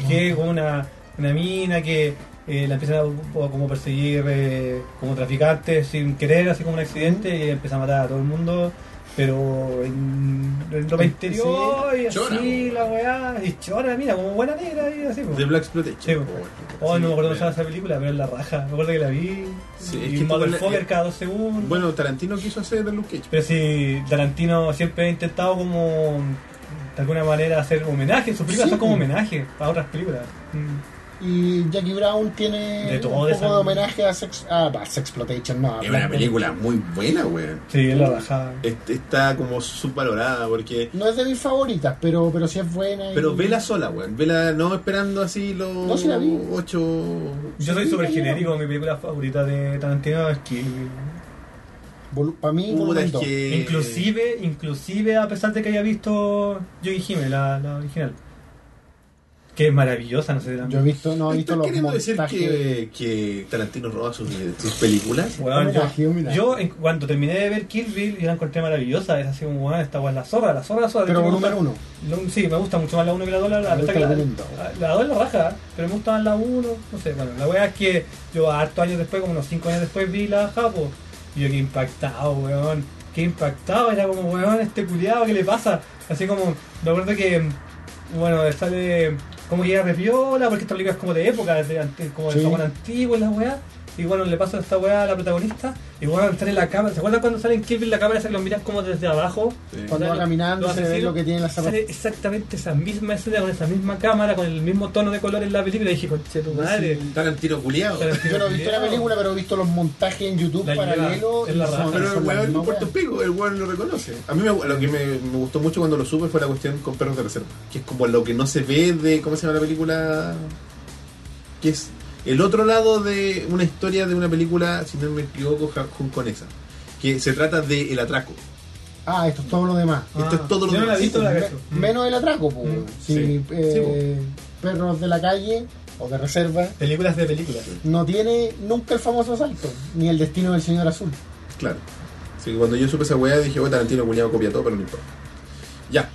Y
Ah.
que como una, una mina que eh, la empiezan a po- como perseguir eh, como traficante sin querer, así como un accidente y empieza a matar a todo el mundo. Pero en, en ropa
Sí.
interior y así
Chora, po.
la weá, y chora, mira, como buena negra y así. po.
De Black Exploitation.
Sí, po. Oh, no me acuerdo cómo se
bueno.
llama esa película, pero es la raja. Me acuerdo que la vi.
Sí, es
y
que tú
Motherfucker
la-
cada dos segundos.
Bueno, Tarantino quiso hacer de Luke Cage.
Pero si Tarantino siempre ha intentado como de alguna manera hacer homenaje, sus películas
Sí,
son como
pues.
homenaje a otras películas.
Y Jackie Brown tiene
De todo
un
de
poco
esa-
de homenaje a Sex... Ah, va, Sex Plotation, no. a
Es
Black
una película muy buena, weón.
Sí, es la raja.
Est- Este, Está como subvalorada porque.
No es de mis favoritas, pero, pero sí es buena. y-
Pero vela sola, weón. Vela no esperando así los
Eh, No, sí la vi.
ocho.
Yo soy súper genérico, mi película favorita de Tarantino es que
Para mí,
Puta,
volumen
es
dos.
que-
inclusive, inclusive a pesar de que haya visto Yo Hime, la, la original. Que es maravillosa, no sé, la
yo he visto, no he visto
¿Estás
los
queriendo decir
montajes.
que, que Tarantino roba sus, eh, sus películas?
Weón, yo,
Homenaje, homenaje.
yo, en- cuando terminé de ver Kill Bill, yo la encontré maravillosa. Es así como, weón, esta weón es la zorra, la zorra, la zorra. De
Pero
hecho, me
volumen
gusta-
uno.
lo- sí, me gusta mucho más la 1 que la 2. La, la,
Me gusta
la,
la
la,
uno.
la 2 es la raja, pero me gusta más la 1. No sé, bueno, la weá es que yo harto años después, como unos 5 años después, vi la Japo. Y yo qué impactado, weón. Qué impactado, era como, weón, este culiado, ¿qué le pasa? Así como, me acuerdo que, bueno, sale como que ella repiola, porque esta película es como de época, de ante- como de
Sí.
Japón antiguo y la weá. Y bueno, le pasa esta weá a la protagonista. Y bueno, sale la cámara. ¿Se acuerdan cuando sale en Kill Bill la cámara esa que lo miran como desde abajo?
Sí.
Cuando va
Sale-
caminando,
los
se le ve
asesinos,
lo que tiene en la zapa-
Sale exactamente esa misma escena, con esa misma cámara, con el mismo tono de color en la película. Y dije, conche tu madre.
Tarantino culiado.
Yo no he visto la película, pero he visto los montajes en YouTube
La lleva,
paralelo.
es la raja.
son-
Pero
son
el
las
weón no
mismas
puerto
weas.
pico, el weón lo reconoce. A mí me, lo que me, me gustó mucho cuando lo supe fue la cuestión con perros de reserva. Que es como lo que no se ve de. ¿Cómo se llama la película? Que es el otro lado de una historia de una película, si no me equivoco, ja- hongkonesa. Que se trata de el atraco.
Ah, esto es todo lo demás.
Esto es todo lo
Yo no la he
demás.
visto, la
Me-
cacho.
menos el atraco, pues.
Mm.
Si
Sí.
eh, perros de la calle o de reserva
Películas de películas.
no tiene nunca el famoso asalto, ni el destino del señor azul.
Claro. Así que cuando yo supe esa weá dije, bueno, Tarantino culiado copia todo, pero no importa. Ya.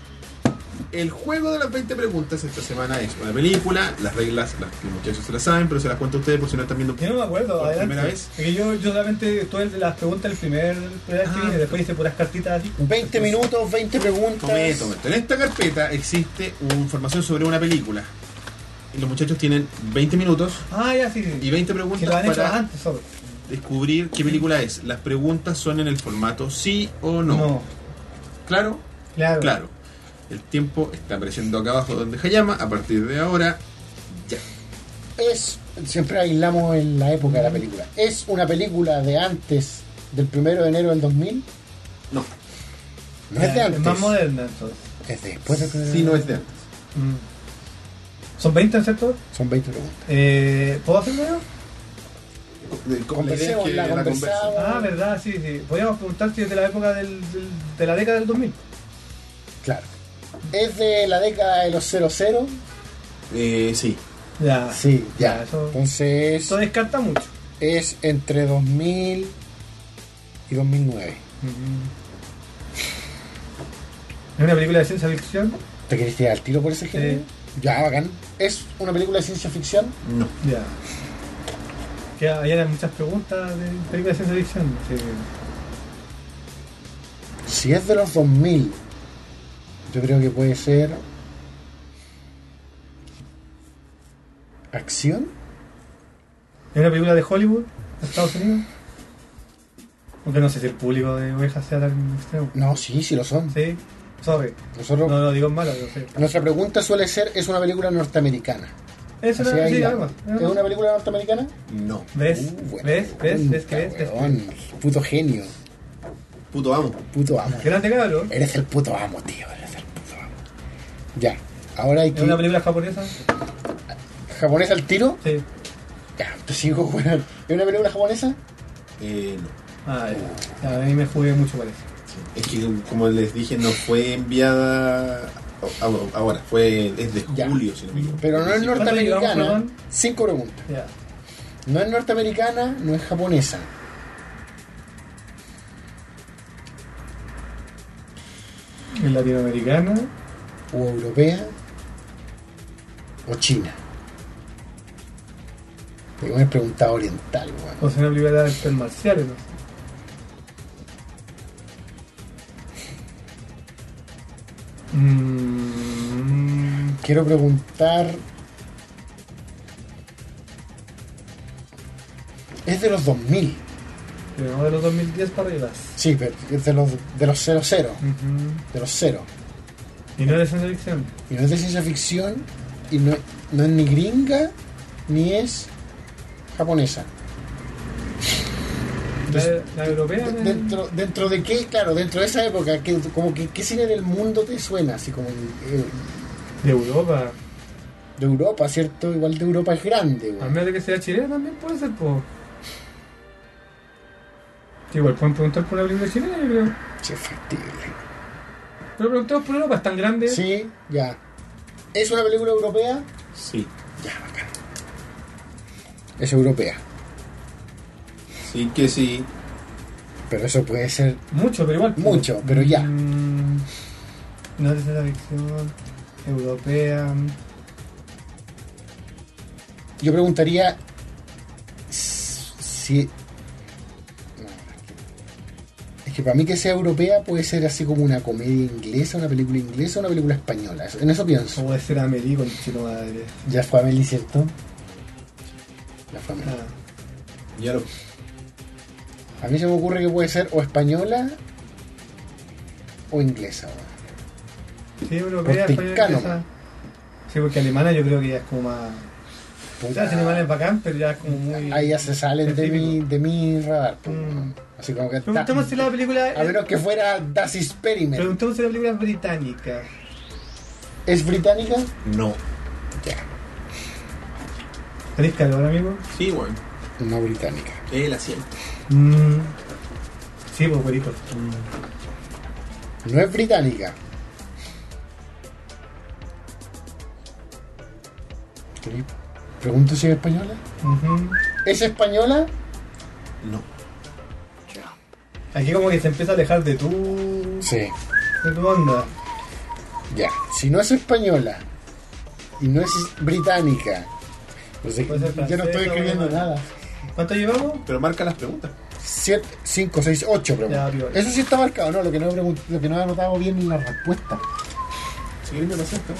El juego de las 20 preguntas esta semana es una película, las reglas, las que muchachos se las saben, pero se las cuento a ustedes por si no están viendo.
Yo no me acuerdo,
Por
adelante.
primera vez.
Porque yo, yo solamente estuve en las preguntas el primer, primer
Ah.
que vine, después hice puras cartitas así.
20 minutos, 20 preguntas.
Tomé, tomé. En esta carpeta existe una información sobre una película. Y los muchachos tienen 20 minutos
Ah, ya sí.
y 20
Que lo
preguntas
han hecho Ah.
para
antes, sobre.
descubrir qué película es. Las preguntas son en el formato sí o no. ¿Claro?
claro.
Claro. El tiempo está apareciendo acá abajo donde Hayama. A partir de ahora, ya.
Es, siempre aislamos en la época de la película. ¿Es una película de antes del 1 de enero del 2000?
No.
No
Este
es de
Ya,
antes.
más moderna, entonces.
Es de después del 1 de
Sí, no es de antes.
Mm. ¿Son 20, ¿cierto?
Son 20 preguntas.
Eh, ¿Puedo hacer medio?
Con la idea es que
Conversemos, la
la
conversamos.
conversen.
Ah, verdad, sí, sí. Podríamos preguntar si es de la época del, del- de la década del 2000.
Claro. ¿Es de la década de los 00?
Eh, sí.
Ya.
Sí, ya.
Ah. Ya, eso-
Entonces
Eso descarta mucho.
es entre 2000 y 2009.
¿Es una película de ciencia ficción?
¿Te querés tirar al tiro por ese género? Ya, bacán. ¿Es una película de ciencia ficción?
No.
Ya. Que ahí eran muchas preguntas de películas de ciencia ficción. Sí.
Si es de los 2000, yo creo que puede ser. ¿Acción?
¿Es una película de Hollywood? ¿De Estados Unidos? Aunque no sé si el público de ovejas sea tan extremo.
No, sí, sí lo son.
Sí. Sorry.
Nosotros,
No, no, digo malo, yo sé.
Nuestra pregunta suele ser, ¿es una película norteamericana?
Es una,
Así ahí
sí,
la-
además.
¿Es una película norteamericana?
No.
¿Ves?
Uh, buena
¿Ves? ¿Ves? ¿Ves?
pregunta,
que ¿Ves? ¿Ves?
weón. Puto genio.
Puto amo.
Puto amo.
Grande cabrón.
Eres el puto amo, tío. Eres el puto amo. Ya. Ahora hay
¿Es
que...
una película japonesa?
¿Japonés al tiro?
Sí.
Ya, te sigo, weón. ¿Es una película japonesa?
Eh, no.
Ah, ya. Ya, A mí me jugué mucho con eso.
Es que, como les dije, no fue enviada a- a- ahora. Fue, es de
Ya.
julio, si no me equivoco.
Pero no es
¿Cuánto llevamos,
norteamericana.
weón?
Cinco preguntas.
Ya.
No es norteamericana, no es japonesa.
¿Es latinoamericana?
O europea. O china. Te hemos preguntado oriental, weón.
¿O es una película de artes marciales? No? Mm,
Quiero preguntar. Es de los 2000.
pero no de los 2010 para arriba.
Sí, pero es de los, de los 00.
Ujú.
De los 0.
¿Y no de ciencia ficción?
Y no es de ciencia ficción. Y no, no es ni gringa. Ni es japonesa.
¿La, la europea?
De-
¿no?
dentro, dentro de qué, claro, dentro de esa época, que, como que, ¿qué cine del mundo te suena? Así como eh,
¿De Europa?
de Europa, ¿cierto? Igual de Europa es grande,
A
güey.
menos de que sea chilena también puede ser, po. Sí, igual pueden preguntar por la película chilena, yo creo.
Sí, es factible.
Pero preguntemos por Europa, es tan grande.
Sí, ya. ¿Es una película europea?
Sí.
Ya, bacán. Es europea.
Sí que sí.
Pero eso puede ser
Mucho, pero igual. po.
mucho, pero ya.
Mm, no es la ficción europea.
Yo preguntaría si. no, es que- Es que para mí que sea europea puede ser así como una comedia inglesa, una película inglesa, una película española. Eso- En eso pienso.
O puede ser Américo, en chino madre.
Ya fue Amelie, ¿cierto? Ya fue Amelie.
Ah,
Ya lo.
A mí se me ocurre que puede ser o española o inglesa. weón.
sí, europea,
Por
española.
Tiscano.
inglesa. Sí, porque alemana yo creo que ya es como más. O sea,
Puta,
si alemana es bacán, pero ya es como muy.
ahí ya se salen de mi, de mi radar. pues,
Mm.
weón. Así como que... ta-
Preguntemos si la película.
A menos que fuera Das Experiment.
Preguntemos si la película es británica.
¿Es británica?
No.
¿Tenés calor, amigo?
Sí, bueno.
No británica.
El asiento.
Mm. Sí, pues, güerito.
Mm. No es británica. ¿Queréis- Pregunto si es española.
Ujú.
¿Es española?
No.
Aquí como que se empieza a alejar de tu...
Sí.
De tu onda.
Ya, si no es española y no es británica, no sé,
Puede ser
yo no estoy
francesa,
escribiendo
alemana.
nada.
¿Cuánto llevamos?
Pero marca las preguntas.
7, 5, 6, 8
Ya,
preguntas.
piola.
Eso sí está marcado, ¿no? Lo que no he, pregun- lo que no he anotado bien es la respuesta.
Sí, me pasé esta.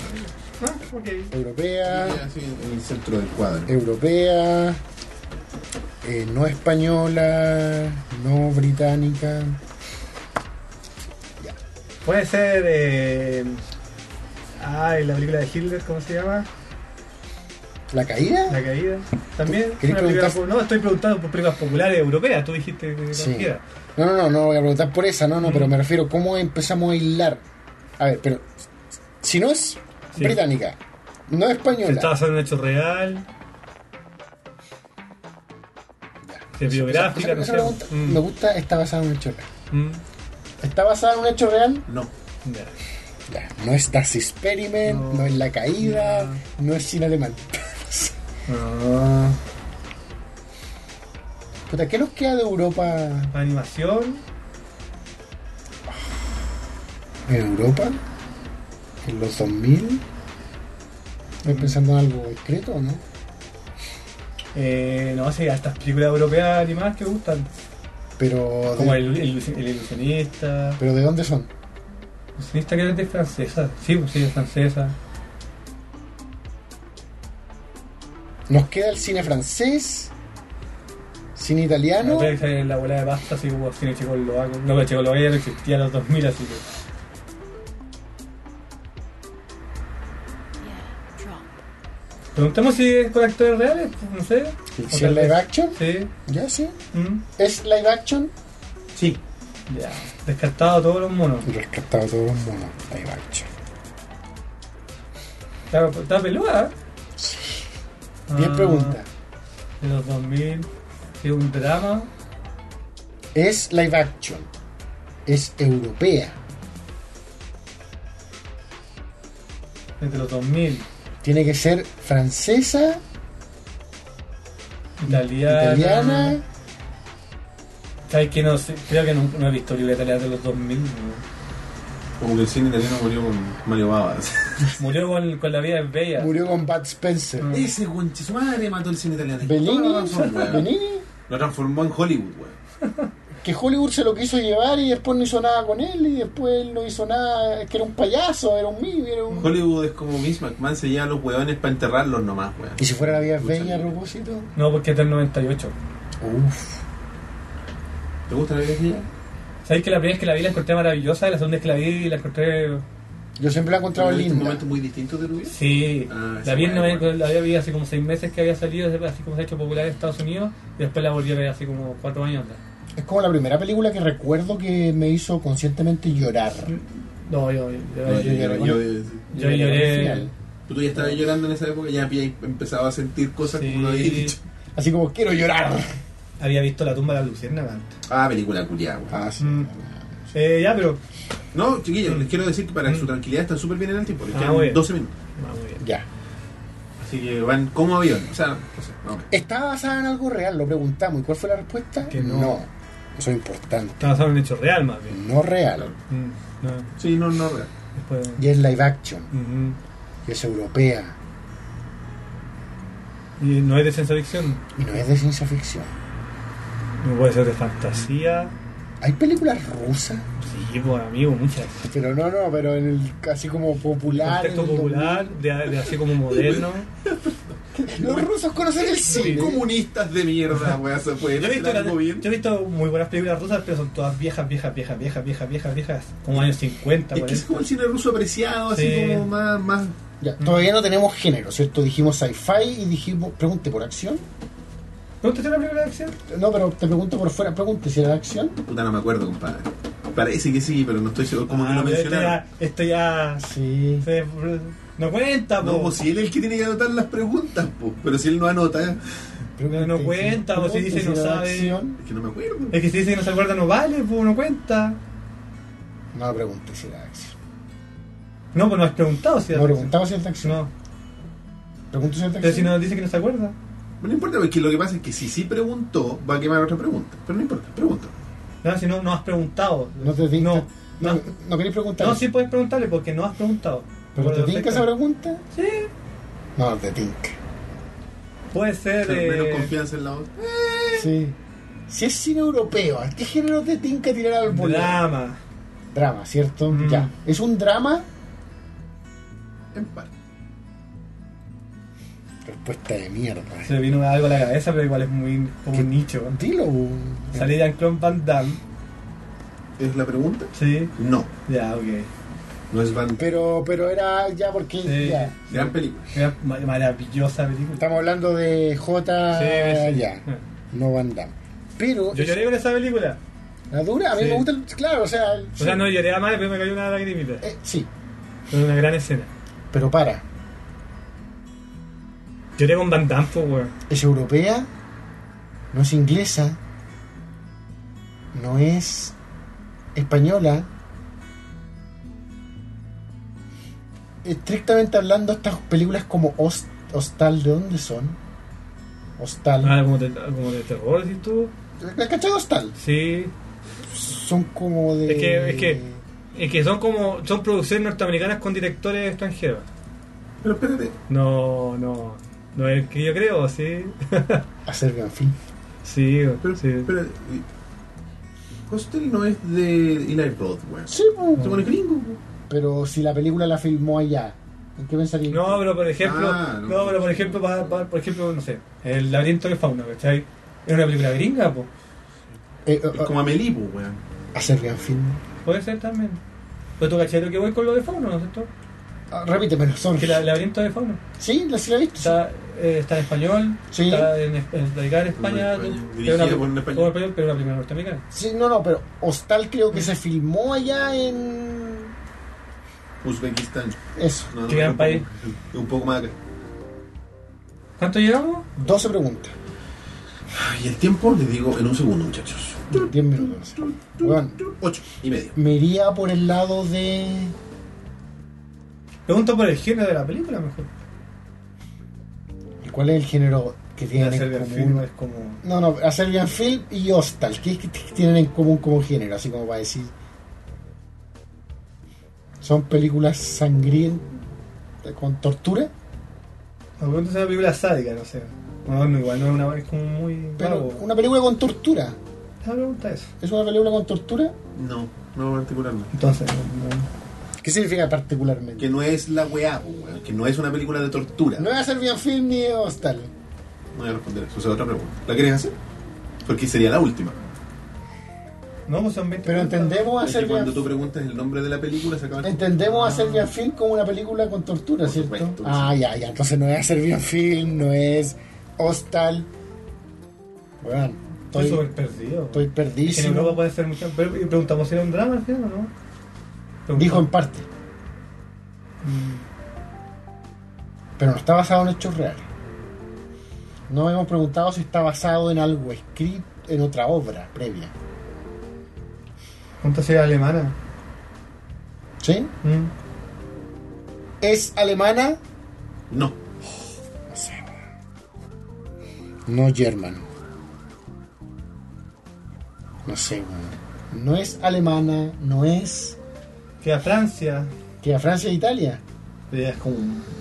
Ah, ok.
Europea,
Ya, sí, en el centro del
Eh.
cuadro.
europea, eh, no española, no británica.
Puede ser... Eh... Ah, en la película de Hitler, ¿cómo se llama?
¿La caída?
La caída. ¿También?
¿Querés
Una película
preguntar?
po- No, estoy preguntando por películas populares europeas. Tú dijiste que
Sí.
cualquiera.
No, no, no, no voy a preguntar por esa, no, no,
Mm.
pero me refiero cómo empezamos a hilar. A ver, pero si no es
Sí.
británica, no española.
Está basado en un hecho real. Es biográfica,
Esa-
no sé.
esa pregunta
Mm,
Me gusta, está basada en un hecho real.
mm,
¿Está basada en un hecho real?
No.
ya.
Ya, no es Das Experiment, no,
No.
es La Caída,
No.
no es cine alemán.
Ah.
Puta, ¿qué nos queda de Europa?
Animación.
¿En Europa? ¿En los 2000? Estoy pensando en algo discreto, ¿no?
Eh, no sé, a estas películas europeas animadas que gustan.
Pero
Como
de,
el, el, el ilusionista.
pero ¿de dónde son?
Ilusionista que es francesa. Sí, pues sí, es francesa.
Nos queda el cine francés, cine italiano,
Puede ser la bola de pasta, así como cine checoslovaco. No, pero Checoslovaquia no existía en los 2000, así que.
Preguntemos si es con actores reales, pues, no sé.
¿Si
O
es
tal vez-
live action?
Sí.
Ya sí.
Mm.
¿Es live action?
Sí.
Ya. Descartado todos los monos.
Y rescatado todos los monos. Live action.
Está, está peluda. ¿eh?
Bien
Ah,
pregunta.
De los 2000. Es un drama.
¿Es live action? ¿Es europea?
Es de los 2000.
¿Tiene que ser francesa?
Italiana.
¿Italiana?
¿Sabes que no sé? Creo que no, no he visto libro italiano de los 2000. ¿no?
Como que el cine italiano murió con Mario Babas.
Murió con, con la vida es bella.
Murió con Bud Spencer.
Mm.
Ese conche su madre mató el cine italiano.
Bellini,
Toda la razón, weón.
Bellini,
Lo transformó en Hollywood, weón.
que Hollywood se lo quiso llevar y después no hizo nada con él y después él no hizo nada, es que era un payaso, era un mí, era un...
Hollywood es como Miss McMahon se lleva a los weones para enterrarlos nomás, weón.
Y si fuera la vida es
Lucha
bella a
libre.
propósito.
No, porque es del 98.
Uff.
¿Te gusta la vida es bella?
¿Sabes que la primera vez que la vi la encontré maravillosa? y La segunda vez que la vi la encontré.
Yo siempre la he encontrado
este
¿Tuviste un
linda.
momento muy distinto de tu vida?
Sí.
Ah,
la
esa
vi en
weá,
90 la había visto hace como 6 meses que había salido, así como se ha hecho popular en Estados Unidos. Y después la volví a ver hace como 4 años atrás.
Es como la primera película que recuerdo que me hizo conscientemente llorar.
No, yo, yo, yo,
No,
yo,
yo,
lloré,
yo- yo-
yo
Al
lloré.
final.
tú ya estabas llorando en esa época, ya había empezado a sentir cosas
Sí.
como lo habías dicho.
Así como quiero llorar.
Había visto la tumba de la luciérnaga antes.
Ah, película culiada, weón.
Ah, sí.
Mm. Eh, ya, pero.
No, chiquillos,
Mm.
les quiero decir que para
Mm.
su tranquilidad están súper bien en el tiempo. Les
Ah,
quedan
muy bien.
12 minutos.
Ah, muy bien.
Ya.
Así que van como avión. O sea, no sé, no.
¿Está basada en algo real? Lo preguntamos. ¿Y cuál fue la respuesta?
Que no.
Eso es importante.
Está basado en un hecho real, más bien.
No real.
Mm, no,
Sí, no, no, real.
después.
Y es live action.
mm,
Ujú.
Y es europea.
Y no es de ciencia ficción.
Y no es de ciencia ficción.
No puede ser de fantasía.
Hay películas rusas,
Sí, pues amigo, muchas.
pero no, no, pero en el casi como popular.
Contexto
en el
popular, de, de así como moderno.
dominio. Los rusos conocen el
Sí,
cine.
comunistas de mierda, weón, se puede
Yo he, visto
hacer
la-
algo bien.
yo he visto muy buenas películas rusas, pero son todas viejas, viejas, viejas, viejas, viejas, viejas, viejas. Como años 50,
Es que es
40.
como el cine ruso apreciado, así
Sí.
como más, más
Ya, todavía no tenemos género, ¿cierto? Dijimos sci-fi y dijimos. Pregunte por acción.
¿No te la primera acción?
No, pero te pregunto por fuera. Pregunte si era de acción.
Puta, no me acuerdo, compadre. Parece que sí, pero no estoy seguro. Como que lo
Ah, esto ya,
mencionaron.
esto ya
Sí.
se- no cuenta, po.
No, pues si él es el que tiene que anotar las preguntas, pues. Pero si él no anota, es
No, no cuenta, o si dice no
era de
sabe.
acción.
que no me acuerdo.
Es que si dice que no se acuerda no vale, pues no cuenta.
No pregunte si era de acción.
No, pues no has preguntado si
No preguntaba si era de acción.
No,
Pregunto si era de
pero si
acción.
no dice que no se acuerda.
No importa, porque lo que pasa es que si sí preguntó, va a quemar otra pregunta. Pero no importa, pregunta.
No, si no, no has preguntado.
No te tinca-
No,
No,
no.
no queréis preguntar.
No, sí puedes preguntarle porque no has preguntado.
¿Pero te
Recuerdo
tinca esa
perfecto.
pregunta?
Sí.
No, no te tinca.
Puede ser.
Pero
eh,
menos confianza en la otra.
Sí. Si es cine europeo, ¿a qué género te tinca tirar al volante?
Drama.
Drama, ¿cierto?
Mm.
Ya. ¿Es un drama?
En par.
Respuesta de mierda.
Se me vino algo a la cabeza, pero igual es muy como un nicho.
Dilo.
Salí Jean-Claude Van Damme.
¿Es la pregunta?
Sí.
No,
Ya, ok.
no es Van
Pero, pero era ya porque...
Sí.
ya.
Gran película.
Una ma- maravillosa película.
Estamos hablando de J...
Sí, sí.
Ah, Ya. No Van Damme. Pero...
Yo lloré con esa película.
La dura, a mí
Sí.
me gusta... el- Claro, o sea...
O sea, no lloré a mal, pero me cayó una lagrimita.
eh, sí,
Fue una gran escena.
pero para.
Lloré con Van Damme, po, weón.
¿Es europea? ¿No es inglesa? ¿No es española? Estrictamente hablando, estas películas como Host- Hostal, ¿de dónde son? Hostal.
Ah, como de, como de terror, dices tú.
¿La cachado Hostal?
Sí.
Son como de...
Es que- es que- Es que son como. Son producciones norteamericanas con directores extranjeros.
Pero espérate,
No, no. No es el que yo creo, sí.
Acerca, en fin.
sí,
pero,
sí.
espérate. Hostel no es de Eli Roth, weón.
Sí, po.
Se pone gringo, weón.
pero si la película la filmó allá, ¿en qué pensaría?
No, pero por ejemplo,
Ah,
no,
no.
pero por ejemplo, pa- pa- por ejemplo, no sé, El laberinto de fauna, ¿cachai? Es una película gringa, po.
Eh,
Ah,
eh,
Es como Amelie, po, weón.
Acerca, en fin.
puede ser también. Pero tú cachai lo que voy con lo de fauna, ¿no es cierto?
Ah, repítemelo, son.
Que la- laberinto de fauna.
Sí, la sí la he visto. sí.
Está, eh, está en español,
Sí.
está en, es- en- dedicada en España,
España,
tú-
dirigida
es una-
por un español.
todo en español, pero una película norteamericana.
Sí, no, no, pero Hostal creo que se filmó allá en.
Uzbekistán.
Eso.
No, no,
Qué gran
un poco-
país.
Un poco más acá.
¿Cuánto llevamos?
12 preguntas.
Y el tiempo, les digo, en un segundo, muchachos.
10 minutos. Weón,
Ocho y medio.
me iría por el lado de.
Pregunto por el género de la película mejor.
¿Cuál es el género que tienen
Hacer
en
el
común?
film eh. es como.
No, no, a Serbian Film y Hostal. ¿Qué, qué tienen en común como género? Así como para decir. Son películas sangrientas con tortura,
Me pregunto si es una película sádica, no sé. No, no, igual no es una. Es como muy.
pero
vago.
una película con tortura.
Esa pregunta es.
¿Es una película con tortura?
No, no particularmente.
Entonces, no-
¿Qué significa particularmente?
Que no es la weá, po, weón. Que no es una película de tortura.
No
No
es a Serbian Film ni Hostal.
voy a responder eso. Esa es otra pregunta. ¿La querés hacer? Porque sería la última.
no, pues son 20
Pero
preguntas.
entendemos a
Es que
Serbian
cuando tú preguntas el nombre de la película, se acaba el
Entendemos a Serbian Film como una película con tortura,
Por
¿cierto?
supuesto, sí.
ah, ya, ya. Entonces no es Serbian Film, no es Hostal. Bueno,
Estoy
estoy,
súper perdido.
estoy
En Europa
perdísimo.
puede ser mucho. Pero y preguntamos si era un drama al final o no. Preguntamos.
Dijo en parte,
Mm,
pero no está basado en hechos reales. No hemos preguntado si está basado en algo escrito, en otra obra previa.
Pregunta si era alemana.
¿Sí?
Mm.
¿Es alemana?
No.
No sé. No German. No sé, weón. No es alemana, no es.
Que a Francia.
que a Francia e Italia.
Ya es como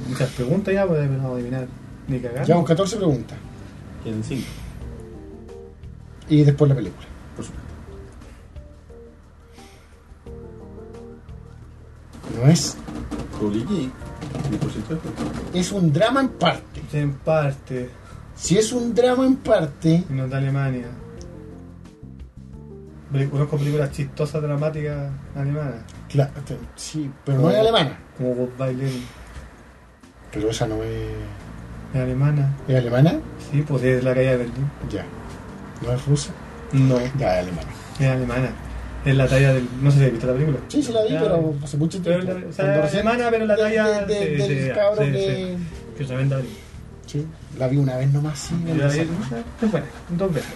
muchas preguntas ya, pues no adivinar. Ni cagar.
Llevamos 14 preguntas.
En cinco,
Y después la película.
por supuesto.
No es.
Publiqué. 10% de descuento.
Es un drama en parte.
En parte.
Si es un drama en parte,
Y no de Alemania. Peli- Conozco películas chistosas, dramáticas alemanas.
claro, sí, pero no es alemana.
Como Goodbye Lenin.
Pero esa no es.
¿Es alemana?
¿Es alemana?
Sí, pues es la calle de Berlín.
Ya. ¿No es rusa?
No,
Ya, es alemana.
es alemana. Es la talla del. No sé si has visto la película.
Sí, sí la vi,
Ya.
pero hace mucho
Pero
tiempo.
la, o sea,
Cuando recién-
alemana, pero la
de-
talla.
de- de-
sí,
del
sí,
cabro
sí,
que.
Que se venda ahorita.
Sí, la vi una vez nomás. Sí,
Y
en
la-
esa-
Es buena, dos veces.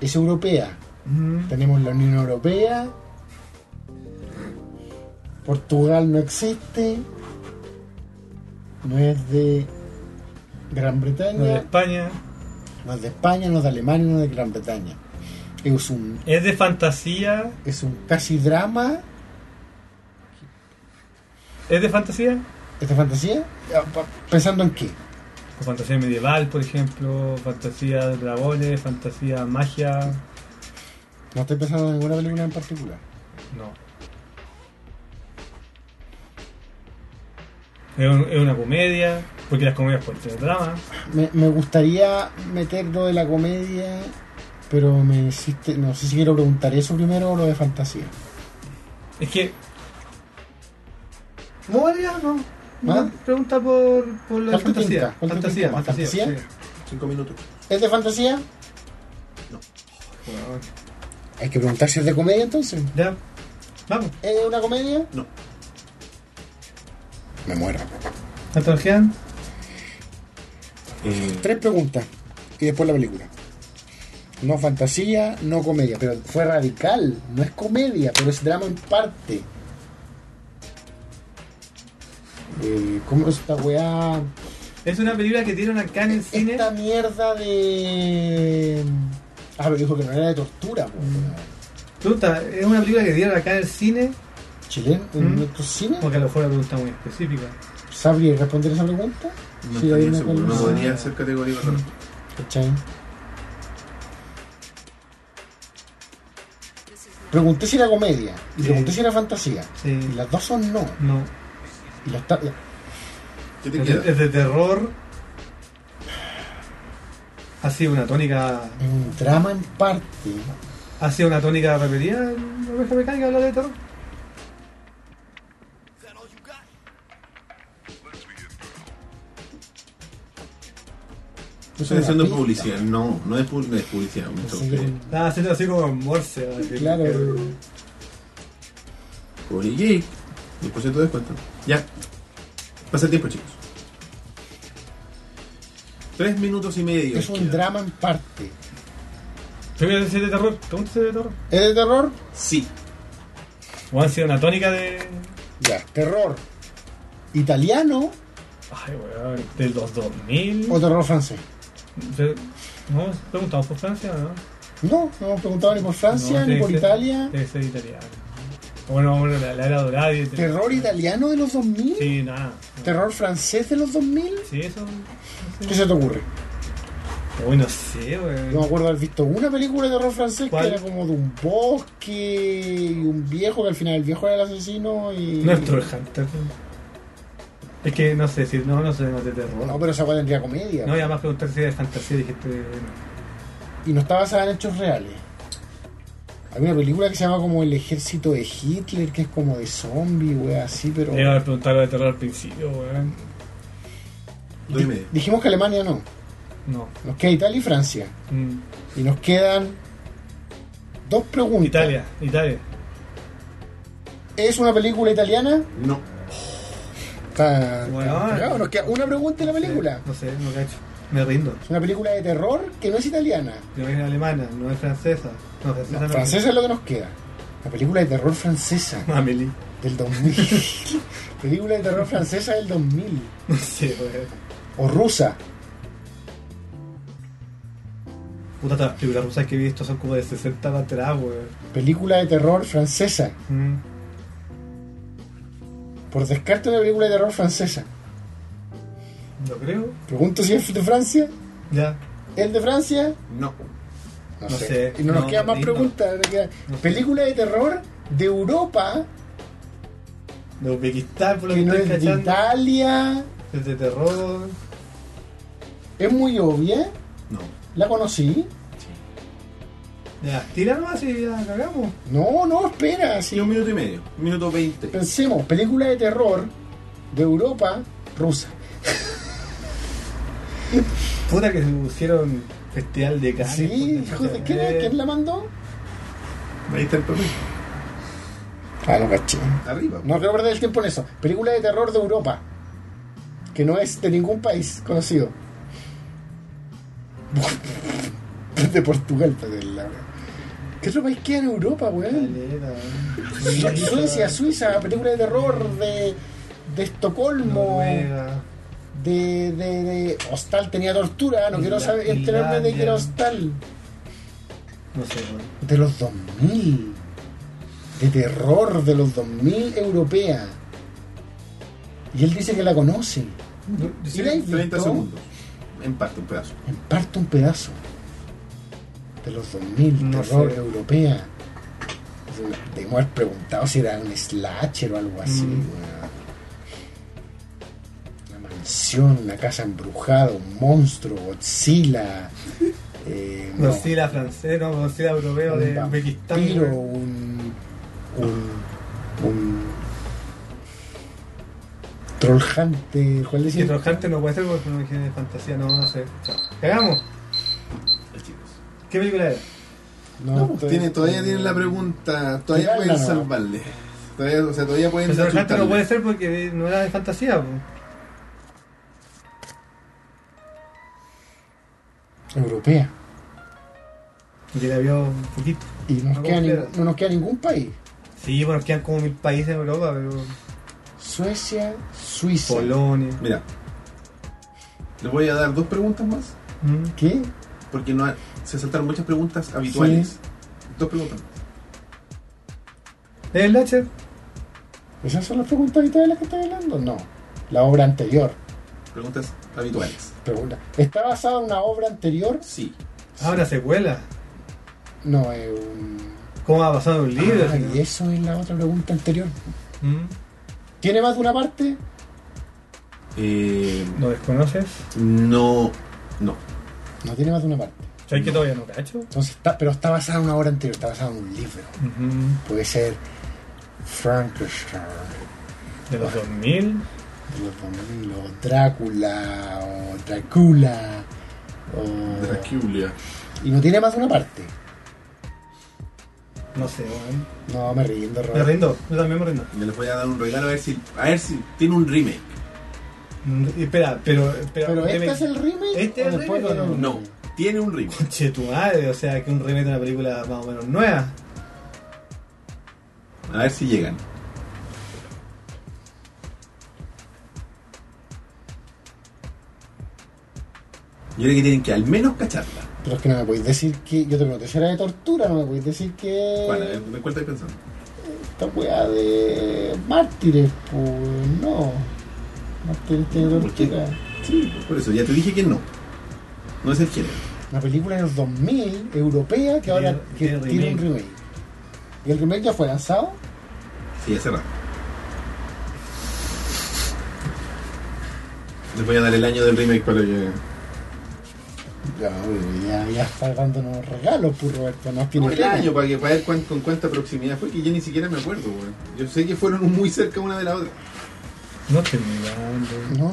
Es europea.
Mm.
Tenemos la Unión Europea. Portugal no existe. No es de Gran Bretaña.
No es de España.
No es de España, no es de Alemania, no es de Gran Bretaña. Es un,
Es de fantasía.
es un casi drama.
¿Es de fantasía?
¿Esta fantasía? Ah, pa- ¿Pensando en qué?
O fantasía medieval, por ejemplo. Fantasía de dragones, fantasía magia.
No estoy pensando en ninguna película en particular.
No. Es, un- es una comedia. Porque las comedias pueden tener drama.
Me, me gustaría meterlo de la comedia, pero me hiciste, no sé si quiero preguntar eso primero o lo de fantasía.
Es que
Moria, no.
¿Ah?
Pregunta por, por la
¿Cuál te
fantasía.
tinca? ¿Cuál te
fantasía,
tinca más?
fantasía.
¿Fantasía?
sí.
Cinco minutos.
¿Es de fantasía?
Bueno,
Hay que preguntar si es de comedia entonces.
ya. Vamos.
¿Es una comedia?
No.
Me muero.
Antología.
Eh,
Tres preguntas y después la película. No fantasía, no comedia, pero fue radical. No es comedia, pero es drama en parte. Eh, ¿Cómo esta weá?
Es una película que dieron acá en el cine.
Esta mierda de. Ah, pero dijo que no era de tortura, po,
Mm. Pregunta, es una película que dieron acá en el cine.
chileno, en
Mm.
nuestro cine.
Porque a lo mejor una pregunta muy específica.
¿Sabría responder esa pregunta?
no
Sí, ahí
estaría
me
seguro. No
acuerdo.
podría ser categoría para
¿Cachai? Pregunté si era comedia y
Sí.
pregunté si era fantasía.
Sí.
Y las dos son no.
No.
Y las ta-
¿Qué te
Es de,
queda?
es de terror. Ha sido una tónica.
en un drama en parte.
Ha sido una tónica repetida en Oveja Mecánica hablar de terror.
Eso
Estoy
era
haciendo
pista.
publicidad. No, no es, pub- no es publicidad. mucho
Así que-
Ah,
Estaba haciendo así como en morse. así.
Claro,
Holy Jake. 10% de descuento. Ya. Pasa el tiempo, chicos. Tres minutos y medio.
es un
queda.
drama en parte.
Primero si es de terror, pregunta si es de terror.
¿Es de terror?
Sí.
O han sido una tónica de.
Ya, terror. ¿Italiano
Ay, weón, de los 2000.
o terror francés?
De- No, preguntamos por Francia, ¿no?
No, no hemos preguntado ni por Francia,
No,
ni
debe
por
ser-
Italia.
Debe ser italiano. Bueno, bueno, la, la era dorada. y-
¿Terror italiano de los 2000?
Sí, nada.
¿Terror francés de los 2000?
Sí, eso.
¿Qué se te ocurre?
Uy, no sé, weón.
Yo me acuerdo haber visto una película de terror francés
¿Cuál?
que era como de un bosque y un viejo, que al final el viejo era el asesino y...
No es Troll Hunter. Es que no sé si. No, no sé, no es de terror.
No, pero esa cual tendría comedia.
No, y además preguntar si era de fantasía, dijiste.
Y no está basada en hechos reales. Hay una película que se llama como El Ejército de Hitler, que es como de zombie, wea, así, pero...
Le iba a preguntar lo de terror al principio, weón.
Dos y medio.
Dijimos que Alemania no.
No.
Nos queda Italia y Francia.
Mm.
Y nos quedan dos preguntas.
Italia, Italia.
¿Es una película italiana?
No.
Está,
Bueno.
está complicado. nos queda una pregunta en la película.
Eh, No sé, no cacho. Me rindo.
Es una película de terror que no es italiana.
No es alemana, no es francesa. No, francesa
No,
no.
francesa es lo que nos queda. La película de terror francesa
Mameli.
del 2000. película de terror francesa del 2000.
No sé, weón.
O rusa.
Puta, todas las películas rusas que he visto son como de 60 para atrás, weón.
Película de terror francesa.
Mm.
Por descarte una película de terror francesa.
No creo.
Pregunto si es de Francia.
Ya.
¿Es de Francia?
No.
No,
No
sé.
sé.
Y no nos
No,
quedan más
no.
preguntas. nos queda-
No sé.
Película de terror de Europa
De Uzbekistán, por lo que,
que no es
estoy
de
cachando.
Italia.
Es de terror.
Es muy obvia.
No.
La conocí.
Ya, tira nomás y ya cagamos.
No, no, espera.
Sí,
sí.
un minuto y medio. Un minuto veinte.
Pensemos, película de terror de Europa rusa.
Puta que se pusieron festival de Cannes.
Sí,
puta,
hijo de-
chucha,
¿quién,
eh.
quién la mandó?
Ahí está el papel.
Ah, no caché.
Arriba.
No quiero perder el tiempo en eso. Película de terror de Europa. Que no es de ningún país conocido. Es de Portugal, para la wea. ¿Qué otro país queda en Europa, weón?
Caleta,
Su-
eh.
Suecia, Suiza, película de terror de, de Estocolmo.
Noruega.
de, de, de Hostal tenía tortura, no quiero saber,
Finlandia.
enterarme de que era Hostal.
No sé, weón.
De los 2000. De terror de los 2000 europea. Y él dice que la conoce.
No,
¿Y la has
30
visto?
segundos. En parte, un pedazo.
En parte un pedazo. De los 2000,
No
terror
sé.
europea. Debemos haber preguntado si era un slasher o algo así.
Mm.
weón. Una mansión, una casa embrujada, un monstruo, Godzilla. eh, no.
Godzilla francés, no, Godzilla europeo de
un
Uzbekistán.
vampiro,
weón.
un, un, un troll hunter, ¿cuál
Y
decía?
Trojante no puede ser porque no es de fantasía, no, no sé. Chao. ¿Cagamos?
Chicos.
¿Qué película era?
No,
No, pues,
estoy-
tiene, todavía tienen la pregunta. Todavía
Tirarla
pueden
nomás.
salvarle. Todavía, o sea, todavía pueden
Pero Trojante no
asustarle.
Pues, puede ser porque no era de fantasía. po.
Europea.
Porque la vio un poquito.
Y nos
No
queda
confía.
ning- no nos queda ningún país.
Sí, bueno, quedan como mil países en Europa, pero.
Suecia, Suiza.
Polonia.
Mira. Les voy a dar dos preguntas más.
Mm.
¿Qué?
Porque no ha- se saltaron muchas preguntas habituales. Dos preguntas más.
¿Es el Lacher?
¿Esas son las preguntas habituales de las que estoy hablando? No. La obra anterior.
Preguntas habituales.
Pregunta. ¿Está basada en una obra anterior?
Sí.
Ah, una secuela.
No, es un.
¿Cómo va pasando un libro?
Ah, y eso es la otra pregunta anterior.
Mm.
¿Tiene más de una parte?
Eh,
¿Lo desconoces?
no. No.
No tiene más de una parte.
¿Sabes que todavía no cacho?
Entonces está, pero está basada en una obra anterior, está basada en un libro.
Ujú.
Puede ser Frankenstein,
De los 2000.
de los 2000, o Drácula, o Dracula, Oh.
Draculia.
Y no tiene más de una parte.
No sé, weón.
No, me rindo, Robert.
Me rindo, yo también me rindo.
Yo les voy a dar un regalo a ver si, a ver si tiene un remake.
Mm, Espera, pero. Espera,
Pero este
deme-
es el remake.
¿Este
o
es el
después
remake o
viene
no?
un-
No, tiene un remake.
Che, tu madre, o sea, que un remake de una película más o menos nueva.
A ver si llegan. Yo creo que tienen que al menos cacharla.
Pero es que no me podéis decir que. Yo te pregunté si era de tortura, no me podéis decir que.
Bueno, eh, me encuentro pensando.
Esta weá de. Mártires, pues. No. Mártires tiene
¿Por qué?
tortura.
Sí, por eso, ya te dije que no. No es el género.
Una película de los 2000 europea que ahora
Tiene-
que
tiene
tiene un remake. ¿Y el remake ya fue lanzado?
Sí, hace rato. Les voy a dar el año del remake para que.
Ya, uy, ya, ya está dándonos regalos, pues Roberto. Nos tiene
No, el
plata.
año, para, que, para ver cuán- con cuánta proximidad fue, que yo ni siquiera me acuerdo, weón. Yo sé que fueron muy cerca una de la otra.
No estoy
pues.
mirando.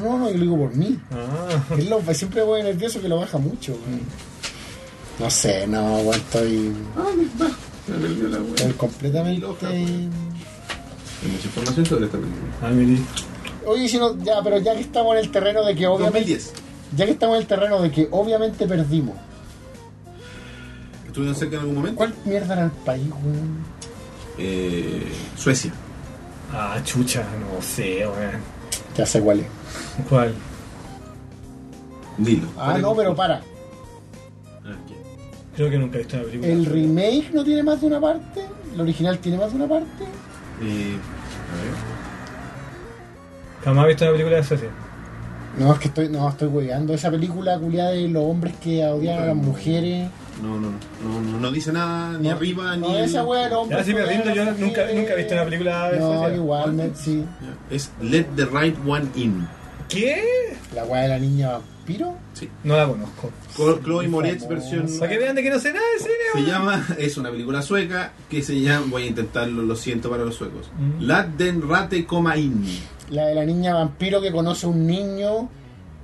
No, no, no, yo lo digo por mí.
Ah,
Él lo, siempre voy nervioso que lo baja mucho, güey. No sé, no, güey, estoy,
Ah, va. Me perdió la weá.
estoy
Mil hojas,
completamente...
weón. Hay mucha información sobre esta película.
ah, mirí.
Oye, si no, ya, pero ya que estamos en el terreno de que obviamente...
2010.
Ya que estamos en el terreno de que obviamente perdimos.
¿Estuvieron cerca en algún momento?
¿Cuál mierda era el país, güey?
Eh, Suecia.
Ah, chucha, no sé, weón.
Ya sé cuál es.
¿Cuál?
Dilo.
Ah, no, pero para.
Ah, ¿qué?
Creo que nunca he visto una película.
¿El remake no tiene más de una parte? ¿El original tiene más de una parte?
Eh, a
Jamás he visto una película de Suecia.
No, es que estoy, no, estoy hueveando. Esa película culiada de los hombres que odian a las mujeres.
ver. No, no, no, no, no, no dice nada, ni
No,
arriba,
no,
ni.
esa wea de los hombres
Ya, sí me
que odian
rindo,
a
yo
las
nunca,
mujeres.
nunca he visto una película de
No,
Suecia.
igual, me- sí.
Ya, Es Let the Right One In.
¿Qué?
La weá de la niña vampiro.
No la conozco.
Col- Chloe
Sí,
Moretz
famosa.
versión.
Para que vean de que no sé nada de cine,
Se
weón.
llama, es una película sueca que se llama, voy a intentarlo, lo siento para los suecos.
Mm.
Let den Rate Coma In.
La de la niña vampiro que conoce a un niño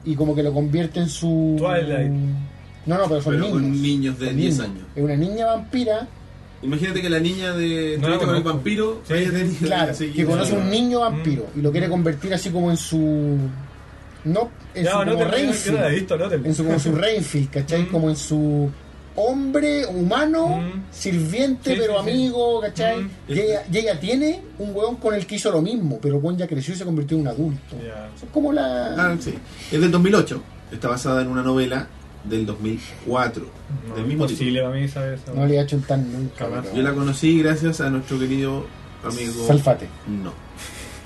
y como que lo convierte en su.
Twilight.
No, no, pero son
Pero
niños.
con niños de
Son
10
niños.
años.
Es una niña vampira,
Imagínate que la niña de
No la
Entrevista con el
conozco.
vampiro
Sí,
haya
sí, Mm.
tenido-
claro,
sí,
que
sí,
conoce a
sí.
un niño vampiro y lo quiere convertir así como en su. No, en su
No, no
como
te rías, yo no la he
Renfield.
visto, no te
En su como su Renfield, ¿cachai?
Mm.
Como en su hombre humano,
Mm.
sirviente
Sí, sí,
pero
sí.
amigo, ¿cachai?
Mm.
Y, ella, y ella tiene un weón con el que hizo lo mismo, pero el weón ya creció y se convirtió en un adulto.
Ya.
Eso es como la.
Ah, sí. Es del 2008. Está basada en una novela del 2004.
No,
del mismo título.
imposible para mí saber eso.
No le he hecho un tan nunca.
Jamás.
pero-
Yo la conocí gracias a nuestro querido amigo.
Salfate.
No.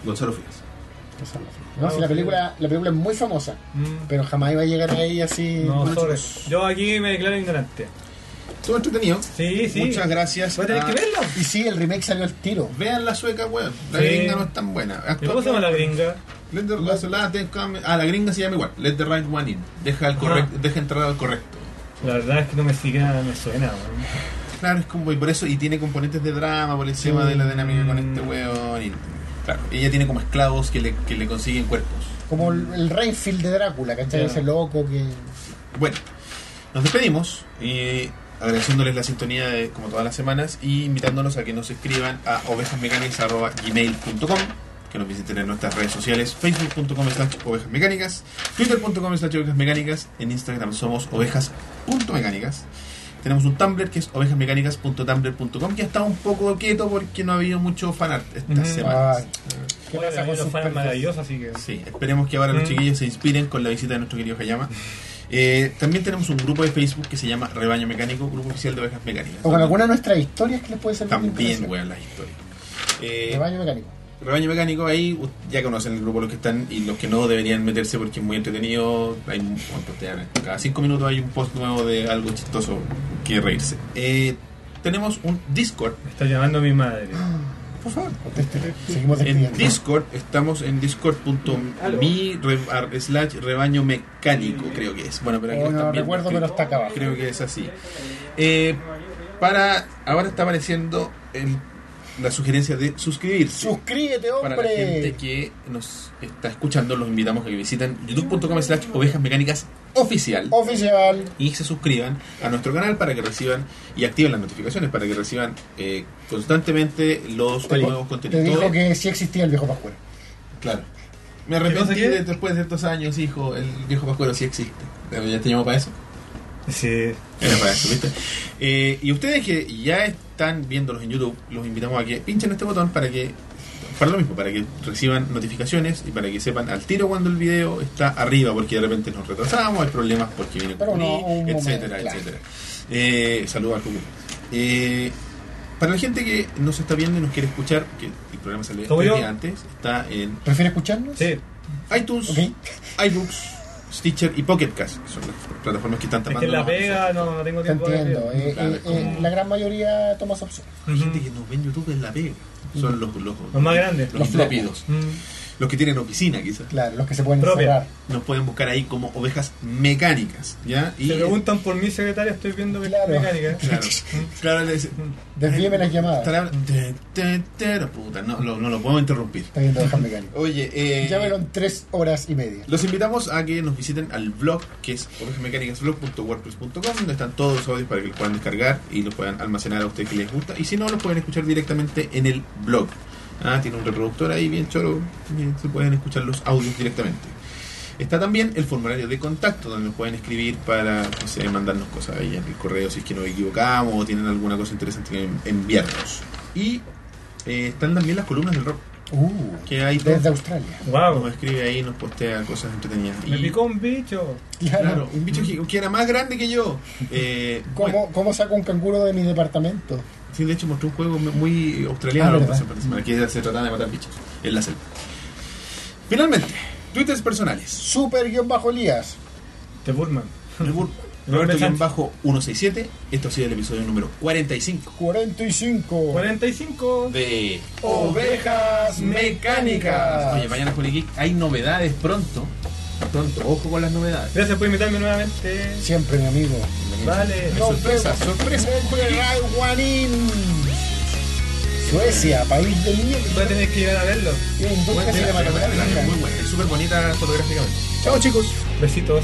Gonzalo Frías.
No, si la película, la película es muy famosa,
Mm.
pero jamás iba a llegar ahí así.
No,
Bueno,
sobre.
chicos.
Yo aquí me declaro ignorante.
Estuvo entretenido.
Sí, sí.
Muchas gracias.
Voy a tener
a-
que verla.
Y sí, el remake salió al tiro.
Vean la sueca, weón. La
Sí.
gringa no es tan buena.
¿Y ¿Cómo se llama la gringa?
Let the- la- la- de- cam- ah, la gringa se llama igual. Let the right one in. Deja, al
Ajá.
correcto, deja entrar al correcto.
La verdad es que no me sigue, me suena. weón.
Claro, es como. Y por eso. Y tiene componentes de drama por encima
Sí.
de la dinámica con este weón. y- claro. Ella tiene como esclavos que le, que le consiguen cuerpos.
Como el, el Renfield de Drácula, ¿cachai?
Ya.
Ese loco que.
Bueno, nos despedimos y agradeciéndoles la sintonía de, como todas las semanas y invitándonos a que nos escriban a ovejasmecánicas.gmail.com que nos visiten en nuestras redes sociales facebook.com slash ovejasmecánicas twitter.com slash ovejasmecánicas en instagram somos ovejas.mecánicas tenemos un tumblr que es ovejasmecánicas.tumblr.com que está un poco quieto porque no ha habido mucho fanart esta
Ujú.
semana
Ay, ¿Qué
Oye,
pasa
hay
con
unos
sus
fans
perros?
maravillosos, así que.
Sí, esperemos que ahora los
Mm.
chiquillos se inspiren con la visita de nuestro querido Hayama. Eh, también tenemos un grupo de Facebook que se llama Rebaño Mecánico, Grupo Oficial de Ovejas Mecánicas.
O con
donde
alguna de nuestras historias que les puede servir. de
También,
inspiración.
weón, las historias.
De
Eh,
baño mecánico.
Rebaño Mecánico, ahí u- ya conocen el grupo los que están y los que no deberían meterse porque es muy entretenido. Hay, un- bueno, postean- cada cinco minutos hay un post nuevo de algo chistoso que reírse. Eh, tenemos un Discord,
Me está llamando mi madre.
por favor.
Conteste. Seguimos
En
despidiendo.
Discord estamos en discord.me re- ar- slash rebaño mecánico, creo que es. Bueno, pero aquí
Oh,
lo
no
están viendo,
recuerdo,
creo,
pero está acá abajo.
creo que es así. Eh, para ahora está apareciendo el la sugerencia de suscribirse.
Suscríbete,
Para la gente
hombre.
que nos está escuchando, los invitamos a que visiten youtube.com slash ovejas mecánicas oficial
Oh. Oficial.
y se suscriban a nuestro canal para que reciban y activen las notificaciones para que reciban eh, constantemente los
Oye,
nuevos
Te
contenidos.
dijo
Todo-
que sí existía el viejo Pascuero.
Claro. Me arrepentí
Entonces, ¿qué?
de- después de estos años, hijo, el viejo pascuero sí existe. ¿Ya te llamo para eso?
Sí.
Era para eso, ¿viste? Eh, y ustedes que ya están viéndolos en YouTube, los invitamos a que pinchen este botón para que, para lo mismo, para que reciban notificaciones y para que sepan al tiro cuando el video está arriba, porque de repente nos retrasamos, hay problemas porque viene
Pero
Cuculi,
no, un
etcétera,
momento,
etcétera. Eh, saludos al Cuculi. Eh, para la gente que nos está viendo y nos quiere escuchar, que el programa salió
¿Como
tres
yo?
días antes, está en
¿Prefiere escucharnos?
Sí.
iTunes,
Ok.
iBooks, Stitcher y Pocket Cast, que son las plataformas que están
Es
tapando.
que la pega, no, no tengo
Te
tiempo
entiendo.
de.
eh,
Claro,
eh,
es como-
eh, la gran mayoría toma esa opción.
Hay gente que nos ve en YouTube en la pega. Son los, los,
Los más grandes.
Los,
Los flojos.
intrépidos.
Mm.
Los que tienen oficina, quizás.
Claro, los que se pueden
Propia.
encerrar.
Nos pueden buscar ahí como ovejas mecánicas. ¿Ya? Y.
Se preguntan por mi secretaria, estoy viendo que
Claro.
mecánica.
Claro, claro les-
Desvíeme las llamadas.
Estará- te- te- te- la puta, no, lo, no lo puedo interrumpir.
Está viendo Ovejas Mecánicas.
Oye, eh,
Llámelo en tres horas y media.
los invitamos a que nos visiten al blog que es ovejasmecánicasblog.wordpress.com donde están todos los audios para que los puedan descargar y los puedan almacenar a ustedes que les gusta. Y si no, los pueden escuchar directamente en el blog. Ah, tiene un reproductor ahí bien choro. bien, se pueden escuchar los audios directamente. Está también el formulario de contacto donde nos pueden escribir para, no sé, mandarnos cosas ahí en el correo si es que nos equivocamos o tienen alguna cosa interesante que enviarnos. Y eh, están también las columnas del rock
Uh,
que hay dos.
desde Australia.
Nos
Wow.
escribe ahí, nos postea cosas entretenidas.
pues, Me
Y-
picó un bicho.
Claro, un bicho que, que era más grande que yo. Eh, bueno,
¿Cómo, ¿Cómo saco un canguro de mi departamento?
sí, de hecho mostró un juego muy
Ah,
australiano la
¿verdad?
pasada semana, que se trataba de matar bichos en la selva. Finalmente, twitters personales.
Super guión bajo Elías.
De Burman.
Roberto-167. Esto ha sido el episodio número 45 Oh.
45.
45.
de
Ovejas mecánicas.
Oye, mañana Julio Geek. Hay novedades pronto. Pronto, ojo con las novedades.
Gracias por invitarme nuevamente.
Siempre, mi amigo.
Vale.
Hay
Nos
sorpresas,
vemos.
sorpresas.
Siempre, Rai Guanín. Suecia, país de nieve.
Voy a tener que ir a verlo.
Tiene industria
Muy
cinematográfica.
buena, es súper bonita fotográficamente.
Chao, chicos.
Besitos.